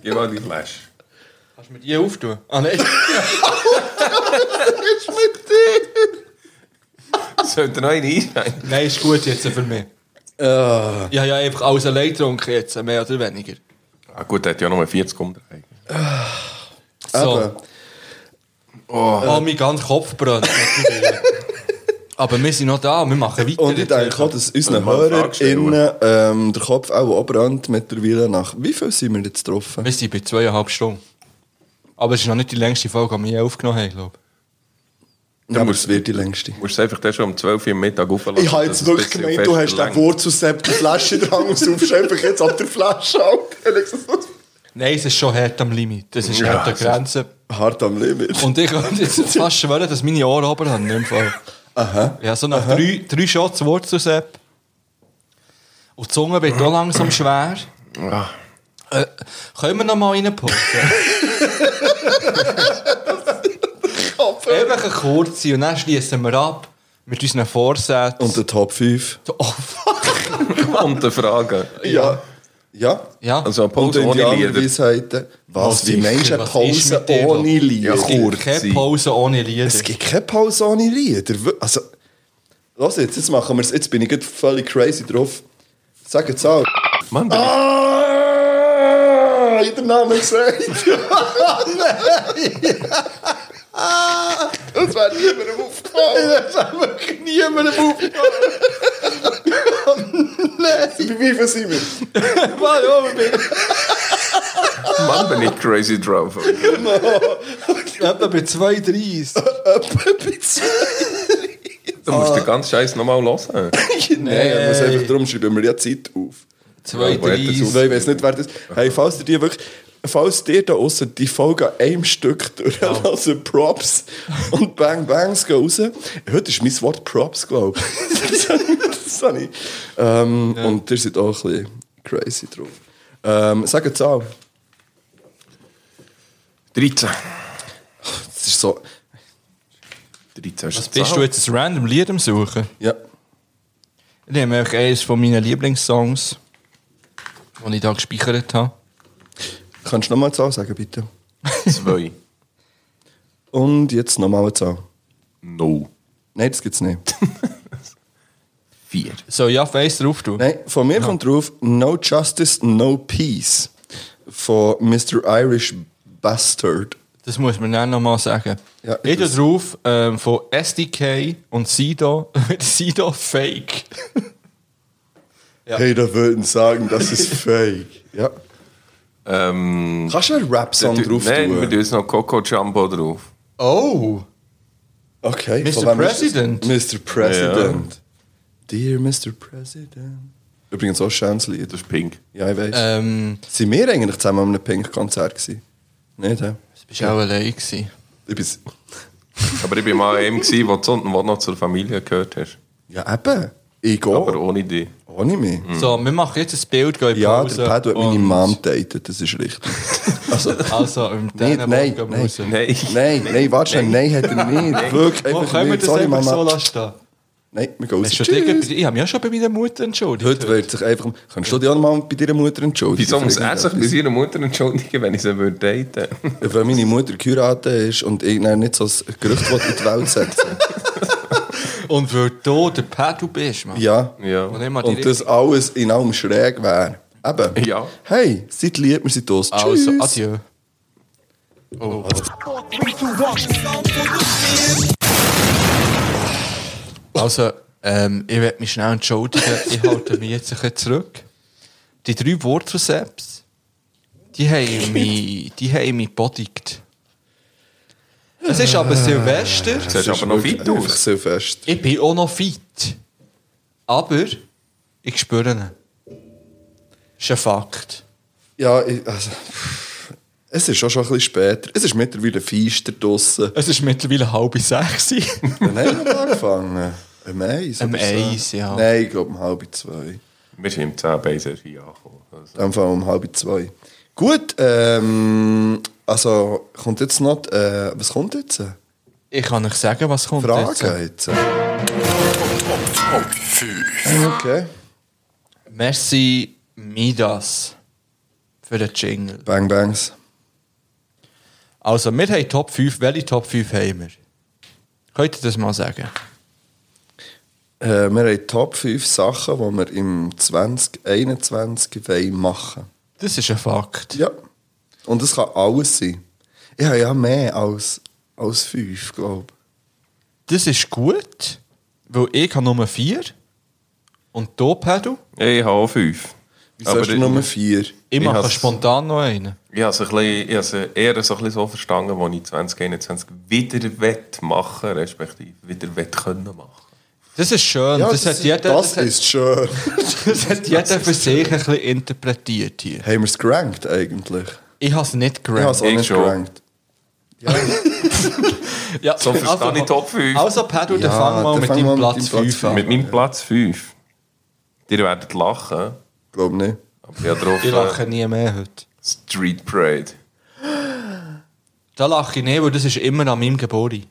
Speaker 4: Gib mal die Flasche.
Speaker 1: Kannst du mir die auftun? Ah, nein.
Speaker 4: Das Sollt ihr noch einen einschneiden?
Speaker 1: Nein, ist gut jetzt für mich.
Speaker 2: Ah,
Speaker 1: Ja, ja, einfach alles allein getrunken jetzt, mehr oder weniger.
Speaker 4: Ah, gut, er hat ja nur 40 umdrehen.
Speaker 1: So.
Speaker 2: Eben.
Speaker 1: Oh. mein ganzer Kopf brennt. Aber wir sind noch da, wir machen weiter.
Speaker 2: Und ich denke auch, dass unseren
Speaker 4: mal eine Frage stellen.
Speaker 2: HörerInnen ähm, der Kopf auch abbrennt mittlerweile nach... Wie viel sind wir jetzt getroffen?
Speaker 1: Wir sind bei zweieinhalb Stunden. Aber es ist noch nicht die längste Folge, die wir je aufgenommen haben, glaube
Speaker 2: Ja, aber es wird die längste.
Speaker 4: Du musst es einfach dann schon um 12 Uhr am Mittag auflassen.
Speaker 2: Ich habe jetzt wirklich gemeint, du hast den Wurzelsepp die Flasche dran und saufst einfach jetzt ab der Flasche ab.
Speaker 1: ich. Nein, es ist schon hart am Limit. Es ist
Speaker 4: Ja,
Speaker 1: hart an
Speaker 4: es ist-
Speaker 1: der Grenze.
Speaker 2: Hart am Limit.
Speaker 1: Und ich könnte jetzt fast schwören, dass meine Ohren oben haben. in dem Fall.
Speaker 2: Aha.
Speaker 1: Ja, so nach drei, drei Shots Wurzelsepp. Und die Zunge wird auch langsam schwer. Äh, können wir noch mal reinputzen? Einfach eine kurze und dann schließen wir ab mit unseren Vorsätzen.
Speaker 2: Und der Top 5?
Speaker 1: oh, fuck.
Speaker 4: Und die Frage.
Speaker 2: Ja. Ja?
Speaker 1: Ja,
Speaker 4: Also eine
Speaker 2: Und
Speaker 4: Pause ohne Lieder.
Speaker 2: Indianerweisheiten.
Speaker 1: Oh,
Speaker 2: Was? Wie
Speaker 1: sicher,
Speaker 2: Menschen
Speaker 1: was ist
Speaker 2: Pause
Speaker 1: mit dir los?
Speaker 2: ohne Lieder?
Speaker 1: es gibt keine
Speaker 4: sein.
Speaker 1: Pause ohne Lieder.
Speaker 2: Es gibt keine Pause ohne Lieder. Wir- Also, los jetzt, jetzt machen wir es. Jetzt bin ich gerade völlig crazy drauf. Sag jetzt auch.
Speaker 4: Mann, der-
Speaker 2: Ah! Jeder Name gesagt. Ah, Nein! Ah, Das wäre niemandem aufgefallen. Das wäre wirklich niemandem aufgefallen. Oh, Nein! Bei wie viel sind wir?
Speaker 1: Warum bin
Speaker 4: Mann, bin ich crazy drauf.
Speaker 1: ich etwa bei 32?
Speaker 4: Du musst den ganzen Scheiß nochmal hören.
Speaker 2: Nein, ich muss einfach darum schreiben wir ja Zeit auf.
Speaker 4: aber hat das
Speaker 1: 32.
Speaker 4: auf-
Speaker 2: Nein, ich weiß nicht, wer das. Hey, falls ihr die wirklich. Falls dir da außen die Folge an einem Stück durchlässt, also Props und Bang Bangs gehen raus. Heute ist mein Wort Props, glaube ich. das habe ich. Das habe ich. Ähm, Und ihr seid auch ein bisschen crazy drauf. Ähm, sag jetzt auch.
Speaker 4: 13.
Speaker 2: Das ist so.
Speaker 4: 13 ist
Speaker 1: Was bist du jetzt ein random Lied am Suchen?
Speaker 2: Ja.
Speaker 1: Ich nehme einfach eines von meinen Lieblingssongs, den ich da gespeichert habe.
Speaker 2: Kannst du nochmal Zahl sagen, bitte?
Speaker 4: 2.
Speaker 2: Und jetzt nochmal eine Zahl.
Speaker 4: No.
Speaker 2: Nein, das gibt's nicht.
Speaker 4: 4.
Speaker 1: Soll ich auf eins drauf tun?
Speaker 2: Nein, von mir kommt drauf No Justice, No Peace von Mr. Irish Bastard.
Speaker 1: Das muss man dann nochmal sagen.
Speaker 2: Ja,
Speaker 1: ich tue
Speaker 2: das-
Speaker 1: drauf ähm, von SDK und Sido. Sido Fake.
Speaker 2: Hey, da würden sagen, das ist fake. Ja.
Speaker 4: Ähm,
Speaker 2: Kannst du einen Rap-Song drauf
Speaker 4: Nein, wir
Speaker 2: tun?
Speaker 4: tun jetzt noch Coco Jumbo drauf.
Speaker 1: Oh!
Speaker 2: Okay,
Speaker 1: Mr.
Speaker 2: von wem ist das?
Speaker 1: President.
Speaker 2: Mr. President. Dear Mr. President. Übrigens auch ein schönes Lied.
Speaker 4: Das ist pink.
Speaker 2: Ja, ich weiß.
Speaker 1: Ähm,
Speaker 2: Sind wir eigentlich zusammen an einem Pink-Konzert gewesen? Nicht, hä?
Speaker 1: das bist auch allein gewesen.
Speaker 2: Ich bin's-
Speaker 4: Aber ich war mal an einem, gewesen, wo du unten wo du noch zur Familie gehört hast.
Speaker 2: Ja, eben. Ich
Speaker 4: Aber Mhm.
Speaker 2: gehe.
Speaker 4: ohne dich.
Speaker 2: Ohne mich.
Speaker 1: So, wir machen jetzt ein Bild, gehen in
Speaker 2: Ja,
Speaker 1: Pause
Speaker 2: der Pedro hat meine
Speaker 1: und-
Speaker 2: Mom datet, das ist richtig. Also,
Speaker 1: Also, im
Speaker 2: Nein, nein, nein.
Speaker 4: Nein.
Speaker 2: Nein, nein, warte schon, nein, hat er nicht. Wirklich,
Speaker 1: Wo
Speaker 2: einfach
Speaker 1: können wir
Speaker 2: nicht.
Speaker 1: das
Speaker 2: Sorry,
Speaker 1: einfach so
Speaker 2: Mama.
Speaker 1: lassen? stehen?
Speaker 2: Nein, wir gehen raus.
Speaker 1: Hast du
Speaker 2: Tschüss.
Speaker 1: dich irgendwie- Ich habe mich ja schon bei meiner Mutter entschuldigt.
Speaker 2: Heute wird sich einfach... um- Kannst du dich auch noch mal bei deiner Mutter entschuldigen?
Speaker 4: Wieso muss er sich
Speaker 2: Für
Speaker 4: bei seiner Mutter entschuldigen, wenn ich sie würde daten
Speaker 2: irgendetwas? Weil meine Mutter geheiratet ist und ich dann nicht so ein Gerücht will in die Welt setzen
Speaker 1: Und weil du der Pedro bist, Oh, Mann.
Speaker 2: Ja.
Speaker 4: Ja.
Speaker 1: Und, immer die
Speaker 2: Und das alles in allem schräg wäre. Eben.
Speaker 4: Ja.
Speaker 2: Hey, seid lieb, wir sind aus.
Speaker 1: Also,
Speaker 2: Tschüss.
Speaker 1: adieu. Oh. Also, ähm, ich werde mich schnell entschuldigen. Ich halte mich jetzt ein bisschen zurück. Die drei Wurzelsäpps, die haben mich, die haben mich bodigt. Es ist aber Silvester.
Speaker 4: Du siehst aber noch
Speaker 2: Wirklich
Speaker 4: fit aus.
Speaker 2: einfach Silvester.
Speaker 1: Ich bin auch noch fit. Aber ich spüre ihn. Ist ein Fakt.
Speaker 2: Ja, ich, also... Es ist auch schon ein bisschen später. Es ist mittlerweile feister draussen.
Speaker 1: Es ist mittlerweile halb sechs.
Speaker 2: Wann haben wir angefangen? Am Eis?
Speaker 1: Am
Speaker 2: oder so?
Speaker 1: Eis, ja.
Speaker 2: Nein, ich glaube um halb zwei.
Speaker 4: Wir sind im 10 bei sehr viel angekommen. Also,
Speaker 2: In dem Fall um halb zwei. Gut, ähm, also kommt jetzt noch, die, äh, was kommt jetzt?
Speaker 1: Ich kann euch sagen, was kommt
Speaker 2: Frage jetzt. Okay.
Speaker 1: jetzt. Merci Midas für den Jingle.
Speaker 2: Bang Bangs.
Speaker 1: Also, wir haben Top 5. Welche Top 5 haben wir? Könnt ihr das mal sagen?
Speaker 2: Äh, wir haben Top 5 Sachen, die wir im 2021 wollen machen
Speaker 1: Das ist ein Fakt.
Speaker 2: Ja. Und es kann alles sein. Ich habe ja mehr als, als fünf, glaube
Speaker 1: Das ist gut, weil ich habe nur vier. Und du, Pedro,
Speaker 4: Ich habe auch fünf.
Speaker 2: ich. Wieso hast du nur vier?
Speaker 1: ich
Speaker 4: Ich
Speaker 1: mache
Speaker 4: has-
Speaker 1: spontan noch einen.
Speaker 4: Ich habe es ein bisschen- ich habe es eher so, ein bisschen so verstanden, was ich 2021 wieder wett machen respektive wieder wett können machen.
Speaker 1: Das ist schön. das, hat jeder,
Speaker 2: das
Speaker 1: das, hat-
Speaker 2: ist schön.
Speaker 1: das hat jeder für sich ein bisschen interpretiert hier.
Speaker 2: haben wir es gerankt eigentlich?
Speaker 1: Ich habe es nicht
Speaker 2: Ich habe
Speaker 1: gerankt.
Speaker 2: es auch
Speaker 4: Ich
Speaker 2: nicht
Speaker 4: schon.
Speaker 2: gerankt.
Speaker 1: Ja,
Speaker 4: So verstehe ich Top 5.
Speaker 1: Also, Pedro, dann
Speaker 2: Ja,
Speaker 1: fang mal
Speaker 2: dann
Speaker 1: mit
Speaker 2: fang
Speaker 1: deinem
Speaker 2: mal mit
Speaker 1: Platz
Speaker 2: deinem Platz
Speaker 1: 5
Speaker 2: fünf.
Speaker 1: an.
Speaker 4: Mit meinem Platz 5. Ihr werdet lachen,
Speaker 2: Ich glaube nicht.
Speaker 4: aber ich habe drauf
Speaker 1: Ich lache
Speaker 4: äh,
Speaker 1: nie mehr heute.
Speaker 4: Street Parade.
Speaker 1: Da lache ich nicht, weil das ist immer an meinem Gebäude.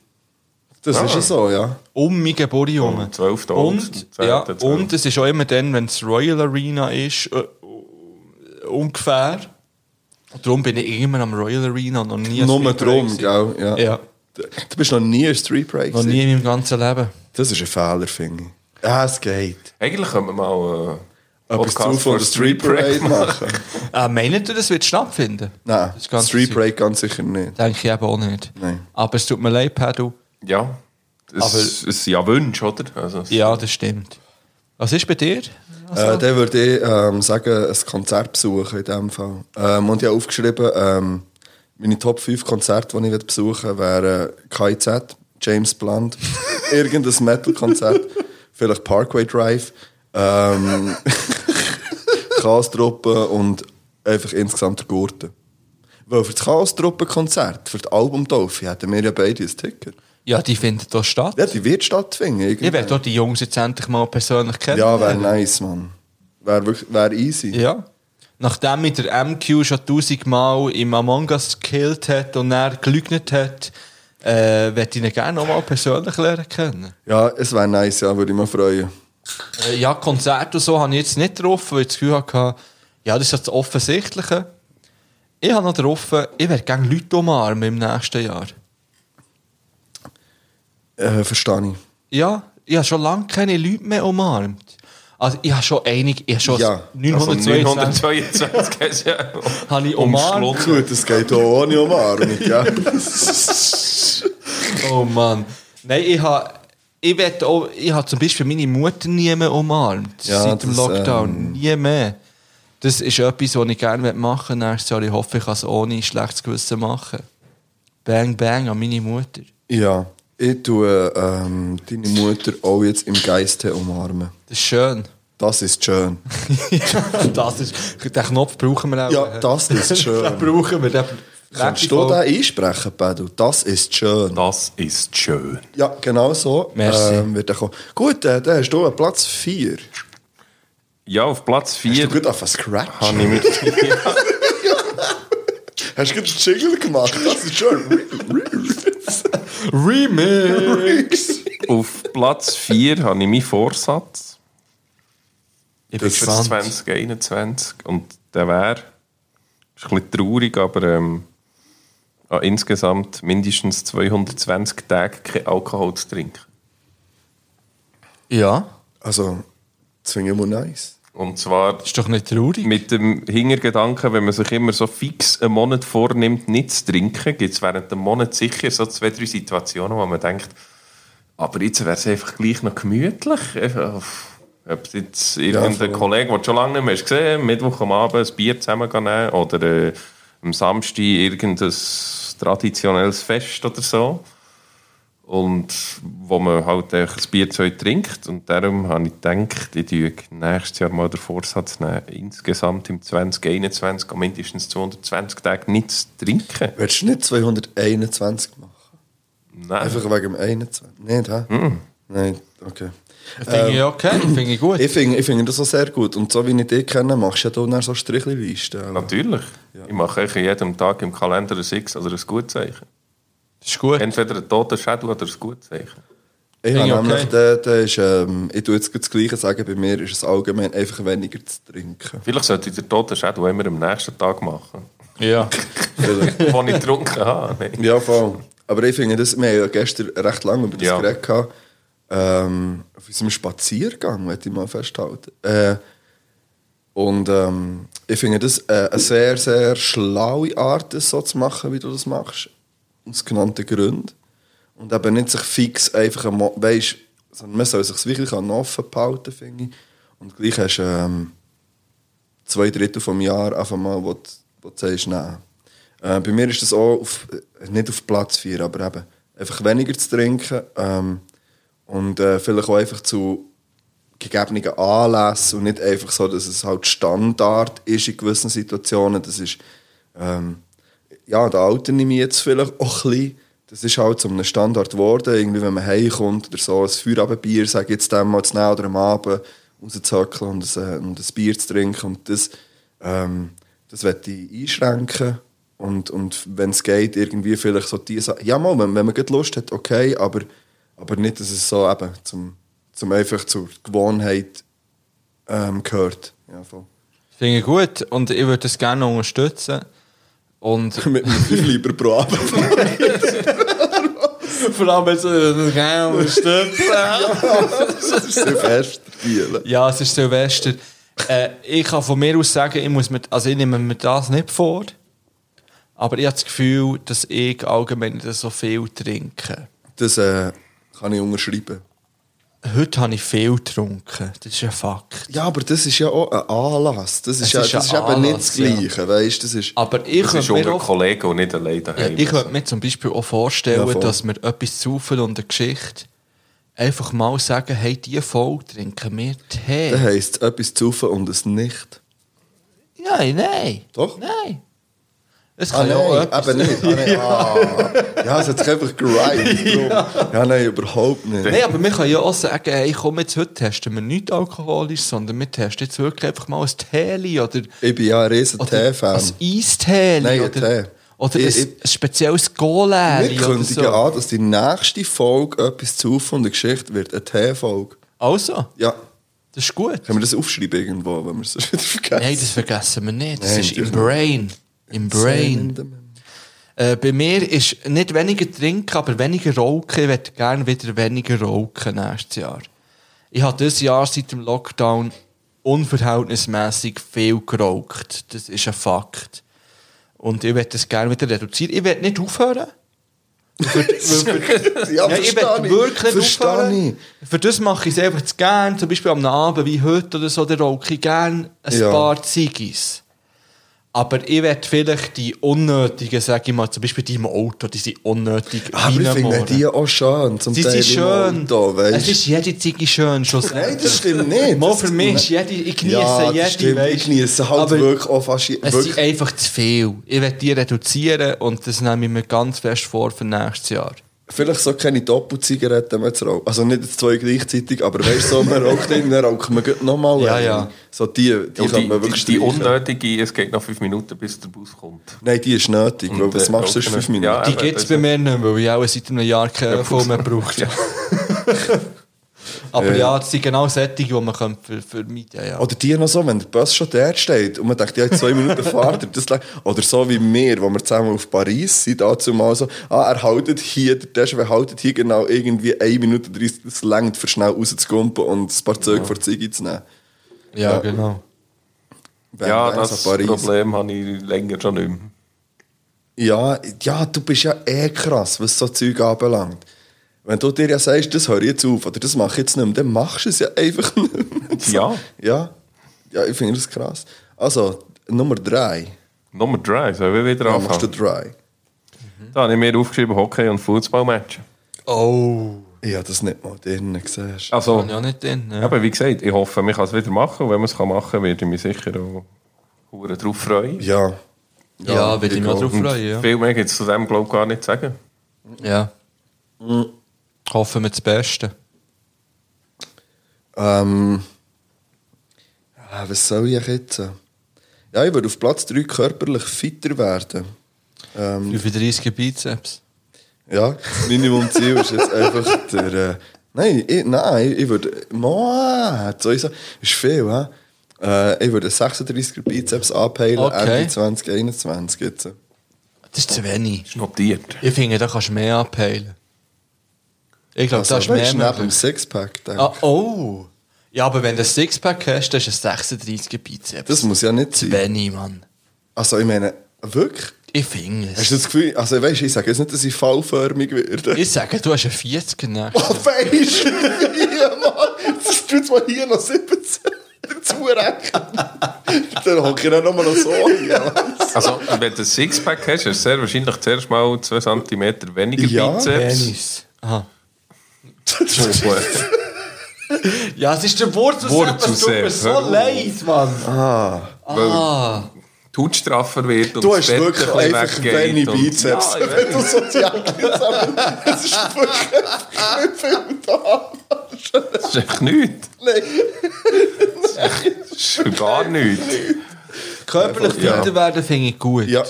Speaker 2: Das ist ja so, ja.
Speaker 1: Um mein Gebäude herum.
Speaker 4: Um
Speaker 1: und,
Speaker 4: 12. August,
Speaker 1: ja,
Speaker 4: 10., 12..
Speaker 1: und es ist auch immer dann, wenn es Royal Arena ist, äh, ungefähr. Und darum bin ich immer am Royal Arena und noch nie an
Speaker 2: Nur
Speaker 1: Street Parade
Speaker 2: drum,
Speaker 1: gewesen.
Speaker 2: gell? Ja.
Speaker 1: Ja.
Speaker 2: Du du bist noch nie ein Street Break.
Speaker 1: Noch nie in meinem ganzen Leben.
Speaker 2: Das ist ein Fehler, finde ich. Ja, es geht.
Speaker 4: Eigentlich können wir mal äh,
Speaker 2: Aber zu
Speaker 4: von
Speaker 2: von der Street Parade machen.
Speaker 1: Äh, meint ihr, das wird stattfinden?
Speaker 2: Nein,
Speaker 1: Das ganze
Speaker 2: Street
Speaker 1: Zeug.
Speaker 2: Parade ganz sicher nicht.
Speaker 1: Denke ich eben auch nicht.
Speaker 2: Nein.
Speaker 1: Aber es tut mir leid, Pedro.
Speaker 4: Ja,
Speaker 2: Ah,
Speaker 1: Aber-
Speaker 4: es, es sind ja Wünsche, oder? Also, es-
Speaker 1: Ja, das stimmt. Was ist bei dir?
Speaker 2: Äh, dann würde ich ähm, sagen, ein Konzert besuchen in dem Fall. Ähm, und ich habe aufgeschrieben, ähm, meine Top 5 Konzerte, die ich besuchen will, wären KIZ, James Blunt, irgendein Metal-Konzert, vielleicht Parkway Drive, ähm, Chaos-Truppe und einfach insgesamt der Gurten. Weil für das Chaos-Truppe-Konzert, für die Albumtaufe, hätten wir ja beide ein Ticket.
Speaker 1: Ja, die findet hier statt.
Speaker 2: Ja, die wird stattfinden. irgendwie.
Speaker 1: Ich werde auch die Jungs jetzt endlich mal persönlich kennen.
Speaker 2: Ja, wäre nice, Mann. Wäre wirklich- wäre easy.
Speaker 1: Ja. Nachdem mich der MQ schon tausendmal im Among Us gekillt hat und er gelügnet hat, äh, würde ich ihn gerne nochmal persönlich lernen kennen.
Speaker 2: Ja, es wäre nice, ja, würde ich mich freuen.
Speaker 1: Äh, ja, Konzerte und so habe ich jetzt nicht drauf, weil ich das Gefühl hatte, ja, das ist ja das Offensichtliche. Ich habe noch drauf, ich werde gerne Leute umarmen im nächsten Jahr.
Speaker 2: Äh, verstehe ich.
Speaker 1: Ja, ich habe schon lange keine Leute mehr umarmt. Also ich habe schon einig, ich habe schon
Speaker 2: Ja,
Speaker 4: Also
Speaker 1: 922
Speaker 4: 922 ist ja
Speaker 1: habe ich umarmt.
Speaker 4: umschlossen.
Speaker 2: Gut, es geht auch ohne Umarmung, ja.
Speaker 1: Oh Mann. Nein, ich habe ich werd auch, ich hab zum Beispiel meine Mutter nie mehr umarmt.
Speaker 2: Ja,
Speaker 1: seit dem
Speaker 2: das,
Speaker 1: Lockdown.
Speaker 2: ähm,
Speaker 1: Nie mehr. Das ist etwas, was ich gerne machen möchte nächstes Jahr. Ich hoffe, ich kann es ohne schlechtes Gewissen machen. Bang, bang an meine Mutter.
Speaker 2: Ja, ich tue ähm, deine Mutter auch jetzt im Geiste umarmen.
Speaker 1: Das ist schön.
Speaker 2: Das ist schön.
Speaker 1: das ist, den Knopf brauchen wir auch.
Speaker 2: Ja, das ist
Speaker 1: Den
Speaker 2: schön.
Speaker 1: brauchen wir. Den
Speaker 2: Kannst du den einsprechen, Pedro? Das ist schön.
Speaker 4: Das ist schön.
Speaker 2: Ja, genau so
Speaker 1: Merci.
Speaker 2: ähm, wird er kommen. Gut, äh, dann hast du einen Platz 4.
Speaker 4: Ja, auf Platz
Speaker 2: Hast du
Speaker 4: 4
Speaker 2: gut auf einen Scratch?
Speaker 4: habe ich mich.
Speaker 2: Hast du gut einen Jingle gemacht? Das ist schön.
Speaker 1: Remix!
Speaker 4: Auf Platz 4 habe ich meinen Vorsatz
Speaker 1: Ich bin
Speaker 4: für das
Speaker 1: gespannt.
Speaker 4: 2021. Und der wäre, ist ein bisschen traurig, aber ähm, an insgesamt mindestens 220 Tage kein Alkohol zu trinken.
Speaker 1: Ja,
Speaker 2: Also, das finde ich immer nice.
Speaker 4: Und zwar
Speaker 1: ist doch nicht traurig.
Speaker 4: mit dem Hintergedanken, wenn man sich immer so fix einen Monat vornimmt, nicht zu trinken, gibt es während dem Monat sicher so zwei, drei Situationen, wo man denkt, aber jetzt wäre es einfach gleich noch gemütlich. Einfach, uff. Ob es jetzt irgendein
Speaker 2: voll.
Speaker 4: Kollege, den du schon lange nicht mehr hast gesehen Mittwoch am Abend ein Bier zusammen nehmen oder äh, am Samstag irgendein traditionelles Fest oder so. Und wo man halt einfach das Bierzeug trinkt. Und darum habe ich gedacht, ich tue nächstes Jahr mal den Vorsatz nehmen, insgesamt im 2021 mindestens 220 Tage nichts zu trinken.
Speaker 2: Willst du nicht 221 machen?
Speaker 4: Nein.
Speaker 2: Einfach wegen dem 21. Nicht, hä? Nein, okay.
Speaker 1: Finde ich okay, finde ich gut.
Speaker 2: ähm, Ich finde ich finde das auch sehr gut. Und so wie ich dich kenne, machst du ja dann so
Speaker 1: Ah,
Speaker 2: Also, Strichlisten. oder?
Speaker 4: Natürlich. Ich mache eigentlich jeden Tag im Kalender ein X oder ein Gutzeichen.
Speaker 1: Das ist gut.
Speaker 4: Entweder ein toter Schädel oder ein Gutzeichen.
Speaker 2: Ich
Speaker 1: Finde
Speaker 2: habe
Speaker 1: ich
Speaker 2: nämlich,
Speaker 1: okay.
Speaker 2: der, der ist, ähm, ich tue jetzt gleich das Gleiche sagen, bei mir ist es allgemein einfach weniger zu trinken.
Speaker 4: Vielleicht sollte ich den toten Schädel immer am nächsten Tag machen.
Speaker 1: Ja.
Speaker 2: Vielleicht.
Speaker 4: Wo ich getrunken habe. Nein.
Speaker 2: ja, voll. Aber ich finde das, wir haben ja gestern recht lange über das
Speaker 4: Ja.
Speaker 2: geredet. gehabt. ähm, auf unserem Spaziergang, möchte ich mal festhalten. Äh, und ähm, ich finde das äh, eine sehr, sehr schlaue Art, das so zu machen, wie du das machst. Aus genannten Gründen. Und eben nicht sich fix einfach, am Mo- weisst, sondern man soll sich wirklich an den offen behalten, finde ich. Und gleich hast du ähm, zwei Drittel vom Jahr einfach mal, wo du, wo du sagst, nein. Äh, bei mir ist das auch auf, äh, nicht auf Platz 4, aber eben einfach weniger zu trinken ähm, und äh, vielleicht auch einfach zu gegebenen Anlässen und nicht einfach so, dass es halt Standard ist in gewissen Situationen. Das ist, ähm, ja, da alterne ich mich jetzt vielleicht auch ein bisschen. Das ist halt zu einem Standard geworden, irgendwie, wenn man heimkommt oder so, ein Feierabendbier, sage jetzt dem mal zu nehmen oder am Abend rauszuhöckeln und, ein- äh, und ein Bier zu trinken und das, ähm, das möchte ich einschränken und, und wenn es geht, irgendwie vielleicht so die Sachen, ja mal, wenn, wenn man gerade Lust hat, okay, aber, aber nicht, dass es so eben zum, zum einfach zur Gewohnheit ähm, gehört. Ja, voll.
Speaker 1: Finde ich gut und ich würde es gerne unterstützen. Und
Speaker 2: Mit einem Fünf lieber pro Abend.
Speaker 1: vor allem jetzt gerne unterstützen.
Speaker 2: Das ist sehr fest. Biele.
Speaker 1: ja, es ist Silvester. Äh, ich kann von mir aus sagen, ich, muss mir, also ich nehme mir das nicht vor, aber ich habe das Gefühl, dass ich allgemein nicht so viel trinke.
Speaker 2: Das äh, kann ich unterschreiben.
Speaker 1: Heute habe ich viel getrunken, das ist ein Fakt.
Speaker 2: Ja, aber das ist ja auch ein Anlass. Das
Speaker 1: Es
Speaker 2: ist, ja,
Speaker 1: ist
Speaker 2: das ist
Speaker 1: ein
Speaker 2: eben nicht
Speaker 1: Anlass,
Speaker 2: das Gleiche. Weißt, das ist,
Speaker 1: Aber ich
Speaker 4: Das ist
Speaker 1: könnte mir
Speaker 4: unter
Speaker 1: auch
Speaker 4: Kollegen und nicht allein daheim.
Speaker 1: Ich könnte mir zum Beispiel auch vorstellen,
Speaker 2: Ja, voll.
Speaker 1: dass wir etwas zaufen und eine Geschichte einfach mal sagen, hey, die Folge trinken wir Tee.
Speaker 2: das heisst, etwas zu saufen und es nicht.
Speaker 1: Nein, nein.
Speaker 2: Doch.
Speaker 1: Nein. Es
Speaker 2: Ah,
Speaker 1: kann ja auch
Speaker 2: nein,
Speaker 1: etwas
Speaker 2: eben nicht. Ah, nein, ah. Ja, es hat sich einfach grindet. Ja. ja, nein, überhaupt nicht.
Speaker 1: Nein, aber wir können ja auch sagen, hey, komm, jetzt heute testen wir nicht alkoholisch, sondern wir testen jetzt wirklich einfach mal ein Tee oder,
Speaker 2: Ich bin ja ein riesen
Speaker 1: oder
Speaker 2: Tee-Fan.
Speaker 1: ein Eistee.
Speaker 2: Nein, ein
Speaker 1: oder,
Speaker 2: Tee.
Speaker 1: oder
Speaker 2: Ich-
Speaker 1: ein,
Speaker 2: ich-
Speaker 1: ein spezielles Golä.
Speaker 2: Wir kündigen an, dass die nächste Folge etwas zu saufen und eine Geschichte wird. Eine Tee-Folge.
Speaker 1: Also,
Speaker 2: Ja,
Speaker 1: das ist gut.
Speaker 2: können wir das aufschreiben irgendwo, wenn wir es wieder vergessen?
Speaker 1: Nein, das vergessen wir nicht. Das
Speaker 2: Nein,
Speaker 1: ist im
Speaker 2: natürlich
Speaker 1: Brain. Im Brain.
Speaker 2: Brain.
Speaker 1: Äh, bei mir ist nicht weniger trinken, aber weniger rauchen. Ich würde gerne wieder weniger rauchen nächstes Jahr. Ich habe dieses Jahr seit dem Lockdown unverhältnismäßig viel geraucht. Das ist ein Fakt. Und ich würde das gerne wieder reduzieren. Ich werde nicht aufhören.
Speaker 2: Ja,
Speaker 1: Ja, ich will wirklich nicht
Speaker 2: Verstehe ich.
Speaker 1: aufhören. Für das mache ich es einfach zu gern. Zum Beispiel am Abend wie heute oder so, der rauche ich gern ein
Speaker 2: Ja.
Speaker 1: paar Ziggis. Aber ich werde vielleicht die unnötigen, sage ich mal, zum Beispiel die im Auto, die sind unnötig.
Speaker 2: Aber ich finde
Speaker 1: reinmohren.
Speaker 2: Ah, die auch schön. Zum
Speaker 1: Sie
Speaker 2: Teil
Speaker 1: sind
Speaker 2: im
Speaker 1: schön.
Speaker 2: Auto,
Speaker 1: es
Speaker 2: weißt du.
Speaker 1: ist jede Ziggy schön.
Speaker 2: Nein, das stimmt nicht.
Speaker 1: Mal
Speaker 2: Das-
Speaker 1: für mich ist jede, ich genieße
Speaker 2: Ja,
Speaker 1: jede.
Speaker 2: das stimmt.
Speaker 1: weisst
Speaker 2: Ich genieße halt
Speaker 1: Aber
Speaker 2: wirklich auch fast... je-
Speaker 1: Es
Speaker 2: Wirklich.
Speaker 1: sind einfach zu viel. Ich werde die reduzieren und das nehme ich mir ganz fest vor für nächstes Jahr.
Speaker 2: Vielleicht so keine Doppelzigaretten mehr zu rauchen. Also nicht zwei gleichzeitig, aber weißt du, so, man raucht einen, dann raucht man nochmal
Speaker 1: Ja, ja.
Speaker 2: So die, die
Speaker 4: Ja,
Speaker 2: kann
Speaker 4: die,
Speaker 2: man
Speaker 4: die,
Speaker 2: wirklich
Speaker 4: die, die
Speaker 2: streichen.
Speaker 4: unnötige, es geht noch fünf Minuten, bis der Bus kommt.
Speaker 2: Nein, die ist nötig, weil
Speaker 4: Und,
Speaker 2: was
Speaker 4: äh,
Speaker 2: machst du
Speaker 4: rauchen
Speaker 2: sonst fünf
Speaker 4: nicht.
Speaker 2: Minuten?
Speaker 4: Ja,
Speaker 1: Die
Speaker 4: eben,
Speaker 1: gibt es
Speaker 4: das-
Speaker 1: bei mir nicht mehr, weil ich auch seit einem Jahr keine Form mehr brauche. Aber ja, es sind genau solche, die man könnte für, für Media ja.
Speaker 2: Oder die noch so, wenn der Bus schon da steht und man denkt, ja, in zwei Minuten fahrt er. Das lang- Oder so wie wir, wo wir zusammen auf Paris sind, dazu mal so, ah, er haltet hier, der Tesch, er haltet hier genau irgendwie 1 Minute 30, das längt, für schnell rauszugumpen und ein paar Züge vor die Ziege zu nehmen.
Speaker 1: ja,
Speaker 2: ja.
Speaker 1: genau.
Speaker 2: Wenn
Speaker 4: ja,
Speaker 2: man so
Speaker 4: das Problem habe ich länger schon nicht mehr.
Speaker 2: Ja, ja, du bist ja eh krass, was so Zeug anbelangt. Wenn du dir ja sagst, das höre ich jetzt auf oder das mache ich jetzt nicht mehr, dann machst du es ja einfach nicht mehr. So.
Speaker 4: Ja.
Speaker 2: Ja, ja ich finde das krass. Also, Nummer drei.
Speaker 4: Nummer drei, sollen wir wieder
Speaker 2: Ja, machst du
Speaker 4: anfangen?
Speaker 2: drei?
Speaker 4: Da habe ich mir aufgeschrieben, Hockey- und Fußballmatch.
Speaker 1: Oh,
Speaker 2: Ich habe das nicht mal drinnen gesehen.
Speaker 4: Also,
Speaker 1: ja nicht drin. ne? Ja.
Speaker 4: aber wie gesagt, ich hoffe, man kann es wieder machen. Und wenn man es kann machen kann, werde ich mich sicher auch hure drauf freuen.
Speaker 2: Ja.
Speaker 1: Ja, würde ich mich auch drauf
Speaker 4: Und
Speaker 1: freuen. Ja.
Speaker 4: Viel mehr gibt es zu dem, glaube ich, gar nicht zu sagen.
Speaker 1: ja. Hoffen wir das Beste.
Speaker 2: Ähm, ja, was soll ich jetzt? Ja, ich würde auf Platz drei körperlich fitter werden.
Speaker 1: 35 Bizeps.
Speaker 2: Ja, das Minimumziel ist jetzt einfach der. Äh, nein, ich, nein, ich würde. Moa, so ist viel, hä? Äh, ich würde 36er Bizeps anpeilen,
Speaker 1: Okay.
Speaker 2: Ende 2021 jetzt. Also,
Speaker 1: Das ist zu wenig.
Speaker 4: Ist notiert.
Speaker 1: Ich finde, da kannst du mehr abheilen. Ich glaube,
Speaker 2: Also,
Speaker 1: das ist mehr
Speaker 2: weißt, neben dem
Speaker 1: möglich.
Speaker 2: Sixpack. denke
Speaker 1: Ah,
Speaker 2: ich.
Speaker 1: oh! Ja, aber wenn du ein Sixpack hast, dann ist ein 36er Bizeps.
Speaker 2: Das muss ja nicht sein.
Speaker 1: Wenn ich, Mann.
Speaker 2: Also, ich meine, wirklich?
Speaker 1: Ich finde
Speaker 2: Hast du
Speaker 1: es.
Speaker 2: das Gefühl, also weißt, ich sage jetzt nicht, dass ich fallförmig werde.
Speaker 1: Ich sage, du hast einen 40er nach.
Speaker 2: Oh, weisst du, hier, Mann, jetzt tut's mal hier noch 17 dazu rechnen. Dann hocke ich dann nochmal noch so hier. Mann.
Speaker 4: Also, wenn du ein Sixpack hast, hast du sehr wahrscheinlich zuerst mal 2 cm weniger
Speaker 2: Ja,
Speaker 4: Bizeps.
Speaker 1: Penis. Aha.
Speaker 4: Entschuldigung.
Speaker 1: Ja, es ist der Wurzel
Speaker 4: Wurzelsepp.
Speaker 1: Wurzel so
Speaker 4: Hör auf.
Speaker 1: leid, Mann.
Speaker 4: Weil die Haut straffer wird und
Speaker 2: Du
Speaker 4: das
Speaker 2: hast
Speaker 4: Fett
Speaker 2: wirklich
Speaker 4: ein bisschen
Speaker 2: einfach
Speaker 4: weggeht
Speaker 2: wenig
Speaker 4: und-
Speaker 2: Bizeps,
Speaker 4: Ja, ich
Speaker 2: wenn
Speaker 4: weiß.
Speaker 2: du so die Jacke zusammen... Es ist wirklich nicht viel da.
Speaker 4: Das ist echt nichts.
Speaker 2: Nein.
Speaker 4: Das ist gar nichts.
Speaker 1: Körperlich fitter
Speaker 2: Ja.
Speaker 1: werden finde ich gut.
Speaker 2: Ja,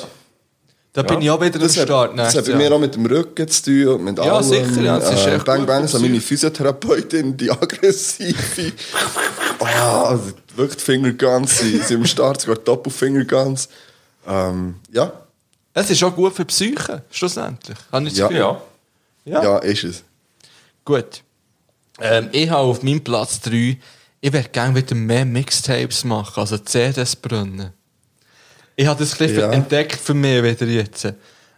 Speaker 1: Da bin ich auch wieder am
Speaker 2: das hat,
Speaker 1: Start.
Speaker 2: das hat
Speaker 1: nächstes
Speaker 2: bei mir
Speaker 1: Jahr.
Speaker 2: auch mit dem Rücken zu tun und mit
Speaker 1: Ja,
Speaker 2: allem.
Speaker 1: sicher, ja, das ist
Speaker 2: äh,
Speaker 1: echt
Speaker 2: Bang
Speaker 1: gut
Speaker 2: Bang, so meine
Speaker 1: passiert.
Speaker 2: Physiotherapeutin, die aggressive. oh ja, also wirklich die Finger ganz, sie sie im Start, sogar Doppelfinger ganz. Ähm, ja,
Speaker 1: Es ist auch gut für die Psyche, schlussendlich. Habe ich das
Speaker 2: Ja.
Speaker 1: Gefühl.
Speaker 4: Ja.
Speaker 2: ja,
Speaker 1: Ja.
Speaker 2: ist es.
Speaker 1: Gut. Ähm, ich habe auf meinem Platz 3, ich werde gerne wieder mehr Mixtapes machen, also CDs brennen. Ich habe das ein bisschen
Speaker 2: Ja.
Speaker 1: entdeckt für mich wieder jetzt.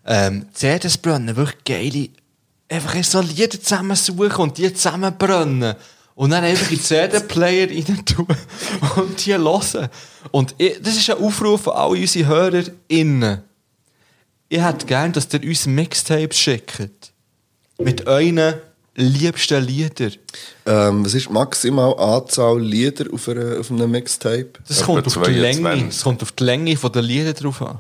Speaker 1: Ähm, CDs brennen, wirklich geile, einfach erst so Lieder zusammensuchen und die zusammenbrennen. Und dann einfach in den CD-Player rein tun und die hören. Und ich, das ist ein Aufruf an alle unsere HörerInnen. Ich hätte gern, dass ihr uns Mixtapes schickt. Mit euren liebsten Liedern.
Speaker 2: Ähm, was ist die maximal Anzahl Lieder auf, einer, auf einem Mixtape?
Speaker 1: Das
Speaker 4: Etwa
Speaker 1: kommt auf die
Speaker 4: 22.
Speaker 1: Länge. Es kommt auf die Länge von den Lieder drauf an.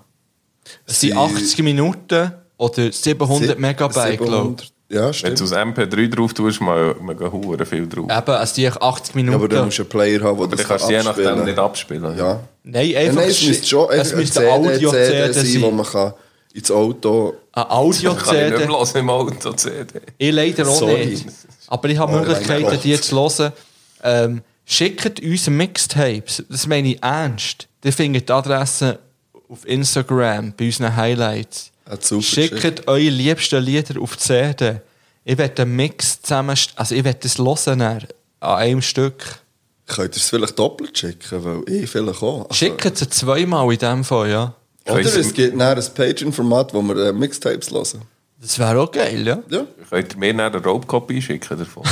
Speaker 1: Es
Speaker 2: Sie-
Speaker 1: sind 80 Minuten oder 700
Speaker 2: Sie-
Speaker 1: Megabyte, glaube
Speaker 2: 700. Ja,
Speaker 4: Wenn du
Speaker 2: stimmt.
Speaker 4: aus MP3 drauf tust, mal mega hure viel drauf.
Speaker 1: ich. Eben, es sind 80
Speaker 2: Ja,
Speaker 1: Minuten.
Speaker 2: aber dann musst du einen Player haben, der
Speaker 4: Aber
Speaker 2: das
Speaker 4: dann kannst du je nachdem
Speaker 2: abspielen
Speaker 4: nicht abspielen.
Speaker 2: Ja.
Speaker 1: Nein,
Speaker 2: Ja,
Speaker 1: einfach.
Speaker 2: nein, es müsste schon
Speaker 1: es
Speaker 2: einfach ein
Speaker 1: müsste
Speaker 2: CD,
Speaker 1: Audio
Speaker 2: CD sein, wo
Speaker 1: sein.
Speaker 2: man kann ins Auto...
Speaker 1: Ein
Speaker 4: Das kann ich nicht
Speaker 1: Audio-CD.
Speaker 4: mehr hören im Auto CD.
Speaker 1: Ich leider auch
Speaker 2: Sorry.
Speaker 1: nicht. Aber ich habe
Speaker 2: Oh, mein
Speaker 1: Möglichkeiten,
Speaker 2: Gott.
Speaker 1: die zu hören. Ähm, schickt uns Mixtapes. Das meine ich ernst. Ihr findet die Adresse auf Instagram bei unseren Highlights.
Speaker 2: Hat Ah, super
Speaker 1: Schickt
Speaker 2: geschickt.
Speaker 1: eure liebsten Lieder auf die CD. Ich werde einen Mix zusammen... Also ich werde das hören dann, an einem Stück.
Speaker 2: Könnt ihr es vielleicht doppelt schicken, weil ich vielleicht auch. Also-
Speaker 1: Schickt sie zweimal in dem Fall, ja.
Speaker 2: Oder
Speaker 4: Weiss
Speaker 2: es
Speaker 4: ich-
Speaker 2: gibt nachher ein Patreon-Format, wo wir äh, Mixtapes hören.
Speaker 1: Das wäre auch geil, ja.
Speaker 2: Ja.
Speaker 4: Könnt ihr mir dann eine Robocopy schicken davon?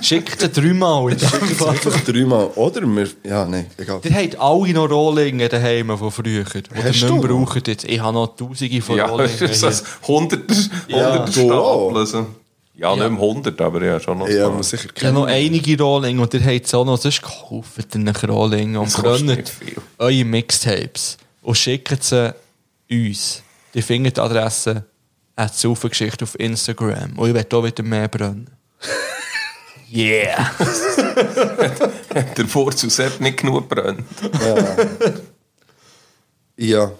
Speaker 1: Schickt sie dreimal in dem Fall.
Speaker 2: Einfach dreimal. Oder wir... Ja, nein, egal.
Speaker 1: Ihr habt alle noch Rohlinge daheim von früher, die ihr
Speaker 2: Hast
Speaker 1: nicht mehr
Speaker 2: du noch?
Speaker 1: braucht jetzt. Ich habe noch tausende von
Speaker 4: ja, das
Speaker 2: dus
Speaker 1: Rohlingen
Speaker 4: ist so
Speaker 1: hier.
Speaker 4: ein 100
Speaker 2: Ja. Du auch?
Speaker 4: Stapel. Ja, nicht mehr 100, aber ja, schon noch.
Speaker 2: Ja,
Speaker 4: ein paar.
Speaker 2: man sicher
Speaker 1: Ich habe
Speaker 2: kennen.
Speaker 1: noch einige Rohlinge und ihr habt auch noch sonst gekauft in den Rohlinge und
Speaker 4: Das kostet
Speaker 1: brennt
Speaker 4: nicht viel.
Speaker 1: eure Mixtapes und schickt sie uns. Die findet die Adresse at Saufengeschichte auf Instagram Oh, und ich werde auch wieder mehr brennen. Yeah!
Speaker 4: Der Vorzug hat nicht genug brennt.
Speaker 2: Ja,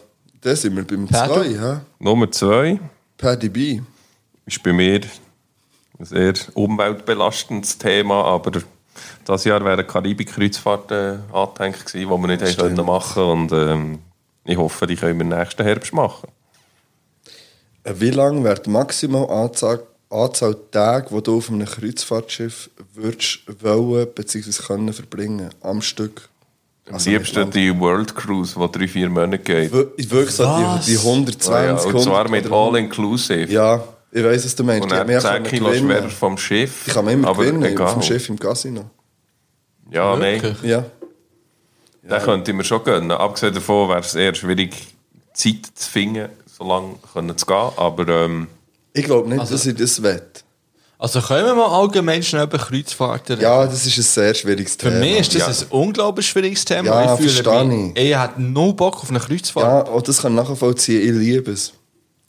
Speaker 2: da sind wir beim
Speaker 1: Pedro?
Speaker 2: 2, ja.
Speaker 4: Nummer 2
Speaker 2: Paddy B.
Speaker 4: ist bei mir ein sehr umweltbelastendes Thema, aber das Jahr wäre eine Karibik-Kreuzfahrt äh, angehängt gewesen, die wir nicht haben können machen und ähm, ich hoffe, die können wir nächsten Herbst machen.
Speaker 2: Äh, Wie lange wäre die maximal Anzahl, Anzahl Tage, die du auf einem Kreuzfahrtschiff würdest wollen bzw. können verbringen am Stück?
Speaker 4: Am
Speaker 2: Also,
Speaker 4: liebsten die World Cruise, die drei, vier Monate geht.
Speaker 2: Wir- Wirklich so
Speaker 1: Was?
Speaker 2: die, die 120
Speaker 4: Ah, ja, und zwar mit
Speaker 2: oder-
Speaker 4: All-Inclusive.
Speaker 2: Ja, ich weiß, was du meinst.
Speaker 4: Und
Speaker 2: Die hat
Speaker 4: er
Speaker 2: mehr
Speaker 4: 10
Speaker 2: können
Speaker 4: Kilo
Speaker 2: gewinnen.
Speaker 4: schwerer vom Schiff.
Speaker 2: eh, Die kann man immer
Speaker 4: aber
Speaker 2: gewinnen,
Speaker 4: egal.
Speaker 2: auf dem eh, Schiff im Casino.
Speaker 4: Ja, nein.
Speaker 1: Wirklich?
Speaker 2: Ja.
Speaker 4: Den könnte ich mir schon gönnen. Abgesehen davon wäre es eher schwierig, Zeit zu finden, so lange können zu gehen. Aber ähm,
Speaker 2: Ich glaube nicht, dass ich das wett.
Speaker 1: Also können wir mal allgemein schnell über Kreuzfahrten reden?
Speaker 2: Ja, das ist ein sehr schwieriges
Speaker 1: Für
Speaker 2: Thema.
Speaker 1: mich ist das
Speaker 4: Ja.
Speaker 1: ein unglaublich schwieriges Thema.
Speaker 2: Ja,
Speaker 1: ich fühle
Speaker 2: verstehe
Speaker 1: mich, ich. habe null Bock auf eine Kreuzfahrt.
Speaker 2: Ja, und das kann ich nachvollziehen, ich liebe es.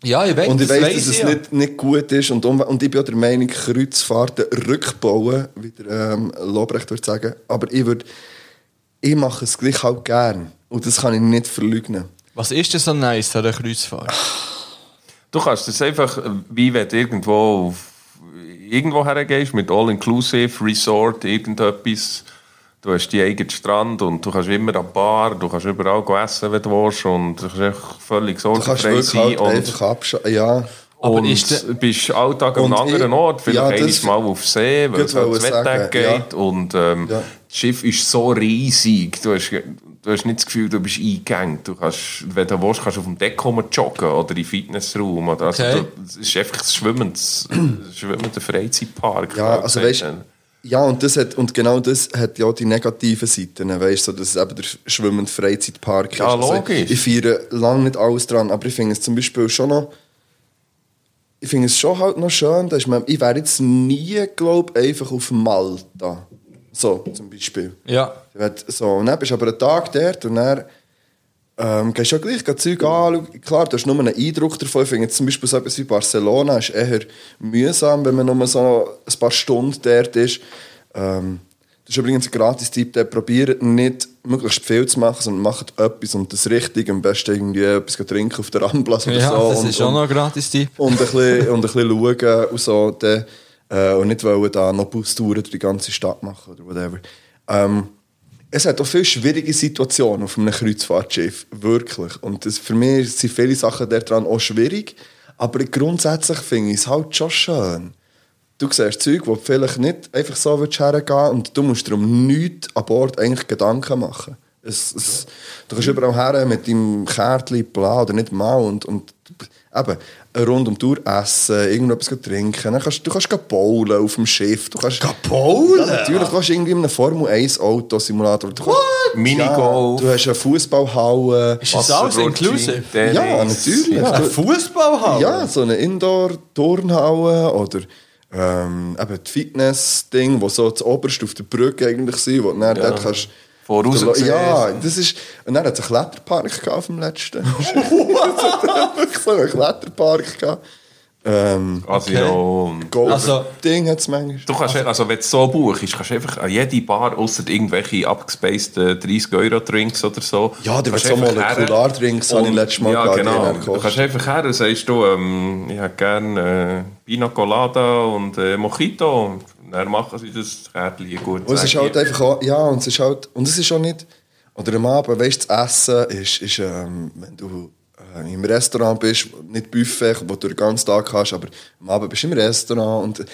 Speaker 1: Ja, ich weiß.
Speaker 2: Und ich
Speaker 1: das weiss
Speaker 2: weiß, dass es
Speaker 1: ich ja.
Speaker 2: nicht, nicht gut ist. Und, um, und ich bin auch der Meinung, Kreuzfahrten rückbauen, wie der ähm, Lobrecht würde sagen. Aber ich würde, ich mache es gleich halt gern. Und das kann ich nicht verleugnen.
Speaker 1: Was ist denn so nice an der Kreuzfahrt?
Speaker 4: du kannst es einfach, äh, wie wenn du irgendwo, auf, irgendwo hergehst, mit All-Inclusive, Resort, irgendetwas. Du hast deinen eigenen Strand und du kannst immer an die Bar, du kannst überall gehen essen, wenn du willst. Und du kannst einfach völlig
Speaker 2: Du kannst
Speaker 4: sorgenfrei
Speaker 2: wirklich
Speaker 4: sein.
Speaker 2: halt
Speaker 4: und
Speaker 2: einfach abschalten. Ja,
Speaker 1: Aber
Speaker 4: Und
Speaker 1: ist der-
Speaker 4: bist Alltag
Speaker 2: Und
Speaker 4: an einem anderen
Speaker 2: ich-
Speaker 4: Ort,
Speaker 2: ja,
Speaker 4: vielleicht
Speaker 2: das-
Speaker 4: eines Mal auf See,
Speaker 2: Gut
Speaker 4: weil es halt
Speaker 2: wollte
Speaker 4: das Wetter
Speaker 2: sagen,
Speaker 4: geht. Und ähm,
Speaker 2: Ja.
Speaker 4: das Schiff ist so riesig, du hast, du hast nicht das Gefühl, du bist eingegangen. Du kannst, wenn du willst, kannst du auf dem Deck kommen joggen oder im Fitnessraum. Oder, also,
Speaker 1: Okay.
Speaker 4: du, es ist einfach ein schwimmendes, ein schwimmender Freizeitpark.
Speaker 2: Ja, also weißt,
Speaker 4: du...
Speaker 2: ja und, das hat, und genau das hat ja auch die negativen Seiten, weißt du, so, dass es eben der schwimmende Freizeitpark
Speaker 4: Ja,
Speaker 2: ist. Also,
Speaker 4: logisch.
Speaker 2: ich feiere lange nicht alles dran, aber ich finde es zum Beispiel schon noch, ich finde es schon halt noch schön, dass man, ich wäre jetzt nie, glaube einfach auf Malta, so zum Beispiel.
Speaker 1: Ja.
Speaker 2: Wenn du- So, und dann bist du aber einen Tag dort und dann ähm, gehst du ja gleich gleich Zeug anschauen. Klar, du hast nur einen Eindruck davon. Ich finde jetzt zum Beispiel so etwas wie Barcelona ist eher mühsam, wenn man nur so ein paar Stunden dort ist. Ähm, das ist übrigens ein gratis Tipp, der probiert nicht möglichst viel zu machen, sondern macht etwas und das richtig. Am besten irgendwie etwas trinken auf der Ramblas oder
Speaker 1: Ja,
Speaker 2: so.
Speaker 1: das
Speaker 2: und,
Speaker 1: ist auch
Speaker 2: und-
Speaker 1: noch ein gratis Tipp.
Speaker 2: und ein bisschen, und ein bisschen schauen und so. Dann, äh, und nicht wollen da noch Bustouren durch die ganze Stadt machen oder whatever. Ähm, es hat auch viele schwierige Situationen auf einem Kreuzfahrtschiff. Wirklich. Und das, für mich sind viele Sachen daran auch schwierig. Aber grundsätzlich finde ich es halt schon schön. Du siehst Zeug, wo du vielleicht nicht einfach so willst hergehen und du musst dir um nichts an Bord eigentlich Gedanken machen. Es, es, du kannst überall her mit deinem Kärtchen, bla oder nicht mal und, und eben eine Runde um die Uhr essen, irgendetwas trinken, dann kannst, du kannst gehen bowlen auf dem Schiff. Du kannst, bowlen? Ja, natürlich, du kannst irgendwie in einem Formel 1 Autosimulator. Du kannst-
Speaker 4: Minigolf.
Speaker 2: Ja, du hast eine Fußballhalle.
Speaker 1: Ist das alles inclusive?
Speaker 2: Ja, natürlich.
Speaker 1: Eine Fußballhalle?
Speaker 2: Ja, so eine Indoor-Turnhalle oder ähm, eben das Fitness-Ding, wo so das oberste auf der Brücke eigentlich sind, wo du dann dort kannst...
Speaker 4: Voraus gesehen.
Speaker 2: Ja, das ist... Und dann hat es einen Kletterpark gehabt auf dem letzten. Wirklich so einen Kletterpark gehabt. Ähm,
Speaker 4: Also,
Speaker 1: Okay.
Speaker 4: ja, und-
Speaker 1: Also-
Speaker 2: Ding hat es manchmal.
Speaker 4: Du kannst, also wenn du so buchst, kannst du einfach an jede Bar, außer irgendwelche äh, abgespaceden 30-Euro-Drinks oder so.
Speaker 2: Ja, da
Speaker 4: kannst
Speaker 2: wird's
Speaker 4: einfach
Speaker 2: auch mal
Speaker 4: her-
Speaker 2: Molekular-Drinks, habe ich
Speaker 4: und-
Speaker 2: letztes Mal
Speaker 4: Ja,
Speaker 2: gehabt, die
Speaker 4: genau.
Speaker 2: dann
Speaker 4: Du
Speaker 2: gekostet.
Speaker 4: kannst einfach her und sagst, du, ähm, ich hätte gerne äh, Pina Colada und äh, Mojito. Und dann machen sie das Kärtchen hier gut.
Speaker 2: Und es ist
Speaker 4: Sag
Speaker 2: halt
Speaker 4: ich.
Speaker 2: einfach auch, ja, und es ist halt, und es ist auch nicht, oder am Abend, weißt du, das Essen ist, ist ähm, wenn du äh, im Restaurant bist, nicht Buffet, wo du den ganzen Tag hast, aber am Abend bist du im Restaurant und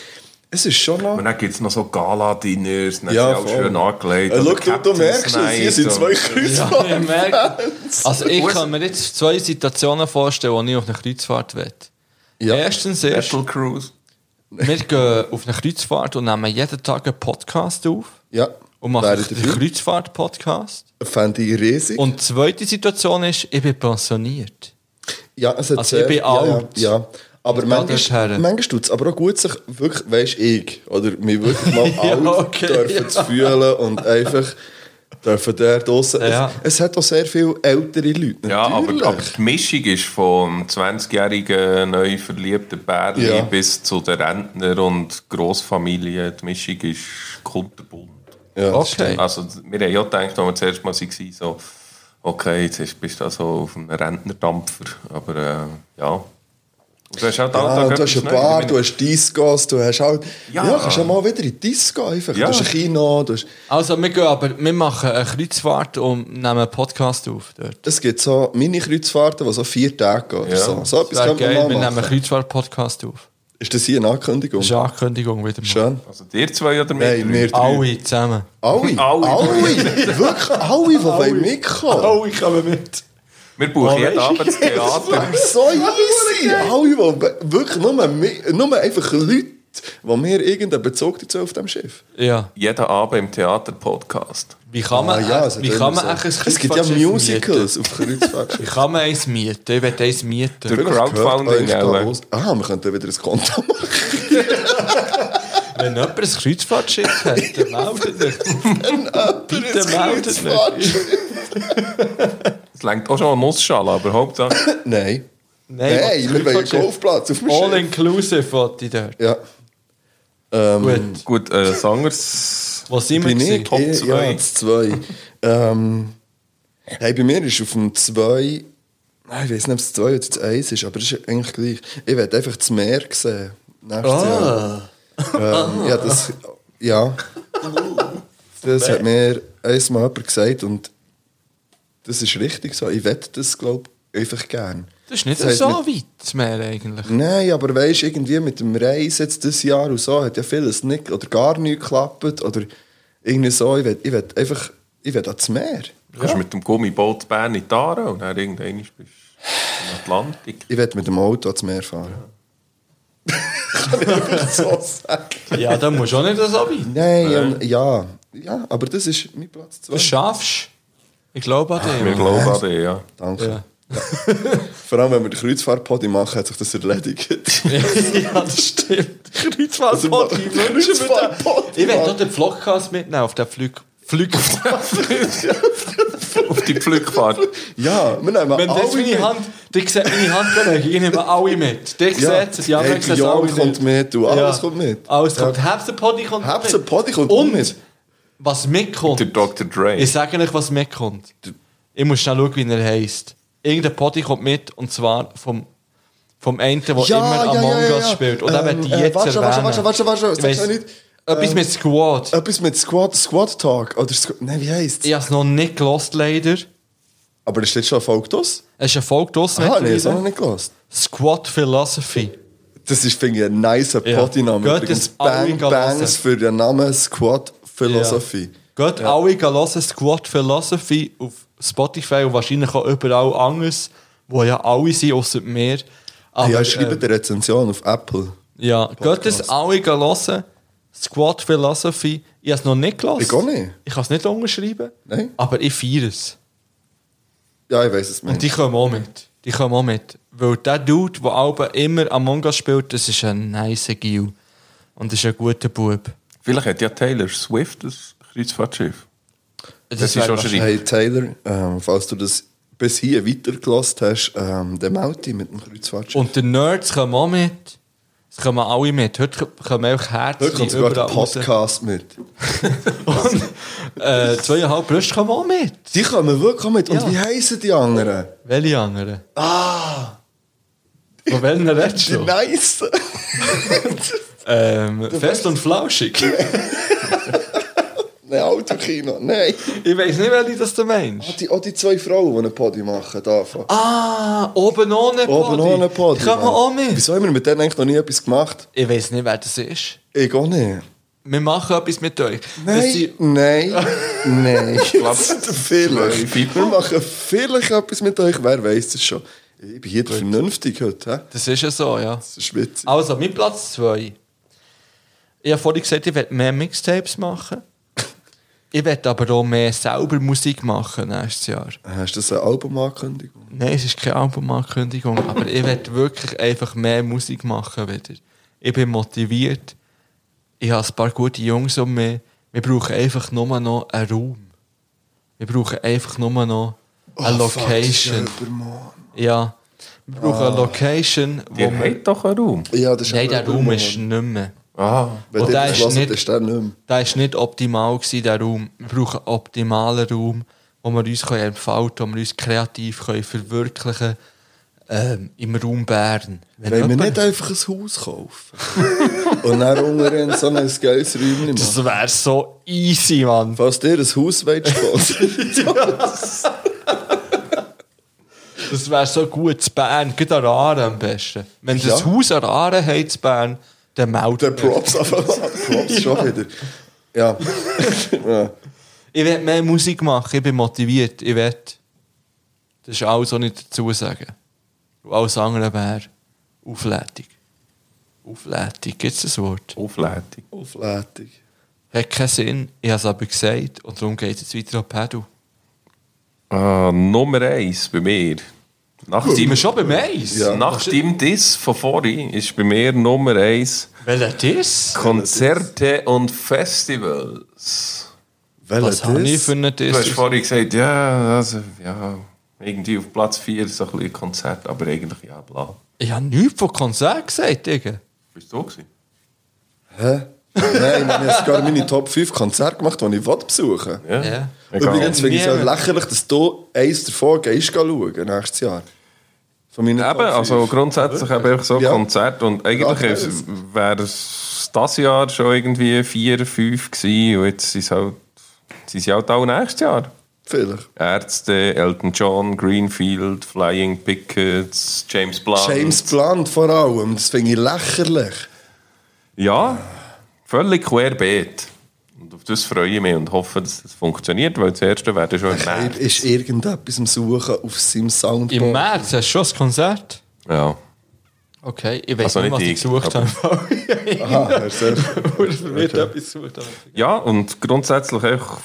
Speaker 2: es ist schon noch...
Speaker 4: Und dann gibt es noch so Gala-Dinners, dann
Speaker 2: Ja,
Speaker 4: ja, sind alle
Speaker 2: voll.
Speaker 4: schön angelegt.
Speaker 2: Äh,
Speaker 4: oder
Speaker 2: schau, du, du
Speaker 4: Captain's
Speaker 2: merkst es, hier
Speaker 4: Night
Speaker 2: sind
Speaker 4: und-
Speaker 2: zwei
Speaker 1: Ja, ich
Speaker 2: Kreuzfahrten.
Speaker 1: merke. Also ich kann mir jetzt zwei Situationen vorstellen, wo ich auf eine Kreuzfahrt will.
Speaker 2: Ja.
Speaker 1: Erstens ist,
Speaker 4: Battle Cruise.
Speaker 1: wir gehen auf eine Kreuzfahrt und nehmen jeden Tag einen Podcast auf
Speaker 2: Ja,
Speaker 1: und machen
Speaker 2: wäre ich
Speaker 1: einen
Speaker 2: dafür.
Speaker 1: Kreuzfahrt-Podcast.
Speaker 2: Fände ich riesig.
Speaker 1: Und die zweite Situation ist, ich bin pensioniert.
Speaker 2: Ja, es hat
Speaker 1: Also ich bin
Speaker 2: ja,
Speaker 1: alt.
Speaker 2: Ja, ja. Aber
Speaker 1: Und geht
Speaker 2: manchmal,
Speaker 1: dorthin.
Speaker 2: manchmal tut es aber auch gut, sich wirklich, weisst ich, oder mich wirklich mal
Speaker 1: Ja,
Speaker 2: alt
Speaker 1: okay,
Speaker 2: dürfen
Speaker 1: ja.
Speaker 2: zu fühlen und einfach dürfen der draussen.
Speaker 1: Ja.
Speaker 2: Es, es hat auch sehr viele ältere Leute.
Speaker 4: Ja, aber,
Speaker 2: natürlich.
Speaker 4: aber die Mischung ist vom 20-jährigen neu verliebten Bärli
Speaker 2: Ja.
Speaker 4: bis zu den Rentner und Großfamilie. Die Mischung ist kunterbunt.
Speaker 2: Ja, das stimmt.
Speaker 1: Okay.
Speaker 4: Also, wir haben ja gedacht, als wir zuerst mal waren, so, okay, jetzt ist- bist du also auf einem Rentnerdampfer. Aber äh, ja. Und du hast halt
Speaker 2: Ja,
Speaker 4: Alltag
Speaker 2: und Ah, du hast eine
Speaker 4: etwas Neues.
Speaker 2: Bar,
Speaker 4: Ich
Speaker 2: du
Speaker 4: meine,
Speaker 2: hast Discos, du hast halt... Ja,
Speaker 4: Ja.
Speaker 2: kannst ja mal wieder in die Disco einfach.
Speaker 4: Ja.
Speaker 2: Du hast ein Kino, du hast...
Speaker 1: Also wir gehen aber, wir machen eine Kreuzfahrt und nehmen einen Podcast auf dort.
Speaker 2: Es gibt so Mini-Kreuzfahrten, die so vier Tage gehen. oder
Speaker 4: Ja.
Speaker 2: So, so etwas
Speaker 1: Das wäre
Speaker 2: könnte
Speaker 1: geil, wir
Speaker 2: man
Speaker 1: nehmen
Speaker 2: mal
Speaker 1: einen
Speaker 2: machen.
Speaker 1: Kreuzfahrt-Podcast auf.
Speaker 2: Ist das hier eine Ankündigung?
Speaker 1: Das ist eine Ankündigung wieder mal.
Speaker 2: Schön.
Speaker 4: Also, dir zwei oder mir?
Speaker 2: Nein,
Speaker 4: drei?
Speaker 2: wir drei.
Speaker 1: Alle zusammen.
Speaker 2: Alle?
Speaker 4: Alle.
Speaker 2: Alle? Wirklich alle, die wollen mitkommen? Alle kommen mit.
Speaker 4: Wir
Speaker 2: Oh,
Speaker 4: buchen jeden Abend das Theater.
Speaker 2: So easy! Alle, die we- wirklich nur, mi- nur einfach Leute, die mir irgendeinen Bezug dazu auf dem Schiff.
Speaker 1: Ja.
Speaker 4: Jeden Abend im Theater-Podcast.
Speaker 1: Wie kann man,
Speaker 2: Ah ja, es
Speaker 1: wie
Speaker 2: hat
Speaker 1: kann
Speaker 2: immer
Speaker 1: man
Speaker 2: so.
Speaker 1: eigentlich ein
Speaker 2: Es gibt ja
Speaker 1: Kreuzfahrtschiff mieten?
Speaker 2: Musicals auf Kreuzfahrtschiffen.
Speaker 1: Wie kann man eins mieten? Ich will eins mieten.
Speaker 4: Durch
Speaker 2: oh,
Speaker 4: Crowdfunding. oder?
Speaker 2: Ah, wir könnten wieder ein Konto machen.
Speaker 1: Wenn jemand ein Kreuzfahrtschiff hat, dann meldet euch. Bitte meldet euch.
Speaker 2: Kreuzfahrtschiff.
Speaker 4: Es längt auch schon eine Nussschale, aber Hauptsache.
Speaker 2: Nein.
Speaker 1: Nein,
Speaker 2: Nein, wir wollen einen
Speaker 1: Kreuzfahrtschiff.
Speaker 2: Golfplatz auf dem
Speaker 1: All
Speaker 2: Schiff.
Speaker 1: inclusive wollte ich dort.
Speaker 2: Ja.
Speaker 1: Gut.
Speaker 4: Gut, äh, Sangers.
Speaker 1: Wo sind wir?
Speaker 2: Bin Ähm, ich?
Speaker 1: gewesen?
Speaker 4: Top
Speaker 2: Ich- Ja,
Speaker 4: zwei.
Speaker 2: das 2. ähm, hey, bei mir ist auf dem 2. Nein, ich weiß nicht, ob es 2 oder das 1 ist, aber es ist eigentlich gleich. Ich werde einfach das Meer sehen. Nächstes
Speaker 1: Ah.
Speaker 2: Jahr. Ähm, ja, das. Ja. Das hat mir eins mal jemand gesagt und das ist richtig so. Ich wette das, glaube ich, einfach gern.
Speaker 1: Das ist nicht
Speaker 2: Das heisst
Speaker 1: so weit mehr eigentlich.
Speaker 2: Nein, aber weißt du, irgendwie mit dem Reisen jetzt dieses Jahr und so hat ja vieles nicht oder gar nicht geklappt. Oder irgendwie so, ich will, ich will einfach ich will ans Meer.
Speaker 4: Du kannst mit dem Gummiboot Bern in die Aare und dann irgendwann bist du im Atlantik.
Speaker 2: Ich will mit dem Auto ans Meer fahren. Kann ich wirklich so sagen.
Speaker 1: Ja, dann musst du auch nicht so weit.
Speaker 2: Nein, ähm, ja. Ja, aber das ist mein Platz 2.
Speaker 1: Das schaffst du. Ich glaube
Speaker 2: Ah,
Speaker 1: an dich.
Speaker 4: Wir glauben an dich, ja.
Speaker 2: Danke.
Speaker 1: Ja.
Speaker 2: Vor allem, wenn wir den Kreuzfahrtpoddy machen, hat sich das erledigt.
Speaker 1: ja, das stimmt. Kreuzfahrtpoddy.
Speaker 2: Also, mach-
Speaker 1: wünschen wir den.
Speaker 2: Kreuzfahrtpoddy,
Speaker 1: Ich werde
Speaker 2: Mann.
Speaker 1: noch den Vlogcast mitnehmen auf den Flug. Flug.
Speaker 4: Auf die Pflückfahrt.
Speaker 2: ja, wir nehmen
Speaker 1: Wenn das
Speaker 2: alle
Speaker 1: meine
Speaker 2: mit.
Speaker 1: Hand, die sieht meine Hand dann, ich nehme alle mit. Die
Speaker 2: Ja.
Speaker 1: sieht es, die anderen
Speaker 2: Hey,
Speaker 1: sehen es
Speaker 2: Jan
Speaker 1: alle
Speaker 2: kommt
Speaker 1: nicht.
Speaker 2: mit, du, alles kommt mit.
Speaker 1: Alles kommt. Hebsenpoddy kommt
Speaker 2: Hebsenpoddy kommt
Speaker 1: Und
Speaker 2: mit.
Speaker 1: was mitkommt,
Speaker 4: Der Dr. Dre.
Speaker 1: ich sage euch, was mitkommt. Ich muss schnell schauen, wie er heisst. Irgendein Poddy kommt mit, und zwar vom, vom einen, der immer Among Us spielt. Und
Speaker 2: Ähm,
Speaker 1: den möchte ich
Speaker 2: äh,
Speaker 1: jetzt
Speaker 2: warte,
Speaker 1: erwähnen.
Speaker 2: warte, warte, warte, warte,
Speaker 1: Ich
Speaker 2: sag's
Speaker 1: weiss,
Speaker 2: noch nicht.
Speaker 1: Etwas
Speaker 2: Ähm,
Speaker 1: mit Squad.
Speaker 2: Etwas mit Squad, Squad Talk. Oder Squ Nein, wie heisst es?
Speaker 1: Ich habe es noch nicht gelost, leider.
Speaker 2: Aber das steht schon folgt uns.
Speaker 1: Es ist ein Folge draussen.
Speaker 2: Ah,
Speaker 1: nicht
Speaker 2: nee, das habe ich
Speaker 1: gelesen.
Speaker 2: nicht gelesen.
Speaker 1: Squad Philosophy.
Speaker 2: Das ist, finde ich, ein nicer
Speaker 1: Ja.
Speaker 2: Poddy-Name.
Speaker 1: Geht
Speaker 2: Übrigens,
Speaker 1: das alle
Speaker 2: Bang
Speaker 1: gehen
Speaker 2: Bangs
Speaker 1: hören?
Speaker 2: für den Namen Squad Philosophie.
Speaker 1: Ja. Geht alle gehen hören, Squad Philosophy auf Spotify und wahrscheinlich auch überall anders, wo ja alle sind, außer mir. Aber,
Speaker 2: Ja, schreibe
Speaker 1: äh,
Speaker 2: die Rezension auf Apple.
Speaker 1: Ja,
Speaker 2: Podcast.
Speaker 1: geht es alle gehen hören? Squad Philosophy. Ich habe es noch nicht gelesen.
Speaker 2: Ich auch nicht.
Speaker 1: Ich kann es nicht unterschreiben.
Speaker 2: Nein.
Speaker 1: Aber ich feiere es.
Speaker 2: Ja, ich weiß es
Speaker 1: Und die
Speaker 2: nicht.
Speaker 1: kommen auch mit. Die kommen auch mit. Weil der Dude, der Alba immer Among Us spielt, das ist ein nice Gil. Und das ist ein guter Bub.
Speaker 4: Vielleicht hat ja Taylor Swift ein Kreuzfahrtschiff.
Speaker 1: Das,
Speaker 4: ist
Speaker 1: wär-
Speaker 4: schon schräg.
Speaker 2: Hey Taylor, ähm, falls du das bis hier weitergelost hast, ähm, dann melde dich mit dem Kreuzfahrtschiff.
Speaker 1: Und die Nerds kommen auch mit. Es kommen alle mit. Heute kommen auch Herzen
Speaker 2: Heute kommt sogar der Podcast mit.
Speaker 1: Und, äh, zweieinhalb Brüste kommen auch mit.
Speaker 2: Die kommen wirklich mit. Und
Speaker 1: Ja.
Speaker 2: wie heißen die anderen?
Speaker 1: Welche anderen? Ah! Von welchen redest
Speaker 2: Die
Speaker 1: du?
Speaker 2: nice.
Speaker 1: Ähm, fest und flauschig.
Speaker 2: Nein, Autokino. Nein.
Speaker 1: ich weiß nicht, welche das du meinst.
Speaker 2: Die, auch die zwei Frauen, die einen Poddy machen. Davon.
Speaker 1: Ah, oben ohne Body.
Speaker 2: Oben ohne Poddy.
Speaker 1: Die kommen
Speaker 2: Mann.
Speaker 1: auch mit.
Speaker 2: Wieso haben wir mit denen eigentlich noch nie etwas gemacht?
Speaker 1: Ich weiß nicht, wer das ist.
Speaker 2: Ich auch nicht.
Speaker 1: Wir machen etwas mit euch. Das
Speaker 2: Nein,
Speaker 1: sind-
Speaker 2: nein, nein.
Speaker 4: glaub, zwei
Speaker 2: vielleicht.
Speaker 4: People.
Speaker 2: Wir machen vielleicht etwas mit euch. Wer weiß es schon? Ich bin hier der vernünftig heute. hä?
Speaker 1: Das ist ja so, ja.
Speaker 2: Das ist witzig.
Speaker 1: Also, mein Platz 2. Ich habe vorhin gesagt, ich werde mehr Mixtapes machen. Ich werde aber auch mehr selber Musik machen nächstes Jahr.
Speaker 2: Hast du das eine Albumankündigung?
Speaker 1: Nein, es ist keine Albumankündigung, aber ich werde wirklich einfach mehr Musik machen wieder. Ich bin motiviert. Ich habe ein paar gute Jungs um mich. Wir brauchen einfach nur noch einen Raum. Wir brauchen einfach nur noch eine
Speaker 2: Oh,
Speaker 1: Location. Ja, wir brauchen eine Location, wo
Speaker 4: Ihr
Speaker 1: wir...
Speaker 4: habt doch einen Raum.
Speaker 2: Ja, das ist
Speaker 1: Nein,
Speaker 2: aber
Speaker 1: der Raum
Speaker 2: Übermorgen.
Speaker 1: ist nicht mehr.
Speaker 4: Ah,
Speaker 2: Wenn
Speaker 1: Und
Speaker 2: der
Speaker 1: der
Speaker 2: ist
Speaker 1: ist
Speaker 2: nicht...
Speaker 1: nicht-
Speaker 2: ist der nicht mehr.
Speaker 1: Der war nicht optimal, gewesen, der Raum. Wir brauchen einen optimalen Raum, wo wir uns können entfalten können, wo wir uns kreativ können verwirklichen ähm, im Raum Bern. Wenn
Speaker 2: Wollen wir
Speaker 1: jemand-
Speaker 2: nicht einfach ein Haus kaufen? Und dann unterhin so ein geiles Räumchen machen?
Speaker 1: das wäre so easy, Mann.
Speaker 2: Falls dir ein Haus wollt, sponsern.
Speaker 1: Das wäre so gut zu Bern, gerade an Aare am besten. Wenn ihr
Speaker 2: Ja.
Speaker 1: das Haus an Aare habt zu Bern, dann meldet
Speaker 2: Der
Speaker 1: euch.
Speaker 2: Props einfach Props schon wieder. Ja. ja.
Speaker 1: Ich will mehr Musik machen, ich bin motiviert, ich will. Das ist alles, was ich dazu sage. Und alles andere wäre Aufladung. Aufladung, gibt es das Wort?
Speaker 4: Aufleitung.
Speaker 2: Auflädig.
Speaker 1: Hat keinen Sinn, ich habe es aber gesagt und darum geht es jetzt weiter an Pedal.
Speaker 4: Ah, Nummer eins bei mir. Nach
Speaker 1: Sind
Speaker 4: deinem,
Speaker 1: wir schon beim Eis?
Speaker 2: Ja.
Speaker 4: nach deinem Diss von vorhin ist bei mir Nummer eins
Speaker 1: Welcher Diss?
Speaker 4: Konzerte und Festivals.
Speaker 1: Was habe ich für einen
Speaker 4: Du hast
Speaker 1: Diss?
Speaker 4: vorhin gesagt, ja, also, ja, irgendwie auf Platz 4 so ein bisschen Konzert, aber eigentlich ja, bla.
Speaker 1: Ich habe nichts von Konzert gesagt, Digga.
Speaker 4: Bist du gewesen?
Speaker 2: Hä? Nein, man hat sogar meine Top 5 Konzerte gemacht, die ich wollte besuchen
Speaker 4: Ja.
Speaker 1: Ja.
Speaker 4: Egal.
Speaker 2: Übrigens finde ich es auch
Speaker 1: Niemand.
Speaker 2: lächerlich, dass du eins davon gehst schauen nächstes Jahr. Von meinen
Speaker 4: Eben,
Speaker 2: Top 5.
Speaker 4: also grundsätzlich eben ich so
Speaker 2: Ja.
Speaker 4: Konzert und eigentlich
Speaker 2: Ja,
Speaker 4: ist- wäre es das Jahr schon irgendwie 4, 5 gewesen und jetzt sind es halt, sind sie halt auch nächstes Jahr.
Speaker 2: Vielleicht.
Speaker 4: Ärzte, Elton John, Greenfield, Flying Pickets, James Blunt.
Speaker 2: James Blunt vor allem, das finde ich lächerlich.
Speaker 4: Ja, völlig querbeet. Und auf das freue ich mich und hoffe, dass es funktioniert, weil das erste wäre schon im
Speaker 2: Er
Speaker 4: März.
Speaker 2: ist irgendetwas am Suchen auf seinem Soundboard.
Speaker 1: Im März hast du schon ein Konzert?
Speaker 4: Ja.
Speaker 1: Okay, ich weiß
Speaker 4: Also
Speaker 1: nicht, was ich
Speaker 4: nicht
Speaker 1: gesucht
Speaker 4: ich,
Speaker 1: habe.
Speaker 2: Aha, er ist echt-
Speaker 1: Wurde verwirrt, etwas gesucht habe.
Speaker 4: ja, und grundsätzlich auch,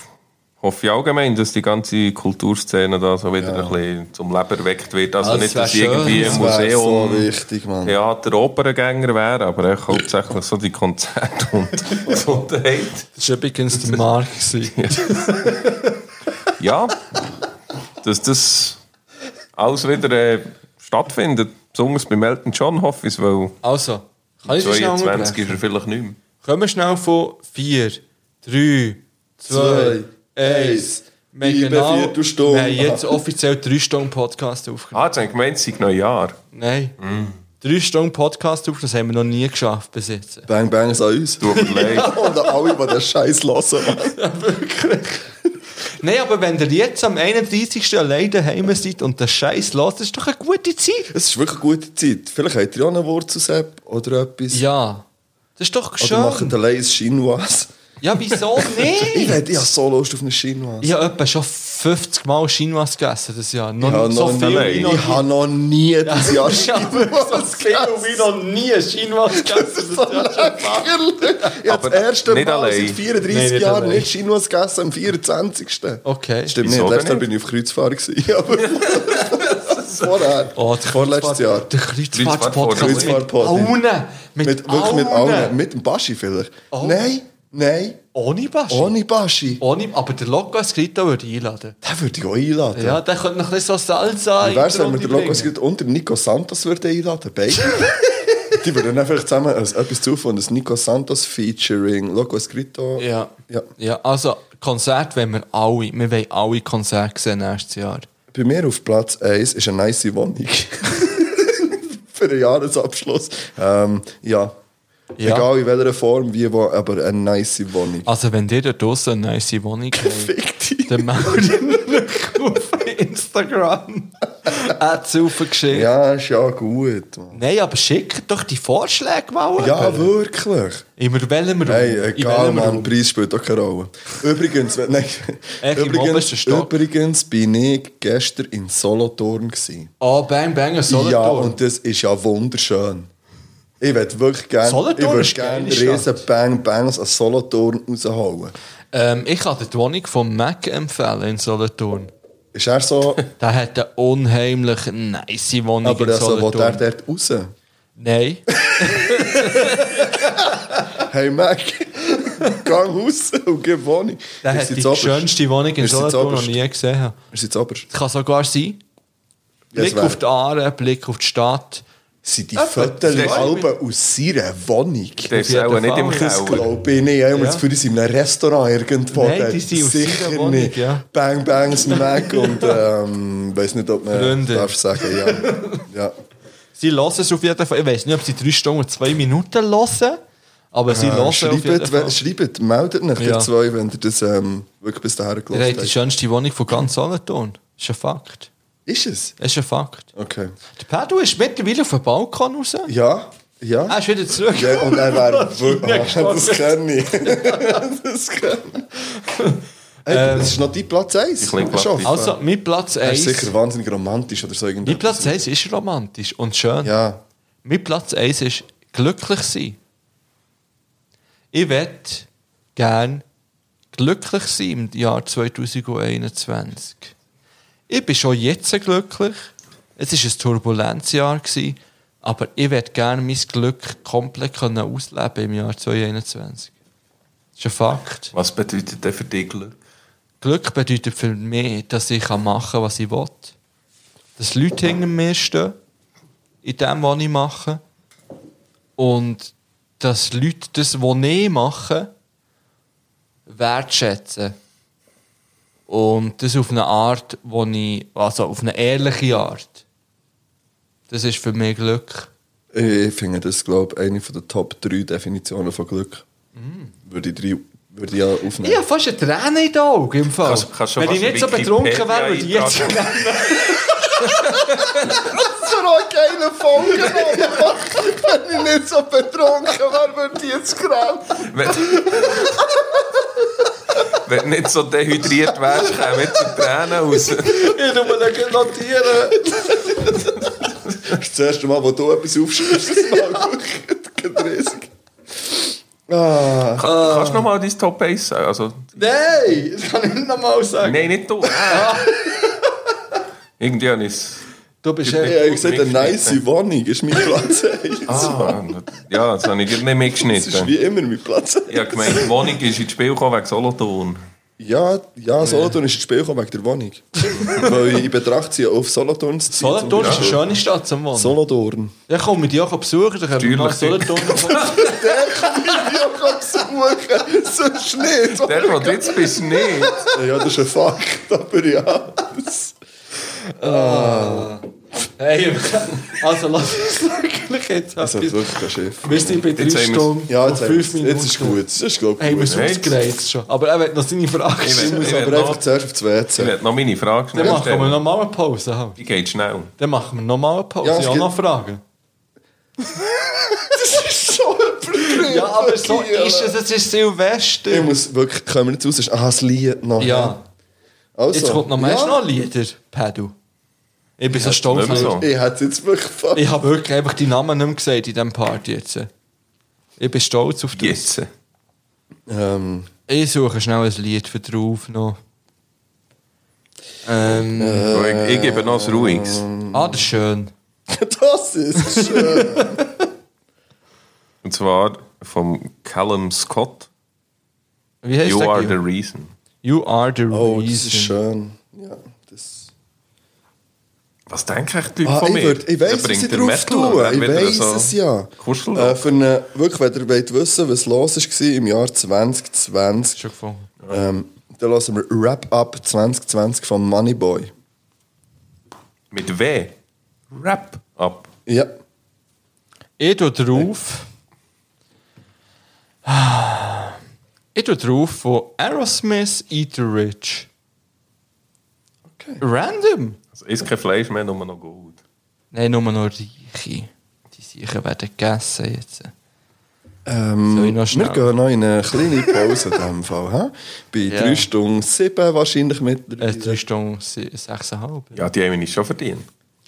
Speaker 4: hoffe ich allgemein, dass die ganze Kulturszene da so wieder ein bisschen zum Leben erweckt wird. Also
Speaker 1: Ah, das
Speaker 4: nicht,
Speaker 1: wär
Speaker 4: dass
Speaker 1: schön.
Speaker 4: irgendwie
Speaker 1: Das
Speaker 4: ein
Speaker 2: das wäre so
Speaker 4: Museum...
Speaker 2: wichtig, Mann.
Speaker 4: Theater, Operngänger wäre, aber ich hauptsächlich so die Konzerte und Gesundheit.
Speaker 1: Das war übrigens der Mark.
Speaker 4: Ja, dass das alles wieder äh, stattfindet. Besonders bei Elton John hoffe ich, weil
Speaker 1: Also, kann ich das schnell
Speaker 4: 22
Speaker 1: unterbrechen?
Speaker 4: ist er vielleicht nicht mehr.
Speaker 1: Kommen wir schnell von 4, 3, 2,
Speaker 2: Zwei,
Speaker 1: 1. Wir
Speaker 2: Liebe
Speaker 1: genau-
Speaker 2: Viertelstunde.
Speaker 1: wir haben jetzt offiziell 3 Stunden Podcast aufgenommen.
Speaker 4: Ah, jetzt haben wir gemeint, es sei Neujahr.
Speaker 1: Nein.
Speaker 2: Mhm.
Speaker 1: 3 Stunden Podcast aufgenommen, das haben wir noch nie geschafft bis jetzt.
Speaker 2: Bang Bang ist an uns.
Speaker 4: Tut mir leid.
Speaker 2: Und an alle, die den Scheiß hören. Mann.
Speaker 1: Nein, aber wenn ihr jetzt am 31. allein daheim seid und den Scheiß lasst, ist doch eine gute Zeit.
Speaker 2: Es ist wirklich eine gute Zeit. Vielleicht habt ihr auch einen Wurzelsepp oder etwas.
Speaker 1: Ja. Das ist doch
Speaker 2: Oder macht
Speaker 1: schön.
Speaker 2: allein ein Chinoise.
Speaker 1: Ja, wieso
Speaker 2: Ich,
Speaker 1: nicht?
Speaker 2: hätte- ich habe so Lust auf einen Chinoise.
Speaker 1: Ich habe etwa schon 50 Mal Chinois gegessen dieses Jahr. Noch
Speaker 2: Ja,
Speaker 1: nicht so
Speaker 2: noch
Speaker 1: viel
Speaker 2: nie.
Speaker 1: wie noch
Speaker 2: ich habe noch nie das Jahr
Speaker 1: Ich habe so viel wie noch nie Chinois gegessen. Das ist ja schon wahr.
Speaker 2: Ich habe
Speaker 4: Aber
Speaker 2: das erste
Speaker 4: nicht
Speaker 2: Mal
Speaker 4: allein.
Speaker 2: seit 34
Speaker 1: Nein, nicht
Speaker 2: Jahren
Speaker 1: allein.
Speaker 2: nicht Chinoise gegessen, am 24.
Speaker 1: Okay.
Speaker 2: Stimmt
Speaker 4: Wieso
Speaker 2: nicht, letztes
Speaker 4: denn
Speaker 2: Jahr
Speaker 4: nicht?
Speaker 2: bin ich auf Kreuzfahrt. gewesen, Aber vorher.
Speaker 1: Oh, der
Speaker 2: Vorletztes
Speaker 1: Kreuzfahrt-
Speaker 2: Jahr.
Speaker 1: Der Kreuzfahrt-Podcast mit
Speaker 2: Kreuzfahrt-Podcast.
Speaker 1: allen.
Speaker 2: Mit, wirklich mit allen. Mit dem Baschi vielleicht.
Speaker 1: Oh.
Speaker 2: Nein, nein,
Speaker 1: Ohne Basch.
Speaker 2: ohne Baschi.
Speaker 1: Ohne, aber der Loco Escrito würde ich einladen.
Speaker 2: Den würde ich auch einladen.
Speaker 1: Ja, der könnte noch ein bisschen so Salsa
Speaker 2: Wie wär's, wenn wir
Speaker 1: Runde
Speaker 2: den Logos
Speaker 1: bringen.
Speaker 2: gerade unter Nico Santos würden einladen? Beide. Die würden dann vielleicht zusammen als etwas zuführen, das dus Nico Santos Featuring Logos Grito.
Speaker 1: Ja.
Speaker 2: ja.
Speaker 1: Ja, also Konzert wollen wir alle. Wir wollen alle Konzerte sehen nächstes Jahr.
Speaker 2: Bei mir auf Platz 1 ist eine nice Wohnung. Für den Jahresabschluss. Ähm, ja.
Speaker 1: Ja.
Speaker 2: Egal in welcher Form, wie, wo, aber eine nice Wohnung.
Speaker 1: Also wenn ihr da draussen eine nice Wohnung habt,
Speaker 2: Fick dich.
Speaker 1: dann meldet euch auf Instagram. Hat's aufgeschickt.
Speaker 2: Ja, ist ja gut. Mann.
Speaker 1: Nein, aber schickt doch die Vorschläge mal.
Speaker 2: Ja, wirklich.
Speaker 1: Immer welchen wir um.
Speaker 2: Hey, egal, Mann, Preis spielt auch keine Rolle. Übrigens, wenn- nein,
Speaker 1: Echt, im obersten
Speaker 2: übrigens,
Speaker 1: Stock?
Speaker 2: übrigens bin ich gestern in Solothurn. Gewesen.
Speaker 1: Oh, Bang Bang, Solothurn.
Speaker 2: Ja, und das ist ja wunderschön. Ich würde wirklich gerne
Speaker 1: Solothurn
Speaker 2: würd
Speaker 1: ist
Speaker 2: gern
Speaker 1: eine geile
Speaker 2: riesen Bang Bangs aus Solothurn rausholen.
Speaker 1: Ähm, ich kann dir die Wohnung von Mac empfehlen in Solothurn.
Speaker 2: Ist er so,
Speaker 1: Der hat eine unheimlich nice Wohnung
Speaker 2: aber
Speaker 1: in
Speaker 2: also, wo
Speaker 1: Solothurn.
Speaker 2: der dort raus?
Speaker 1: Nein.
Speaker 2: Hey Mac, geh raus und gib Wohnung.
Speaker 1: Der
Speaker 2: Wir
Speaker 1: hat
Speaker 2: sind
Speaker 1: die
Speaker 2: zuoberst.
Speaker 1: schönste Wohnung in
Speaker 2: Wir sind
Speaker 1: Solothurn, die
Speaker 2: zuoberst.
Speaker 1: ich je gesehen habe.
Speaker 2: Wir sind zuoberst.
Speaker 1: Es kann sogar sein,
Speaker 2: Ja, es
Speaker 1: Blick
Speaker 2: wär-
Speaker 1: auf die Aare, Blick auf die Stadt.
Speaker 2: Sind die
Speaker 1: Ja, das
Speaker 2: Fotos
Speaker 1: ist-
Speaker 2: Alben aus seiner Wohnung?
Speaker 4: Der ist
Speaker 1: jeden
Speaker 4: auch nicht
Speaker 1: Fall.
Speaker 4: im
Speaker 2: Das
Speaker 4: Keller.
Speaker 2: glaube ich nicht. Einmal
Speaker 1: Ja.
Speaker 2: ja. für uns in einem Restaurant irgendwo.
Speaker 1: Nein,
Speaker 2: dort.
Speaker 1: die sind aus
Speaker 2: Sicher
Speaker 1: ihrer Wohnung,
Speaker 2: nicht.
Speaker 1: ja.
Speaker 2: Bang Bangs Mac und ähm, weiß nicht, ob man
Speaker 1: Freunde.
Speaker 2: darf sagen. Ja. ja.
Speaker 1: Sie lassen es auf jeden Fall. Ich weiß nicht, ob sie drei Stunden und zwei Minuten lassen, aber sie lassen es auf jeden
Speaker 2: Ah, Schreibt,
Speaker 1: Fall.
Speaker 2: we- schreibt, meldet euch
Speaker 1: Ja.
Speaker 2: ja. zwei, wenn ihr das ähm, wirklich bis dahin
Speaker 1: Er
Speaker 2: gelassen
Speaker 1: hat die
Speaker 2: habt.
Speaker 1: schönste Wohnung von ganz Solothurn. Ist ein Fakt.
Speaker 2: Ist es?
Speaker 1: Ist ein Fakt.
Speaker 2: Okay.
Speaker 1: Der Pedro ist mittlerweile auf den Balkon raus.
Speaker 2: Ja, ja.
Speaker 1: Er ist wieder zurück.
Speaker 2: ja und er wäre wirklich.
Speaker 1: Maschine
Speaker 2: Ah, das kenne ich. das kenne ich. Hey, das ist noch dein Platz 1.
Speaker 4: kleine Platte.
Speaker 1: Ehm, Also, mit Platz
Speaker 2: Er ist
Speaker 1: 1.
Speaker 2: sicher wahnsinnig romantisch oder so irgendwie.
Speaker 1: Mit Platz 1 ist romantisch und schön.
Speaker 2: Ja.
Speaker 1: Mein Platz 1 ist glücklich sein. Ich werde gern glücklich sein im Jahr 2021. Ich bin schon jetzt glücklich. Es war ein Turbulenzjahr, gewesen, aber ich werde gerne mein Glück komplett können ausleben im Jahr 2021. Das ist ein Fakt.
Speaker 4: Was bedeutet der für dich Glück?
Speaker 1: Glück bedeutet für mich, dass ich machen kann, was ich will. Dass Leute hinter mir stehen, in dem, was ich mache. Und dass Leute das, was ich mache, wertschätzen. Und das auf eine Art, wo ich, also auf eine ehrliche Art. Das ist für mich Glück.
Speaker 2: Ich finde das, glaube ich, eine der Top 3 Definitionen von Glück. Würde ich drei- Würde Mm. ich ja aufnehmen.
Speaker 1: Ich habe fast eine Träne in den Augen im Fall.
Speaker 4: Kannst- kannst schon
Speaker 1: Wenn ich
Speaker 4: fast
Speaker 1: nicht so
Speaker 4: einen
Speaker 1: betrunken wäre, würde ich jetzt
Speaker 4: Wikipedia-Eintrag
Speaker 1: Tränen.
Speaker 2: Das war auch geile Folge, Mann. Wenn ich nicht so betrunken wäre, würde ich jetzt graben.
Speaker 4: Wenn, wenn du nicht so dehydriert wärst, kämen jetzt die Tränen raus.
Speaker 2: Ich tu mir den notieren. Das ist das erste Mal, wo du etwas aufschreibst, das mal wirklich riesig. Ah.
Speaker 4: Kann, kannst du nochmal dein Top 1 sagen? Also,
Speaker 2: Nein, das kann ich nicht nochmal sagen.
Speaker 4: nein, nicht du. Ah. Irgendwie habe ich es...
Speaker 1: Du bist
Speaker 4: Ja,
Speaker 1: echt...
Speaker 2: Ich habe gesagt, eine nice Wohnung ist mein Platz 1.
Speaker 4: Ah, ja, das habe ich gerade nicht
Speaker 2: Das ist
Speaker 4: mitgeschnitten.
Speaker 2: wie immer mein Platz 1.
Speaker 4: Ich habe gemeint, die Wohnung ist ins Spiel gekommen wegen Solothurn.
Speaker 2: Ja, ja, Solothurn ist ins Spiel gekommen wegen der Wohnung. Weil ich in Betracht ziehe, auf Solothurn zu ziehen. zum
Speaker 4: um
Speaker 1: Solothurn ist eine
Speaker 2: Beispiel.
Speaker 1: schöne Stadt zum Wohnen.
Speaker 2: Solothurn.
Speaker 1: Ja, komm, mit dir auch besuchen, dann können wir nach
Speaker 4: Steuerlich.
Speaker 1: Solothurn kommen.
Speaker 2: Ja, kannst du suchen. Sonst nicht.
Speaker 4: Der, der du jetzt bist, nicht.
Speaker 2: Ja, das ist ein Fakt, aber ja. Das-
Speaker 1: Hey, also lass uns wirklich jetzt
Speaker 2: Also
Speaker 1: etwas.
Speaker 2: wirklich ein Schiff.
Speaker 1: Wir sind bei drei
Speaker 4: Jetzt haben wir's.
Speaker 1: Stunden
Speaker 2: Ja,
Speaker 1: und
Speaker 2: jetzt,
Speaker 1: fünf Minuten.
Speaker 2: jetzt ist gut. Das ist, glaube ich,
Speaker 1: Hey, wir
Speaker 2: gut.
Speaker 1: sind
Speaker 4: Jetzt.
Speaker 1: ausgereizt schon. Aber er will noch seine Frage
Speaker 4: Ich will-
Speaker 2: Ich
Speaker 1: stellen.
Speaker 2: muss
Speaker 4: ich
Speaker 2: aber
Speaker 4: noch-
Speaker 2: einfach zuerst aufs
Speaker 4: Ich
Speaker 2: WC.
Speaker 4: werde noch meine Frage
Speaker 1: Dann
Speaker 4: schnell
Speaker 1: machen wir
Speaker 4: stellen.
Speaker 1: nochmal eine Pause. Halt.
Speaker 4: Die geht schnell.
Speaker 1: Dann machen wir nochmal eine Pause.
Speaker 2: Ja,
Speaker 1: Ja,
Speaker 2: es
Speaker 1: ich auch
Speaker 2: gibt-
Speaker 1: noch Fragen.
Speaker 2: Das ist so ein Problem.
Speaker 1: Ja, aber so ist es. Es ist Silvester.
Speaker 2: Ich muss wirklich, können wir nicht raus? ist- Ah, das Lied noch.
Speaker 1: Ja,
Speaker 2: Also,
Speaker 1: jetzt kommt noch mehr
Speaker 2: ja.
Speaker 1: noch Lieder, Pedro. Ich bin so stolz.
Speaker 2: Oh,
Speaker 4: nicht mehr
Speaker 1: auf
Speaker 4: so.
Speaker 1: dich.
Speaker 2: Ich hätte es jetzt wirklich fast.
Speaker 1: Ich habe wirklich einfach die Namen nicht mehr gesagt in diesem Part jetzt. Ich bin stolz auf dich.
Speaker 4: Jetzt.
Speaker 2: Ähm,
Speaker 1: Ich suche schnell ein Lied für drauf noch. Ähm,
Speaker 2: Äh.
Speaker 4: Ich, ich gebe noch ein ruhiges.
Speaker 1: Ah, das ist schön.
Speaker 2: das ist schön.
Speaker 4: Und zwar vom Callum Scott.
Speaker 1: Wie heißt
Speaker 4: You
Speaker 1: der?
Speaker 4: are
Speaker 1: Gil?
Speaker 4: the reason.
Speaker 1: you are the
Speaker 2: Oh, das
Speaker 1: reason.
Speaker 2: ist schön. Ja, das...
Speaker 4: Was denken ich Leute
Speaker 2: Ah,
Speaker 4: von
Speaker 2: ich
Speaker 4: mir?
Speaker 2: würd, ich
Speaker 4: Dann
Speaker 2: weiss, was
Speaker 4: bringt
Speaker 2: ich
Speaker 4: der
Speaker 2: drauf
Speaker 4: Metal
Speaker 2: tue.
Speaker 4: und
Speaker 2: Ich
Speaker 4: dann wieder
Speaker 2: weiss
Speaker 4: so
Speaker 2: es ja.
Speaker 4: Kuscheln.
Speaker 2: Äh, für eine, wirklich, wenn ihr wollt wissen was los war im Jahr 2020,
Speaker 1: Schon gefunden.
Speaker 2: ähm, dann hören wir Wrap-Up 2020 von Moneyboy.
Speaker 4: Mit W. Rap ab.
Speaker 2: Ja.
Speaker 1: Ich tue drauf. Ich tue drauf von Aerosmith Eat the Rich.
Speaker 2: Okay.
Speaker 1: Random?
Speaker 4: Also ist kein Fleisch mehr, nur noch Gold.
Speaker 1: Nein, nur noch Reiche. Die Sicher werden gegessen jetzt. Soll ich
Speaker 2: Ähm,
Speaker 1: noch
Speaker 2: wir
Speaker 1: schnell?
Speaker 2: gehen noch in eine kleine Pause in diesem Fall. hä? Bei
Speaker 1: Ja.
Speaker 2: 3 Stunden 7 wahrscheinlich mit
Speaker 1: Äh, drei Stunden, se- sechseinhalb.
Speaker 4: Ja, die haben ich schon verdient.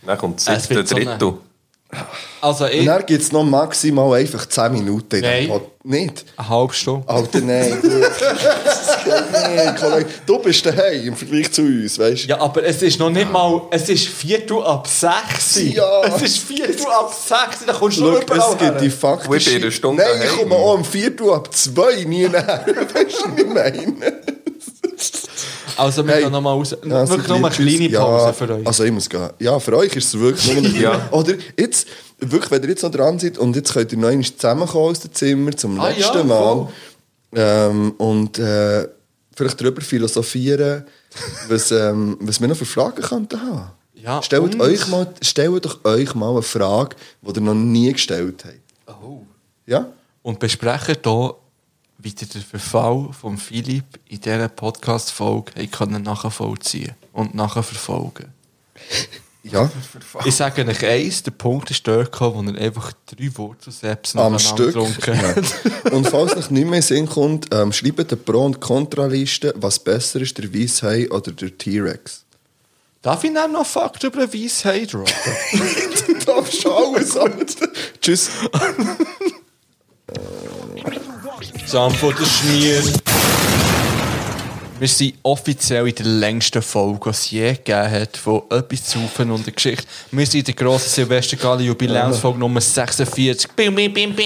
Speaker 4: Dann kommt das
Speaker 1: Es
Speaker 4: siebte
Speaker 1: wird so
Speaker 4: Drittel.
Speaker 1: eine- Also ich...
Speaker 2: Und dann gibt es noch maximal einfach 10 Minuten. in
Speaker 1: Nein.
Speaker 2: dem Pod- Nicht?
Speaker 1: Eine halbe Stunde.
Speaker 2: Alter, nein. gut. Das geht nicht, Kollege. Du bist daheim im Vergleich zu uns, weißt du?
Speaker 1: Ja, aber es ist noch nicht mal. Es ist Viertel ab sechs.
Speaker 2: Ja.
Speaker 1: Es ist Viertel ab sechs. Da kommst du
Speaker 2: Schau,
Speaker 1: noch überall
Speaker 2: es gibt die
Speaker 1: her.
Speaker 2: faktische...
Speaker 4: Gut, in einer Stunde
Speaker 2: Nein, ich
Speaker 4: heim.
Speaker 2: komme auch um 4 Uhr ab 2 nie näher. Weißt du, was ich meine?
Speaker 1: Also, wir
Speaker 2: Hey.
Speaker 1: gehen nochmal raus.
Speaker 2: Ja,
Speaker 1: Wirklich
Speaker 2: sind
Speaker 1: nur eine
Speaker 2: lieb,
Speaker 1: kleine
Speaker 2: tschüss.
Speaker 1: Pause
Speaker 2: ja,
Speaker 1: für euch.
Speaker 2: Also ich muss gehen. Ja, für euch ist es wirklich nur eine
Speaker 4: Ja.
Speaker 2: Oder jetzt, wirklich, wenn ihr jetzt noch dran seid und jetzt könnt ihr noch einmal zusammenkommen aus dem Zimmer zum
Speaker 1: Ah,
Speaker 2: letzten
Speaker 1: ja,
Speaker 2: Mal
Speaker 1: voll.
Speaker 2: ähm, und äh, vielleicht darüber philosophieren, was, ähm, was wir noch für Fragen könnten haben.
Speaker 1: Ja,
Speaker 2: stellt,
Speaker 1: und-
Speaker 2: euch mal, stellt doch euch mal eine Frage, die ihr noch nie gestellt habt.
Speaker 1: Oh.
Speaker 2: Ja?
Speaker 1: Und besprechen hier, wie ihr den Verfall von Philipp in dieser Podcast-Folge habt können nachvollziehen und nachverfolgen
Speaker 2: Ja.
Speaker 1: Ich sage euch eins: der Punkt ist dort, gekommen, wo er einfach drei Wurzelsäpse
Speaker 2: Am Stück.
Speaker 1: getrunken hat.
Speaker 2: Ja. Und falls euch nicht mehr in den Sinn kommt, ähm, schreibt eine Pro- und Kontraliste, was besser ist, der Weisshai oder der T-Rex.
Speaker 1: Darf ich dann noch Fakten über eine Weisheit droppen?
Speaker 2: Darf schon alles Tschüss.
Speaker 1: Samt oder Schmier. Wir sind offiziell in der längsten Folge, die es je gegeben hat, von etwas zu rufen und der Geschichte. Wir sind in der grossen Silvestergala Jubiläumsfolge Nummer 46. Bim, bim, bim, bim.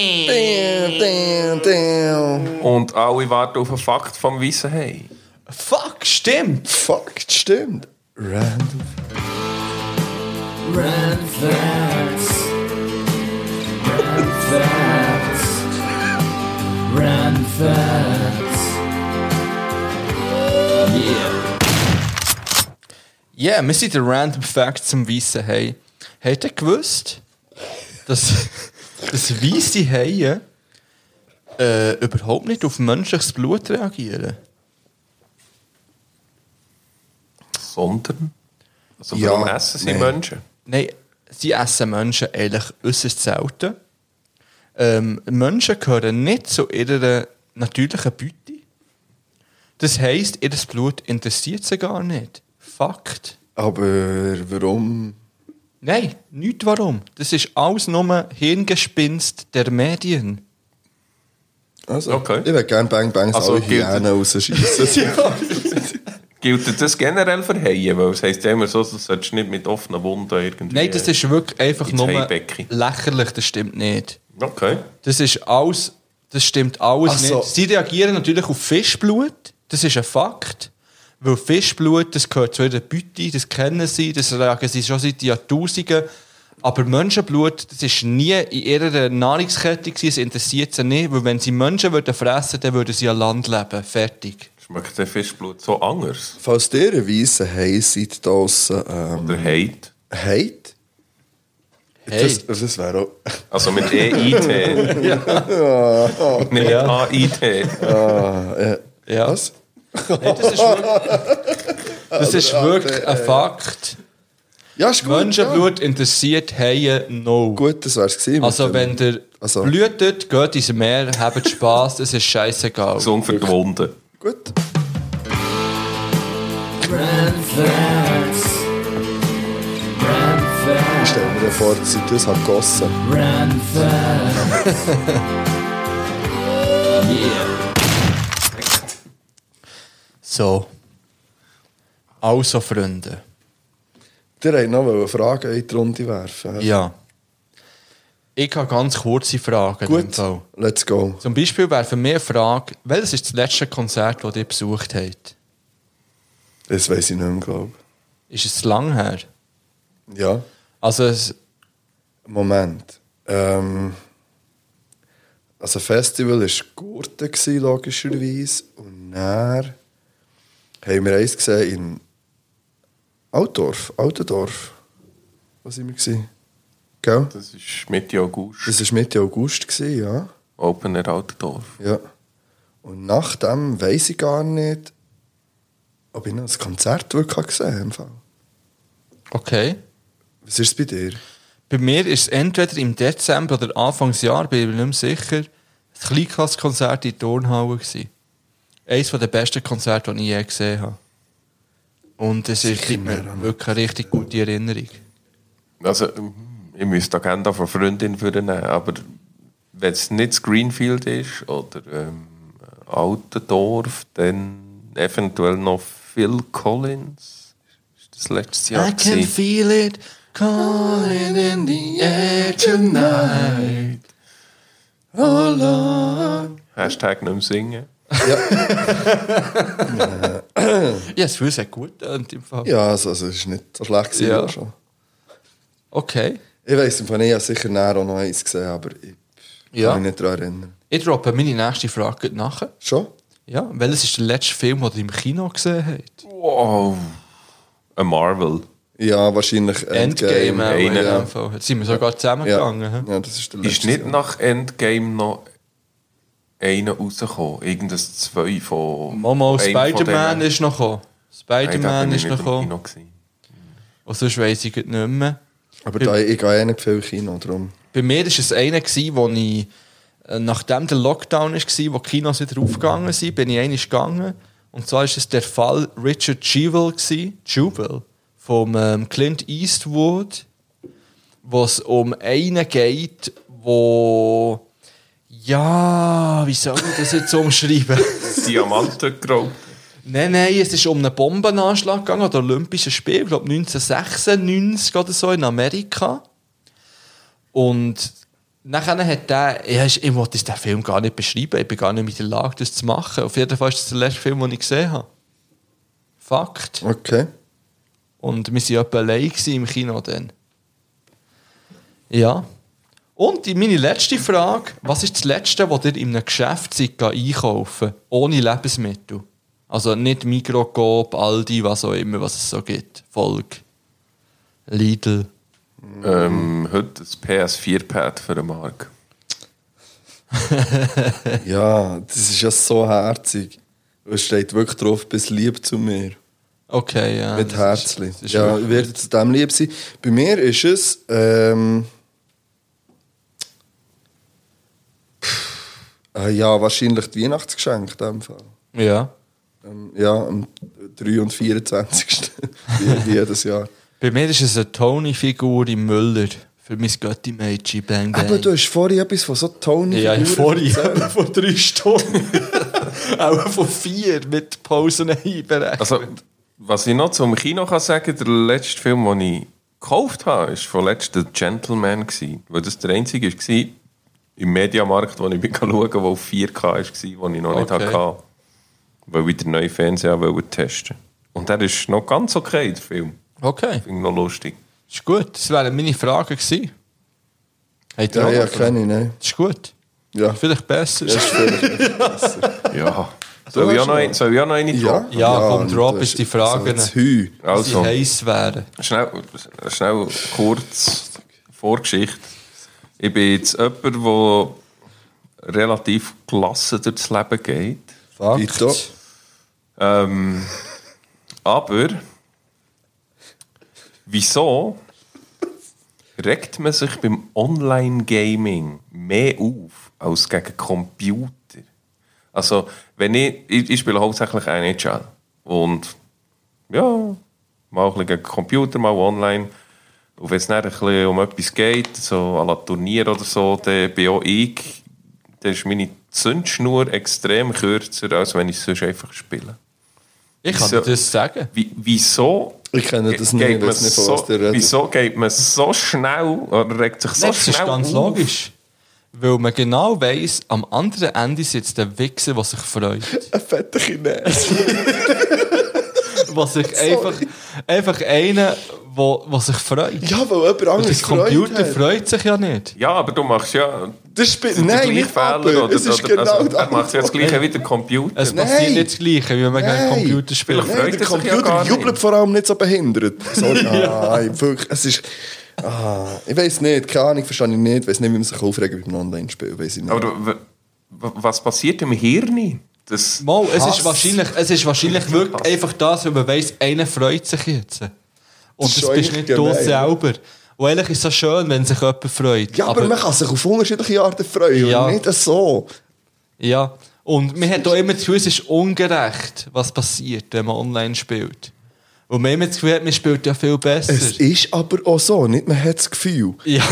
Speaker 4: Und alle warten auf einen Fakt vom Weissen Hey.
Speaker 1: Fuck, stimmt.
Speaker 2: Fuck, das stimmt. Random.
Speaker 1: Ja, yeah, wir sind der Random Fact zum weissen Hai. Habt ihr gewusst, dass, dass weisse Haie äh, überhaupt nicht auf menschliches Blut reagieren.
Speaker 4: Sondern? Also
Speaker 2: Ja,
Speaker 4: warum essen sie
Speaker 2: nee.
Speaker 4: Menschen?
Speaker 1: Nein, sie essen Menschen eigentlich äußerst selten. Ähm, Menschen gehören nicht zu ihrer natürlichen Beute. Das heisst, ihr Blut interessiert sie gar nicht. Fakt.
Speaker 2: Aber warum?
Speaker 1: Nein, nicht warum. Das ist alles nur Hirngespinst der Medien.
Speaker 2: Also,
Speaker 4: Okay.
Speaker 2: Ich würde gerne Bang Bangs
Speaker 4: Also
Speaker 2: alle
Speaker 4: gilt-
Speaker 2: Hyänen rausschiessen.
Speaker 4: Gilt das generell für Haien? Weil es heisst ja immer so, du solltest nicht mit offenen Wunden irgendwie...
Speaker 1: Nein, das ist wirklich einfach
Speaker 4: Ins
Speaker 1: nur
Speaker 4: Heibecken.
Speaker 1: lächerlich, das stimmt nicht.
Speaker 4: Okay.
Speaker 1: Das ist alles, das stimmt alles
Speaker 2: Ach so.
Speaker 1: nicht. Sie reagieren natürlich auf Fischblut, das ist ein Fakt. Weil Fischblut, das gehört zu ihrer Beute, das kennen sie, das reagieren sie schon seit Jahrtausenden. Aber Menschenblut, das ist nie in ihrer Nahrungskette, gewesen, es interessiert sie nicht, weil wenn sie Menschen würden fressen, dann würden sie an Land leben, fertig.
Speaker 4: Schmeckt der Fischblut so anders?
Speaker 2: Falls ihr ein weisser Hai seid draussen, ähm,
Speaker 4: Oder Hate?
Speaker 2: Hate?
Speaker 1: Hey.
Speaker 2: Das, das wäre auch...
Speaker 4: Also mit E-I-T. Nicht mit A-I-T.
Speaker 1: Ja.
Speaker 2: Was?
Speaker 1: Hey, das ist wirklich, das ist wirklich ein Fakt.
Speaker 2: Ja, ist gut. Ja.
Speaker 1: Menschenblut interessiert Haien no.
Speaker 2: Gut, das wär's gewesen. mit
Speaker 1: Also
Speaker 2: dem-
Speaker 1: wenn ihr
Speaker 2: Also.
Speaker 1: blühtet, geht ins Meer, habt Spass, es ist scheißegal.
Speaker 4: Gesund für die Wunden.
Speaker 2: Gut. Ich stelle mir vor, dass ich das habe gegossen.
Speaker 1: So. Also Freunde.
Speaker 2: Ihr wollt noch eine Frage in die Runde werfen.
Speaker 1: Ja. Ich habe ganz kurze Fragen. in dem
Speaker 2: Gut,
Speaker 1: Fall.
Speaker 2: let's go.
Speaker 1: Zum Beispiel wäre für mich eine Frage, welches ist das letzte Konzert, das ihr besucht habt?
Speaker 2: Das weiß ich nicht mehr, glaube
Speaker 1: Ist es lang her?
Speaker 2: ich. Ja,
Speaker 1: Also es,
Speaker 2: Moment. Ähm, also Festival war Gurten, gewesen, logischerweise. Und dann haben wir eins gesehen in Altdorf. Altendorf. Was waren wir? gewesen? Gell?
Speaker 4: Das ist Mitte August.
Speaker 2: Das war Mitte August, gewesen, ja.
Speaker 4: Open Air Altendorf.
Speaker 2: ja. Und nach dem weiss ich gar nicht, ob ich noch ein Konzert wirklich gesehen habe. im Fall.
Speaker 1: okay.
Speaker 2: Was ist es bei dir?
Speaker 1: Bei mir ist es entweder im Dezember oder Anfangsjahr, bin ich mir nicht mehr sicher, das Kleinklasskonzert in der Turnhalle. Gewesen. Eines der besten Konzerte, die ich je gesehen habe. Und es ist bleibt mir wirklich eine richtig gute Erinnerung.
Speaker 4: Also, mm, ich müsste die Agenda von Freundin nehmen, aber wenn es nicht das Greenfield ist oder ähm, Altendorf, dann eventuell noch Phil Collins. Ist das letztes Jahr? gewesen?
Speaker 1: feel it calling in the air tonight.
Speaker 4: Hashtag nicht mehr singen.
Speaker 1: Ja, es fühlt sich gut an im Fall.
Speaker 2: Ja, also, also es war nicht so schlecht. Gewesen,
Speaker 1: Ja.
Speaker 2: aber schon.
Speaker 1: Okay.
Speaker 2: Ich weiss im Fall nicht, ich habe sicher näher auch noch eins gesehen, aber ich
Speaker 1: Ja.
Speaker 2: kann mich nicht daran erinnern.
Speaker 1: Ich droppe meine nächste Frage gleich nachher.
Speaker 2: Schon?
Speaker 1: Ja, welches ist der letzte Film, den ihr im Kino gesehen habt?
Speaker 4: Wow. Ein Marvel.
Speaker 2: Ja, wahrscheinlich
Speaker 1: Endgame,
Speaker 2: Endgame.
Speaker 1: Endgame
Speaker 4: einer.
Speaker 1: ja. in dem Fall. Jetzt sind wir sogar zusammengegangen.
Speaker 2: ja.
Speaker 1: hä?
Speaker 2: ja, das ist der
Speaker 4: Ist
Speaker 2: letzte.
Speaker 4: nicht nach Endgame noch einer rausgekommen? Irgendes zwei von.
Speaker 1: Momo,
Speaker 4: einem von
Speaker 1: Spider-Man
Speaker 4: denen?
Speaker 1: ist noch gekommen.
Speaker 4: Nein, da bin
Speaker 1: Spider-Man
Speaker 4: ich
Speaker 1: ist
Speaker 4: nicht
Speaker 1: noch
Speaker 4: im
Speaker 1: gekommen.
Speaker 4: Kino gewesen.
Speaker 1: Und sonst weiss ich grad nicht mehr.
Speaker 2: Aber da, ich gehe eh nicht viel Kino, darum.
Speaker 1: Bei mir war es einer, gewesen, wo ich, äh, nachdem der Lockdown war, wo die Kinos wieder aufgegangen sind, bin ich einmal gegangen. Und zwar war es der Fall Richard Jewell, gewesen, Jewell vom ähm, Clint Eastwood, wo es um einen geht, wo... Ja, wie soll ich das jetzt umschreiben?
Speaker 4: Diamanten geraubt.
Speaker 1: Nein, nein, es ist um einen Bombenanschlag gegangen an den Olympischen Spielen, ich glaube 1996 oder so in Amerika. Und nachher hat der, ja, ich, ich wollte den Film gar nicht beschreiben, ich bin gar nicht in der Lage, das zu machen. Auf jeden Fall ist das der letzte Film, den ich gesehen habe. Fakt.
Speaker 2: Okay.
Speaker 1: Und wir waren etwa allein gewesen im Kino dann. Ja. Und die- meine letzte Frage, was ist das Letzte, was ihr in einem Geschäft seid, gegangen einkaufen ohne Lebensmittel? Also nicht Mikrokop, Aldi, was auch immer, was es so gibt. Volk, Lidl.
Speaker 4: Ähm, heute das PS4-Pad für den Mark.
Speaker 2: Ja, das ist ja so herzig. Es steht wirklich drauf, bist lieb zu mir.
Speaker 1: Okay, ja.
Speaker 2: Mit
Speaker 1: das ist-
Speaker 2: Herzli.
Speaker 1: das ist
Speaker 2: ja,
Speaker 1: wirklich-
Speaker 2: ich werde zu dem lieb sein. Bei mir ist es. Ähm, äh, ja, wahrscheinlich die Weihnachtsgeschenke in dem Fall.
Speaker 1: ja.
Speaker 2: Ähm, ja, am 3. und 24. wie, wie jedes Jahr.
Speaker 1: Bei mir ist es eine Tony-Figur im Müller. Für mein Götti-Mädchen, Bang Bang.
Speaker 2: Aber du hast vorhin etwas von so Tony.
Speaker 1: ja, ich
Speaker 2: Figuren
Speaker 1: vorhin
Speaker 2: erzählt.
Speaker 1: von drei Stunden. Auch von vier mit Pausen einberechnet.
Speaker 4: Also, was ich noch zum Kino kann sagen der letzte Film, den ich gekauft habe, war von letzten Gentleman. gewesen. Weil das der einzige war im Mediamarkt, wo ich mich schauen konnte, der auf 4K war, den ich noch nicht
Speaker 1: Okay.
Speaker 4: hatte. Weil ich den neuen Fernseher wollte testen Und der ist noch ganz okay, der Film.
Speaker 1: Okay,
Speaker 4: Finde ich noch lustig.
Speaker 1: ist gut. Das wären meine Fragen gewesen. Habt ihr
Speaker 2: Ja,
Speaker 1: auch
Speaker 2: ja,
Speaker 1: noch Fragen?
Speaker 2: kenne ich, ne?
Speaker 1: Ist gut.
Speaker 2: Ja.
Speaker 1: Vielleicht besser.
Speaker 2: Das ist vielleicht-
Speaker 4: Ja. Soll ich
Speaker 2: hast
Speaker 4: auch noch
Speaker 2: noch-
Speaker 4: ein- soll ich auch noch eine
Speaker 2: ja,
Speaker 1: Ja, komm, drop ist die Frage.
Speaker 2: Das Hü.
Speaker 1: dass sie
Speaker 4: Also.
Speaker 1: heiß wären.
Speaker 4: Schnell, schnell kurz Vorgeschichte. Ich bin jetzt jemand, der relativ gelassen durchs Leben geht.
Speaker 2: Vito.
Speaker 4: Ähm, aber wieso regt man sich beim Online-Gaming mehr auf als gegen Computer? Also, wenn ich, ich, ich spiele hauptsächlich NHL und ja, mal ein bisschen gegen Computer, mal online. Und wenn es dann ein bisschen um etwas geht, so à la Turnier oder so, dann bin auch ich, dann ist meine Zündschnur extrem kürzer, als wenn ich es sonst einfach spiele.
Speaker 1: Ich kann
Speaker 4: Wieso-
Speaker 1: dir das sagen.
Speaker 4: Wie, wieso
Speaker 2: Ich kenne das
Speaker 4: ge-
Speaker 2: nicht,
Speaker 4: geht
Speaker 2: ich
Speaker 4: man
Speaker 2: weiß nicht, von was
Speaker 4: so,
Speaker 2: der redet.
Speaker 4: wieso geht man so schnell oder regt sich so
Speaker 1: Das
Speaker 4: schnell
Speaker 1: ist
Speaker 2: nou
Speaker 1: ganz
Speaker 4: auf?
Speaker 1: dus logisch. Weil man genau weiss, am anderen Ende sitzt der Wichser, der sich freut.
Speaker 2: Ein fetter Chines.
Speaker 1: Was sich einfach, einfach einer, der der sich freut.
Speaker 2: Ja, weil jemand
Speaker 1: Und
Speaker 2: anderes
Speaker 1: der
Speaker 2: Freude
Speaker 1: Computer
Speaker 2: hat.
Speaker 1: freut sich ja nicht.
Speaker 4: Ja, aber du machst ja
Speaker 2: Das spielt
Speaker 4: den
Speaker 2: nein,
Speaker 4: gleichen
Speaker 2: nicht
Speaker 4: Fehler.
Speaker 2: Fehler,
Speaker 4: oder,
Speaker 2: es ist
Speaker 4: oder,
Speaker 2: genau
Speaker 4: also, er
Speaker 2: das.
Speaker 4: macht ja das gleiche wie der Computer.
Speaker 1: Es
Speaker 2: Nein.
Speaker 1: passiert nicht das Gleiche, wie man gegen
Speaker 2: Nein.
Speaker 1: Computer spielt.
Speaker 4: Vielleicht-
Speaker 2: Nein, der
Speaker 4: Freut er sich ja
Speaker 2: Computer
Speaker 4: gar nicht.
Speaker 2: jubelt vor allem nicht so behindert. Sorry, nein, wirklich, es ist... Ah, ich weiß nicht, keine Ahnung, verstehe ich nicht. Ich weiß nicht, wie man sich aufregen beim Online-Spiel, weiß ich nicht.
Speaker 4: Aber du- w- w- was passiert im Hirn? Das,
Speaker 1: Mal, es ist
Speaker 2: Hass.
Speaker 1: wahrscheinlich, es ist wahrscheinlich wirklich einfach das, weil man weiss, einer freut sich jetzt. Und
Speaker 2: ist
Speaker 1: das
Speaker 2: schon
Speaker 1: bist
Speaker 2: echt
Speaker 1: nicht du
Speaker 2: gemein.
Speaker 1: selber. Und ehrlich ist es so schön, wenn sich jemand freut.
Speaker 2: ja, aber, äh, man kann sich auf unterschiedliche Arten freuen,
Speaker 1: Ja.
Speaker 2: und nicht so.
Speaker 1: ja. Und man hat auch immer das Gefühl, es ist ungerecht, was passiert, wenn man online spielt. Und man hat immer das Gefühl, man spielt ja viel besser.
Speaker 2: Es ist aber auch so, nicht man hat das Gefühl.
Speaker 1: Ja.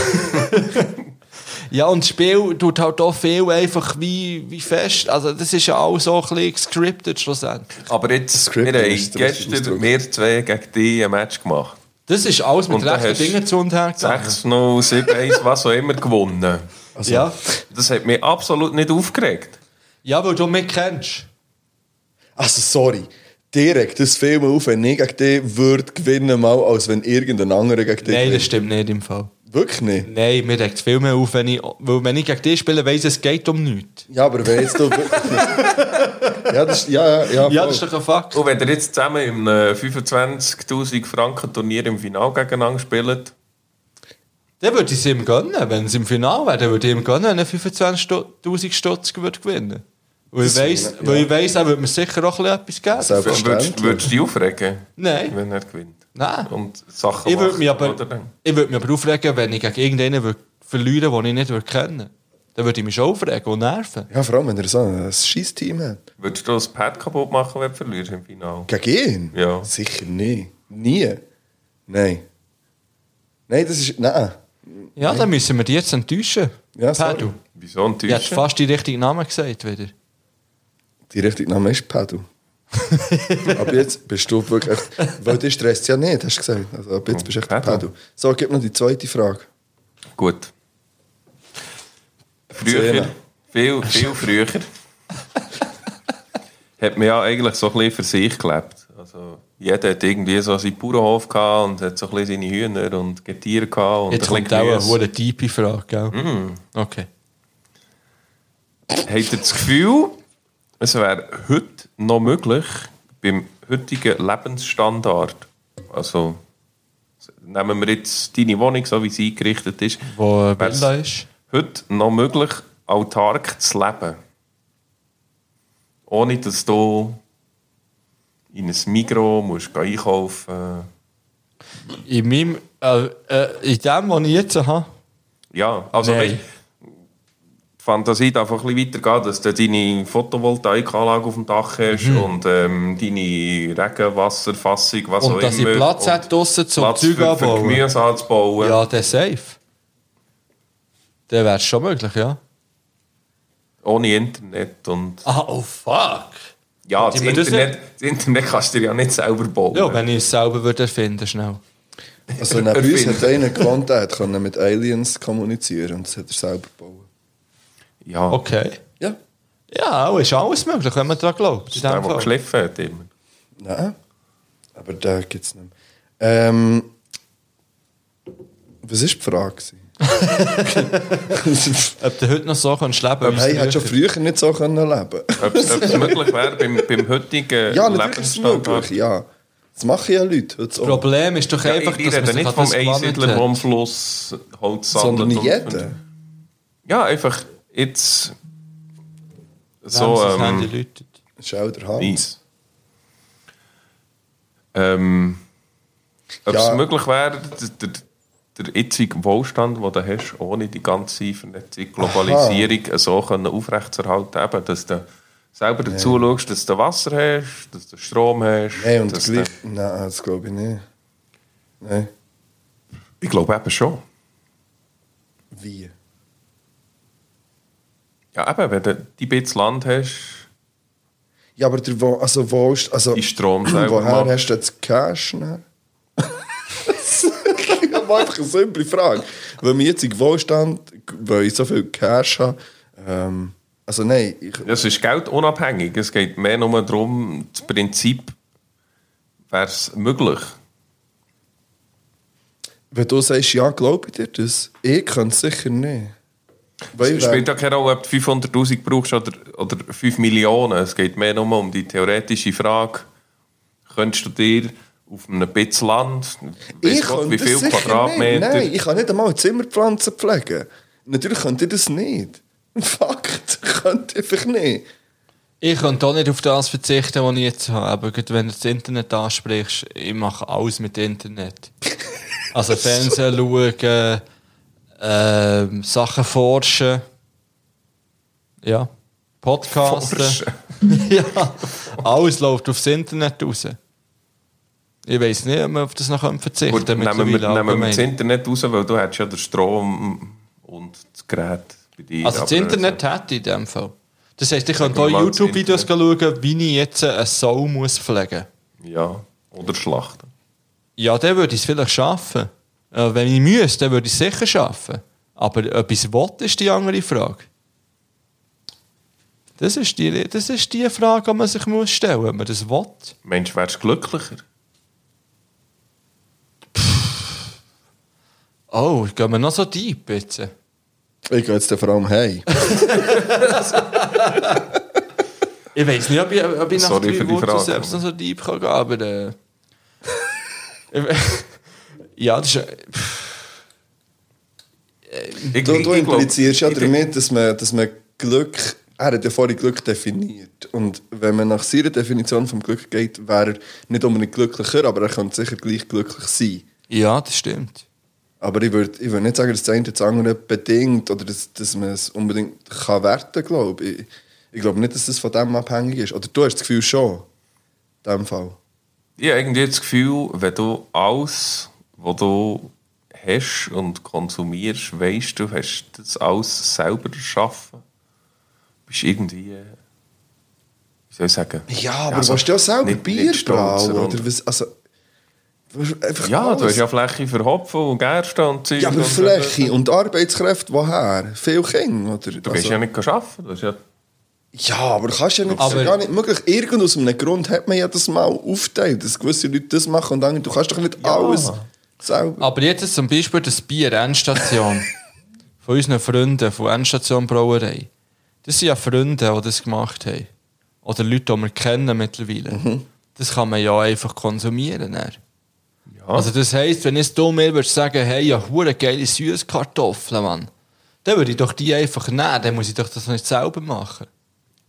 Speaker 1: ja, und das Spiel tut halt auch viel einfach wie, wie fest. Also, das ist ja auch so ein bisschen gescriptet schlussendlich.
Speaker 4: aber jetzt, wir
Speaker 2: Script ist
Speaker 4: haben
Speaker 2: der richtige
Speaker 4: gestern
Speaker 2: Ausdruck.
Speaker 4: wir zwei gegen dich ein Match gemacht.
Speaker 1: Das ist alles mit
Speaker 4: Und da
Speaker 1: rechten
Speaker 4: hast
Speaker 1: Dingen zu und her. gegangen.
Speaker 4: 6-0, 7-1, was auch immer gewonnen.
Speaker 1: Also, Ja.
Speaker 4: Das hat mich absolut nicht aufgeregt.
Speaker 1: ja, weil du mich kennst.
Speaker 2: Also, sorry. Direkt das Film auf, wenn ich gegen dich würde gewinnen, mal, als wenn irgendein anderer gegen dich
Speaker 1: Nein, das
Speaker 2: gewinnt.
Speaker 1: stimmt nicht im Fall.
Speaker 2: Wirklich nicht.
Speaker 1: Nein, mir regt viel mehr auf, wenn ich, weil wenn ich gegen dich spiele, weiss ich, es geht um nichts.
Speaker 2: Ja, aber wenn jetzt du wirklich. ja, das ist, ja, ja, ja.
Speaker 1: Ja,
Speaker 2: voll.
Speaker 1: das ist doch ein Fakt.
Speaker 4: Und wenn ihr jetzt zusammen im 25.000 Franken Turnier im Finale gegeneinander spielt,
Speaker 1: Dann würde ich es ihm gönnen. Wenn es im Finale wäre, dann würde ich ihm gönnen, wenn er 25.000 Stutz würde gewinnen würde.
Speaker 2: Das
Speaker 1: Weil,
Speaker 2: wäre-
Speaker 1: weil
Speaker 2: ja.
Speaker 1: ich weiss, er würde mir sicher auch ein bisschen etwas geben.
Speaker 2: Selbstverständlich.
Speaker 4: würdest würdest du dich aufregen,
Speaker 1: Nein.
Speaker 4: wenn er gewinnt?
Speaker 1: Nein.
Speaker 4: Und Sachen
Speaker 1: Ich würde
Speaker 4: macht,
Speaker 1: mich aber,
Speaker 4: oder dann?
Speaker 1: ich würd mich aber aufregen, wenn ich gegen irgendeinen würd verlieren würde, den ich nicht würd kennen Dann würde ich mich schon aufregen und nerven.
Speaker 2: Ja, vor allem, wenn er so ein Scheiss-Team hat.
Speaker 4: Würdest du das Pad kaputt machen, wenn du verlierst im Finale?
Speaker 2: Gegen ihn?
Speaker 4: Ja.
Speaker 2: Sicher nie. Nie. Nein. Nein, das ist. Nein.
Speaker 1: Ja, dann müssen wir die jetzt enttäuschen.
Speaker 2: Ja, sorry.
Speaker 1: Pedro.
Speaker 4: Wieso
Speaker 1: Ich hätte
Speaker 4: enttäuschen?
Speaker 1: fast die richtigen Namen gesagt wieder.
Speaker 2: Die richtige Name ist Pedro. Aber jetzt bist du wirklich. Weil dich stresst ja nicht, hast du gesagt. Also, ab jetzt bist du echt
Speaker 4: Pedro.
Speaker 2: Pedro. So, gib noch die zweite Frage.
Speaker 4: Gut. Früher,
Speaker 2: Zählen.
Speaker 4: viel, viel früher, hat man ja eigentlich so ein bisschen für sich gelebt. Also, jeder hat irgendwie so seinen Bauernhof gehabt und hat so ein bisschen seine Hühner und Getier gehabt. Und
Speaker 1: Jetzt
Speaker 4: ein bisschen
Speaker 1: kommt
Speaker 4: Mhm.
Speaker 1: auch eine
Speaker 4: Gemüse.
Speaker 1: hohe tiefe Frage, gell? Okay.
Speaker 4: Habt ihr das Gefühl, es wäre heute noch möglich, beim heutigen Lebensstandard, also nehmen wir jetzt deine Wohnung, so wie sie eingerichtet ist,
Speaker 1: Wo eine
Speaker 4: wär's
Speaker 1: Villa ist.
Speaker 4: heute noch möglich, autark zu leben. Ohne, dass du in ein Migro musst gehen einkaufen
Speaker 1: In meinem, äh, äh, in dem, was ich jetzt habe,
Speaker 4: Ja, also
Speaker 1: Nein.
Speaker 4: weißt, die Fantasie darf auch ein bisschen weitergehen, dass du deine Photovoltaikanlage auf dem Dach hast
Speaker 1: Mhm.
Speaker 4: und ähm, deine Regenwasserfassung, was auch
Speaker 1: und dass ich
Speaker 4: immer.
Speaker 1: Platz
Speaker 4: und
Speaker 1: hätte draussen zum
Speaker 4: Platz
Speaker 1: Zeug
Speaker 4: für, für
Speaker 1: anbauen.
Speaker 4: Gemüse anzubauen.
Speaker 1: Ja, dann safe. Dann wäre es schon möglich, ja.
Speaker 4: Ohne Internet und...
Speaker 1: Ah, oh fuck!
Speaker 4: Ja, das
Speaker 1: die müssen-
Speaker 4: Internet, das Internet kannst du dir ja nicht selber bauen.
Speaker 1: Ja, wenn ich es selber würde erfinden schnell.
Speaker 2: Also neben uns
Speaker 4: Erfinden.
Speaker 2: hat einer gewohnt, der hat können mit Aliens kommunizieren und das hat er selber gebaut.
Speaker 4: ja okay.
Speaker 1: Okay.
Speaker 2: Ja.
Speaker 1: Ja, auch ist alles möglich, wenn man daran glaubt. In
Speaker 4: der,
Speaker 1: dem
Speaker 4: der
Speaker 1: Fall.
Speaker 4: geschliffen hat immer.
Speaker 2: Nein. Aber da gibt es nicht mehr. Ähm, was war die Frage? gewesen?
Speaker 1: Ob du heute noch so kannst leben kannst.
Speaker 2: hey, hättest du schon früher nicht so können leben
Speaker 4: Ob es möglich wäre beim, beim heutigen
Speaker 2: Ja, natürlich ist es
Speaker 4: Lebensstandard.
Speaker 2: möglich, ja. Das machen ja Leute heute
Speaker 1: Das
Speaker 2: auch.
Speaker 1: Problem ist doch
Speaker 4: Ja,
Speaker 1: einfach,
Speaker 4: ich rede
Speaker 1: dass man
Speaker 4: nicht
Speaker 1: sich
Speaker 4: vom
Speaker 1: an das
Speaker 4: Einsiedler, der am
Speaker 1: gewandelt hat.
Speaker 4: Fluss Holz
Speaker 2: Sondern
Speaker 4: sammelt und-
Speaker 2: jeder.
Speaker 4: Ja, einfach jetzt so
Speaker 1: Wenn es das
Speaker 4: ähm,
Speaker 1: Handy läutet.
Speaker 2: Schau der Hans.
Speaker 4: nice. Ähm, ob
Speaker 2: Ja.
Speaker 4: es möglich wäre, der, der, der jetzige Wohlstand, den du hast, ohne die ganze Vernetzung, Globalisierung so können aufrechtzuerhalten, eben, dass du selber dazu schaust, dass du Wasser hast, dass du Strom hast.
Speaker 2: Nein, und
Speaker 4: dass
Speaker 2: gleich.
Speaker 4: Du,
Speaker 2: Nein, das glaube ich nicht. Nein.
Speaker 4: ich glaube eben schon.
Speaker 2: Wie?
Speaker 4: Ja, eben, wenn du die bisschen Land hast,
Speaker 2: Ja, aber der Wo also, wo ist, also,
Speaker 4: Ist Strom selber
Speaker 2: woher
Speaker 4: mal-
Speaker 2: hast du jetzt Cash? ne? ich habe einfach eine simple Frage. Weil mein jetziger Wohlstand, weil ich so viel Cash habe, ähm, also nein, ich,
Speaker 4: Das ist geldunabhängig. Es geht mehr nur darum, das Prinzip wäre es möglich.
Speaker 2: wenn du sagst, ja, glaube ich dir das, ich kann es sicher nicht. Weil
Speaker 4: Es spielt ja keine Rolle, ob du 500'000 brauchst oder, oder 5 Millionen. Es geht mehr nur um die theoretische Frage, könntest du dir auf einem bisschen Land, weiss
Speaker 2: ich
Speaker 4: Gott,
Speaker 2: kann
Speaker 4: wie
Speaker 2: das
Speaker 4: viel
Speaker 2: sicher nicht.
Speaker 4: Quadratmeter...
Speaker 2: Nein, ich kann nicht einmal Zimmerpflanzen pflegen. Natürlich könnt ihr das nicht. Fakt, könnt ihr einfach nicht.
Speaker 1: Ich könnte auch nicht auf das verzichten, was ich jetzt habe. Aber gut, wenn du das Internet ansprichst, ich mache alles mit Internet. Also Fernsehen schauen, ähm, Sachen forschen. Ja. Podcasten.
Speaker 4: Forschen.
Speaker 1: ja. Alles läuft aufs Internet raus. Ich weiß nicht, ob man auf das noch verzichten
Speaker 4: Gut,
Speaker 1: könnte.
Speaker 4: nehmen wir, nehmen wir das
Speaker 1: allgemein.
Speaker 4: Internet raus, weil du hättest ja den Strom und das Gerät bei dir.
Speaker 1: Also das
Speaker 4: aber-
Speaker 1: Internet hätte ich in dem Fall. Das heisst, ich könnte auch
Speaker 4: mal das
Speaker 1: YouTube-Videos schauen, wie ich jetzt eine Sau muss pflegen muss.
Speaker 4: äh, Ja, oder Schlachten.
Speaker 1: Ja, dann würde ich es vielleicht schaffen. Äh, wenn ich müsste, dann würde ich es sicher schaffen. Aber ob ich es will, ist die andere Frage. Das ist die, das ist die Frage, die man sich muss stellen muss, ob man das will.
Speaker 4: Mensch, wärst du glücklicher?
Speaker 1: Oh, gehen wir noch so deep jetzt.
Speaker 2: Ich gehe jetzt dann vor allem hey.
Speaker 1: Ich weiß nicht, ob ich, ob ich nach
Speaker 4: Sorry
Speaker 1: drei
Speaker 4: für die
Speaker 1: Wurzeln
Speaker 4: Frage,
Speaker 1: selbst noch
Speaker 4: aber-
Speaker 1: so deep kann gehen aber... Äh, Ich- ja, das ist... pff,
Speaker 4: Ich,
Speaker 2: Du, du
Speaker 4: ich glaub-
Speaker 2: implizierst ja
Speaker 4: ich denk-
Speaker 2: damit, dass man, dass man Glück, er hat ja vorhin Glück definiert. Und wenn man nach seiner Definition vom Glück geht, wäre er nicht unbedingt glücklicher, aber er könnte sicher gleich glücklich sein.
Speaker 1: Ja, das stimmt.
Speaker 2: Aber ich würde ich würd nicht sagen, dass das eine das andere bedingt oder dass, dass man es unbedingt kann werten kann. Ich, ich glaube nicht, dass das von dem abhängig ist. Oder du hast das Gefühl schon. In dem Fall.
Speaker 4: Ich habe irgendwie das Gefühl, wenn du alles, was du hast und konsumierst, weißt du, hast das alles selber erschaffen. Bist irgendwie. äh, Wie soll ich sagen?
Speaker 2: Ja, aber
Speaker 4: also,
Speaker 2: willst du ja selber
Speaker 4: nicht-
Speaker 2: Bier
Speaker 4: nicht stolz
Speaker 2: brauen? Oder
Speaker 4: und-
Speaker 2: was, also, willst du einfach
Speaker 4: Ja, du
Speaker 2: alles?
Speaker 4: hast ja Fläche für Hopfen und Gerste und Zeug.
Speaker 2: Ja, aber
Speaker 4: und-
Speaker 2: Fläche und Arbeitskräfte, woher? Viel Kinder, oder? Also,
Speaker 4: Du gehst ja nicht arbeiten. Du hast ja
Speaker 2: ja, aber kannst ja nicht, aber
Speaker 1: Aber-
Speaker 2: ja nicht möglich. Irgend aus einem Grund hat man ja das mal aufgeteilt, dass gewisse Leute das machen und andere. Du kannst doch nicht alles selber.
Speaker 1: Aber jetzt zum Beispiel das Bier Endstation von unseren Freunden von Endstation Brauerei. Das sind ja Freunde, die das gemacht haben. Oder Leute, die wir kennen mittlerweile.
Speaker 2: Mhm.
Speaker 1: Das kann man ja einfach konsumieren. dann. Also das heisst, wenn jetzt du mir würdest sagen, hey, ja, hure geile Süßkartoffeln, Mann. Dann würde ich doch die einfach nehmen, dann muss ich doch das nicht selber machen.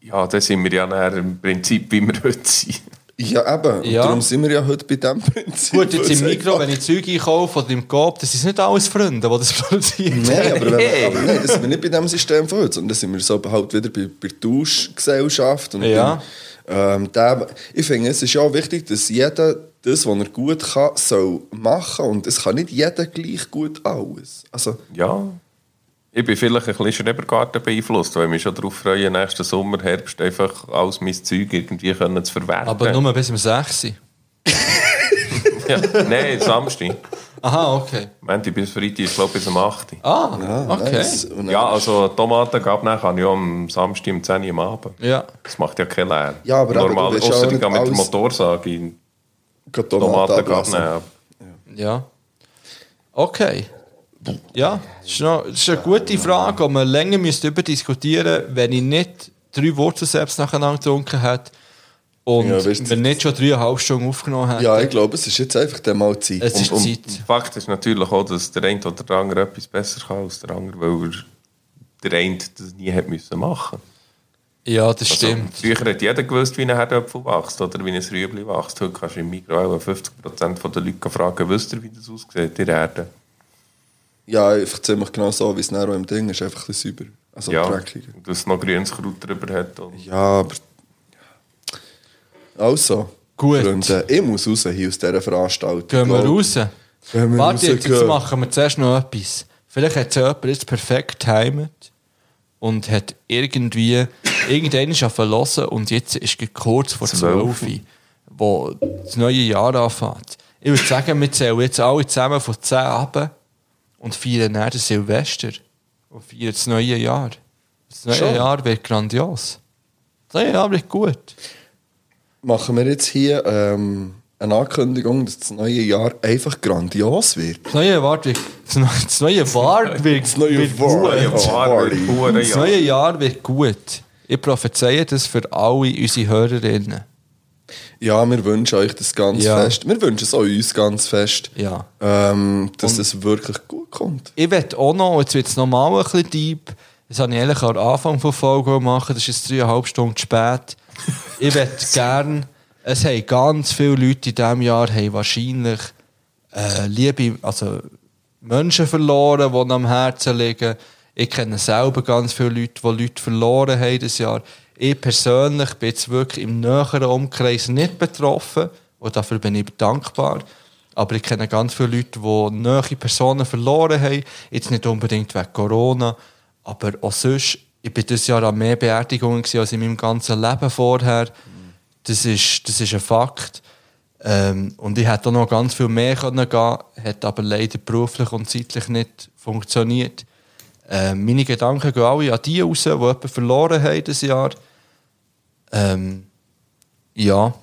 Speaker 4: Ja, da sind wir ja nachher im Prinzip, wie wir heute sind.
Speaker 2: Ja, eben.
Speaker 1: Ja.
Speaker 2: Und darum sind wir ja heute bei diesem Prinzip.
Speaker 1: Gut, jetzt im
Speaker 2: Weil es
Speaker 1: Mikro,
Speaker 2: einfach-
Speaker 1: wenn ich Zeug einkaufe oder im Coop, das ist nicht alles Freunde, die das produzieren.
Speaker 2: Nein, aber, wenn,
Speaker 1: Hey.
Speaker 2: aber nein, das sind wir nicht bei diesem System von heute, sondern da sind wir so halt wieder bei, bei der Tauschgesellschaft. Und
Speaker 1: Ja.
Speaker 2: bei, ähm, dem, ich finde, es ist ja auch wichtig, dass jeder das, was er gut kann, soll machen. Und es kann nicht jeder gleich gut alles. Also,
Speaker 4: Ja. Ich bin vielleicht ein bisschen Schrebergarten beeinflusst, weil ich mich schon darauf freue, nächsten Sommer, Herbst einfach alles mein Zeug irgendwie können zu verwerten.
Speaker 1: Aber nur bis um 6 Uhr.
Speaker 4: Ja. Nein, Samstag.
Speaker 1: Aha, okay.
Speaker 4: Montag bis Freitag ist, glaube ich, bis um 8 Uhr.
Speaker 1: Ah, okay.
Speaker 2: nice. Und dann-
Speaker 4: Ja, also Tomaten gab kann ich auch am Samstag um 10 Uhr am Abend.
Speaker 1: Ja.
Speaker 4: Das macht ja keinen Lärm.
Speaker 2: Ja, aber eben,
Speaker 4: Normal,
Speaker 2: du willst auch
Speaker 4: ausser ich
Speaker 2: nicht
Speaker 4: gehe mit der
Speaker 2: alles-
Speaker 4: Motorsage in
Speaker 2: Gerade
Speaker 4: Tomaten
Speaker 2: ablassen.
Speaker 4: abnehmen.
Speaker 1: Ja. Okay. Ja, das ist, noch, das ist eine gute Frage, die man länger müsste über diskutieren wenn ich nicht drei Wurzeln selbst nacheinander getrunken hätte und
Speaker 2: Ja, weißt du-
Speaker 1: wir nicht schon dreieinhalb Stunden aufgenommen hätten.
Speaker 2: Ja, ich glaube, es ist jetzt einfach dann mal Zeit.
Speaker 1: es ist
Speaker 4: Und, und
Speaker 1: Zeit.
Speaker 4: Fakt ist natürlich auch, dass der eine oder der andere etwas besser kann als der andere, weil er der eine das nie hat müssen machen
Speaker 1: Ja, das
Speaker 4: Also,
Speaker 1: stimmt.
Speaker 4: Früher hat jeder gewusst, wie ein Herdöpfel wächst oder wie ein Rüebli wächst. Heute kannst du im Mikro auch 50% der Leute fragen, wisst ihr, wie das aussieht, die Erde?
Speaker 2: Ja, einfach ziemlich genau so, wie es Nero im Ding ist, einfach ein bisschen sauber. Also
Speaker 4: Ja,
Speaker 2: dreckiger.
Speaker 4: und dass es noch grünes Kraut drüber hat. Und
Speaker 2: Ja, aber... Also,
Speaker 1: Gut.
Speaker 2: Freunde, ich muss raus hier aus dieser Veranstaltung.
Speaker 1: Gehen wir
Speaker 2: Weil-
Speaker 1: raus.
Speaker 2: Wenn wir
Speaker 1: Warte, jetzt, jetzt
Speaker 2: rausgehen.
Speaker 1: machen wir zuerst noch etwas. Vielleicht hat es jemand jetzt perfekt timet und hat irgendwie irgendeinen verlassen und jetzt ist es kurz vor
Speaker 4: Zwölf.
Speaker 1: 12 Uhr, wo das neue Jahr anfängt. Ich würde sagen, wir zählen jetzt alle zusammen von 10 ab und feiern dann den Silvester und feiern das neue Jahr. Das neue
Speaker 2: Schon?
Speaker 1: Jahr wird grandios. Das neue Jahr wird gut.
Speaker 2: machen wir jetzt hier ähm, eine Ankündigung, dass das neue Jahr einfach grandios wird.
Speaker 1: Das neue Jahr wird, das neue- das neue Jahr wird,
Speaker 2: Das neue
Speaker 1: wird
Speaker 2: Jahr.
Speaker 1: gut.
Speaker 4: Ja,
Speaker 2: Party.
Speaker 4: Hure,
Speaker 1: Das
Speaker 4: ja.
Speaker 1: neue Jahr wird gut. Ich prophezeie das für alle unsere Hörerinnen.
Speaker 2: Ja, wir wünschen euch das ganz
Speaker 1: Ja.
Speaker 2: fest. Wir wünschen es auch uns ganz fest,
Speaker 1: Ja.
Speaker 2: ähm, dass es wirklich gut kommt.
Speaker 1: Ich werde auch noch, jetzt wird es nochmal ein bisschen deep, das habe ich eigentlich auch am Anfang von Folge machen, das ist jetzt dreieinhalb Stunden zu spät. Ich werde gern, es haben ganz viele Leute in diesem Jahr haben wahrscheinlich äh, liebe, also Menschen verloren, die ihnen am Herzen liegen. Ich kenne selber ganz viele Leute, die Leute verloren haben dieses Jahr. Ich persönlich bin jetzt wirklich im näheren Umkreis nicht betroffen und dafür bin ich dankbar. Aber ich kenne ganz viele Leute, die nahe Personen verloren haben. Jetzt nicht unbedingt wegen Corona, aber auch sonst. Ich war dieses Jahr an mehr Beerdigungen gewesen als in meinem ganzen Leben vorher. Das ist, das ist ein Fakt. Ähm, und ich hätte auch noch ganz viel mehr können gehen hat aber leider beruflich und zeitlich nicht funktioniert. Ähm, meine Gedanken gehen alle an die raus, die jemanden verloren haben dieses Jahr. Ähm, ja,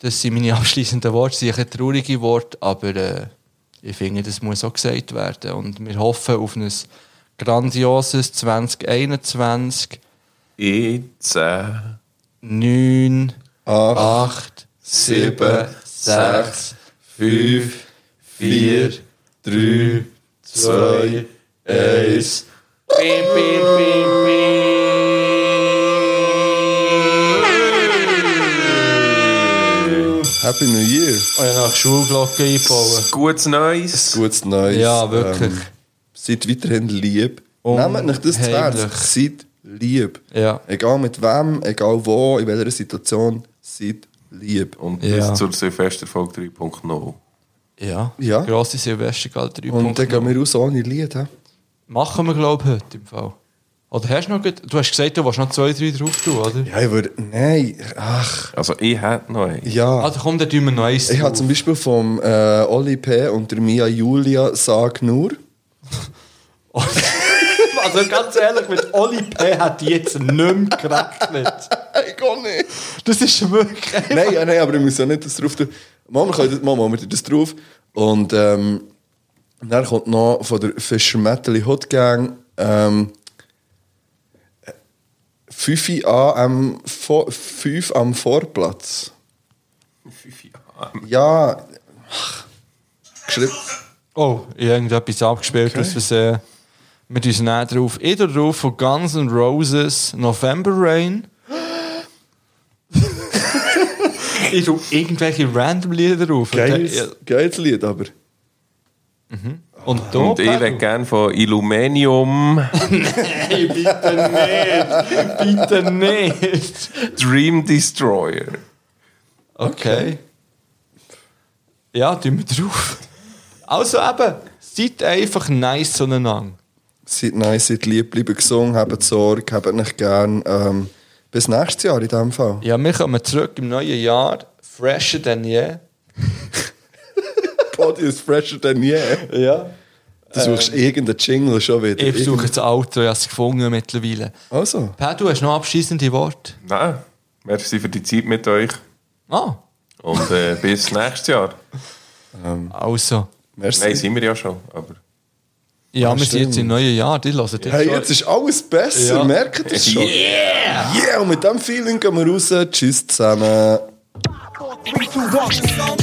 Speaker 1: das sind meine abschließenden Worte. Das sind ein bisschen traurige Worte, aber äh, ich finde, das muss auch gesagt werden. Und wir hoffen auf ein grandioses 2021,
Speaker 4: Jetzt, äh,
Speaker 1: 9,
Speaker 2: Acht,
Speaker 1: 8, 7, 6, 5, 4, 3, 2, 1.
Speaker 2: Happy New Year.
Speaker 1: Oh, Ich habe noch Schulglocke einbauen.
Speaker 4: gutes Neues.
Speaker 2: Gutes Neues. Ähm,
Speaker 1: Ja, wirklich.
Speaker 2: seid weiterhin lieb.
Speaker 1: Und
Speaker 2: Nehmt euch das zu Herzen.
Speaker 1: heimlich.
Speaker 2: Seid lieb.
Speaker 1: Ja.
Speaker 2: Egal mit wem, egal wo, in welcher Situation, seid lieb.
Speaker 4: Und
Speaker 1: Ja.
Speaker 4: bis zur Silvesterfolge 3.0.
Speaker 1: Ja.
Speaker 2: Ja.
Speaker 1: Grosse Silvestergal 3
Speaker 2: Und dann gehen wir raus ohne Lied. hä?
Speaker 1: Machen wir, glaube ich, heute im Fall. Oder hast du noch... gut- Du hast gesagt, du willst noch zwei, drei drauf tun, oder?
Speaker 2: Ja, ich würde. Nein, ach.
Speaker 4: Also, ich hätte noch einen.
Speaker 2: Ja.
Speaker 1: Also komm, dann tun wir noch eins
Speaker 2: Ich habe
Speaker 1: drauf.
Speaker 2: zum Beispiel vom äh, Oli P. und der Mia Julia Sag nur.
Speaker 1: Also ganz ehrlich, mit Oli P. hat die jetzt nicht mehr gerechnet.
Speaker 2: Ich kann nicht.
Speaker 1: Das ist wirklich...
Speaker 2: Nein, ja, nein, aber ich muss ja nicht das drauf tun. Mama, können das, Mama, wir tun das drauf. Und ähm, dann kommt noch von der Fischermetteli Hot Gang ähm, 5 am, Vo- 5 am Vorplatz.
Speaker 4: Fünf Jahre.
Speaker 2: Ja. Ach. Geschrieben.
Speaker 1: dus Oh, ich habe irgendetwas abgespielt aus Versehen. Wir uns näher drauf. Ich tue drauf von Guns N' Roses November Rain. ich tue irgendwelche random Lieder drauf.
Speaker 2: Geiles, geiles Lied, aber.
Speaker 1: Und, da,
Speaker 4: Und ich
Speaker 1: Pedro?
Speaker 4: würde gerne von Illuminium
Speaker 1: Hey, bitte nicht! bitte nicht!
Speaker 4: Dream Destroyer.
Speaker 1: Okay. Ja, tun wir drauf. Also eben, seid einfach nice zueinander.
Speaker 2: Seid nice, seid lieb, bleibt gesund, habt Sorge, habt euch gern. Ähm, bis nächstes Jahr in dem Fall.
Speaker 1: Ja, wir kommen zurück im neuen Jahr, fresher denn je.
Speaker 2: Body is fresher than je.
Speaker 1: Ja. Ähm,
Speaker 2: Du suchst irgendeinen Jingle schon wieder.
Speaker 1: Ich suche das Auto, ich habe es gefunden mittlerweile.
Speaker 2: Irgend- Also,
Speaker 1: Per, du hast noch abschließende Worte.
Speaker 4: Nein, merci für die Zeit mit euch.
Speaker 1: Ah,
Speaker 4: Und äh, bis nächstes Jahr.
Speaker 1: also.
Speaker 2: merci.
Speaker 4: Nein, sind wir ja schon. Aber
Speaker 1: Ja, wir sind
Speaker 2: Ah, stimmt.
Speaker 1: jetzt im neuen Jahr, die hören dich
Speaker 2: Hey,
Speaker 1: schon.
Speaker 2: jetzt ist alles besser,
Speaker 1: Ja.
Speaker 2: merkt ihr schon? Yeah! Yeah, und mit diesem Feeling gehen wir raus. Tschüss zusammen.
Speaker 3: Three, two, one.